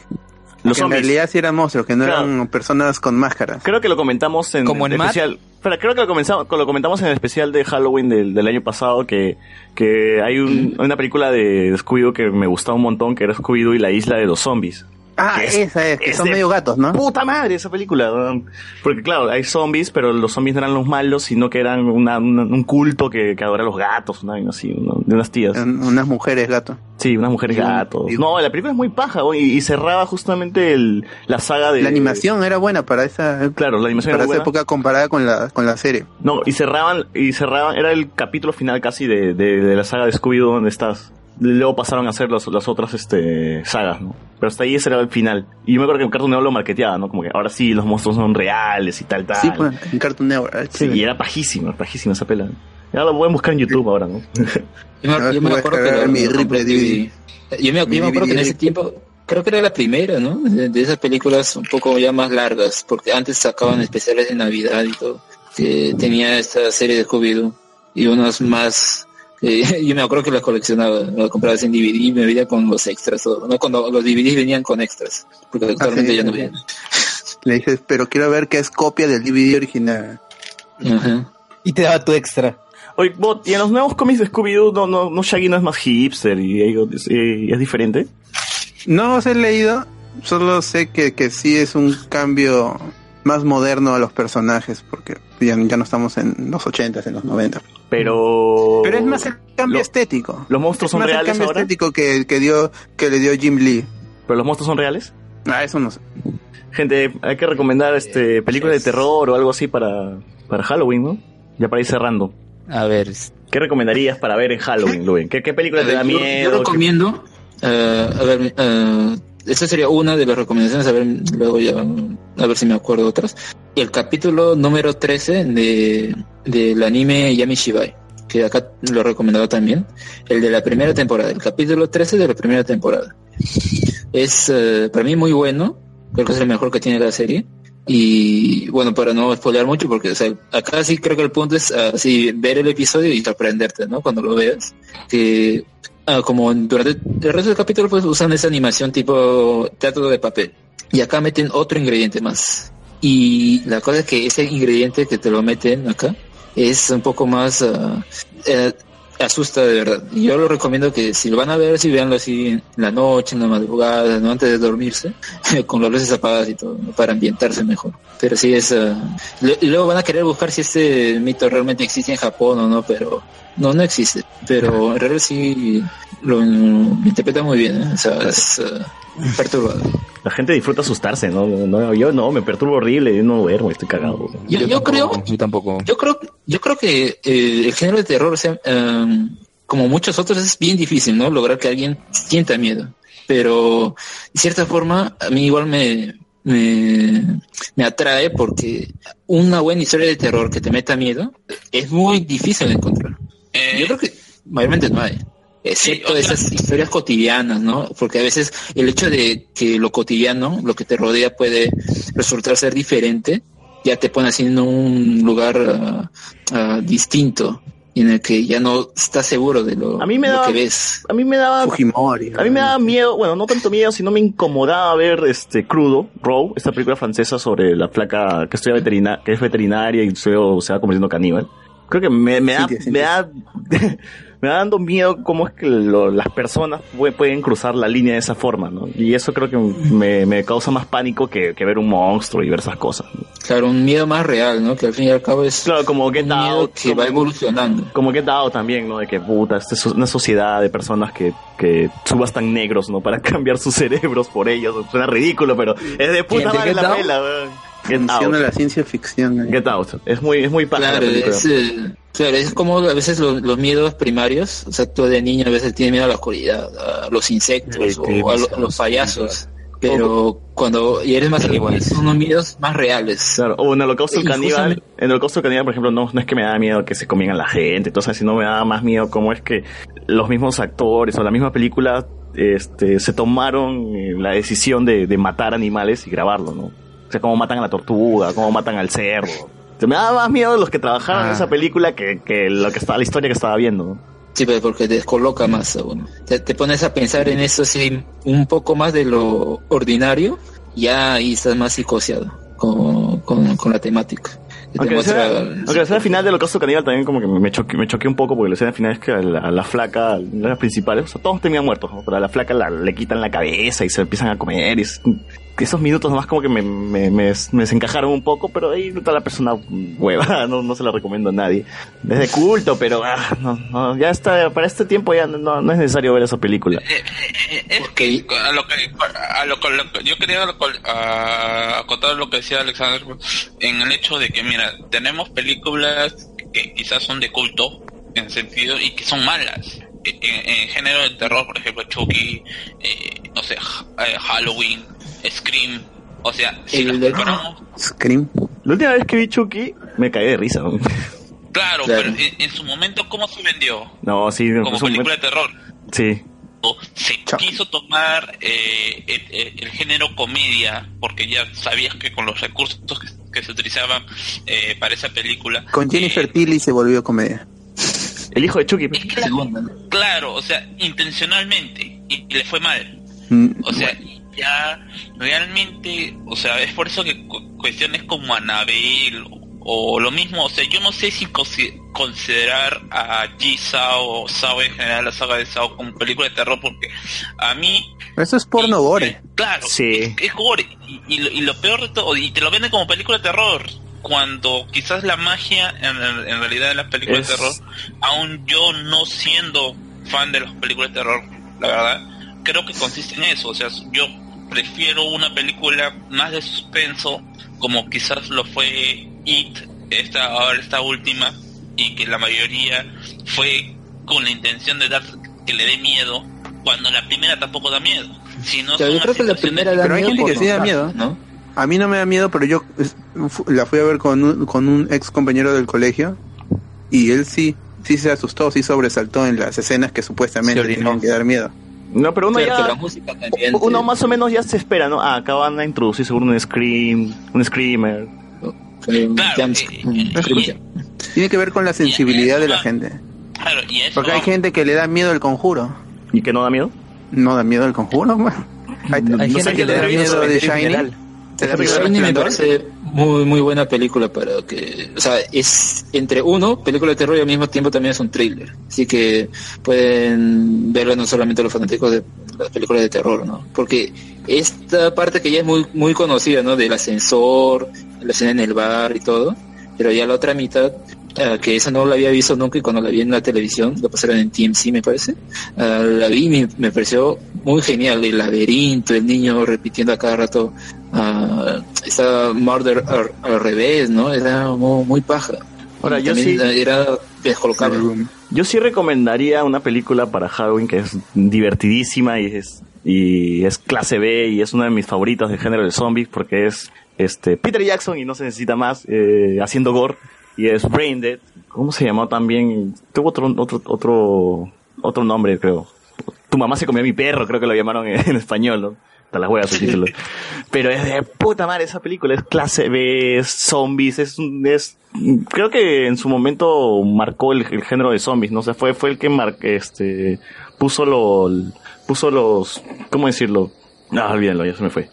Speaker 1: Los
Speaker 7: en
Speaker 1: zombies.
Speaker 7: realidad sí eran monstruos, que no
Speaker 1: Claro.
Speaker 7: eran personas con máscaras.
Speaker 1: Creo que lo comentamos en
Speaker 7: Como en
Speaker 1: el
Speaker 7: Mad.
Speaker 1: especial. Espera, creo que lo, comenzamos, lo comentamos en el especial de Halloween del, del año pasado que, que hay un- una película de Scooby-Doo que me gustaba un montón, que era Scooby-Doo y la isla de los zombies.
Speaker 7: Ah,
Speaker 1: Que es-
Speaker 7: esa es, que
Speaker 1: es
Speaker 7: son
Speaker 1: de
Speaker 7: medio gatos, ¿no?
Speaker 1: Puta madre esa película. weón. Porque claro, hay zombies, pero los zombies no eran los malos, sino que eran una- una- un culto que, que adora a los gatos, una vaina así, uno- de unas tías.
Speaker 7: unas mujeres gato.
Speaker 1: Sí, unas mujeres gatos. No, la película es muy paja, weón, y, y cerraba justamente el- la saga de...
Speaker 7: La animación era buena para esa,
Speaker 1: Claro, la animación era
Speaker 7: para esa
Speaker 1: buena.
Speaker 7: época comparada con la, con la serie.
Speaker 1: No, y cerraban, y cerraban, era el capítulo final casi de, de- de la saga de Scooby-Doo donde estás. Luego pasaron a hacer las, las otras este, sagas, ¿no? Pero hasta ahí ese era el final. Y yo me acuerdo que en Cartoon Network lo marketeaba, ¿no? Como que ahora sí, los monstruos son reales y tal, tal.
Speaker 7: Sí, pues, en Cartoon Network.
Speaker 1: Sí, y era pajísima, pajísima esa pela. Ya lo pueden buscar en YouTube ahora, ¿no?
Speaker 2: Yo
Speaker 7: Ah,
Speaker 2: me, yo me acuerdo que
Speaker 7: descargar
Speaker 2: lo-
Speaker 7: mi
Speaker 2: lo compré en DVD. Yo me, yo me
Speaker 7: Mi
Speaker 2: acuerdo que en
Speaker 7: DVD.
Speaker 2: ese tiempo, creo que era la primera, ¿no? De, de esas películas un poco ya más largas, porque antes sacaban especiales de Navidad y todo. Que tenía esta serie de Scooby-Doo y unas más. que yo me acuerdo que las coleccionaba, las comprabas en DVD y me veía con los extras. Todo, ¿no? Cuando los DVDs venían con extras, porque actualmente
Speaker 7: Ah, sí.
Speaker 2: ya no vienen.
Speaker 7: Le dices, pero quiero ver que es copia del DVD original.
Speaker 4: Y te daba tu extra.
Speaker 1: Oye, Bot, ¿y en los nuevos cómics de Scooby-Doo no, no, no Shaggy no es más hipster y, y- y es diferente?
Speaker 7: No os he leído, solo sé que, que sí es un cambio más moderno a los personajes, porque ya, ya no estamos en los 80s, en los 90.
Speaker 1: Pero...
Speaker 7: Pero es más el cambio estético.
Speaker 1: Oh, ¿Los monstruos
Speaker 7: Es
Speaker 1: son
Speaker 7: más el
Speaker 1: reales
Speaker 7: cambio
Speaker 1: ahora?
Speaker 7: estético que, que, dio, que le dio Jim Lee.
Speaker 1: ¿Pero los monstruos son reales?
Speaker 7: Ah, eso no sé.
Speaker 1: Gente, hay que recomendar este películas de terror o algo así para, para Halloween, ¿no? Ya para ir cerrando.
Speaker 3: A ver.
Speaker 1: ¿Qué recomendarías para ver en Halloween, Luen? ¿Qué, qué película te da
Speaker 2: Yo-
Speaker 1: miedo?
Speaker 2: Yo recomiendo, eh, a ver, eh, esta sería una de las recomendaciones, a ver, luego ya, a ver si me acuerdo otras. El capítulo número 13 de, del anime Yami Shibai, que acá lo he recomendado también, el de la primera temporada, el capítulo 13 de la primera temporada. Es eh, para mí muy bueno, creo que es lo mejor que tiene la serie. Y bueno, para no spoilear mucho, porque o sea, acá sí creo que el punto es así ver el episodio y sorprenderte, ¿no? Cuando lo veas. Que ah, como durante el resto del capítulo pues usan esa animación tipo teatro de papel. Y acá meten otro ingrediente más. Y la cosa es que ese ingrediente que te lo meten acá es un poco más... ah, eh, asusta de verdad. Y Yo lo recomiendo que si lo van a ver, si veanlo así en la noche, en la madrugada, ¿no? antes de dormirse, con las luces apagadas y todo, ¿no? para ambientarse mejor. Pero sí es... ah, lo- y luego van a querer buscar si este mito realmente existe en Japón o no, pero no, no existe. Pero en realidad sí lo, lo interpreta muy bien, ¿eh? o sea, es ah, perturbador.
Speaker 1: La gente disfruta asustarse, ¿no? No, Yo no, me perturbo horrible, yo no duermo, estoy cagado.
Speaker 2: Yo- Yo yo tampoco, creo-
Speaker 1: Yo
Speaker 3: tampoco.
Speaker 2: Yo creo, yo creo que eh, el género de terror, o sea, em, como muchos otros, es bien difícil, ¿no? Lograr que alguien sienta miedo. Pero, de cierta forma, a mí igual me, me, me atrae porque una buena historia de terror que te meta miedo eh, es muy difícil de encontrar.
Speaker 8: Eh,
Speaker 2: Yo creo que mayormente no hay. Excepto esas historias cotidianas, ¿no? Porque a veces el hecho de que lo cotidiano, lo que te rodea, puede resultar ser diferente, ya te pone así en un lugar ah, ah, distinto, en el que ya no estás seguro de lo,
Speaker 1: A mí me
Speaker 2: lo
Speaker 1: daba-
Speaker 2: que ves.
Speaker 1: A mí me daba. Ah, A mí me daba miedo, bueno, no tanto miedo, sino me incomodaba ver este crudo, Row, esta película francesa sobre la flaca que estudia veterina, que es veterinaria y luego se va convirtiendo caníbal. Creo que me, me da, me da, me da dando miedo cómo es que lo- las personas pue- pueden cruzar la línea de esa forma, ¿no? Y eso creo que me, me causa más pánico que, que ver un monstruo y ver esas cosas.
Speaker 2: Claro, un miedo más real, ¿no? Que al fin y al cabo es
Speaker 1: claro, como que
Speaker 2: miedo que va evolucionando.
Speaker 1: Como que dado también, ¿no? De que puta, esta es una sociedad de personas que, que subastan negros, ¿no? Para cambiar sus cerebros por ellos. Suena ridículo, pero es de puta
Speaker 7: ¿De
Speaker 1: madre
Speaker 7: Get
Speaker 1: la
Speaker 7: Out?
Speaker 1: pela, weón. Get
Speaker 7: Funciona
Speaker 1: Out.
Speaker 7: la ciencia ficción.
Speaker 1: Get Out. Es muy, es muy padre.
Speaker 2: Claro,
Speaker 1: la película.
Speaker 2: es, eh, claro, es como a veces lo- los, miedos primarios, o sea, tú de niño a veces tienes miedo a la oscuridad, a los insectos o a, lo- a los payasos, pero cuando y eres más adulto, son unos miedos más reales.
Speaker 1: Claro, o en Holocausto
Speaker 2: Y
Speaker 1: Caníbal,
Speaker 2: justamente-
Speaker 1: en Holocausto Caníbal, por ejemplo, no, no es que me daba miedo que se comieran la gente, entonces, sino me daba más miedo cómo es que los mismos actores o la misma película este, se tomaron eh, la decisión de, de matar animales y grabarlo, ¿no? O sea, cómo matan a la tortuga, cómo matan al cerdo. O sea, me daba más miedo los que trabajaron
Speaker 2: Ah.
Speaker 1: en esa película que, que lo que estaba, la historia que estaba viendo, ¿no?
Speaker 2: Sí, pero porque te descoloca más aún. Te, te pones a pensar en eso así un poco más de lo ordinario, ya ahí estás más psicoseado con, con, con la temática. Que te
Speaker 1: Aunque la,
Speaker 2: muestra-
Speaker 1: escena, aunque la escena final de Holocausto Caníbal también como que me choqué, me choqué un poco porque la escena final es que a la, a la flaca, una de las principales, o sea, todos terminan muertos, ¿no? pero a la flaca la- le quitan la cabeza y se empiezan a comer. Y es- esos minutos nomás como que me, me, me, me desencajaron un poco, pero ahí está la persona hueva, no, no se la recomiendo a nadie. Es de culto, pero ah, no, no, ya está, para este tiempo ya no, no es necesario ver esa película.
Speaker 8: Eh,
Speaker 2: Porque
Speaker 8: a lo que, a lo, que- lo que- yo quería lo que- a- acotar lo que decía Alexander en el hecho de que mira tenemos películas que quizás son de culto en sentido y que son malas en, en- en género de terror por ejemplo Chucky eh, no sé Ha- eh, Halloween Scream o sea si las comparamos
Speaker 7: Scream.
Speaker 1: La última vez que vi Chucky me caí de risa. No,
Speaker 8: claro,
Speaker 1: Claro.
Speaker 8: pero en, en su momento cómo se vendió
Speaker 1: No, sí,
Speaker 8: como
Speaker 1: es un-
Speaker 8: película de terror
Speaker 1: sí.
Speaker 8: o se quiso tomar eh, el, el- el género comedia porque ya sabías que con los recursos que, que se utilizaban eh, para esa película eh,
Speaker 7: Con Jennifer Tilly se volvió comedia.
Speaker 1: El hijo de Chucky.
Speaker 8: claro o sea intencionalmente y, y le fue mal
Speaker 7: Mm.
Speaker 8: o sea ya realmente o sea es por eso que cu- cuestiones como Anabel o, o lo mismo o sea yo no sé si consi- considerar a G Sao o Sao en general la saga de Sao como película de terror porque a mí
Speaker 7: Eso es porno gore.
Speaker 8: Claro, es, es gore. Y, y lo, y lo peor de todo, y te lo venden como película de terror. Cuando quizás la magia, en, en realidad, de las películas de
Speaker 1: Es-
Speaker 8: terror, aún yo no siendo fan de las películas de terror, la verdad, creo que consiste en eso. O sea, yo prefiero una película más de suspenso, como quizás lo fue It, esta, ahora esta última, y que la mayoría fue con la intención de dar que le dé miedo, cuando la primera tampoco da miedo. Si no
Speaker 2: O sea,
Speaker 8: son
Speaker 2: yo creo que la
Speaker 8: situaciones-
Speaker 2: primera da
Speaker 7: Pero hay
Speaker 2: miedo
Speaker 7: gente
Speaker 2: por
Speaker 7: que sí da
Speaker 2: nostalgia,
Speaker 7: miedo.
Speaker 2: ¿no?
Speaker 7: A mí no me da miedo, pero yo es, fu- la fui a ver con un, con un ex compañero del colegio y él sí, sí se asustó, sí sobresaltó en las escenas que supuestamente tenían que dar miedo.
Speaker 1: No, pero uno
Speaker 2: Claro,
Speaker 1: ya-
Speaker 2: que la música también te-
Speaker 1: Uno más o menos ya se espera, ¿no? Ah, acá van a introducir seguro un scream, un screamer.
Speaker 2: eh,
Speaker 7: Tiene que ver con la sensibilidad de la gente. Porque hay gente que le da miedo el conjuro.
Speaker 1: ¿Y que no da miedo?
Speaker 7: No da miedo el conjuro, pues. Hay,
Speaker 2: Hay
Speaker 7: hay
Speaker 2: gente
Speaker 7: gente
Speaker 2: que
Speaker 7: que le
Speaker 2: le
Speaker 7: da
Speaker 2: da miedo
Speaker 7: miedo de
Speaker 2: el
Speaker 7: Shining.
Speaker 2: general.
Speaker 7: ¿Te da miedo
Speaker 2: Shining me
Speaker 7: Resplandor?
Speaker 2: parece muy, muy buena película para que, o sea, es entre uno, película de terror y al mismo tiempo también es un thriller. Así que pueden verla no solamente los fanáticos de las películas de terror, ¿no? Porque esta parte que ya es muy, muy conocida, ¿no? Del ascensor, la escena en el bar y todo, pero ya la otra mitad, ah, que esa no la había visto nunca y cuando la vi en la televisión, la pasaron en TMC me parece, ah, la vi y me, me pareció muy genial, el laberinto, el niño repitiendo a cada rato ah, esa murder al, al revés, ¿no? Era muy, muy paja.
Speaker 1: Ahora,
Speaker 2: Y
Speaker 1: yo
Speaker 2: también,
Speaker 1: sí-
Speaker 2: ah, Era descolocable.
Speaker 1: Yo sí recomendaría una película para Halloween que es divertidísima y es, y es clase B y es una de mis favoritas del género de zombies porque es este Peter Jackson y no se necesita más eh, haciendo gore y es Brain Dead. ¿Cómo se llamó también? Tuvo otro otro otro otro nombre, creo. Tu mamá se comió a mi perro, creo que lo llamaron en, en español, ¿no? Hasta las huevas el título. Pero es de puta madre esa película, es clase B, es zombies, es, un- es creo que en su momento marcó el, el género de zombies, no sé, fue fue el que mar- este puso lo puso los ¿cómo decirlo? No, olvídenlo, ya se me fue.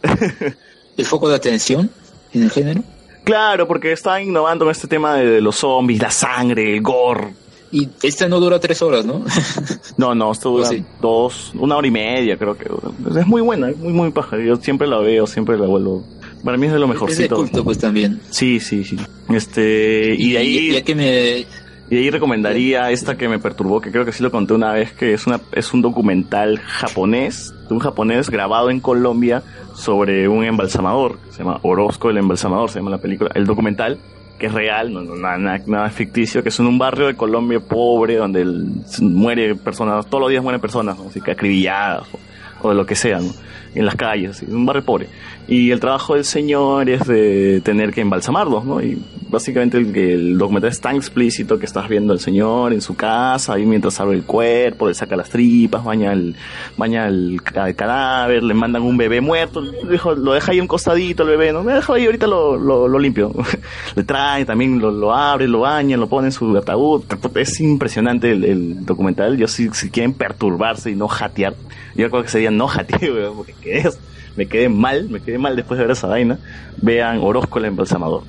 Speaker 2: El foco de atención en el género.
Speaker 1: claro, porque estaban innovando en este tema de, de los zombies, la sangre, el gore.
Speaker 2: Y esta no dura tres horas, ¿no?
Speaker 1: No, no, esto dura
Speaker 2: Sí.
Speaker 1: dos, una hora y media creo que. dura. Es muy buena, es muy, muy paja. Yo siempre la veo, siempre la vuelvo. Para mí es de lo mejorcito.
Speaker 2: culto, pues, también.
Speaker 1: Sí, sí, sí. Este, y de ahí...
Speaker 2: Ya que me...
Speaker 1: Y ahí recomendaría esta que me perturbó, que creo que sí lo conté una vez, que es, una, es un documental japonés, de un japonés grabado en Colombia sobre un embalsamador, que se llama Orozco el embalsamador, se llama la película, el documental, que es real, no, no, nada, nada, nada ficticio, que es en un barrio de Colombia pobre, donde el- muere personas, todos los días mueren personas, ¿no? así que acribilladas, o- o de lo que sea, ¿no? en las calles, así, un barrio pobre. Y el trabajo del señor es de tener que embalsamarlos, ¿no? Y básicamente el, el documental es tan explícito que estás viendo al señor en su casa, ahí mientras abre el cuerpo, le saca las tripas, baña el, baña el, ca- al cadáver, le mandan un bebé muerto, le dijo- lo deja ahí a un costadito el bebé, no, me deja ahí ahorita lo, lo, lo limpio. le trae también, lo, lo abre, lo baña, lo pone en su ataúd. Es impresionante el, el documental. Yo si, si quieren perturbarse y no jatear, yo creo que sería no jatear, weón, porque ¿qué es? me quedé mal, me quedé mal después de ver esa vaina. Vean Orozco el embalsamador.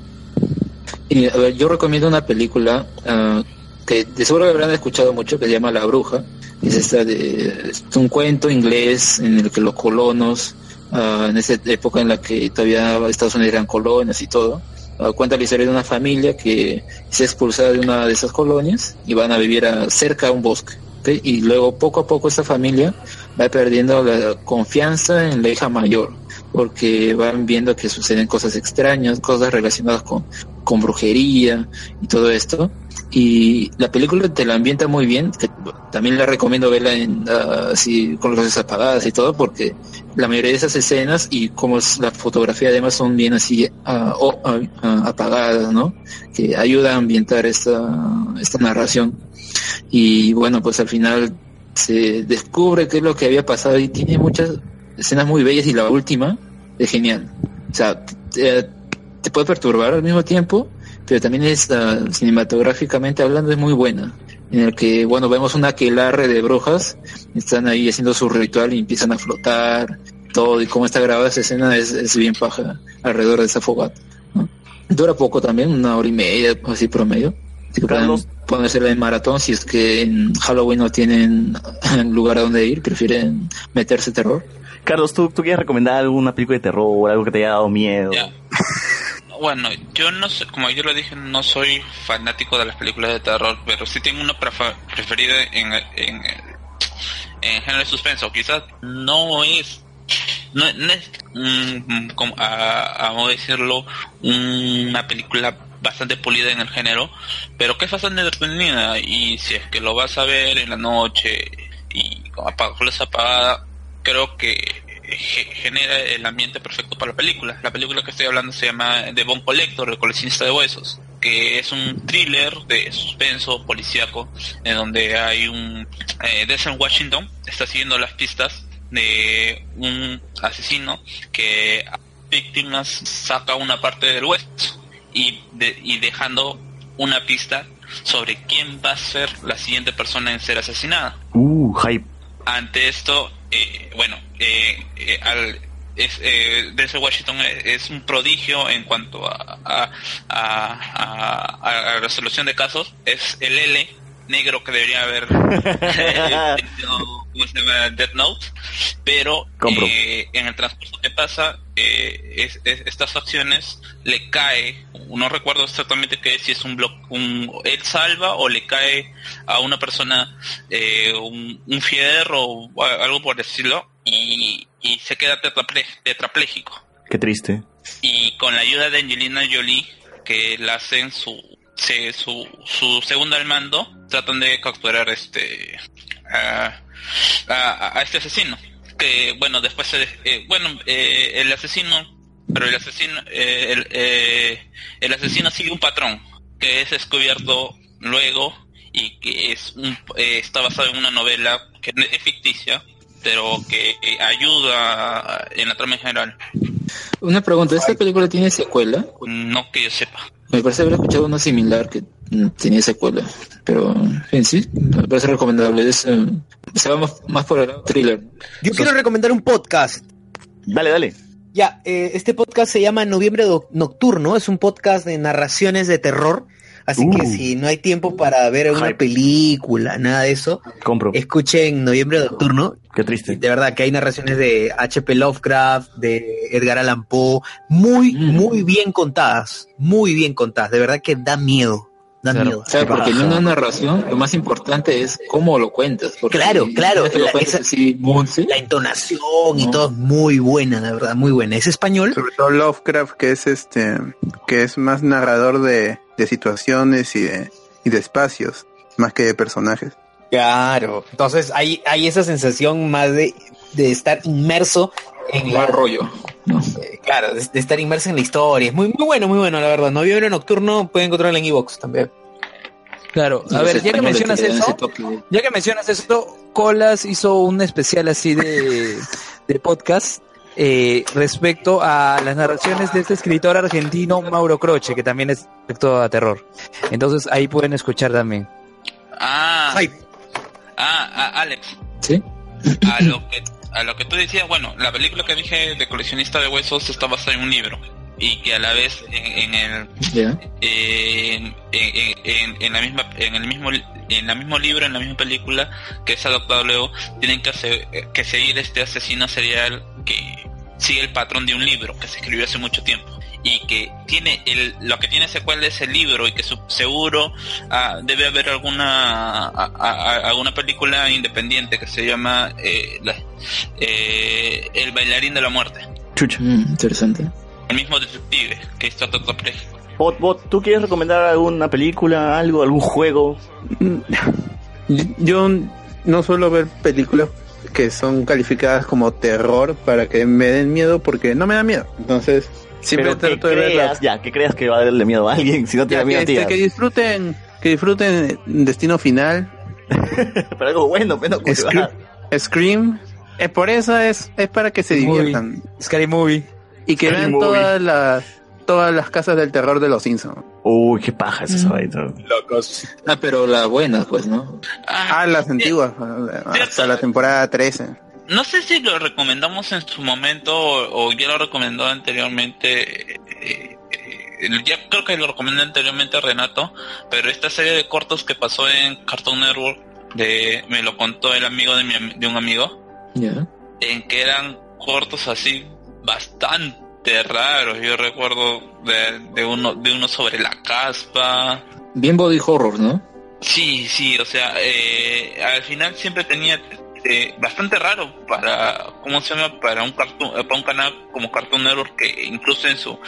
Speaker 2: Y, a ver, yo recomiendo una película ah, que de seguro la habrán escuchado mucho, que se llama La Bruja. Es esta de es un cuento inglés en el que los colonos, ah, en esa época en la que todavía Estados Unidos eran colonias y todo, ah, cuenta la historia de una familia que se expulsada de una de esas colonias y van a vivir a- cerca a un bosque. ¿ok? Y luego poco a poco esta familia va perdiendo la confianza en la hija mayor, porque van viendo que suceden cosas extrañas, cosas relacionadas con con brujería y todo esto. Y la película te la ambienta muy bien. que también la recomiendo verla en, ah, así, con las luces apagadas y todo, porque la mayoría de esas escenas y como es la fotografía además son bien así ah, o- ah, ah, apagadas, ¿no? Que ayuda a ambientar esta, esta narración. Y bueno, pues al final se descubre qué es lo que había pasado y tiene muchas escenas muy bellas y la última es genial. O sea, te- eh, te puede perturbar al mismo tiempo, pero también es ah, cinematográficamente hablando es muy buena. En el que, bueno, vemos una aquelarre de brujas, están ahí haciendo su ritual y empiezan a flotar, todo, y cómo está grabada esa escena es, es bien paja alrededor de esa fogata. ¿no? Dura poco también, una hora y media, así promedio. Así que pueden ponérsela en maratón si es que en Halloween no tienen lugar a donde ir, prefieren meterse terror.
Speaker 1: Carlos, ¿tú, ¿tú quieres recomendar alguna película de terror, algo que te haya dado miedo?
Speaker 8: Bueno, yo no sé, como yo lo dije, no soy fanático de las películas de terror, pero sí tengo una prefa- preferida en, en, en género de suspenso. Quizás no es, no, no es, mm, como, a, a modo de decirlo, una película bastante pulida en el género, pero que es bastante entretenida y si es que lo vas a ver en la noche y con apa- con luz apagada, creo que ge- genera el ambiente perfecto para la película. La película que estoy hablando se llama The Bone Collector, el coleccionista de huesos. que es un thriller de suspenso policíaco en donde hay un eh, Denzel Washington está siguiendo las pistas de un asesino que a víctimas saca una parte del hueso y, de- y dejando una pista sobre quién va a ser la siguiente persona en ser asesinada
Speaker 1: Uh, hype.
Speaker 8: ante esto, eh, bueno, eh, eh, al, es, eh, Denzel Washington es, es un prodigio en cuanto a, a, a- a- a resolución de casos. Es el L negro que debería haber eh, tenido, ¿cómo se llama? Death Note, pero
Speaker 1: Compro.
Speaker 8: eh, en el transcurso que pasa, eh, es- es- estas acciones le cae, no recuerdo exactamente qué es, si es un bloque, un, él salva o le cae a una persona eh, un, un fierro o a- algo por decirlo y, y se queda tetraple- tetrapléjico.
Speaker 1: Qué triste.
Speaker 8: Y con la ayuda de Angelina Jolie, que la hacen su, se- su, su segundo al mando, tratan de capturar este a, a- a este asesino. Que bueno, después se, eh, bueno, eh, el asesino, pero el asesino, eh, el, eh, el asesino sigue un patrón que es descubierto luego y que es un, eh, está basado en una novela que es ficticia, pero que eh, ayuda en la trama en general.
Speaker 2: Una pregunta, ¿esta película tiene secuela?
Speaker 8: No que yo sepa.
Speaker 2: Me parece haber escuchado una similar que mm, tenía secuela, pero en fin, sí, me parece recomendable. Es, eh, se va más, más por el lado thriller.
Speaker 4: Yo quiero recomendar un podcast.
Speaker 1: Dale, dale.
Speaker 4: Ya, eh, este podcast se llama Noviembre Do- Nocturno, es un podcast de narraciones de terror, así que si no hay tiempo para ver una película, nada de eso,
Speaker 1: Compro.
Speaker 4: escuchen Noviembre Nocturno.
Speaker 1: Qué triste.
Speaker 4: De verdad que hay narraciones de H.P. Lovecraft, de Edgar Allan Poe, muy, muy bien contadas, muy bien contadas, de verdad que da miedo, da miedo.
Speaker 2: O sea, porque en una narración lo más importante es cómo lo cuentas. porque
Speaker 4: Claro,
Speaker 2: si
Speaker 4: claro.
Speaker 2: no te lo
Speaker 4: La,
Speaker 2: cuentas
Speaker 4: esa-
Speaker 2: así,
Speaker 4: la entonación y todo es muy buena, la verdad, muy buena. ¿Es español?
Speaker 7: Sobre todo Lovecraft, que es este, que es más narrador de, de situaciones y de, y de espacios, más que de personajes.
Speaker 4: Claro. Entonces hay, hay esa sensación más de, de estar inmerso en el
Speaker 2: rollo.
Speaker 4: Claro, de, de estar inmerso en la historia. Es muy, muy bueno, muy bueno, la verdad. Noviembre nocturno puede encontrarlo en Evox también.
Speaker 3: Claro, a ver, ya que mencionas eso, ya que mencionas eso, Colas hizo un especial así de, de podcast eh, respecto a las narraciones de este escritor argentino Mauro Croce, que también es respecto a terror. Entonces ahí pueden escuchar también.
Speaker 8: Ah, ah, ah, Alex.
Speaker 2: Sí.
Speaker 8: A lo que a lo que tú decías, bueno, la película que dije de coleccionista de huesos está basada en un libro y que a la vez en, en el
Speaker 2: Ya.
Speaker 8: en, en- en- en la misma en el mismo en la mismo libro en la misma película que es adaptado luego tienen que hacer, que seguir este asesino serial que sigue el patrón de un libro que se escribió hace mucho tiempo y que tiene el lo que tiene secuela es el libro y que su- seguro ah, debe haber alguna a- a- a- alguna película independiente que se llama eh, la- eh, el bailarín de la muerte
Speaker 1: Chucha.
Speaker 2: mm, interesante.
Speaker 8: el mismo detective que está todo preso
Speaker 1: Bot, bot, ¿tú quieres recomendar alguna película, algo, algún juego?
Speaker 7: Yo no suelo ver películas que son calificadas como terror para que me den miedo porque no me da miedo. Entonces, siempre
Speaker 1: Pero que
Speaker 7: trato de verlas.
Speaker 1: creas, ya, que creas que va a darle miedo a alguien, si no te
Speaker 7: Ya,
Speaker 1: da miedo a
Speaker 7: que,
Speaker 1: ti.
Speaker 7: que disfruten, que disfuten Destino Final.
Speaker 1: Pero algo bueno, pero
Speaker 7: Scream. Scream. Eh, por eso es, es para que se diviertan.
Speaker 3: Scary Movie.
Speaker 7: Y que
Speaker 1: Scary
Speaker 7: vean
Speaker 1: Movie.
Speaker 7: todas las todas las casas del terror de los Simpsons.
Speaker 1: Uy, qué paja es
Speaker 7: Mm.
Speaker 1: esa vaina.
Speaker 2: Ah, pero la buena, pues, ¿no?
Speaker 7: Ah, las antiguas, eh, hasta la temporada 13.
Speaker 8: no sé si lo recomendamos en su momento o, o ya lo recomendó anteriormente eh, eh, eh, ya creo que lo recomendó anteriormente Renato pero esta serie de cortos que pasó en Cartoon Network de me lo contó el amigo de, mi am- de un amigo
Speaker 2: Ya.
Speaker 8: en que eran cortos así bastante raros. Yo recuerdo de, de uno de uno sobre la caspa.
Speaker 2: Bien body horror, ¿no?
Speaker 8: Sí, sí, o sea, eh, al final siempre tenía eh, bastante raro para cómo se llama para un cartoon, para un canal como Cartoon Network que incluso en su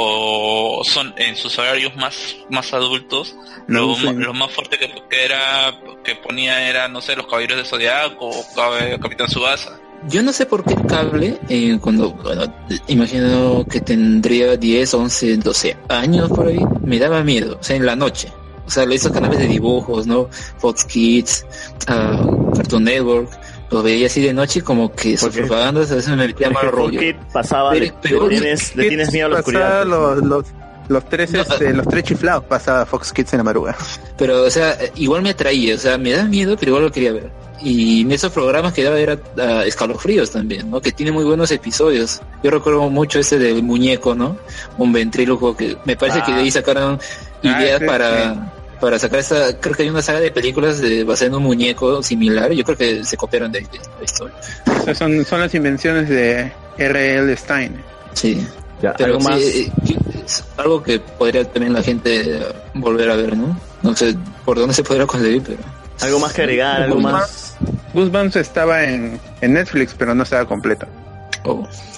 Speaker 8: o son en sus horarios más más adultos lo,
Speaker 7: No, sí.
Speaker 8: lo más fuerte que, que era que ponía era no sé los Caballeros de Zodiaco o Cab- Capitán Subasa
Speaker 2: Yo no sé por qué el cable, eh, cuando, bueno, imagino que tendría 10, 11, 12 años por ahí, me daba miedo, o sea, en la noche. O sea, esos canales de dibujos, ¿no? Fox Kids, ah, Cartoon Network, lo veía así de noche y como que sus
Speaker 1: Porque-
Speaker 2: propagandas a veces me metía mal
Speaker 1: Porque
Speaker 2: rollo.
Speaker 1: Kid pasaba, le,
Speaker 2: Pero-
Speaker 1: le tienes, le tienes miedo a la oscuridad.
Speaker 7: Pasaba
Speaker 1: pues.
Speaker 7: los, los, los, tres, este, los tres chiflados pasaba Fox Kids en la madrugada.
Speaker 2: Pero, o sea, eh, igual me atraía, o sea, me da miedo, pero igual lo quería ver. Y en esos programas que daba era ah, escalofríos también, ¿no? Que tiene muy buenos episodios. Yo recuerdo mucho ese del muñeco, ¿no? Un ventríloco que me parece
Speaker 7: Ah.
Speaker 2: que de ahí sacaron ideas
Speaker 7: sí,
Speaker 2: para, para sacar esta, creo que hay una saga de películas de basada en un muñeco similar, yo creo que se copiaron de, de la historia.
Speaker 7: O sea, son, son las invenciones de R.L. Stein.
Speaker 2: Sí.
Speaker 7: Pero
Speaker 2: Pero sí,
Speaker 7: más-
Speaker 2: eh, yo- es algo que podría también la gente eh, volver a ver, ¿no? No sé por dónde se podría conseguir, pero...
Speaker 1: Algo más que agregar, algo más.
Speaker 7: Goosebumps estaba en, en Netflix, pero no estaba completa.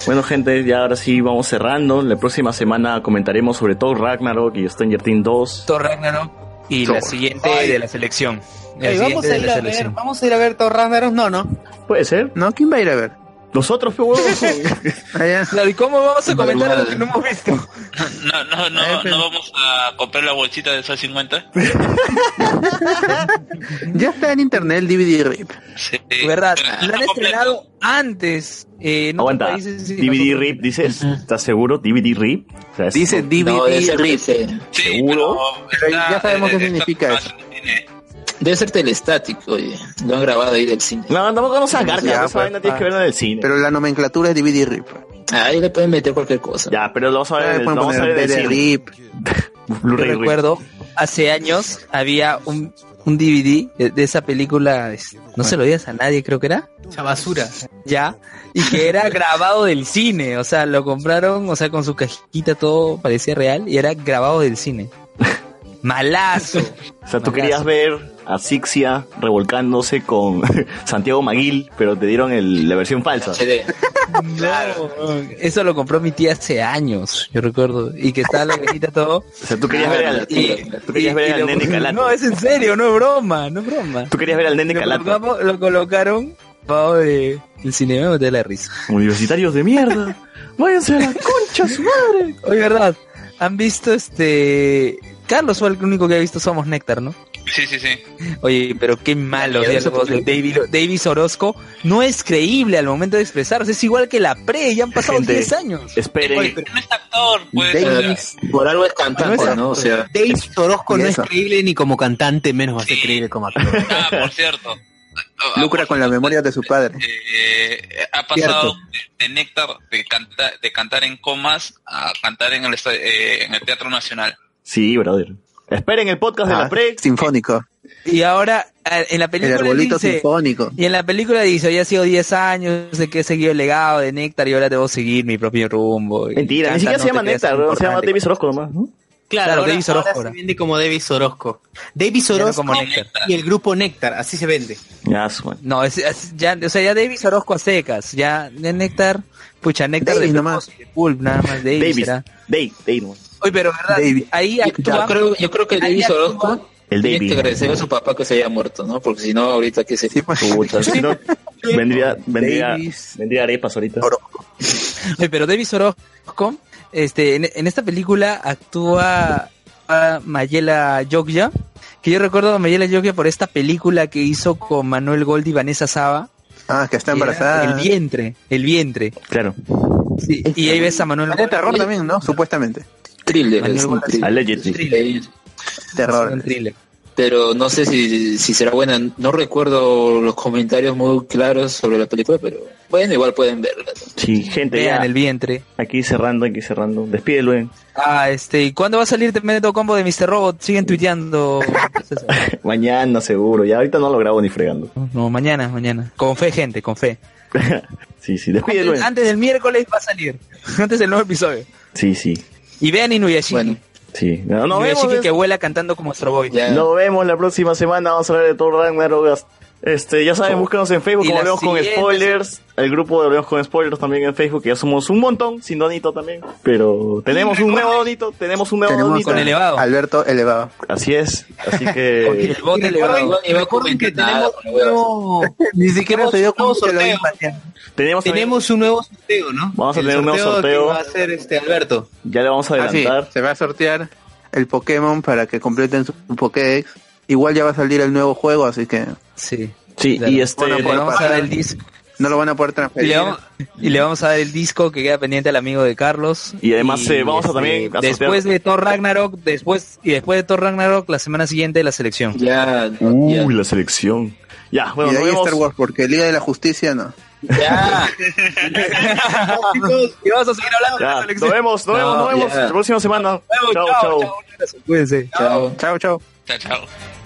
Speaker 1: Bueno, gente, ya ahora sí vamos cerrando. La próxima semana comentaremos sobre todo Ragnarok y Stranger Things 2.
Speaker 3: Thor Ragnarok y la siguiente de la selección. La
Speaker 4: Ey, vamos,
Speaker 3: siguiente de
Speaker 4: a ir
Speaker 3: la
Speaker 4: a ver,
Speaker 3: selección.
Speaker 4: vamos a ir a ver Thor Ragnarok, no, no.
Speaker 1: Puede ser.
Speaker 7: No, ¿quién va a ir a ver? Ah,
Speaker 1: Nosotros, pero
Speaker 3: Claro, ¿Y cómo vamos a comentar algo que no hemos visto?
Speaker 8: No, no,
Speaker 7: Ah,
Speaker 8: no, no vamos a comprar la bolsita de Sol 50.
Speaker 7: Ya está en internet el DVD RIP.
Speaker 8: Sí.
Speaker 3: ¿Verdad? Lo han estrenado antes. eh, en otros
Speaker 1: Aguanta.
Speaker 3: países, sí,
Speaker 1: DVD
Speaker 3: nosotros-
Speaker 1: RIP, dices. ¿Estás seguro? DVD RIP. O sea, es-
Speaker 3: Dice DVD
Speaker 2: No, debe ser
Speaker 3: RIP.
Speaker 2: Telestate.
Speaker 1: Seguro.
Speaker 7: ya
Speaker 8: eh,
Speaker 7: sabemos qué significa eso.
Speaker 2: Debe ser telestático, oye. Lo han grabado ahí del cine.
Speaker 1: No, tampoco no seas garca,
Speaker 7: Ya,
Speaker 1: no esa
Speaker 7: pues,
Speaker 1: vaina tienes
Speaker 7: pa.
Speaker 3: ah.
Speaker 1: que verla en el cine.
Speaker 7: Pero la nomenclatura es DVD RIP.
Speaker 2: Ah, Ahí le pueden meter cualquier cosa.
Speaker 1: Ya, pero lo vamos a ver,
Speaker 7: Ahí
Speaker 1: en el-
Speaker 7: pueden
Speaker 1: lo vamos a
Speaker 7: poner
Speaker 1: ver en el
Speaker 7: DVD
Speaker 1: cine.
Speaker 7: RIP.
Speaker 1: Blu-ray
Speaker 3: Yo
Speaker 1: RIP.
Speaker 3: recuerdo, hace años había un, un DVD de, de esa película, es- no se lo digas a nadie, creo que era,
Speaker 4: Esa basura.
Speaker 3: ya, y que era grabado del cine, o sea, lo compraron, o sea, con su cajita todo parecía real y era grabado del cine. Malazo.
Speaker 1: O sea, tú
Speaker 3: Malazo.
Speaker 1: querías ver a Sixia revolcándose con Santiago Maguil, pero te dieron el- la versión falsa.
Speaker 2: HD.
Speaker 3: No, eso lo compró mi tía hace años, yo recuerdo, y que estaba la cajita todo.
Speaker 1: O sea, tú querías ver al, tú querías ver
Speaker 3: Ah, y
Speaker 1: al
Speaker 3: lo-
Speaker 1: nene calato.
Speaker 3: No, es en serio, no es broma, no es broma.
Speaker 1: Tú querías ver al nene
Speaker 3: Lo,
Speaker 1: calato.
Speaker 3: colocamos- lo colocaron bajo de, el cine, me boté la risa.
Speaker 1: Universitarios de mierda. Váyanse a la concha, su madre.
Speaker 3: Oye, verdad, han visto este... Carlos fue el único que ha visto Somos Néctar, ¿no?
Speaker 8: Sí, sí, sí.
Speaker 3: Oye, pero qué malos
Speaker 2: Ya, ya
Speaker 3: diálogos
Speaker 2: se
Speaker 3: de David, Davis Orozco. No es creíble al momento de expresarse. Es igual que la pre, ya han pasado
Speaker 1: Gente,
Speaker 3: 10 años.
Speaker 8: Oye,
Speaker 1: Esperen.
Speaker 8: pero no es actor, pues.
Speaker 7: Davis.
Speaker 2: Por algo es
Speaker 4: No
Speaker 2: cantante,
Speaker 4: es
Speaker 2: ¿no? O sea,
Speaker 4: Davis Orozco no es
Speaker 7: Eso.
Speaker 4: creíble ni como cantante, menos va a ser
Speaker 8: Sí.
Speaker 4: creíble como actor.
Speaker 8: o sea, ah, por cierto. Ah,
Speaker 7: Lucra con la memoria de su padre.
Speaker 8: Eh, ha pasado de, de néctar de, canta- de cantar en comas a cantar en el, esta- eh, en el Teatro Nacional.
Speaker 1: Sí, brother. Esperen el podcast de
Speaker 7: Ah,
Speaker 1: la pre.
Speaker 7: sinfónico.
Speaker 3: Y ahora, a- en la
Speaker 7: El
Speaker 3: película
Speaker 7: arbolito
Speaker 3: dice...
Speaker 7: sinfónico.
Speaker 3: Y en la película dice, hoy ha sido 10 años de que he seguido el legado de Néctar y ahora debo seguir mi propio rumbo. Y
Speaker 1: Mentira,
Speaker 3: canta,
Speaker 1: ni siquiera
Speaker 3: no
Speaker 1: se
Speaker 3: te
Speaker 1: llama
Speaker 3: creas
Speaker 1: Neta, bro, se llama
Speaker 3: importante.
Speaker 1: Davis Orozco nomás, ¿no?
Speaker 4: Claro,
Speaker 3: Claro,
Speaker 4: ahora,
Speaker 3: Davis
Speaker 4: ahora
Speaker 3: Orozco
Speaker 4: se
Speaker 3: ahora.
Speaker 4: vende como Davis Orozco. Davis
Speaker 3: Ya no
Speaker 4: Orozco
Speaker 3: como Néctar.
Speaker 4: y el grupo Néctar, así se vende.
Speaker 1: Ya, su madre.
Speaker 3: No, es, es- ya, o sea, ya Davis Orozco a secas, ya de Néctar, pucha, Néctar
Speaker 7: Davis
Speaker 3: de
Speaker 7: nomás.
Speaker 3: Pulp, de Pulp, nada más Davis.
Speaker 1: Davis.
Speaker 3: será.
Speaker 1: Dave, Dave, no.
Speaker 3: Oye, pero verdad,
Speaker 7: Davis.
Speaker 3: ahí
Speaker 2: yo,
Speaker 3: actúa.
Speaker 2: yo creo, yo creo que
Speaker 3: ahí
Speaker 2: David
Speaker 3: actúa-
Speaker 2: Orozco
Speaker 1: El
Speaker 2: tiene que
Speaker 1: Davis.
Speaker 2: agradecer a su papá que se haya muerto, ¿no? Porque si no, ahorita que se...
Speaker 7: Sí, pues.
Speaker 1: Puta, si no, vendría, vendría,
Speaker 7: Davis.
Speaker 1: vendría arepas ahorita.
Speaker 3: Oye, pero Davis Orozco, este, en, en esta película actúa a Mayela Yogya, que yo recuerdo a Mayela Yogya por esta película que hizo con Manuel Gold y Vanessa Saba.
Speaker 7: Ah, que está
Speaker 3: que era El
Speaker 7: embarazada.
Speaker 3: vientre, el vientre.
Speaker 1: Claro.
Speaker 3: Sí, y ahí ves a Manuel
Speaker 7: Era Ah, terror
Speaker 3: Gold-
Speaker 7: también, ¿no? Supuestamente.
Speaker 2: Thriller,
Speaker 3: Manuel
Speaker 2: es un
Speaker 3: Gold-
Speaker 2: thriller.
Speaker 1: Allegedly.
Speaker 2: Eh,
Speaker 3: Un
Speaker 7: Terror.
Speaker 3: thriller.
Speaker 2: Pero no sé si, si será buena. No recuerdo los comentarios muy claros sobre la película, pero bueno, igual pueden verla. ¿no?
Speaker 1: Sí, gente, ya.
Speaker 3: Vean el vientre.
Speaker 1: Aquí cerrando, aquí cerrando. Despídelo, eh.
Speaker 3: Ah, este, ¿y cuándo va a salir Tremendo Combo de Mr. Robot? Siguen tuiteando. César.
Speaker 1: Mañana seguro, ya ahorita no lo grabo ni fregando.
Speaker 3: No, mañana, mañana. Con fe, gente, con fe.
Speaker 1: Sí, sí, despídelo.
Speaker 3: Antes,
Speaker 1: eh.
Speaker 3: antes del miércoles va a salir. Antes del nuevo episodio.
Speaker 1: Sí, sí,
Speaker 3: Y vean Inuyashiki.
Speaker 2: Bueno,
Speaker 1: sí. No, no
Speaker 3: Inuyashiki
Speaker 1: vemos,
Speaker 3: que vuela cantando como Astro Boy.
Speaker 2: ya.
Speaker 1: Nos vemos la próxima semana. Vamos a hablar de todo Ragnarok. Este, ya saben, búscanos en Facebook
Speaker 3: Y
Speaker 1: como
Speaker 3: la
Speaker 1: Hablemos con
Speaker 3: siguiente-
Speaker 1: Spoilers. El grupo de Hablemos con Spoilers también en Facebook, que ya somos un montón, sin Donito también. Pero tenemos un nuevo Donito, tenemos un nuevo Donito.
Speaker 7: Alberto Elevado.
Speaker 1: Así es, así que...
Speaker 4: Recuerden que tenemos un nuevo-
Speaker 7: Ni siquiera se dio cuenta que
Speaker 4: sorteo.
Speaker 7: lo
Speaker 1: Tenemos,
Speaker 4: un nuevo sorteo, ¿no?
Speaker 1: Vamos a
Speaker 4: El
Speaker 1: tener un nuevo sorteo.
Speaker 4: que va a hacer este Alberto. Ah,
Speaker 1: Ya le vamos
Speaker 3: Ah,
Speaker 1: a
Speaker 4: adelantar.
Speaker 7: se va a sortear el Pokémon para que completen su Pokédex. Igual ya va a salir el nuevo juego, así que.
Speaker 3: Sí.
Speaker 1: Sí,
Speaker 3: y este- Le
Speaker 4: pues,
Speaker 3: vamos a dar el disco.
Speaker 7: No lo van a poder
Speaker 3: Y
Speaker 7: transferir.
Speaker 3: le, vamos, y le vamos a dar el disco que queda pendiente al amigo de Carlos.
Speaker 1: Y además, eh, vamos a
Speaker 4: este,
Speaker 1: también a
Speaker 3: este, después
Speaker 1: sortear-
Speaker 3: de Thor Ragnarok, después y después de Thor Ragnarok la semana siguiente la selección.
Speaker 2: Ya.
Speaker 1: Uy, la selección. Ya, bueno,
Speaker 7: y de
Speaker 1: nos
Speaker 7: ahí
Speaker 1: vemos.
Speaker 7: Star Wars, porque Liga de la Justicia no.
Speaker 3: y vamos a seguir hablando de la
Speaker 1: Ya, nos
Speaker 3: selección.
Speaker 1: vemos, nos vemos, nos vemos. La próxima semana.
Speaker 3: Nos vemos,
Speaker 1: Chao,
Speaker 3: chao,
Speaker 1: chao.
Speaker 3: chao. Cuídense.
Speaker 7: Chao, chao, chao.
Speaker 8: Chao, chao.